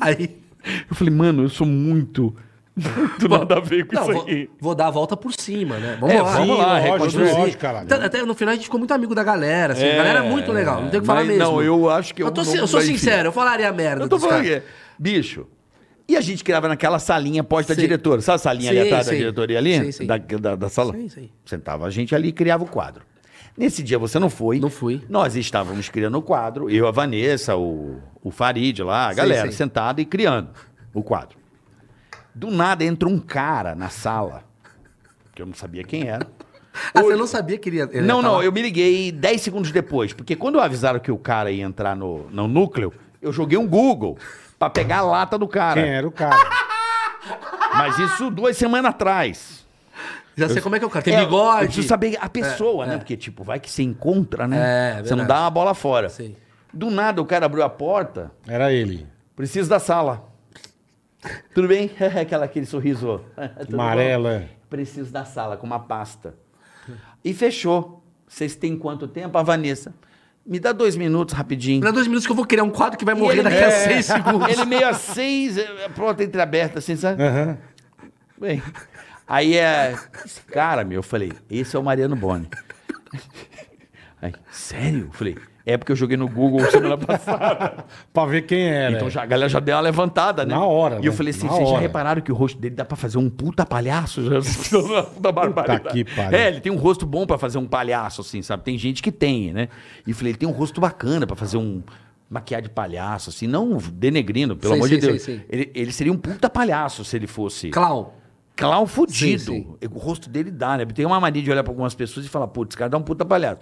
Speaker 5: Aí.
Speaker 3: Eu falei, mano, eu sou muito. Muito nada a ver com
Speaker 5: Não,
Speaker 3: isso
Speaker 5: vou,
Speaker 3: aqui.
Speaker 5: vou dar a volta por cima, né? Vamos
Speaker 3: É,
Speaker 5: lá.
Speaker 3: vamos lá,
Speaker 2: Sim, lógico,
Speaker 3: reconstruir. Tá,
Speaker 2: lógico, caralho.
Speaker 5: Até, até no final a gente ficou muito amigo da galera, assim. a galera é muito legal, não tem o que falar
Speaker 3: Mas
Speaker 5: mesmo.
Speaker 3: Não, eu acho que eu.
Speaker 5: Eu, tô,
Speaker 3: não-
Speaker 5: si- eu sou
Speaker 3: enfim.
Speaker 5: sincero, eu falaria merda.
Speaker 3: Eu tô
Speaker 5: dos
Speaker 3: falando
Speaker 5: caras.
Speaker 3: aqui. Bicho. E a gente grava naquela salinha pós da
Speaker 5: Sim.
Speaker 3: diretora. Sabe a salinha ali
Speaker 5: Sim,
Speaker 3: atrás da
Speaker 5: sim.
Speaker 3: diretoria ali?
Speaker 5: Sim, sim.
Speaker 3: Da, da, da sala?
Speaker 5: Sim, sim.
Speaker 3: Sentava a gente ali e criava o quadro. Nesse dia você não foi.
Speaker 5: Não fui.
Speaker 3: Nós estávamos criando o quadro, eu, a Vanessa, o, o Farid lá, a galera
Speaker 5: sim.
Speaker 3: sentada e criando o quadro. Do nada entra um cara na sala, que eu não sabia quem era.
Speaker 5: Ah, você não sabia que ele ia. ele ia
Speaker 3: Não,
Speaker 5: tá
Speaker 3: não,
Speaker 5: lá?
Speaker 3: eu me liguei 10 segundos depois, porque quando avisaram que o cara ia entrar no, no núcleo, eu joguei um Google pra pegar a lata do cara.
Speaker 2: Quem é? era o cara?
Speaker 3: Mas isso duas semanas atrás.
Speaker 5: Já sei como é que é o cara. Tem
Speaker 3: É, Eu
Speaker 5: bigode.
Speaker 3: preciso saber a pessoa, né? Porque, tipo, vai que você encontra, né?
Speaker 5: É,
Speaker 3: você não
Speaker 5: verdade.
Speaker 3: dá uma bola fora.
Speaker 5: Sim.
Speaker 3: Do nada, o cara abriu a porta,
Speaker 2: Era ele.
Speaker 3: preciso da sala. Tudo bem? Aquela, aquele sorriso. Tudo bom?
Speaker 2: Amarela.
Speaker 3: Preciso da sala, com uma pasta. E fechou. Vocês têm quanto tempo? A Vanessa. Me dá dois minutos rapidinho.
Speaker 5: Dá dois minutos que eu vou criar um quadro que vai
Speaker 3: E
Speaker 5: morrer
Speaker 3: ele
Speaker 5: daqui a
Speaker 3: meio-
Speaker 5: seis segundos.
Speaker 3: Ele meio a seis, é, é, pronto, entreaberta, assim, sabe?
Speaker 2: Aham.
Speaker 3: Bem. Aí é. Esse cara, meu, eu falei, esse é o Mariano Boni. Aí, sério? Eu falei, é porque eu joguei no Google semana passada.
Speaker 2: Pra ver quem era.
Speaker 3: Então já, a galera já deu uma levantada, né?
Speaker 2: É. Na hora,
Speaker 3: E
Speaker 2: né?
Speaker 3: eu falei assim,
Speaker 2: Na
Speaker 3: vocês já
Speaker 2: hora."
Speaker 3: repararam que o rosto dele dá pra fazer um puta palhaço? Já uma puta barbaridade.
Speaker 2: que pariu.
Speaker 3: é, ele tem um rosto bom pra fazer um palhaço, assim, sabe? Tem gente que tem, né? E eu falei, ele tem um rosto bacana pra fazer um maquiar de palhaço, assim, não denegrindo, pelo
Speaker 5: Sim,
Speaker 3: amor de
Speaker 5: sim,
Speaker 3: Deus.
Speaker 5: sim, sim.
Speaker 3: Ele, ele seria um puta palhaço se ele fosse...
Speaker 5: Clown.
Speaker 3: Clown fudido.
Speaker 5: Sim,
Speaker 3: O rosto dele dá, né? Tem uma mania de olhar pra algumas pessoas e falar, putz, esse cara dá um puta palhaço.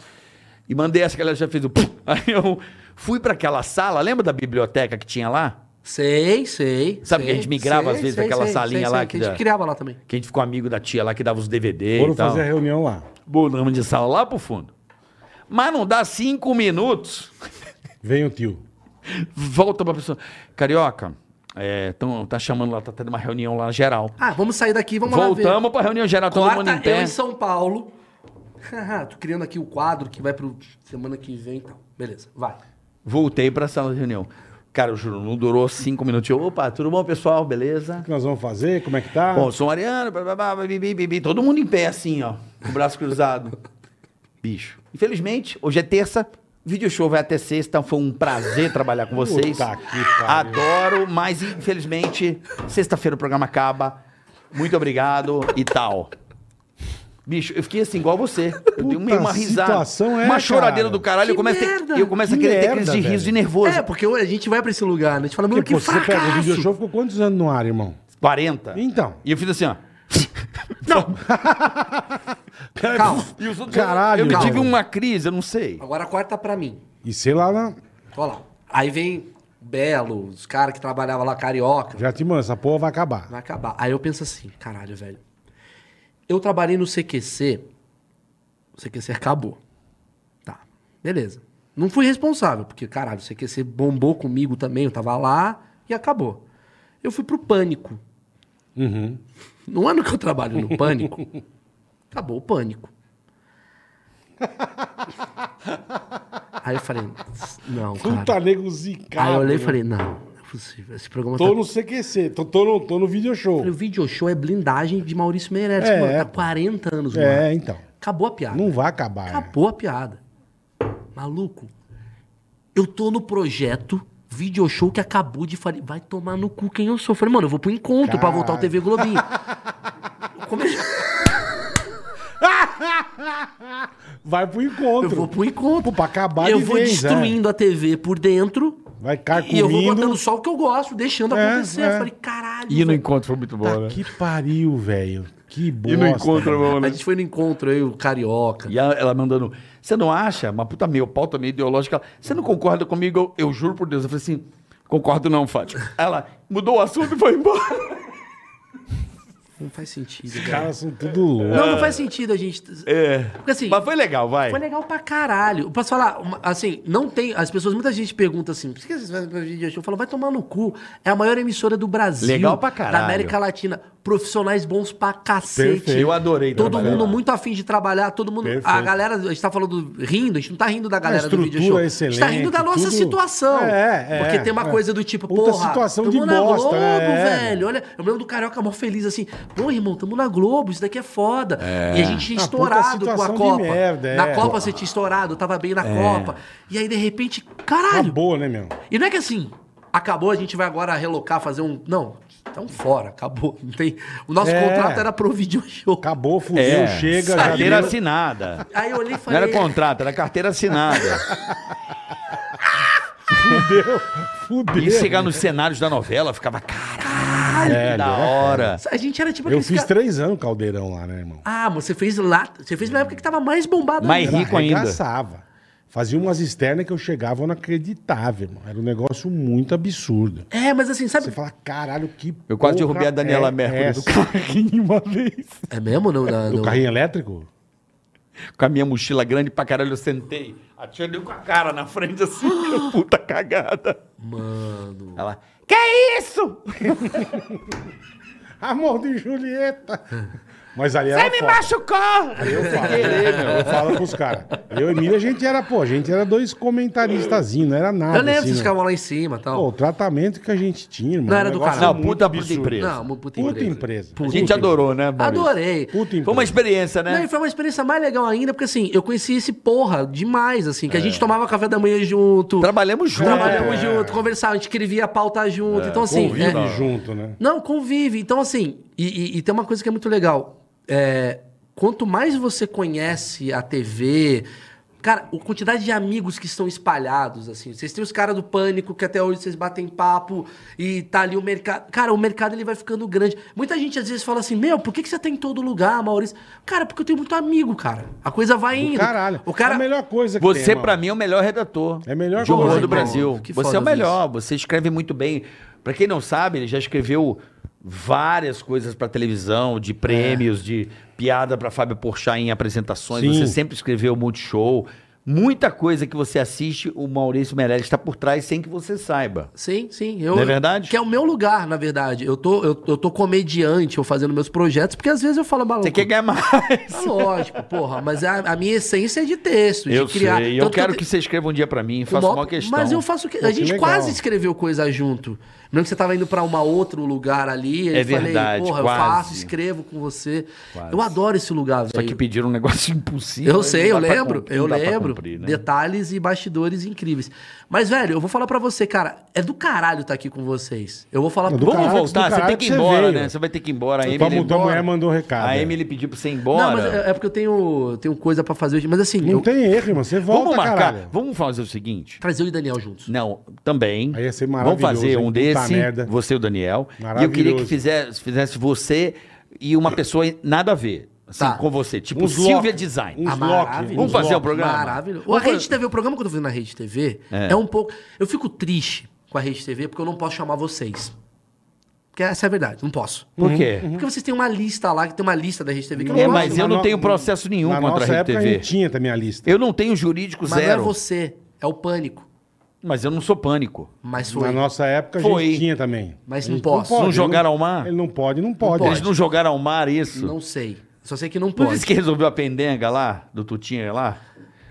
Speaker 3: E mandei essa que ela já fez o... pum. Aí eu fui pra aquela sala, lembra da biblioteca que tinha lá?
Speaker 5: Sei, sei.
Speaker 3: Sabe
Speaker 5: sei,
Speaker 3: que a gente migrava, às vezes, daquela salinha lá
Speaker 5: que
Speaker 3: que
Speaker 5: a gente
Speaker 3: dá-
Speaker 5: criava lá também.
Speaker 3: Que a gente ficou amigo da tia lá que dava os DVD
Speaker 2: Foram
Speaker 3: e tal.
Speaker 2: fazer a reunião lá.
Speaker 3: Bolamos de sala lá pro fundo. Mas não dá cinco minutos,
Speaker 2: Vem o tio.
Speaker 3: volta pra pessoa. Carioca, é, tão, tá chamando lá, tá tendo uma reunião lá geral.
Speaker 5: Ah, vamos sair daqui, vamos lá ver.
Speaker 3: Voltamos pra reunião geral, Tá todo mundo em
Speaker 5: Quarta, eu
Speaker 3: pé.
Speaker 5: em São Paulo. Haha, Tô criando aqui o quadro que vai pro semana que vem e tal. Beleza, vai.
Speaker 3: Voltei pra sala de reunião. Cara, eu juro, não durou cinco minutos. Eu, opa, tudo bom, pessoal? Beleza?
Speaker 2: O que nós vamos fazer? Como é que tá?
Speaker 3: Bom, sou Mariano, blá, blá, blá, blá, bi, bi, bi, bi. todo mundo em pé assim, ó, com o braço cruzado. Bicho. Infelizmente, hoje é terça, vídeo show vai até sexta, foi um prazer trabalhar com vocês.
Speaker 2: Puta que pariu.
Speaker 3: Adoro, mas infelizmente, sexta-feira o programa acaba. Muito obrigado e tal. Bicho, eu fiquei assim, igual você. Eu dei
Speaker 2: Puta,
Speaker 3: uma, uma risada.
Speaker 2: situação é,
Speaker 3: uma choradeira
Speaker 2: cara?
Speaker 3: do caralho. Eu
Speaker 5: Que
Speaker 3: começo, a ter-
Speaker 5: merda.
Speaker 3: eu começo a
Speaker 2: Que
Speaker 3: querer ter
Speaker 2: merda,
Speaker 3: crise de riso
Speaker 2: velho.
Speaker 3: de nervoso.
Speaker 5: É, porque hoje a gente vai pra esse lugar, né? A gente fala, mano,
Speaker 2: Porque,
Speaker 5: que
Speaker 2: pô, você pega o
Speaker 5: fracasso.
Speaker 2: video show, ficou quantos anos no ar, irmão?
Speaker 3: 40.
Speaker 2: Então.
Speaker 3: E eu fiz assim, ó.
Speaker 5: Calma.
Speaker 3: E os outros-
Speaker 2: Caralho,
Speaker 3: Eu, eu
Speaker 2: calma.
Speaker 3: tive uma crise, eu não sei.
Speaker 5: Agora corta pra mim.
Speaker 2: E sei lá, né? na-
Speaker 5: Olha lá. Aí vem Belo, os caras que trabalhavam lá, carioca.
Speaker 2: já te mano, essa porra vai acabar.
Speaker 5: Vai acabar. Aí eu penso assim, caralho, velho. Eu trabalhei no CQC, o CQC acabou. Tá, beleza. Não fui responsável, porque, caralho, o CQC bombou comigo também, eu tava lá e acabou. Eu fui pro Pânico.
Speaker 2: Uhum.
Speaker 5: é No ano que eu trabalho no Pânico, acabou o Pânico. Aí eu falei, não,
Speaker 2: Puta
Speaker 5: cara.
Speaker 2: nego zicado.
Speaker 5: Aí eu olhei e
Speaker 2: meu.
Speaker 5: falei, não, não é possível. Esse programa tá
Speaker 2: Tô no CQC, tô, tô no, tô no video show.
Speaker 5: Falei, o video show é blindagem de Maurício Meirelles.
Speaker 2: É,
Speaker 5: que, mano,
Speaker 2: é,
Speaker 5: tá
Speaker 2: pô.
Speaker 5: 40 anos, mano.
Speaker 2: É, então.
Speaker 5: Acabou a piada.
Speaker 2: Não vai acabar. né?
Speaker 5: Acabou a piada. Maluco, eu tô no projeto video show que acabou de falar. Vai tomar no cu quem eu sou. Falei, mano, eu vou pro encontro pra voltar ao TV Globinho. Eu comecei-
Speaker 2: né? Vai pro
Speaker 5: Eu
Speaker 2: encontro.
Speaker 5: vou pro encontro.
Speaker 2: Pô, pra acabar
Speaker 5: Eu
Speaker 2: de
Speaker 5: vou
Speaker 2: vez, é.
Speaker 5: destruindo a TV por dentro.
Speaker 2: Vai
Speaker 5: E eu vou botando
Speaker 2: carcomindo.
Speaker 5: só o que eu gosto, deixando
Speaker 2: É,
Speaker 5: acontecer.
Speaker 2: é.
Speaker 5: Eu falei, caralho.
Speaker 6: E no
Speaker 5: velho.
Speaker 6: encontro foi muito bom,
Speaker 2: Tá
Speaker 6: né?
Speaker 2: que pariu, velho. Que bosta.
Speaker 6: E no
Speaker 2: velho.
Speaker 6: encontro, bom,
Speaker 5: A
Speaker 6: né?
Speaker 5: gente foi no encontro, eu, o Carioca.
Speaker 3: E ela, ela mandando, você não acha? Uma puta meio pauta meio ideológica. Você não concorda comigo? Eu, eu juro por Deus. Eu falei assim, concordo não, Fátima. Ela mudou o assunto e foi embora.
Speaker 5: Não faz sentido,
Speaker 2: Os
Speaker 5: velho.
Speaker 2: caras são tudo loucos.
Speaker 5: Não, não faz sentido a gente.
Speaker 3: É.
Speaker 5: Porque assim.
Speaker 3: Mas foi legal, vai.
Speaker 5: Foi legal pra caralho. Eu Posso falar, uma- assim, não tem. As pessoas, muita gente pergunta assim: por que vocês fazem pra vídeo show? Eu falo, vai tomar no cu. É a maior emissora do Brasil.
Speaker 3: Legal pra caralho.
Speaker 5: Da América Latina. Profissionais bons pra cacete.
Speaker 2: Perfeito.
Speaker 3: Eu adorei
Speaker 5: Todo
Speaker 3: trabalhar
Speaker 5: mundo
Speaker 3: lá.
Speaker 5: muito afim de trabalhar, todo mundo. A
Speaker 2: Perfeito.
Speaker 5: galera, a gente tá falando rindo, a gente não tá rindo da galera do
Speaker 2: estrutura
Speaker 5: vídeo show.
Speaker 2: é
Speaker 5: a gente tá rindo da
Speaker 2: excelente,
Speaker 5: nossa
Speaker 2: tudo-
Speaker 5: situação.
Speaker 2: É, é,
Speaker 5: Porque tem uma
Speaker 2: é.
Speaker 5: coisa do tipo,
Speaker 2: Puta
Speaker 5: porra,
Speaker 2: situação
Speaker 5: tamo
Speaker 2: de
Speaker 5: na
Speaker 2: bosta,
Speaker 5: Globo,
Speaker 2: é.
Speaker 5: velho. Olha, eu me lembro do Carioca mó feliz assim, pô, irmão, tamo na Globo, isso daqui é foda. E a gente tinha
Speaker 2: Ah, puta
Speaker 5: estourado com a
Speaker 2: situação de
Speaker 5: Copa.
Speaker 2: merda, é.
Speaker 5: Na Copa você tinha estourado, eu tava bem
Speaker 3: É.
Speaker 5: na Copa. E aí, de repente, caralho,
Speaker 2: Acabou, né, meu?
Speaker 5: e não é que assim, acabou, a gente vai agora relocar, fazer um. Não, estão fora, acabou. Não tem... O nosso
Speaker 2: É.
Speaker 5: contrato era pro vídeo show.
Speaker 2: Acabou, fudeu, chega. já
Speaker 3: É. Carteira
Speaker 2: deu.
Speaker 3: assinada.
Speaker 5: Aí eu olhei e
Speaker 3: Não
Speaker 5: falei.
Speaker 3: era contrato, era carteira assinada.
Speaker 2: Fudeu.
Speaker 3: E chegar nos cenários da novela, ficava, caralho, que
Speaker 6: é,
Speaker 3: da hora.
Speaker 5: A gente era tipo
Speaker 2: É. Eu
Speaker 5: aqueles
Speaker 2: fiz
Speaker 5: cara-
Speaker 2: três anos caldeirão lá, né, irmão?
Speaker 5: Ah, você fez lá. Você fez na época que tava mais bombado
Speaker 3: Mas-
Speaker 2: Era
Speaker 3: É rico ainda.
Speaker 2: arregaçava. Fazia umas externas que eu chegava inacreditável, irmão. Era um negócio muito absurdo.
Speaker 5: É, mas assim, sabe.
Speaker 2: Você fala, caralho, que
Speaker 3: Eu quase
Speaker 2: porra
Speaker 3: derrubei a Daniela
Speaker 2: é
Speaker 3: Mercury do
Speaker 2: essa?
Speaker 3: carrinho uma vez.
Speaker 5: É mesmo? No, na-
Speaker 2: Do
Speaker 5: no-
Speaker 2: carrinho elétrico?
Speaker 3: Com a minha mochila grande pra caralho, eu sentei. A tia deu com a cara na frente assim, puta cagada.
Speaker 5: Mano.
Speaker 3: Ela, que isso?
Speaker 2: Amor de Julieta. Mas ali era
Speaker 3: Você me
Speaker 2: foda.
Speaker 3: machucou!
Speaker 2: Eu falo, eu falo pros caras. Eu e Emília, a gente era, pô, a gente era dois comentaristazinhos, não era nada.
Speaker 5: eu lembro,
Speaker 2: assim,
Speaker 5: vocês
Speaker 2: né?
Speaker 5: ficavam lá em cima e tal.
Speaker 2: Pô, o tratamento que a gente tinha, irmão.
Speaker 5: Não era
Speaker 2: um
Speaker 5: do
Speaker 2: negócio
Speaker 5: caralho.
Speaker 3: Não,
Speaker 2: muito
Speaker 3: puta, puta
Speaker 2: absurdo.
Speaker 3: empresa.
Speaker 5: Não, uma
Speaker 2: Puta
Speaker 5: puta empresa.
Speaker 2: empresa.
Speaker 3: A
Speaker 5: Puta
Speaker 3: gente adorou, né, Maurício?
Speaker 5: Adorei.
Speaker 2: Puta empresa.
Speaker 3: Foi uma experiência,
Speaker 5: Não,
Speaker 3: né?
Speaker 5: e foi uma experiência mais legal ainda, porque assim, eu conheci esse porra demais, assim, que a gente tomava café da manhã junto.
Speaker 3: Trabalhamos juntos.
Speaker 2: É.
Speaker 5: Trabalhamos junto, conversava, a gente escrevia a pauta junto. então, assim.
Speaker 2: Convive
Speaker 5: é-
Speaker 2: junto, né?
Speaker 5: Não, convive. Então, assim, e, e- e tem uma coisa que é muito legal. É, quanto mais você conhece a TV. Cara, a quantidade de amigos que estão espalhados, assim. Vocês têm os caras do pânico que até hoje vocês batem papo e tá ali o mercado. Cara, o mercado ele vai ficando grande. Muita gente às vezes fala assim: Meu, por que, que você tá em todo lugar, Maurício? Cara, porque eu tenho muito amigo, cara. A coisa vai indo.
Speaker 2: Caralho.
Speaker 5: O cara.
Speaker 2: É a melhor coisa que
Speaker 3: Você,
Speaker 2: tem,
Speaker 3: pra
Speaker 2: mano.
Speaker 3: mim, é o melhor redator.
Speaker 2: É a melhor
Speaker 3: de humor
Speaker 2: coisa,
Speaker 3: do
Speaker 2: irmão.
Speaker 3: Brasil.
Speaker 5: Que
Speaker 3: Você
Speaker 5: foda
Speaker 3: é o melhor, você escreve muito bem. Pra quem não sabe, ele já escreveu várias coisas pra televisão, de
Speaker 5: É.
Speaker 3: prêmios, de piada pra Fábio Porchat em apresentações.
Speaker 2: Sim.
Speaker 3: Você sempre escreveu multishow. Muita coisa que você assiste, o Maurício Meirelles está por trás sem que você saiba.
Speaker 5: Sim, sim. Eu,
Speaker 3: Não é verdade?
Speaker 5: Que é o meu lugar, na verdade. Eu tô, eu, eu tô comediante, eu fazendo meus projetos, porque às vezes eu falo maluco.
Speaker 3: Você quer ganhar mais.
Speaker 5: Ah, lógico, porra. Mas a, a minha essência é de texto, de
Speaker 3: Eu
Speaker 5: criar.
Speaker 3: sei, eu
Speaker 5: Tanto
Speaker 3: quero
Speaker 5: eu
Speaker 3: que,
Speaker 5: te-
Speaker 3: você escreva um dia pra mim, faço
Speaker 5: Mó-
Speaker 3: uma questão.
Speaker 5: Mas eu faço. que-
Speaker 2: Pô,
Speaker 5: a
Speaker 2: que
Speaker 5: gente
Speaker 2: legal.
Speaker 5: quase escreveu coisa junto. Não que você tava indo pra um outro lugar ali. Aí
Speaker 3: É
Speaker 5: eu falei,
Speaker 3: verdade,
Speaker 5: porra,
Speaker 3: quase.
Speaker 5: eu faço, escrevo com você. Eu adoro esse lugar,
Speaker 3: Só que
Speaker 5: velho.
Speaker 3: pediram um negócio impossível.
Speaker 5: Eu
Speaker 3: aí
Speaker 5: sei,
Speaker 3: não
Speaker 5: eu
Speaker 3: dá pra
Speaker 5: lembro,
Speaker 3: cumprir,
Speaker 5: eu
Speaker 3: não dá pra
Speaker 5: lembro.
Speaker 3: Sempre, né?
Speaker 5: Detalhes e bastidores incríveis. Mas, velho, eu vou falar pra você, cara, é do caralho estar aqui com vocês. Eu vou falar
Speaker 2: É do
Speaker 5: Vamos-
Speaker 2: caralho,
Speaker 3: Vamos
Speaker 2: do
Speaker 3: voltar, você
Speaker 2: caralho
Speaker 3: tem que ir
Speaker 2: que você
Speaker 3: embora,
Speaker 2: veio.
Speaker 3: né? Você vai ter que ir embora. A
Speaker 2: Tua
Speaker 3: Emily,
Speaker 2: mu- tua mulher
Speaker 3: embora.
Speaker 2: mandou um recado.
Speaker 3: a
Speaker 2: é. eh,
Speaker 3: Emily pediu pra você ir
Speaker 5: Não,
Speaker 3: embora.
Speaker 5: mas é é porque eu tenho, tenho coisa pra fazer hoje. Mas assim,
Speaker 2: Não
Speaker 5: eu
Speaker 2: tem erro, irmão. Você volta,
Speaker 3: vamos marcar,
Speaker 2: caralho.
Speaker 3: vamos fazer o seguinte.
Speaker 5: trazer eu e o Daniel juntos.
Speaker 3: Não, também.
Speaker 2: Aí ia ser
Speaker 3: Vamos
Speaker 2: maravilhoso,
Speaker 3: fazer
Speaker 2: hein?
Speaker 3: um
Speaker 2: Puta
Speaker 3: desse,
Speaker 2: merda.
Speaker 3: você e o Daniel. E eu
Speaker 2: Maravilhoso.
Speaker 3: queria que fizesse, fizesse você e uma pessoa nada a ver. Assim,
Speaker 5: Tá.
Speaker 3: com você. Tipo
Speaker 2: Uns Uhum.
Speaker 3: Silvia
Speaker 2: Loki.
Speaker 3: Design.
Speaker 2: Uns
Speaker 5: Ah,
Speaker 2: Loki.
Speaker 5: maravilhoso.
Speaker 3: Vamos fazer o
Speaker 2: Loki.
Speaker 3: programa?
Speaker 5: Maravilhoso. A Rede TV, o programa que eu tô fazendo na Rede TV é. um pouco. Eu fico triste com a Rede TV porque eu não posso chamar vocês. Porque essa é a verdade, não posso.
Speaker 3: Por quê?
Speaker 2: Uhum.
Speaker 5: Porque vocês têm uma lista lá, que tem uma lista da Rede TV que eu não
Speaker 3: É,
Speaker 5: posso.
Speaker 3: mas
Speaker 2: Na
Speaker 3: eu não
Speaker 2: no-
Speaker 3: tenho processo nenhum
Speaker 2: na
Speaker 3: contra a
Speaker 2: nossa
Speaker 3: Rede
Speaker 2: época,
Speaker 3: TV.
Speaker 2: não tinha também a lista.
Speaker 3: Eu não tenho jurídico
Speaker 5: Mas
Speaker 3: zero.
Speaker 5: não é você, é o pânico.
Speaker 3: Mas eu não sou pânico.
Speaker 5: Mas foi.
Speaker 2: Na nossa época, a
Speaker 3: Foi.
Speaker 2: gente tinha também.
Speaker 5: Mas não
Speaker 2: Ele
Speaker 5: posso.
Speaker 2: pode,
Speaker 3: Não
Speaker 2: ele
Speaker 3: jogaram ao mar?
Speaker 2: Ele não pode, não pode.
Speaker 5: pode.
Speaker 3: Eles não jogaram ao mar isso. Não,
Speaker 5: Não sei. Só sei que não
Speaker 3: não
Speaker 5: pode.
Speaker 3: disse que resolveu a pendenga lá, do Tutinha lá?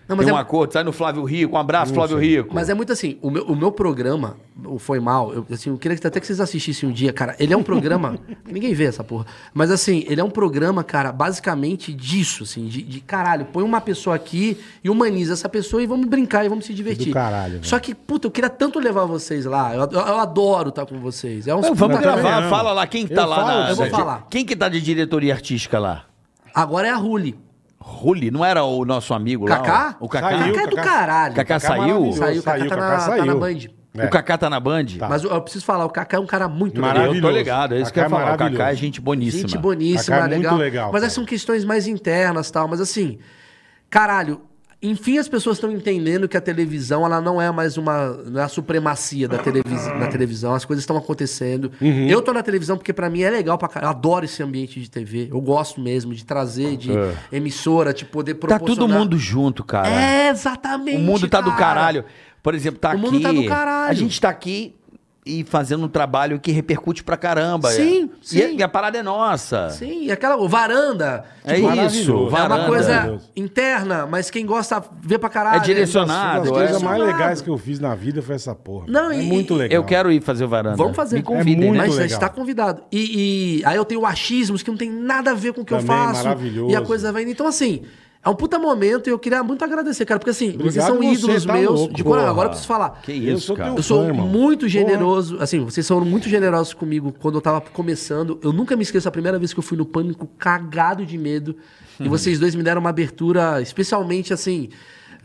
Speaker 5: Não, mas
Speaker 3: Tem um
Speaker 5: é-
Speaker 3: acordo, sai no Flávio Rico. Um abraço, Flávio Rico.
Speaker 5: Mas é muito assim, o meu, o meu programa, o Foi Mal, eu, assim, eu queria que até que vocês assistissem um dia, cara. Ele é um programa. ninguém vê essa porra. Mas assim, ele é um programa, cara, basicamente disso, assim, de, de caralho, põe uma pessoa aqui e humaniza essa pessoa e vamos brincar e vamos se divertir.
Speaker 2: Do caralho, velho.
Speaker 5: Só que, puta, eu queria tanto levar vocês lá. Eu, ad- eu adoro estar com vocês. É uns
Speaker 3: Mas vamos
Speaker 5: puta-
Speaker 3: gravar,
Speaker 2: amo.
Speaker 3: fala lá quem que tá
Speaker 2: Eu
Speaker 3: lá
Speaker 2: falo,
Speaker 3: na.
Speaker 5: eu vou
Speaker 3: na-
Speaker 5: falar.
Speaker 3: Quem que tá de diretoria artística lá?
Speaker 5: Agora é a Ruli.
Speaker 3: Ruli, não era o nosso amigo lá?
Speaker 5: Cacá?
Speaker 3: O Cacá.
Speaker 2: Saiu,
Speaker 5: Cacá é do
Speaker 2: Cacá.
Speaker 5: caralho.
Speaker 3: Cacá saiu?
Speaker 2: maravilhoso.
Speaker 5: Saiu, o Cacá
Speaker 2: Saiu,
Speaker 5: tá,
Speaker 2: o
Speaker 5: na,
Speaker 2: Cacá
Speaker 5: tá na
Speaker 2: saiu.
Speaker 5: Band.
Speaker 2: É.
Speaker 3: O Cacá tá na Band?
Speaker 5: Mas eu, eu preciso falar, o Cacá é um cara muito legal.
Speaker 2: Maravilhoso.
Speaker 3: Eu tô ligado, é isso que eu ia
Speaker 2: Cacá é
Speaker 3: falar. O Cacá é
Speaker 2: maravilhoso.
Speaker 3: gente boníssima.
Speaker 5: Gente
Speaker 2: Cacá
Speaker 5: boníssima,
Speaker 2: é muito
Speaker 5: legal.
Speaker 2: legal,
Speaker 5: mas
Speaker 2: cara.
Speaker 5: essas são questões mais internas tal. Mas assim, caralho, enfim as pessoas estão entendendo que a televisão ela não é mais uma. Não é a supremacia da, televis da televisão. As coisas estão acontecendo.
Speaker 2: Uhum.
Speaker 5: Eu tô na televisão porque pra mim é legal pra caralho. Eu adoro esse ambiente de TV. Eu gosto mesmo de trazer, de
Speaker 2: É.
Speaker 5: emissora, de poder
Speaker 3: Tá
Speaker 5: proporcionar.
Speaker 3: todo mundo junto, cara.
Speaker 5: É, exatamente.
Speaker 3: O mundo tá do
Speaker 5: cara.
Speaker 3: caralho. Por exemplo, tá
Speaker 5: O
Speaker 3: aqui.
Speaker 5: mundo tá do caralho.
Speaker 3: A gente tá aqui e fazendo um trabalho que repercute pra caramba.
Speaker 5: Sim,
Speaker 3: é.
Speaker 5: sim.
Speaker 3: E, a- e a parada é nossa.
Speaker 5: Sim, e aquela o varanda.
Speaker 3: É
Speaker 5: tipo,
Speaker 3: isso.
Speaker 2: maravilhoso.
Speaker 5: É
Speaker 3: Varanda.
Speaker 5: uma coisa
Speaker 2: Maravilhoso.
Speaker 5: interna, mas quem gosta vê pra caralho.
Speaker 3: É direcionado,
Speaker 2: Uma das
Speaker 3: é.
Speaker 2: coisas mais
Speaker 5: Direcionado.
Speaker 2: legais que eu fiz na vida foi essa porra.
Speaker 5: Não,
Speaker 2: é
Speaker 5: e-
Speaker 2: muito
Speaker 5: e-
Speaker 2: legal.
Speaker 3: Eu quero ir fazer o varanda.
Speaker 5: Vamos fazer.
Speaker 3: Me convidem. né?
Speaker 2: É muito
Speaker 5: Mas você
Speaker 2: legal.
Speaker 5: está convidado. E, e- aí eu tenho achismos que não tem nada a ver com o que eu
Speaker 2: Também
Speaker 5: faço.
Speaker 2: maravilhoso.
Speaker 5: E a coisa vai indo. Então, assim, é um puta momento e eu queria muito agradecer, cara. Porque assim, vocês
Speaker 2: Obrigado
Speaker 5: são
Speaker 2: você,
Speaker 5: ídolos
Speaker 2: tá
Speaker 5: meus.
Speaker 2: louco,
Speaker 5: de coração.
Speaker 2: porra.
Speaker 5: agora eu preciso falar.
Speaker 3: Que
Speaker 2: Eu
Speaker 3: isso,
Speaker 2: sou
Speaker 3: cara.
Speaker 2: teu
Speaker 5: Eu sou
Speaker 2: fã, irmão.
Speaker 5: muito
Speaker 2: Porra.
Speaker 5: generoso. Assim, vocês foram muito generosos comigo quando eu tava começando. Eu nunca me esqueço a primeira vez que eu fui no pânico cagado de medo. E vocês dois me deram uma abertura, especialmente assim.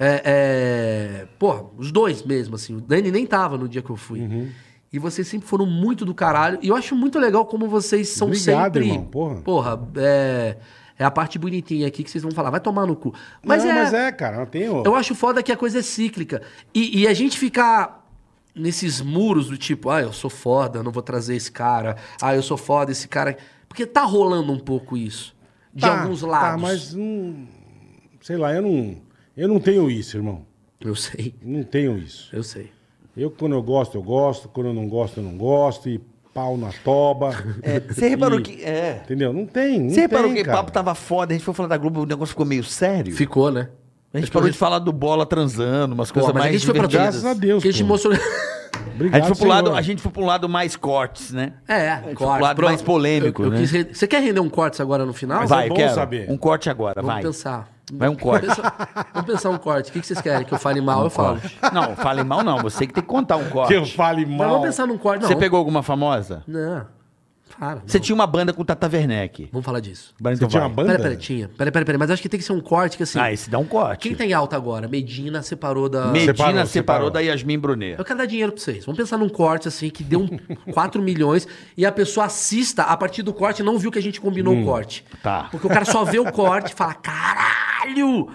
Speaker 5: É, é, Porra, os dois mesmo, assim. O Dani nem tava no dia que eu fui.
Speaker 2: Uhum.
Speaker 5: E vocês sempre foram muito do caralho. E eu acho muito legal como vocês são
Speaker 2: Obrigado,
Speaker 5: sempre.
Speaker 2: irmão, porra.
Speaker 5: é. É a parte bonitinha aqui que vocês vão falar, vai tomar no cu. Mas,
Speaker 2: Não,
Speaker 5: é,
Speaker 2: mas é, cara, não tem o-
Speaker 5: eu acho foda que a coisa é cíclica. E, e a gente ficar nesses muros do tipo, ah, eu sou foda, eu não vou trazer esse cara. Ah, eu sou foda, esse cara. Porque tá rolando um pouco isso. De
Speaker 2: Tá,
Speaker 5: alguns
Speaker 2: Tá,
Speaker 5: lados.
Speaker 2: mas não. Sei lá, eu não. Eu não tenho isso, irmão.
Speaker 5: Eu sei,
Speaker 2: Não tenho isso.
Speaker 5: eu sei.
Speaker 2: Eu, quando eu gosto, eu gosto. Quando eu não gosto, eu não gosto. E pau na toba.
Speaker 3: Você reparou
Speaker 2: E-
Speaker 3: que. É.
Speaker 2: Entendeu? Não tem. Não
Speaker 3: Você reparou
Speaker 2: tem,
Speaker 3: que o
Speaker 2: cara.
Speaker 3: papo tava foda, a gente foi falar da Globo, o negócio ficou meio sério.
Speaker 5: Ficou, né?
Speaker 3: A gente parou de falar do bola transando, umas coisas
Speaker 5: mas a
Speaker 3: mais.
Speaker 5: gente foi pra
Speaker 3: divertidas.
Speaker 2: Graças a Deus.
Speaker 5: Que a gente
Speaker 2: pô.
Speaker 5: mostrou.
Speaker 2: Obrigado,
Speaker 3: A gente, foi pro lado,
Speaker 2: Senhor.
Speaker 3: a gente foi pro lado mais cortes, né?
Speaker 5: É,
Speaker 3: pro lado
Speaker 5: pronto.
Speaker 3: mais polêmico,
Speaker 5: Eu- eu
Speaker 3: né?
Speaker 5: quis re- Você quer render um corte agora no final?
Speaker 3: vai,
Speaker 2: bom
Speaker 3: quero.
Speaker 2: saber.
Speaker 3: Um corte agora,
Speaker 5: é Vamos
Speaker 3: vai.
Speaker 5: pensar.
Speaker 3: Vai um corte. Um
Speaker 5: Vamos pensar, vamos pensar um corte. O que que vocês querem? Que eu fale mal, eu falo.
Speaker 3: Não, fale mal não, você que tem que contar um
Speaker 2: Que eu
Speaker 3: corte.
Speaker 2: fale
Speaker 5: Mas
Speaker 2: mal.
Speaker 5: vamos pensar num corte. Não,
Speaker 3: Você pegou alguma famosa?
Speaker 5: Não. Para.
Speaker 3: Você
Speaker 5: não.
Speaker 3: tinha uma banda com Tata Werneck. Então
Speaker 5: Vamos falar disso.
Speaker 2: Você tinha uma banda?
Speaker 5: Peraí, peraí, tinha. Peraí, peraí, peraí. Mas acho que tem que ser um corte que assim.
Speaker 3: Ah, esse dá um corte.
Speaker 5: quem tá em alta agora? Medina separou da.
Speaker 3: Medina
Speaker 2: Separou,
Speaker 3: separou,
Speaker 2: separou.
Speaker 3: da Yasmin Brunet.
Speaker 5: Eu quero dar dinheiro pra vocês. Vamos pensar num corte assim que deu um 4 milhões e a pessoa assista a partir do corte e não viu que a gente combinou o corte.
Speaker 3: tá.
Speaker 5: Porque o cara só vê o corte e fala: caralho!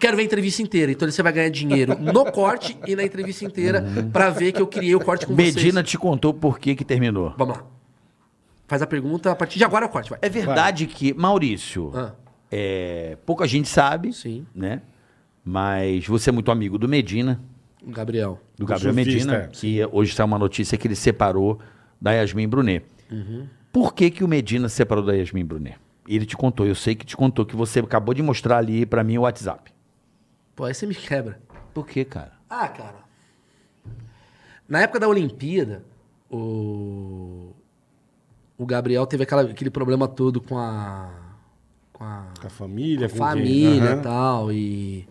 Speaker 5: Quero ver a entrevista inteira. Então você vai ganhar dinheiro no corte e na entrevista inteira pra ver que eu criei o corte com vocês.
Speaker 3: Hum. Medina te contou por que que terminou.
Speaker 5: Vamos lá. Faz a pergunta, a partir de agora é o corte, vai.
Speaker 3: É verdade que, Maurício,
Speaker 5: Ah.
Speaker 3: é, pouca gente sabe,
Speaker 5: Sim.
Speaker 3: né? Mas você é muito amigo do Medina,
Speaker 5: Gabriel.
Speaker 3: do
Speaker 2: Do
Speaker 3: Gabriel
Speaker 2: surfista,
Speaker 3: Medina,
Speaker 2: é.
Speaker 3: que hoje está uma notícia que ele separou da Yasmin Brunet.
Speaker 5: Uhum.
Speaker 3: Por que, que o Medina separou da Yasmin Brunet? Ele te contou, eu sei que te contou, que você acabou de mostrar ali pra mim o WhatsApp.
Speaker 5: Pô, aí você me quebra.
Speaker 3: Por que, cara?
Speaker 5: Ah, cara. Na época da Olimpíada, o, o Gabriel teve aquela- aquele problema todo com a. Com a
Speaker 2: Com a família,
Speaker 5: com tá.
Speaker 2: quem-
Speaker 5: família e
Speaker 2: Aham.
Speaker 5: tal. E.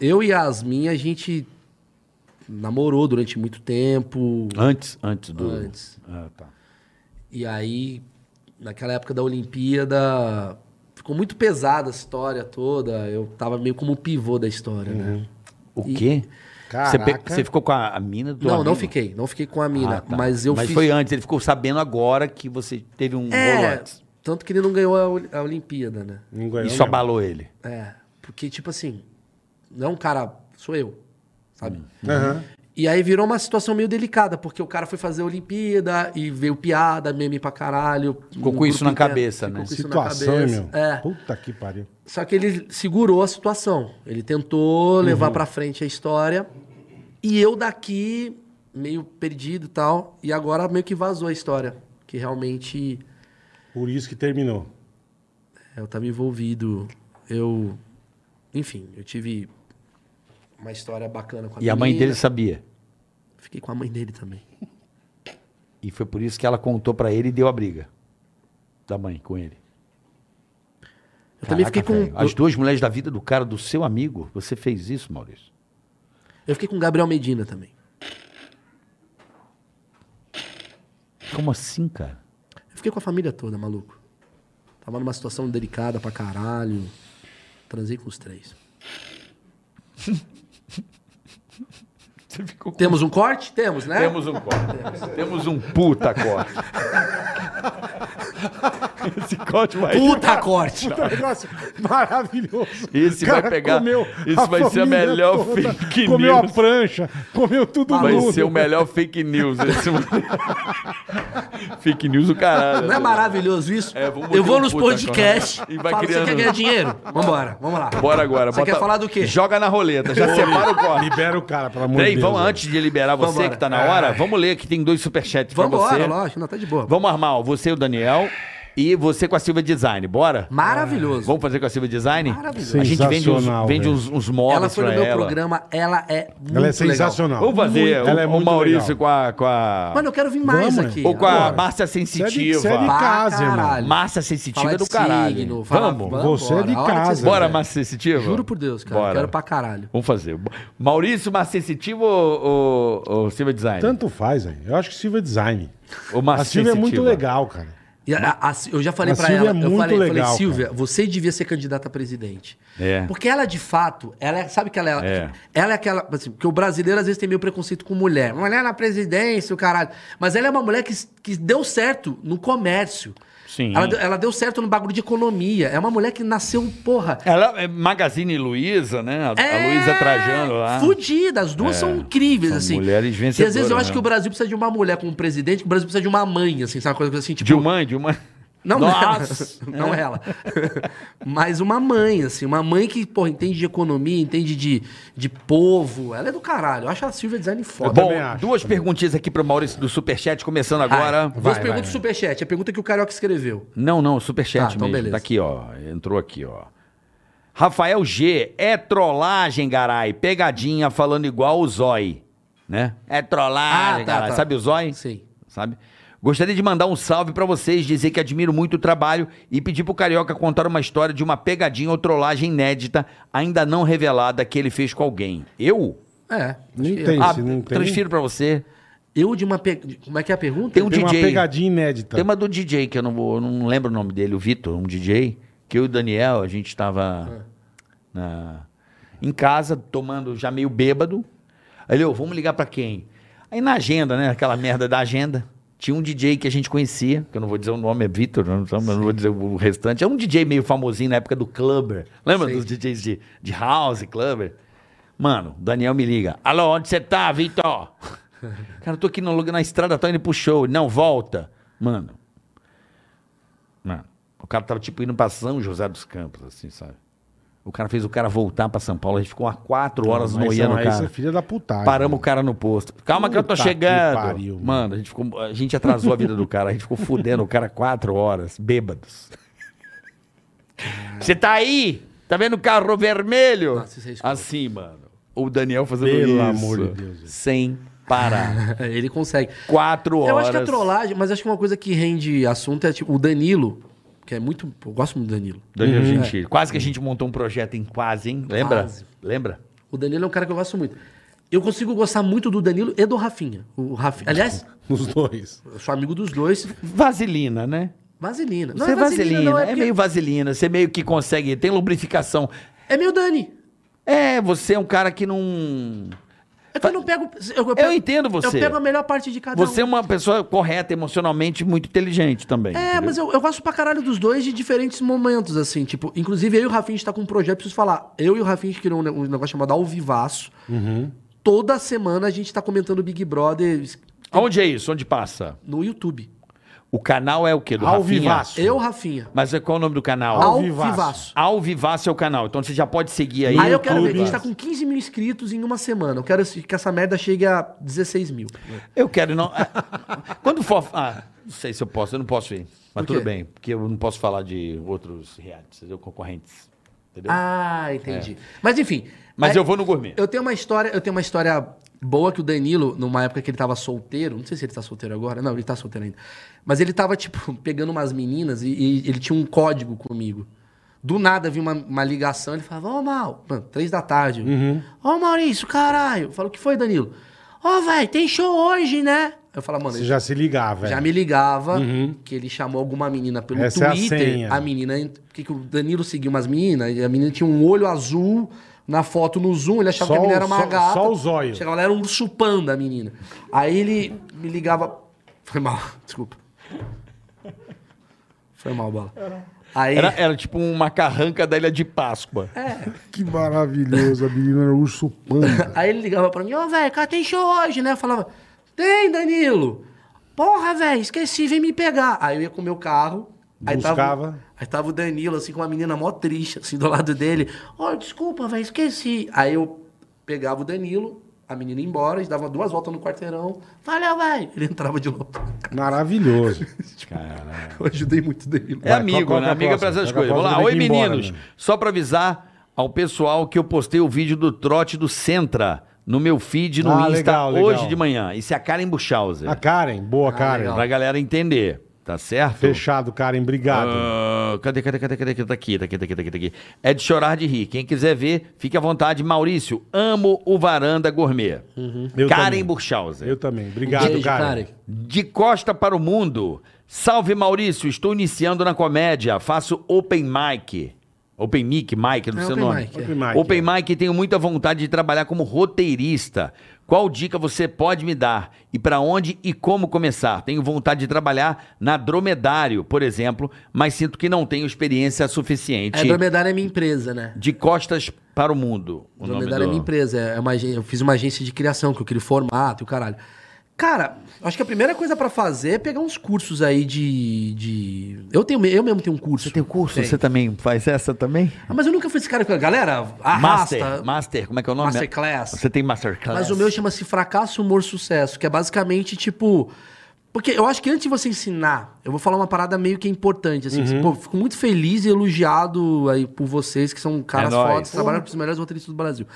Speaker 5: Eu e Yasmin, a gente namorou durante muito tempo.
Speaker 3: Antes, antes do.
Speaker 5: Antes.
Speaker 3: Ah, tá.
Speaker 5: E aí, naquela época da Olimpíada, ficou muito pesada a história toda. Eu tava meio como o pivô da história,
Speaker 3: Uhum.
Speaker 5: né?
Speaker 3: O
Speaker 5: E-
Speaker 3: quê? Você, pe-
Speaker 2: Caraca.
Speaker 3: você ficou com a, a mina do Ah,
Speaker 5: Não, não fiquei. Não fiquei com a mina. Mas eu
Speaker 3: tá. mas
Speaker 5: fiz...
Speaker 3: foi antes, ele ficou sabendo agora que você teve um rolo
Speaker 5: É,
Speaker 3: antes.
Speaker 5: tanto que ele não ganhou a Oli- a Olimpíada, né?
Speaker 2: Não ganhou
Speaker 3: Isso
Speaker 2: mesmo.
Speaker 3: abalou ele.
Speaker 5: É, porque, tipo assim, não é um cara, sou eu, sabe?
Speaker 3: Hum.
Speaker 2: Aham.
Speaker 5: E aí virou uma situação meio delicada, porque o cara foi fazer a Olimpíada e veio piada, meme pra caralho.
Speaker 3: Ficou
Speaker 5: no
Speaker 3: com isso
Speaker 5: grupo
Speaker 3: na
Speaker 5: interno,
Speaker 3: cabeça,
Speaker 5: ficou
Speaker 3: né?
Speaker 5: com isso na
Speaker 2: Situação, hein,
Speaker 5: cabeça,
Speaker 2: meu.
Speaker 5: É.
Speaker 2: Puta que pariu.
Speaker 5: Só que ele segurou a situação. Ele tentou
Speaker 3: Uhum.
Speaker 5: levar pra frente a história. E eu daqui, meio perdido e tal. E agora meio que vazou a história. Que realmente é,
Speaker 2: Por isso que terminou.
Speaker 5: eu tava envolvido. Eu. Enfim, eu tive uma história bacana com a
Speaker 3: E a mãe
Speaker 5: menina.
Speaker 3: dele sabia.
Speaker 5: Fiquei com a mãe dele também.
Speaker 3: E foi por isso que ela contou pra ele e deu a briga da mãe com ele.
Speaker 5: Eu também
Speaker 3: Caraca,
Speaker 5: fiquei com.
Speaker 3: velho. As
Speaker 5: Eu,
Speaker 3: duas mulheres da vida do cara, do seu amigo, você fez isso, Maurício?
Speaker 5: eu fiquei com o Gabriel Medina também.
Speaker 3: Como assim, cara?
Speaker 5: Eu fiquei com a família toda, maluco. Tava numa situação delicada pra caralho. Transei com os três.
Speaker 3: Você ficou
Speaker 5: Temos um corte? Temos, né?
Speaker 3: Temos um corte. Temos um puta corte. Esse corte vai.
Speaker 5: Puta corte!
Speaker 2: Puta negócio maravilhoso.
Speaker 3: Esse
Speaker 2: O cara
Speaker 3: vai pegar-
Speaker 2: comeu
Speaker 3: esse
Speaker 2: a
Speaker 3: vai ser a
Speaker 2: família
Speaker 3: melhor fake
Speaker 2: Comeu a
Speaker 3: news.
Speaker 2: prancha, comeu tudo
Speaker 3: Vai
Speaker 2: mundo.
Speaker 3: ser o melhor fake news. Esse... fake news do caralho.
Speaker 5: Não é maravilhoso isso?
Speaker 3: É, vamos
Speaker 5: eu vou
Speaker 3: botar um
Speaker 5: nos
Speaker 3: puta
Speaker 5: podcasts
Speaker 3: corte. E
Speaker 5: e
Speaker 3: vai
Speaker 5: vai falo,
Speaker 3: criando-
Speaker 5: você quer ganhar dinheiro? Vambora, vamos lá.
Speaker 3: Bora agora.
Speaker 5: Você quer
Speaker 3: bota-
Speaker 5: falar do quê?
Speaker 3: Joga na roleta. Já separa o corte.
Speaker 2: Libera o cara, pelo amor de
Speaker 3: Peraí,
Speaker 2: Deus.
Speaker 3: vamos
Speaker 2: velho.
Speaker 3: antes de liberar você
Speaker 5: Vambora.
Speaker 3: que tá na hora, vamos ler que tem dois superchats pra você.
Speaker 5: Vambora, lógico. Não, tá de boa.
Speaker 3: Vamos armar, ó, você e o Daniel e você com a Silva Design, bora?
Speaker 5: Maravilhoso.
Speaker 3: Vamos fazer com a Silva Design?
Speaker 5: Maravilhoso.
Speaker 3: A gente vende uns,
Speaker 2: Sensacional,
Speaker 3: vende
Speaker 2: velho.
Speaker 3: uns, uns móveis
Speaker 5: Ela foi no
Speaker 3: pra
Speaker 5: meu
Speaker 3: ela.
Speaker 5: programa, ela é muito
Speaker 2: Ela é
Speaker 5: legal.
Speaker 2: sensacional.
Speaker 3: Vamos fazer
Speaker 2: Muito.
Speaker 3: o,
Speaker 2: Ela é
Speaker 3: o
Speaker 2: muito
Speaker 3: Maurício
Speaker 2: legal.
Speaker 3: com a, com a-
Speaker 5: Mano, eu quero vir mais
Speaker 2: Vamos,
Speaker 5: aqui.
Speaker 2: mano.
Speaker 3: ou com a
Speaker 2: agora.
Speaker 3: Márcia Sensitiva.
Speaker 2: Você é de
Speaker 5: Pra
Speaker 2: casa, irmão.
Speaker 5: caralho.
Speaker 3: Márcia
Speaker 5: Falar
Speaker 3: Sensitiva
Speaker 5: de
Speaker 3: é do caralho.
Speaker 5: signo,
Speaker 3: hein?
Speaker 5: falar-
Speaker 3: Vamos?
Speaker 2: Você é de
Speaker 5: A hora que
Speaker 2: casa,
Speaker 5: vocês-
Speaker 3: Bora, Márcia Sensitiva?
Speaker 5: Juro por Deus, cara.
Speaker 3: Bora.
Speaker 5: Quero pra caralho.
Speaker 3: Vamos fazer. Maurício, Márcia Sensitiva ou, ou, ou Silva Design?
Speaker 2: Tanto faz, velho. Eu acho que Silva é design.
Speaker 3: Ou
Speaker 2: A
Speaker 3: Márcia
Speaker 2: Silva é muito
Speaker 3: Sensitiva?
Speaker 2: legal, cara.
Speaker 5: E a- a- eu já falei
Speaker 2: A
Speaker 5: pra
Speaker 2: Silvia
Speaker 5: ela,
Speaker 2: é
Speaker 5: eu
Speaker 2: muito
Speaker 5: falei, falei,
Speaker 2: legal,
Speaker 5: Silvia, você devia ser candidata a presidente.
Speaker 3: É.
Speaker 5: Porque ela, de fato, ela é- sabe que ela é,
Speaker 3: É.
Speaker 5: ela é aquela, assim, porque o brasileiro às vezes tem meio preconceito com mulher. Mulher na presidência, o caralho. Mas ela é uma mulher que, que deu certo no comércio.
Speaker 3: Sim.
Speaker 5: Ela, deu- ela deu certo no bagulho de economia. É uma mulher que nasceu, porra.
Speaker 3: Ela é Magazine Luiza, né? A, a Luiza Trajano lá.
Speaker 5: É,
Speaker 3: É,
Speaker 5: Fudida, as duas são incríveis,
Speaker 3: São
Speaker 5: assim.
Speaker 3: mulheres
Speaker 5: E às vezes eu
Speaker 3: vencedoras,
Speaker 5: acho que
Speaker 3: né?
Speaker 5: o Brasil precisa de uma mulher como presidente, que o Brasil precisa de uma mãe, assim, sabe? Uma coisa assim, tipo.
Speaker 3: Dilmã, Dilmã.
Speaker 5: Não
Speaker 3: Nossa. É.
Speaker 5: ela. Não ela. Mas uma mãe, assim. Uma mãe que, porra, entende de economia, entende de, de povo. Ela é do caralho. Eu acho a Silvia Design foda.
Speaker 3: Bom,
Speaker 2: também acho,
Speaker 3: duas perguntinhas aqui pro Maurício do Superchat, começando agora.
Speaker 5: Duas perguntas do Superchat. A pergunta que o Carioca escreveu.
Speaker 3: Não, não, Superchat
Speaker 5: Tá, então
Speaker 3: mesmo.
Speaker 5: beleza.
Speaker 3: Tá aqui, ó. Entrou aqui, ó. Rafael G. É trollagem, garai. Pegadinha falando igual o Zói. Né? É trollagem,
Speaker 5: Ah, tá,
Speaker 3: garai.
Speaker 5: tá.
Speaker 3: Sabe o Zói?
Speaker 5: Sim.
Speaker 3: Sabe? Gostaria de mandar um salve pra vocês, dizer que admiro muito o trabalho e pedir pro Carioca contar uma história de uma pegadinha ou trollagem inédita, ainda não revelada, que ele fez com alguém. Eu?
Speaker 5: É.
Speaker 2: Não
Speaker 5: acho que-
Speaker 2: tem.
Speaker 3: Ah,
Speaker 2: Esse não tem?
Speaker 3: transfiro pra você.
Speaker 5: Eu de uma... Pe... Como é que é a pergunta?
Speaker 3: Tem um
Speaker 2: Tem uma
Speaker 3: DJ.
Speaker 2: pegadinha inédita.
Speaker 3: Tem uma do DJ que eu não vou, eu não lembro o nome dele, o Vitor, um DJ, que eu e o Daniel, a gente tava
Speaker 2: É.
Speaker 3: na- em casa, tomando já meio bêbado. Aí ele, ô, vamos ligar pra quem? Aí na agenda, né, aquela merda da agenda, tinha um DJ que a gente conhecia, que eu não vou dizer o nome, é Vitor, eu não, eu não vou dizer o restante. É um DJ meio famosinho na época do Clubber. Lembra dos DJs de, de House, Clubber? Mano, o Daniel me liga. Alô, onde você tá, Vitor? Cara, eu tô aqui no, lugar- na estrada, tô indo pro show. Não, volta. Mano, Mano, o cara tava tipo indo pra São José dos Campos, assim, sabe? O cara fez o cara voltar pra São Paulo, a gente ficou umas quatro horas
Speaker 2: Mas
Speaker 3: noiando
Speaker 2: não,
Speaker 3: o
Speaker 2: aí você é
Speaker 3: cara.
Speaker 2: filha da putagem.
Speaker 3: Paramos o cara no posto. Calma que eu tô
Speaker 2: Puta que
Speaker 3: chegando.
Speaker 2: pariu, mano.
Speaker 3: mano. a gente, ficou, a gente atrasou a vida do cara. A gente ficou fudendo o cara quatro horas, bêbados. Você tá aí? Tá vendo o carro vermelho?
Speaker 5: Nossa, isso é escroto.
Speaker 3: assim, mano. O Daniel fazendo
Speaker 2: Pelo
Speaker 3: isso.
Speaker 2: amor de Deus, velho.
Speaker 3: Sem parar.
Speaker 5: Ele consegue.
Speaker 3: Quatro horas.
Speaker 5: Eu acho que é a trollagem... Mas acho que uma coisa que rende assunto é tipo, o Danilo, que é muito... Eu gosto muito do Danilo.
Speaker 3: Daniel Gentili. Quase que a gente montou um projeto em quase, hein? Lembra?
Speaker 5: Quase.
Speaker 3: Lembra?
Speaker 5: O Danilo é um cara que eu gosto muito. Eu consigo gostar muito do Danilo e do Rafinha. O Rafinha. Aliás,
Speaker 2: Os dois.
Speaker 5: eu sou amigo dos dois.
Speaker 3: Vaselina, né?
Speaker 5: Vaselina.
Speaker 3: Você é vaselina, é,
Speaker 5: porque-
Speaker 3: meio vaselina, você meio que consegue, tem lubrificação.
Speaker 5: É meio Dani.
Speaker 3: É, você é um cara que não.
Speaker 5: É que eu não pego. Eu, pego-
Speaker 3: entendo
Speaker 5: Eu
Speaker 3: você.
Speaker 5: pego a melhor parte de cada
Speaker 3: Você é
Speaker 5: um.
Speaker 3: uma pessoa correta emocionalmente, muito inteligente também.
Speaker 5: É, mas eu, eu gosto pra caralho dos dois de diferentes momentos, assim. Tipo, inclusive eu e o Rafinha a gente tá com um projeto, preciso falar. Eu e o Rafinha a gente criou um ne- um negócio chamado Ao Vivaço.
Speaker 3: Uhum.
Speaker 5: Toda semana a gente tá comentando Big Brother
Speaker 3: Onde é isso? Onde passa?
Speaker 5: no YouTube.
Speaker 3: O canal é o quê? Do
Speaker 2: Ao
Speaker 3: Rafinha?
Speaker 2: vivaço.
Speaker 5: Eu, Rafinha.
Speaker 3: Mas é- qual é o nome do canal?
Speaker 2: Ao
Speaker 5: Ao
Speaker 2: Vivaço.
Speaker 5: Vivaço.
Speaker 3: Ao Vivaço é o canal. Então você já pode seguir aí.
Speaker 5: Aí eu quero ver, a gente
Speaker 2: YouTube.
Speaker 5: tá com 15 mil inscritos em uma semana. Eu quero que essa merda chegue a 16 mil.
Speaker 3: Eu quero não. é, Quando for. Ah, não sei se eu posso, eu não posso ir. Mas
Speaker 5: Por quê?
Speaker 3: tudo bem, porque eu não posso falar de outros realities, entendeu? concorrentes. Entendeu?
Speaker 5: Ah, entendi. Mas enfim.
Speaker 3: Mas
Speaker 5: é-
Speaker 3: eu vou no gourmet.
Speaker 5: Eu tenho uma história, eu tenho uma história boa que o Danilo, numa época que ele tava solteiro, não sei se ele tá solteiro agora, não, ele tá solteiro ainda. Mas ele tava, tipo, pegando umas meninas e, e ele tinha um código comigo. Do nada vi uma, uma ligação, ele falava, ô Mal, mano, três da tarde. Ô Maurício, caralho. Eu falo, o que foi, Danilo? Ô, velho, tem show hoje, né? Eu falo, mano,
Speaker 2: Você
Speaker 5: ele
Speaker 2: já se ligava.
Speaker 5: já
Speaker 2: é.
Speaker 5: me ligava que ele chamou alguma menina pelo
Speaker 2: Uhum. Essa é a
Speaker 5: Twitter.
Speaker 2: senha.
Speaker 5: a, menina. ent- Porque que o Danilo seguiu umas meninas e a menina tinha um olho azul na foto no Zoom. Ele achava
Speaker 2: Só
Speaker 5: que a menina
Speaker 2: o-
Speaker 5: era uma
Speaker 2: só-
Speaker 5: gata.
Speaker 2: só o zóio.
Speaker 5: Chegava lá, era um urso panda a menina. Aí ele me ligava. Foi mal, desculpa. Foi mal, bola. Aí.
Speaker 3: Era, era tipo uma carranca da Ilha de Páscoa.
Speaker 2: É. Que maravilhoso. A menina era urso panda.
Speaker 5: Aí ele ligava pra mim, ô, velho, cara, tem show hoje, né? Eu falava, tem, Danilo. Porra, velho, esqueci, vem me pegar. Aí eu ia com o meu carro. Aí
Speaker 2: Buscava.
Speaker 5: Tava, aí tava o Danilo, assim, com uma menina mó triste, assim, do lado dele. Ô, desculpa, velho, esqueci. Aí eu pegava o Danilo, a menina ia embora, a gente dava duas voltas no quarteirão. Valeu, velho. Ele entrava de novo.
Speaker 2: Maravilhoso. É.
Speaker 5: Eu ajudei muito o Danilo.
Speaker 3: É
Speaker 2: Vai,
Speaker 3: amigo,
Speaker 2: qual- qual-
Speaker 3: né?
Speaker 2: qual
Speaker 3: Amigo é
Speaker 2: a próxima?
Speaker 3: pra essas
Speaker 2: Qual
Speaker 3: coisas.
Speaker 2: a
Speaker 3: Vamos lá.
Speaker 2: próxima?
Speaker 3: Oi,
Speaker 2: Tem que ir embora,
Speaker 3: meninos.
Speaker 2: né?
Speaker 3: Só pra avisar ao pessoal que eu postei o vídeo do trote do Centra no meu feed no
Speaker 2: Ah,
Speaker 3: Insta
Speaker 2: legal, legal.
Speaker 3: hoje de manhã. Isso é a Karen Buchhauser.
Speaker 2: A Karen, boa, Karen.
Speaker 5: Ah, legal.
Speaker 3: Pra galera entender, tá certo?
Speaker 2: Fechado, Karen, obrigado.
Speaker 3: Ah, cadê, cadê, cadê, cadê? Tá aqui, tá aqui, tá aqui, tá aqui, tá aqui. É de chorar de rir. Quem quiser ver, fique à vontade. Maurício, amo o Varanda Gourmet.
Speaker 2: Eu
Speaker 3: Karen
Speaker 2: também.
Speaker 3: Burchauser.
Speaker 2: Eu também. Obrigado,
Speaker 5: Beijo,
Speaker 2: Karen.
Speaker 5: Karen.
Speaker 3: De costa para o mundo. Salve Maurício, estou iniciando na comédia. Faço open mic. Open mic, mic, não
Speaker 5: É
Speaker 3: sei o
Speaker 5: open
Speaker 3: nome.
Speaker 5: mic, é.
Speaker 2: Open mic,
Speaker 3: Open
Speaker 2: é.
Speaker 3: mic, tenho muita vontade de trabalhar como roteirista. Qual dica você pode me dar? E para onde e como começar? Tenho vontade de trabalhar na Dromedário, por exemplo, mas sinto que não tenho experiência
Speaker 5: A
Speaker 3: suficiente.
Speaker 5: Dromedário é minha empresa, né?
Speaker 3: De costas para o mundo. O nome
Speaker 5: Dromedário é
Speaker 3: do-
Speaker 5: minha empresa. É uma, agen- eu fiz uma agência de criação, que eu queria formato e o caralho. Cara, acho que a primeira coisa pra fazer é pegar uns cursos aí de. de... Eu, tenho, me- eu mesmo tenho um curso.
Speaker 3: Você tem o curso?
Speaker 5: Tenho.
Speaker 3: Você também faz essa também?
Speaker 5: Ah, mas eu nunca fui esse cara que. Galera, arrasta.
Speaker 3: Master, Master, como é que é o nome?
Speaker 5: Masterclass.
Speaker 3: Você tem Masterclass.
Speaker 5: Mas o meu chama-se Fracasso, Humor, Sucesso, que é basicamente tipo. Porque eu acho que antes de você ensinar, eu vou falar uma parada meio que importante. Assim, Pô, fico muito feliz e elogiado aí por vocês, que são caras
Speaker 3: nóis.
Speaker 5: fodas, que trabalham com os melhores roteiristas do Brasil.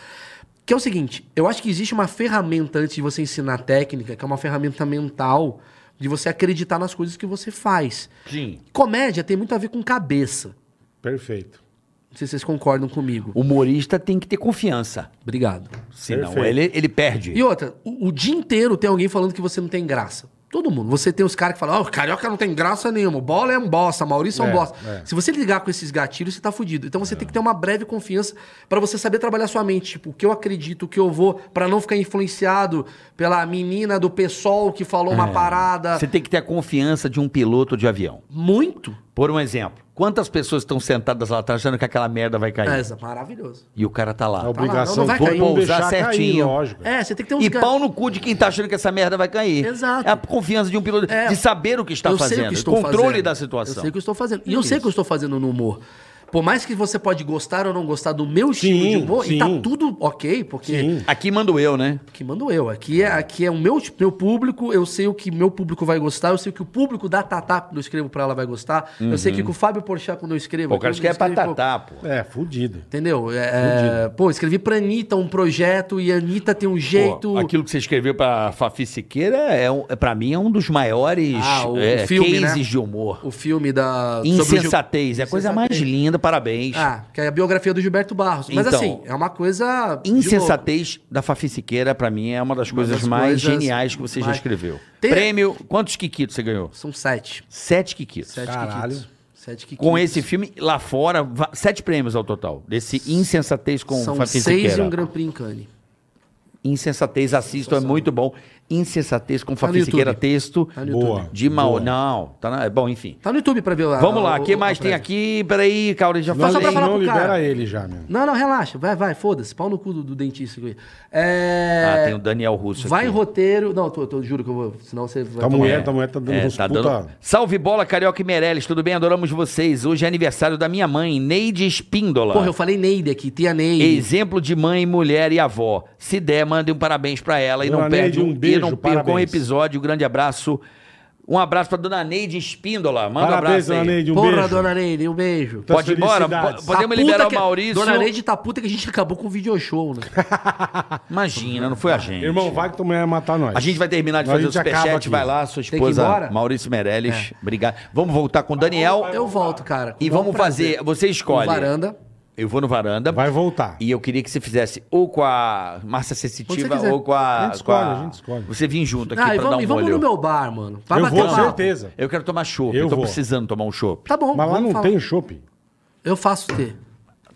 Speaker 5: Que é o seguinte, eu acho que existe uma ferramenta antes de você ensinar técnica, que é uma ferramenta mental de você acreditar nas coisas que você faz.
Speaker 3: Sim.
Speaker 5: Comédia tem muito a ver com cabeça.
Speaker 2: Perfeito.
Speaker 5: Não sei se vocês concordam comigo.
Speaker 3: Humorista tem que ter confiança.
Speaker 5: Obrigado.
Speaker 3: Senão
Speaker 2: Perfeito.
Speaker 3: ele, ele perde.
Speaker 5: E outra, o, o dia inteiro tem alguém falando que você não tem graça. Todo mundo. Você tem os caras que falam, ó, o carioca não tem graça nenhuma, o bola é um bosta, Maurício é um
Speaker 2: É,
Speaker 5: bosta.
Speaker 2: é.
Speaker 5: Se você ligar com esses gatilhos, você tá fudido. Então você tem que ter uma breve confiança pra você saber trabalhar sua mente. Tipo, o que eu acredito, o que eu vou, pra não ficar influenciado pela menina do pessoal que falou uma parada.
Speaker 3: Você tem que ter a confiança de um piloto de avião.
Speaker 5: Muito.
Speaker 3: Por um exemplo, quantas pessoas estão sentadas lá atrás achando que aquela merda vai cair?
Speaker 5: É, maravilhoso.
Speaker 3: E o cara tá
Speaker 5: Ah,
Speaker 2: A
Speaker 3: lá.
Speaker 2: obrigação
Speaker 5: não vai
Speaker 2: foi
Speaker 5: cair.
Speaker 2: não
Speaker 3: Vou
Speaker 2: deixar
Speaker 3: usar
Speaker 2: cair,
Speaker 3: certinho.
Speaker 2: lógico.
Speaker 5: É, você tem que ter uns
Speaker 3: E
Speaker 5: ga-
Speaker 3: pau no cu de quem tá achando que essa merda vai cair.
Speaker 5: Exato.
Speaker 3: É a confiança de um piloto,
Speaker 5: É.
Speaker 3: de saber o que está
Speaker 5: eu
Speaker 3: tá fazendo,
Speaker 5: sei o que estou
Speaker 3: controle
Speaker 5: fazendo.
Speaker 3: da situação.
Speaker 5: Eu sei o que eu estou fazendo. E eu sei o que eu estou fazendo no humor. Por mais que você pode gostar ou não gostar do meu estilo
Speaker 2: Sim,
Speaker 5: de humor, e tá
Speaker 2: sim.
Speaker 5: tudo ok, porque
Speaker 2: Sim.
Speaker 3: Aqui mando eu, né?
Speaker 5: que mando eu. Aqui é, aqui é o meu, meu público, eu sei o que meu público vai gostar, eu sei o que o público da Tatá, quando eu escrevo pra ela, vai gostar. Eu sei o que o Fábio Porchat, quando eu escrevo...
Speaker 3: Uhum. Pô, o cara acho que é
Speaker 5: escrevo, pô,
Speaker 3: patatá, pô.
Speaker 2: É, fudido.
Speaker 5: Entendeu? É, é, pô, escrevi pra Anitta um projeto e a Anitta tem um jeito...
Speaker 3: Pô, aquilo que você escreveu pra Fafi Siqueira, é, um- é, pra mim, é um dos maiores
Speaker 5: Ah, o- o
Speaker 3: é,
Speaker 5: filme, né?
Speaker 3: cases de humor.
Speaker 5: O filme da... sobre o Gil-
Speaker 3: Insensatez. É a coisa mais
Speaker 5: Insensatez.
Speaker 3: linda. parabéns.
Speaker 5: Ah, que é a biografia do Gilberto Barros. Mas
Speaker 3: Então,
Speaker 5: assim, é uma coisa. de
Speaker 3: Insensatez da Fafi Siqueira, pra mim, é uma das coisas
Speaker 5: das
Speaker 3: mais
Speaker 5: coisas
Speaker 3: geniais que você já
Speaker 5: mais-
Speaker 3: escreveu.
Speaker 5: Tem-
Speaker 3: Prêmio, quantos Kikitos você ganhou?
Speaker 5: louco. São sete.
Speaker 3: Sete Kikitos.
Speaker 5: Sete
Speaker 2: Caralho.
Speaker 5: Quiquitos. Sete Quiquitos.
Speaker 3: Com esse filme, lá fora, va- sete prêmios ao total. Desse Insensatez com
Speaker 5: São
Speaker 3: Fafi
Speaker 5: seis
Speaker 3: Siqueira.
Speaker 5: e um Grand Prix em Cannes.
Speaker 3: Insensatez, assistam, é muito bom. Insensatez com Fafi
Speaker 5: Tá no
Speaker 3: Siqueira,
Speaker 5: YouTube.
Speaker 3: texto.
Speaker 5: Tá no
Speaker 2: Boa.
Speaker 5: YouTube.
Speaker 3: De Mao. Não, tá na- é bom, enfim.
Speaker 5: Tá no YouTube pra ver lá.
Speaker 3: Vamos lá,
Speaker 5: o-
Speaker 3: o que
Speaker 5: o-
Speaker 3: mais
Speaker 5: a
Speaker 3: tem
Speaker 5: prévia.
Speaker 3: aqui? Peraí, Cauri, já
Speaker 2: Não,
Speaker 5: só
Speaker 3: falei.
Speaker 5: pra falar
Speaker 2: não
Speaker 5: pro
Speaker 2: libera
Speaker 5: cara.
Speaker 2: ele já, meu.
Speaker 5: Não, não, relaxa. Vai, vai, foda-se. Pau no cu do, do dentista. aqui. É...
Speaker 3: Ah, tem o Daniel Russo
Speaker 5: Vai em
Speaker 3: aqui.
Speaker 5: roteiro. Não, tô, tô- juro que eu vou. Senão você vai.
Speaker 2: Tua
Speaker 5: tomar-
Speaker 2: mulher, tua mulher tá dando
Speaker 3: É,
Speaker 2: uns
Speaker 3: tá
Speaker 2: puta...
Speaker 3: dando... Salve bola, Carioca e Meirelles, tudo bem? Adoramos vocês. Hoje é aniversário da minha mãe, Neide Espíndola.
Speaker 5: Porra, eu falei Neide aqui, tia Neide.
Speaker 3: Exemplo de mãe, mulher e avó. Se der, mandem um parabéns pra ela e
Speaker 2: Dona
Speaker 3: não perde
Speaker 2: Neide, um
Speaker 3: um, e
Speaker 2: beijo,
Speaker 3: não percam um
Speaker 2: parabéns.
Speaker 3: episódio. Grande abraço. Um abraço pra dona Neide Espíndola. Manda
Speaker 2: Parabéns,
Speaker 3: um abraço aí.
Speaker 2: dona Neide, um
Speaker 5: Porra,
Speaker 2: beijo.
Speaker 5: dona Neide, um beijo.
Speaker 2: Tuas
Speaker 3: Pode ir embora?
Speaker 2: felicidades.
Speaker 3: Po- Podemos
Speaker 5: Tá
Speaker 3: liberar
Speaker 5: puta
Speaker 3: o
Speaker 5: que-
Speaker 3: Maurício?
Speaker 5: Dona Neide tá puta que a gente acabou com o video show, né?
Speaker 3: Imagina, não foi a gente.
Speaker 2: Irmão, vai que tua mulher vai matar nós.
Speaker 3: A gente vai terminar de
Speaker 2: Agora
Speaker 3: fazer
Speaker 2: a
Speaker 3: o
Speaker 2: gente acaba
Speaker 3: superchat.
Speaker 2: aqui.
Speaker 3: Vai lá, sua
Speaker 5: que ir
Speaker 3: esposa
Speaker 5: embora? É.
Speaker 3: Maurício Meirelles. Obrigado. Vamos voltar com o Daniel.
Speaker 5: Eu volto, cara.
Speaker 3: E
Speaker 5: Com
Speaker 3: vamos
Speaker 5: prazer.
Speaker 3: fazer. Você escolhe.
Speaker 5: Com varanda.
Speaker 3: Eu vou no varanda.
Speaker 2: Vai voltar.
Speaker 3: E eu queria que você fizesse ou com a Márcia Sensitiva
Speaker 5: Quando você
Speaker 3: ou com a.
Speaker 2: A gente
Speaker 3: com
Speaker 2: escolhe, a gente escolhe.
Speaker 3: Você vem junto aqui
Speaker 5: Ah,
Speaker 3: pra
Speaker 5: e
Speaker 3: dar
Speaker 5: vamos,
Speaker 3: um
Speaker 5: e vamos
Speaker 3: olho.
Speaker 5: no meu bar, mano. Vai
Speaker 2: Eu
Speaker 5: bater
Speaker 2: vou,
Speaker 5: papo.
Speaker 2: certeza.
Speaker 3: Eu quero tomar chopp.
Speaker 2: Eu
Speaker 3: Eu tô
Speaker 2: vou.
Speaker 3: precisando tomar um chopp.
Speaker 5: Tá bom.
Speaker 2: Mas lá
Speaker 5: vamos
Speaker 2: não
Speaker 5: falar.
Speaker 2: tem chope.
Speaker 5: Eu faço ter.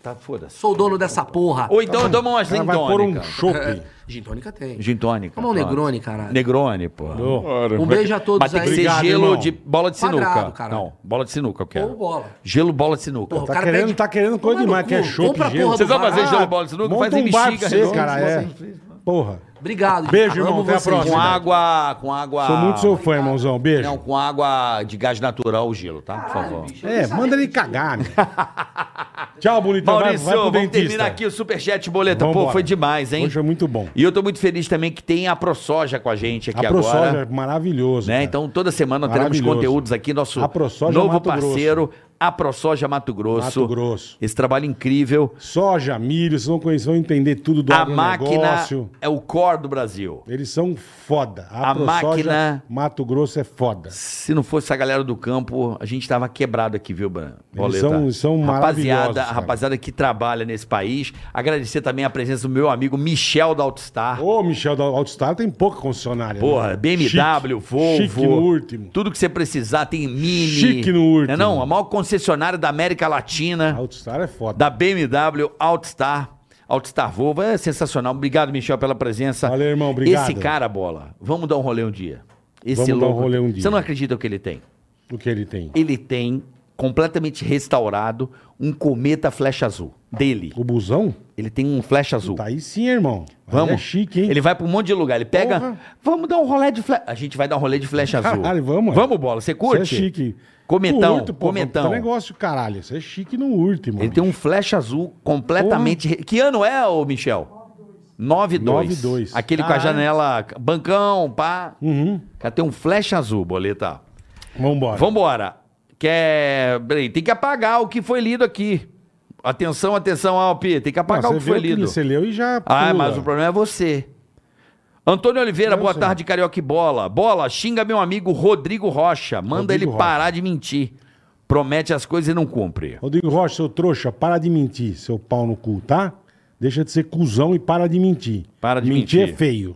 Speaker 3: Tá, foda-se.
Speaker 5: Sou Tá o dono dessa porra.
Speaker 3: Ou então toma umas
Speaker 2: Ela vai pôr um
Speaker 3: lindônicas.
Speaker 2: chope.
Speaker 5: Gin tônica tem.
Speaker 3: Gin tônica.
Speaker 5: Toma um
Speaker 3: pronto.
Speaker 5: Negroni, caralho.
Speaker 3: Negrone, pô.
Speaker 5: Um
Speaker 3: Tá
Speaker 5: beijo a todos
Speaker 3: Mas tem
Speaker 5: aí.
Speaker 3: que ser
Speaker 2: Obrigado,
Speaker 3: gelo
Speaker 2: irmão.
Speaker 3: de bola de sinuca.
Speaker 5: Quadrado, caralho.
Speaker 3: Não, bola de sinuca eu quero.
Speaker 5: Ou bola.
Speaker 3: Gelo, bola de sinuca.
Speaker 5: Porra,
Speaker 2: Tá
Speaker 5: cara
Speaker 2: querendo,
Speaker 5: pede-
Speaker 2: tá querendo coisa
Speaker 5: Toma no
Speaker 2: demais,
Speaker 5: cu.
Speaker 2: que é chope,
Speaker 5: Compra a
Speaker 2: gelo.
Speaker 5: porra
Speaker 3: Vocês
Speaker 5: do
Speaker 3: vão
Speaker 5: bar.
Speaker 3: fazer gelo, bola de sinuca?
Speaker 2: Monta
Speaker 3: Faz em
Speaker 2: um bar pra
Speaker 3: bexiga.
Speaker 2: você,
Speaker 3: redonda.
Speaker 2: cara. É.
Speaker 3: assim,
Speaker 2: Porra.
Speaker 5: Obrigado.
Speaker 2: Beijo,
Speaker 5: Amo
Speaker 2: irmão. Até a
Speaker 5: vocês.
Speaker 2: próxima.
Speaker 3: Com água, com água...
Speaker 2: Sou muito seu fã, irmãozão. Beijo.
Speaker 3: Não, com água de gás natural o gelo, tá? Por favor.
Speaker 2: É, manda ele cagar, meu. Tchau, bonitão. Vai,
Speaker 3: Maurício,
Speaker 2: vai pro
Speaker 3: vamos
Speaker 2: dentista.
Speaker 3: terminar aqui o Superchat Boleta.
Speaker 2: Vambora.
Speaker 3: Pô, foi demais, hein?
Speaker 2: Hoje é muito bom.
Speaker 3: E eu tô muito feliz também que tem a ProSoja com a gente aqui
Speaker 2: A
Speaker 3: agora.
Speaker 2: ProSoja é maravilhoso.
Speaker 3: Né?
Speaker 2: cara.
Speaker 3: Então, toda semana teremos
Speaker 2: Maravilhoso.
Speaker 3: conteúdos aqui, nosso
Speaker 2: A ProSoja
Speaker 3: novo
Speaker 2: Mato
Speaker 3: parceiro, a ProSoja Mato Grosso.
Speaker 2: Mato Grosso.
Speaker 3: Esse trabalho incrível.
Speaker 2: Soja, milho, vocês vão conhecer, vão entender tudo do
Speaker 3: a máquina
Speaker 2: agronegócio.
Speaker 3: é o core do Brasil.
Speaker 2: Eles são foda. A,
Speaker 3: A
Speaker 2: ProSoja
Speaker 3: máquina-
Speaker 2: Mato Grosso é foda.
Speaker 3: Se não fosse a galera do campo, a gente tava quebrado aqui, viu, Bran? Boleta?
Speaker 2: são- são maravilhosos,
Speaker 3: rapaziada,
Speaker 2: cara.
Speaker 3: rapaziada que trabalha nesse país. Agradecer também a presença do meu amigo Michel da Altstar.
Speaker 2: Ô, Michel, da Altstar tem pouca concessionária. né?
Speaker 3: É Porra, BMW,
Speaker 2: Chique.
Speaker 3: Volvo.
Speaker 2: Chique no último.
Speaker 3: Tudo que você precisar tem Mini.
Speaker 2: Chique no
Speaker 3: Não,
Speaker 2: último.
Speaker 3: é não, a maior concessionária da América Latina,
Speaker 2: Altstar é foda.
Speaker 3: da BMW, Outstar. Outstar Volvo é sensacional. Obrigado, Michel, pela presença.
Speaker 2: Valeu, irmão, obrigado.
Speaker 3: Esse cara, bola, vamos dar um rolê um dia. Esse
Speaker 2: Vamos dar um
Speaker 3: louco.
Speaker 2: rolê um dia.
Speaker 3: Você não acredita o que ele tem?
Speaker 2: O que ele tem?
Speaker 3: Ele tem, completamente restaurado, um cometa flecha azul. Dele.
Speaker 2: O busão?
Speaker 3: Ele tem um flecha azul.
Speaker 2: Tá aí sim, irmão. Aí
Speaker 3: Vamos.
Speaker 2: É chique, hein?
Speaker 3: Ele vai pra um monte de lugar. Ele pega.
Speaker 2: Porra.
Speaker 3: Vamos dar um rolê de flecha. A gente vai dar um rolê de flecha azul.
Speaker 2: Caralho, vamos, é.
Speaker 3: Vamos, bola. Você
Speaker 2: Isso
Speaker 3: curte?
Speaker 2: é chique.
Speaker 3: Comentão,
Speaker 2: Curto,
Speaker 3: comentão.
Speaker 2: puta negócio, caralho. Isso é chique no último.
Speaker 3: Ele tem um flecha azul completamente. re- Que ano é, ô Michel? 92.
Speaker 2: 9-2.
Speaker 3: Aquele com a
Speaker 2: Caralho.
Speaker 3: janela. Bancão, pá.
Speaker 2: Uhum.
Speaker 3: Cara, tem um flecha azul, boleta.
Speaker 2: Vambora.
Speaker 3: Vambora. Quer. Peraí, tem que apagar o que foi lido aqui. Atenção, atenção, Alpi. Tem que
Speaker 2: Ah,
Speaker 3: apagar o
Speaker 2: você
Speaker 3: que foi
Speaker 2: vê o que
Speaker 3: lido.
Speaker 2: Você leu e já.
Speaker 3: Ah,
Speaker 2: pula. É,
Speaker 3: mas o problema é você. Antônio Oliveira,
Speaker 2: Eu
Speaker 3: boa
Speaker 2: sei.
Speaker 3: tarde, Carioca e Bola. Bola, xinga meu amigo Rodrigo Rocha. Manda
Speaker 2: Rodrigo
Speaker 3: ele
Speaker 2: Rocha.
Speaker 3: parar de mentir. Promete as coisas e não cumpre.
Speaker 2: Rodrigo Rocha, seu trouxa, para de mentir, seu pau no cu, tá? Deixa de ser cuzão e para de mentir.
Speaker 3: Para de
Speaker 2: Mentir
Speaker 3: mentir.
Speaker 2: é feio.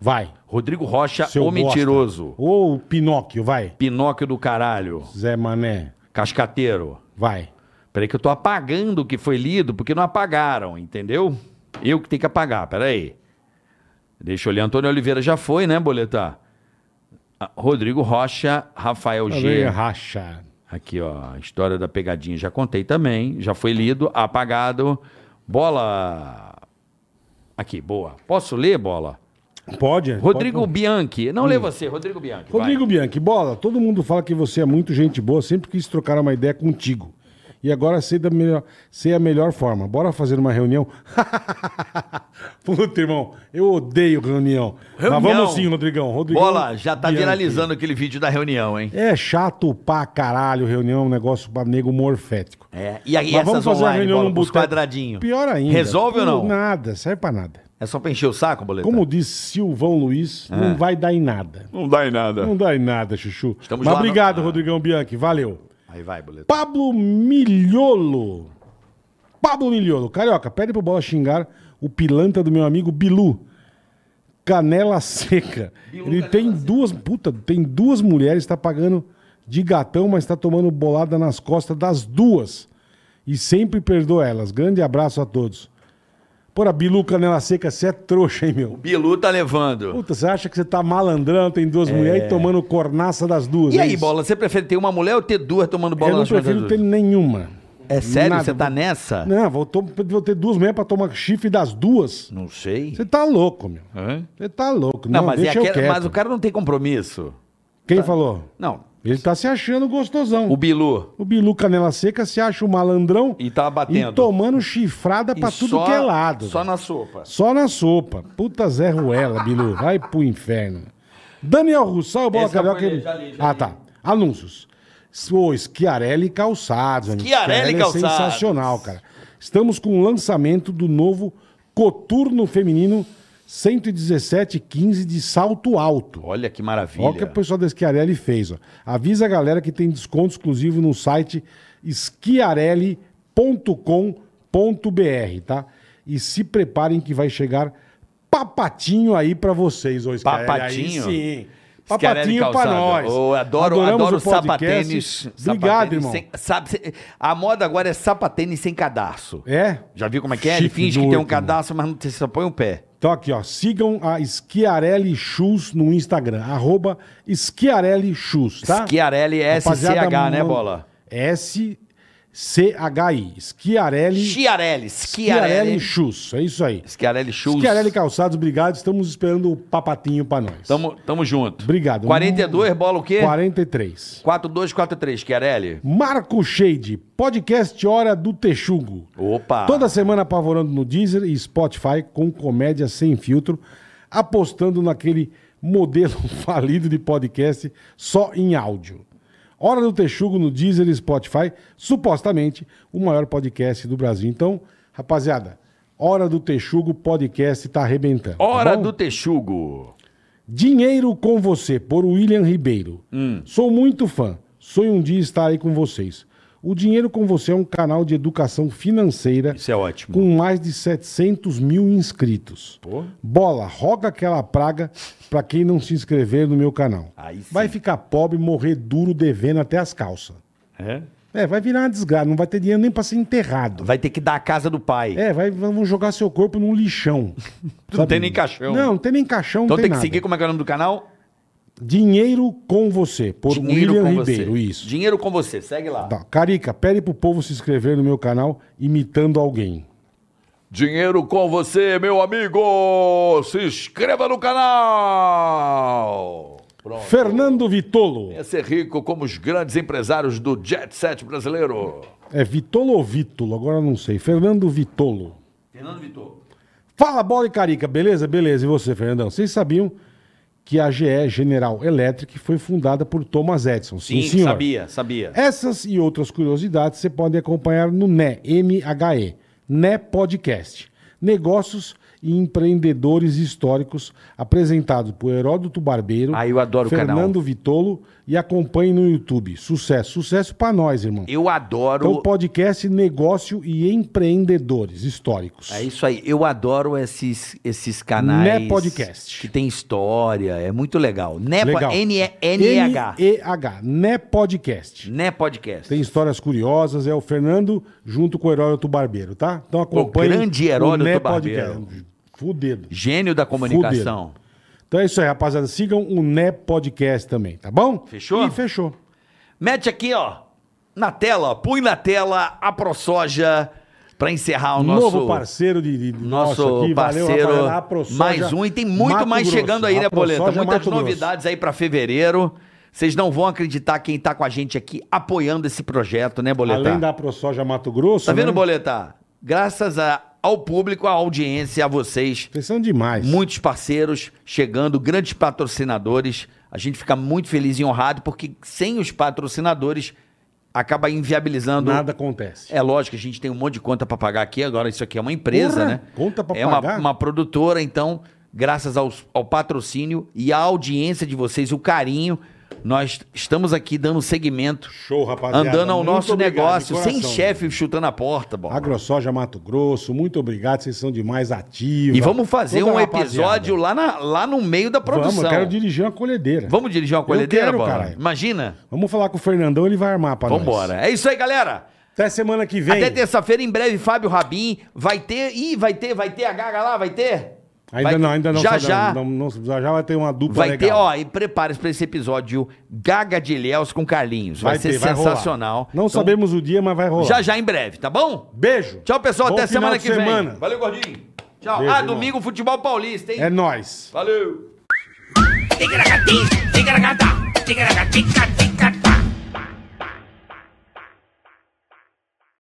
Speaker 2: Vai.
Speaker 3: Rodrigo Rocha,
Speaker 2: Seu
Speaker 3: o
Speaker 2: bosta.
Speaker 3: mentiroso.
Speaker 2: Ô, Pinóquio, vai.
Speaker 3: Pinóquio do caralho.
Speaker 2: Zé Mané,
Speaker 3: Cascateiro.
Speaker 2: vai.
Speaker 3: Peraí que eu tô apagando o que foi lido, porque não apagaram, entendeu? Eu que tenho que apagar, peraí. Deixa eu olhar. Antônio Oliveira já foi, né, Boletar? Ah, Rodrigo Rocha, Rafael
Speaker 2: Também
Speaker 3: G.
Speaker 2: é Racha.
Speaker 3: Aqui, ó, a história da pegadinha já contei também, já foi lido, apagado. Bola. Aqui, boa. Posso ler, bola?
Speaker 2: Pode?
Speaker 3: Rodrigo
Speaker 2: Pode-
Speaker 3: Bianchi. Não lê você, Rodrigo Bianchi. vai.
Speaker 2: Rodrigo Bianchi, bola. Todo mundo fala que você é muito gente boa, sempre quis trocar uma ideia contigo. E agora sei, da melhor, sei a melhor forma. Bora fazer uma reunião? Puta, irmão, eu odeio reunião.
Speaker 3: Reunião.
Speaker 2: Mas vamos sim, Rodrigão. Rodrigão
Speaker 3: Tá Bola, já tá
Speaker 2: Bianchi.
Speaker 3: viralizando aquele vídeo da reunião, hein?
Speaker 2: É chato pra caralho reunião, um negócio pra nego morfético.
Speaker 3: É. E aí,
Speaker 2: Mas
Speaker 3: essas online, bola, com os quadradinhos.
Speaker 2: Pior ainda.
Speaker 3: Resolve ou não?
Speaker 2: Nada, serve pra nada.
Speaker 3: É só pra encher o saco, boleto?
Speaker 2: Como diz Silvão Luiz,
Speaker 3: Ah.
Speaker 2: não vai dar em nada.
Speaker 3: Não dá em nada.
Speaker 2: Não dá em nada, Chuchu.
Speaker 3: Estamos
Speaker 2: Mas
Speaker 3: lá no-
Speaker 2: obrigado,
Speaker 3: Ah.
Speaker 2: Rodrigão Bianchi. Valeu.
Speaker 3: Aí vai, boleto.
Speaker 2: Pablo Miliolo. Pablo Miliolo. Carioca, pede pro Bola xingar o pilantra do meu amigo Bilu. Canela seca. Ele tem duas, puta, tem duas mulheres, tá pagando de gatão, mas tá tomando bolada nas costas das duas. E sempre perdoa elas. Grande abraço a todos. Porra, Bilu Canela Seca, você é trouxa, hein, meu?
Speaker 3: Bilu tá levando.
Speaker 2: Puta, você acha que você tá malandrão, tem duas mulheres e tomando cornaça das duas.
Speaker 3: É. E
Speaker 2: é
Speaker 3: aí,
Speaker 2: isso?
Speaker 3: bola, você prefere ter uma mulher ou ter duas tomando bola
Speaker 2: Eu não
Speaker 3: nas costas
Speaker 2: prefiro
Speaker 3: das
Speaker 2: ter
Speaker 3: duas?
Speaker 2: nenhuma.
Speaker 3: É sério?
Speaker 2: Nada.
Speaker 3: Você tá nessa?
Speaker 2: Não, vou, to- vou ter duas mulheres pra tomar chifre das duas.
Speaker 3: Não sei.
Speaker 2: Você tá louco, meu.
Speaker 3: Hã?
Speaker 2: Você tá louco. Não,
Speaker 3: Não, mas, é
Speaker 2: deixa eu
Speaker 3: aquela-
Speaker 2: quieto.
Speaker 3: mas o cara não tem compromisso.
Speaker 2: Quem falou?
Speaker 3: Não.
Speaker 2: Ele tá se achando gostosão.
Speaker 3: O
Speaker 2: O,
Speaker 3: Bilu.
Speaker 2: Bilu Canela Seca se acha o malandrão
Speaker 3: E tá batendo.
Speaker 2: e tomando chifrada pra
Speaker 3: E
Speaker 2: tudo
Speaker 3: só-
Speaker 2: que é lado.
Speaker 3: Só na sopa.
Speaker 2: Só na sopa. Puta Zé Ruela, Bilu. Vai pro inferno. Daniel Russal, bola
Speaker 3: Esse eu
Speaker 2: carioca.
Speaker 3: falei, já li, já
Speaker 2: ah,
Speaker 3: li.
Speaker 2: tá. Anúncios. Ô, Schiarelli Calçados. amigo.
Speaker 3: Schiarelli Calçados.
Speaker 2: É sensacional, cara. Estamos com o lançamento do novo coturno feminino 11715 de salto alto.
Speaker 3: Olha que maravilha.
Speaker 2: Olha o que o pessoal da Schiarelli fez. Ó. Avisa a galera que tem desconto exclusivo no site schiarelli.com.br, tá? E se preparem que vai chegar papatinho aí pra vocês, ô Schiarelli.
Speaker 3: Papatinho?
Speaker 2: Aí sim.
Speaker 3: Schiarelli
Speaker 2: Papatinho pra
Speaker 3: calçado.
Speaker 2: nós.
Speaker 3: Eu adoro,
Speaker 2: Adoramos
Speaker 3: adoro
Speaker 2: o podcast.
Speaker 3: sapatênis.
Speaker 2: Obrigado,
Speaker 3: Sapatênis
Speaker 2: irmão.
Speaker 3: sem- sabe, se- a moda agora é sapatênis sem cadarço.
Speaker 2: É?
Speaker 3: Já viu como é que é? Ele
Speaker 2: Chifre
Speaker 3: finge que
Speaker 2: doido,
Speaker 3: tem um
Speaker 2: irmão.
Speaker 3: cadarço, mas não te- só põe o pé.
Speaker 2: Então aqui, ó, sigam a Schiarelli Shoes no Instagram, arroba Schiarelli Shoes, tá?
Speaker 3: Schiarelli é SCH,
Speaker 2: Rapaziada,
Speaker 3: né,
Speaker 2: mano,
Speaker 3: bola?
Speaker 2: S-C-H-I, Schiarelli,
Speaker 3: Schiarelli, Schiarelli.
Speaker 2: Schiarelli Shoes, é isso aí.
Speaker 3: Schiarelli Shoes.
Speaker 2: Schiarelli Calçados, obrigado, estamos esperando o papatinho pra nós.
Speaker 3: Tamo, tamo junto.
Speaker 2: Obrigado.
Speaker 3: 42, bola o quê?
Speaker 2: 43.
Speaker 3: 4243, Schiarelli.
Speaker 2: Marco Shade, podcast Hora do Texugo.
Speaker 3: Opa.
Speaker 2: Toda semana apavorando no Deezer e Spotify com comédia sem filtro, apostando naquele modelo falido de podcast só em áudio. Hora do Texugo no Deezer e Spotify, supostamente o maior podcast do Brasil. Então, rapaziada, Hora do Texugo podcast tá arrebentando. tá
Speaker 3: Hora
Speaker 2: bom?
Speaker 3: do Texugo.
Speaker 2: Dinheiro com você, por William Ribeiro.
Speaker 3: Hum.
Speaker 2: Sou muito fã. Sonho um dia estar aí com vocês. O Dinheiro com Você é um canal de educação financeira
Speaker 3: Isso é ótimo.
Speaker 2: com mais de 700 mil inscritos. Bola, roga aquela praga pra quem não se inscrever no meu canal.
Speaker 3: Aí sim.
Speaker 2: Vai ficar pobre, morrer duro, devendo até as calças.
Speaker 3: É?
Speaker 2: É, vai virar uma desgraça, não vai ter dinheiro nem pra ser enterrado.
Speaker 3: Vai ter que dar a casa do pai.
Speaker 2: É, vai, vamos jogar seu corpo num lixão.
Speaker 3: Não
Speaker 2: Sabe?
Speaker 3: tem nem caixão.
Speaker 2: Não, não tem nem caixão,
Speaker 3: então
Speaker 2: não
Speaker 3: tem,
Speaker 2: tem,
Speaker 3: que
Speaker 2: nada.
Speaker 3: seguir como é que é o nome do canal?
Speaker 2: Dinheiro com você, por William Ribeiro,
Speaker 3: você.
Speaker 2: isso.
Speaker 3: Dinheiro com você, segue lá.
Speaker 2: Tá, Carica, pede pro povo se inscrever no meu canal imitando alguém.
Speaker 3: Dinheiro com você, meu amigo! Se inscreva no canal! Pronto.
Speaker 2: Fernando Vitolo.
Speaker 3: Quer ser rico como os grandes empresários do Jet Set brasileiro.
Speaker 2: É Vitolo ou Vítolo? Agora eu não sei. Fernando Vitolo.
Speaker 3: Fernando Vitor.
Speaker 2: Fala, bola e carica, beleza? Beleza. E você, Fernandão? Vocês sabiam que a GE General Electric foi fundada por Thomas Edison?
Speaker 3: Sim,
Speaker 2: senhor. É.
Speaker 3: sabia, sabia.
Speaker 2: Essas e outras curiosidades você pode acompanhar no NE, M-H-E, NE Podcast. Negócios e empreendedores históricos, apresentado por Heródoto Barbeiro,
Speaker 3: Ah, eu adoro o canal.
Speaker 2: Fernando Vitolo e acompanhe no YouTube. Sucesso, sucesso pra nós, irmão.
Speaker 3: Eu adoro.
Speaker 2: Então, podcast Negócio e Empreendedores Históricos.
Speaker 3: É isso aí. Eu adoro esses, esses canais.
Speaker 2: Né Podcast.
Speaker 3: Que tem história. É muito legal. Né
Speaker 2: Legal.
Speaker 3: N-E-H.
Speaker 2: N-E-H, Né Podcast.
Speaker 3: Né Podcast.
Speaker 2: Tem histórias curiosas, é o Fernando junto com o Heródoto Barbeiro, tá? Então acompanhe
Speaker 3: grande Heródoto
Speaker 2: Né
Speaker 3: Barbeiro.
Speaker 2: Podcast. Fudido.
Speaker 3: Gênio da comunicação.
Speaker 2: Então é isso aí, rapaziada. Sigam o Né Podcast também, tá bom?
Speaker 3: Fechou?
Speaker 2: E fechou.
Speaker 3: Mete aqui, ó. Na tela. Põe na tela a ProSoja pra encerrar o nosso...
Speaker 2: Um Novo parceiro de, de- de
Speaker 3: Nosso
Speaker 2: nosso aqui, valeu,
Speaker 3: parceiro,
Speaker 2: rapaziada. A ProSoja
Speaker 3: mais um, e tem muito
Speaker 2: Mato
Speaker 3: mais
Speaker 2: Grosso.
Speaker 3: chegando aí,
Speaker 2: A
Speaker 3: né, Boleta?
Speaker 2: ProSoja é
Speaker 3: Muitas
Speaker 2: Mato Grosso.
Speaker 3: novidades aí pra fevereiro. Vocês não vão acreditar quem tá com a gente aqui apoiando esse projeto, né, Boleta?
Speaker 2: Além da ProSoja Mato Grosso.
Speaker 3: Tá vendo,
Speaker 2: né?
Speaker 3: Boleta? Graças a- ao público, à audiência, a vocês,
Speaker 2: Vocês são demais.
Speaker 3: muitos parceiros chegando, grandes patrocinadores. A gente fica muito feliz e honrado, porque sem os patrocinadores acaba inviabilizando.
Speaker 2: Nada acontece.
Speaker 3: É lógico, a gente tem um monte de conta pra pagar aqui. Agora, isso aqui é uma empresa,
Speaker 2: Porra,
Speaker 3: né?
Speaker 2: conta pra
Speaker 3: é uma-
Speaker 2: pagar?
Speaker 3: Uma, produtora, então, graças aos- ao patrocínio e à audiência de vocês, o carinho, Nós estamos aqui dando seguimento,
Speaker 2: Show, rapaziada.
Speaker 3: andando ao
Speaker 2: Muito
Speaker 3: nosso
Speaker 2: obrigado,
Speaker 3: negócio,
Speaker 2: de
Speaker 3: sem
Speaker 2: coração.
Speaker 3: chefe chutando a porta, bola.
Speaker 2: AgroSoja Mato Grosso, muito obrigado, vocês são demais ativos.
Speaker 3: E vamos fazer um episódio lá, na- lá no meio da produção.
Speaker 2: Vamos, eu quero dirigir uma colhedeira. Vamos,
Speaker 3: Vamos dirigir uma
Speaker 2: quero,
Speaker 3: colhedeira, bola?
Speaker 2: caralho.
Speaker 3: Imagina?
Speaker 2: falar com o Fernandão, ele vai armar pra nós.
Speaker 3: Vambora. É isso aí, galera.
Speaker 2: Até semana que vem.
Speaker 3: Até terça-feira, em breve, Fábio Rabin. Vai ter. Ih, vai ter, vai ter a gaga lá, vai ter?
Speaker 2: Ainda
Speaker 3: Vai-
Speaker 2: não, ainda não.
Speaker 3: Já,
Speaker 2: só-
Speaker 3: já.
Speaker 2: não- não- já já vai ter uma dupla
Speaker 3: Vai
Speaker 2: legal.
Speaker 3: ter, ó, e prepare-se pra esse episódio Gaga de Ilhéus com Carlinhos. Vai, ser
Speaker 2: ter, rolar.
Speaker 3: sensacional.
Speaker 2: Não
Speaker 3: Então,
Speaker 2: sabemos o dia, mas vai rolar.
Speaker 3: Já, já, em breve, tá bom?
Speaker 2: Beijo.
Speaker 3: Tchau, pessoal.
Speaker 2: Bom
Speaker 3: até
Speaker 2: final
Speaker 3: semana
Speaker 2: de
Speaker 3: que
Speaker 2: semana.
Speaker 3: vem. Valeu, gordinho. Tchau.
Speaker 2: Beijo,
Speaker 3: ah,
Speaker 2: irmão.
Speaker 3: domingo, futebol paulista, hein?
Speaker 2: É nóis.
Speaker 3: Valeu.
Speaker 1: Tigra-ga-ti, tigra-ga-ta, tigra-ga-ti-ga-ta.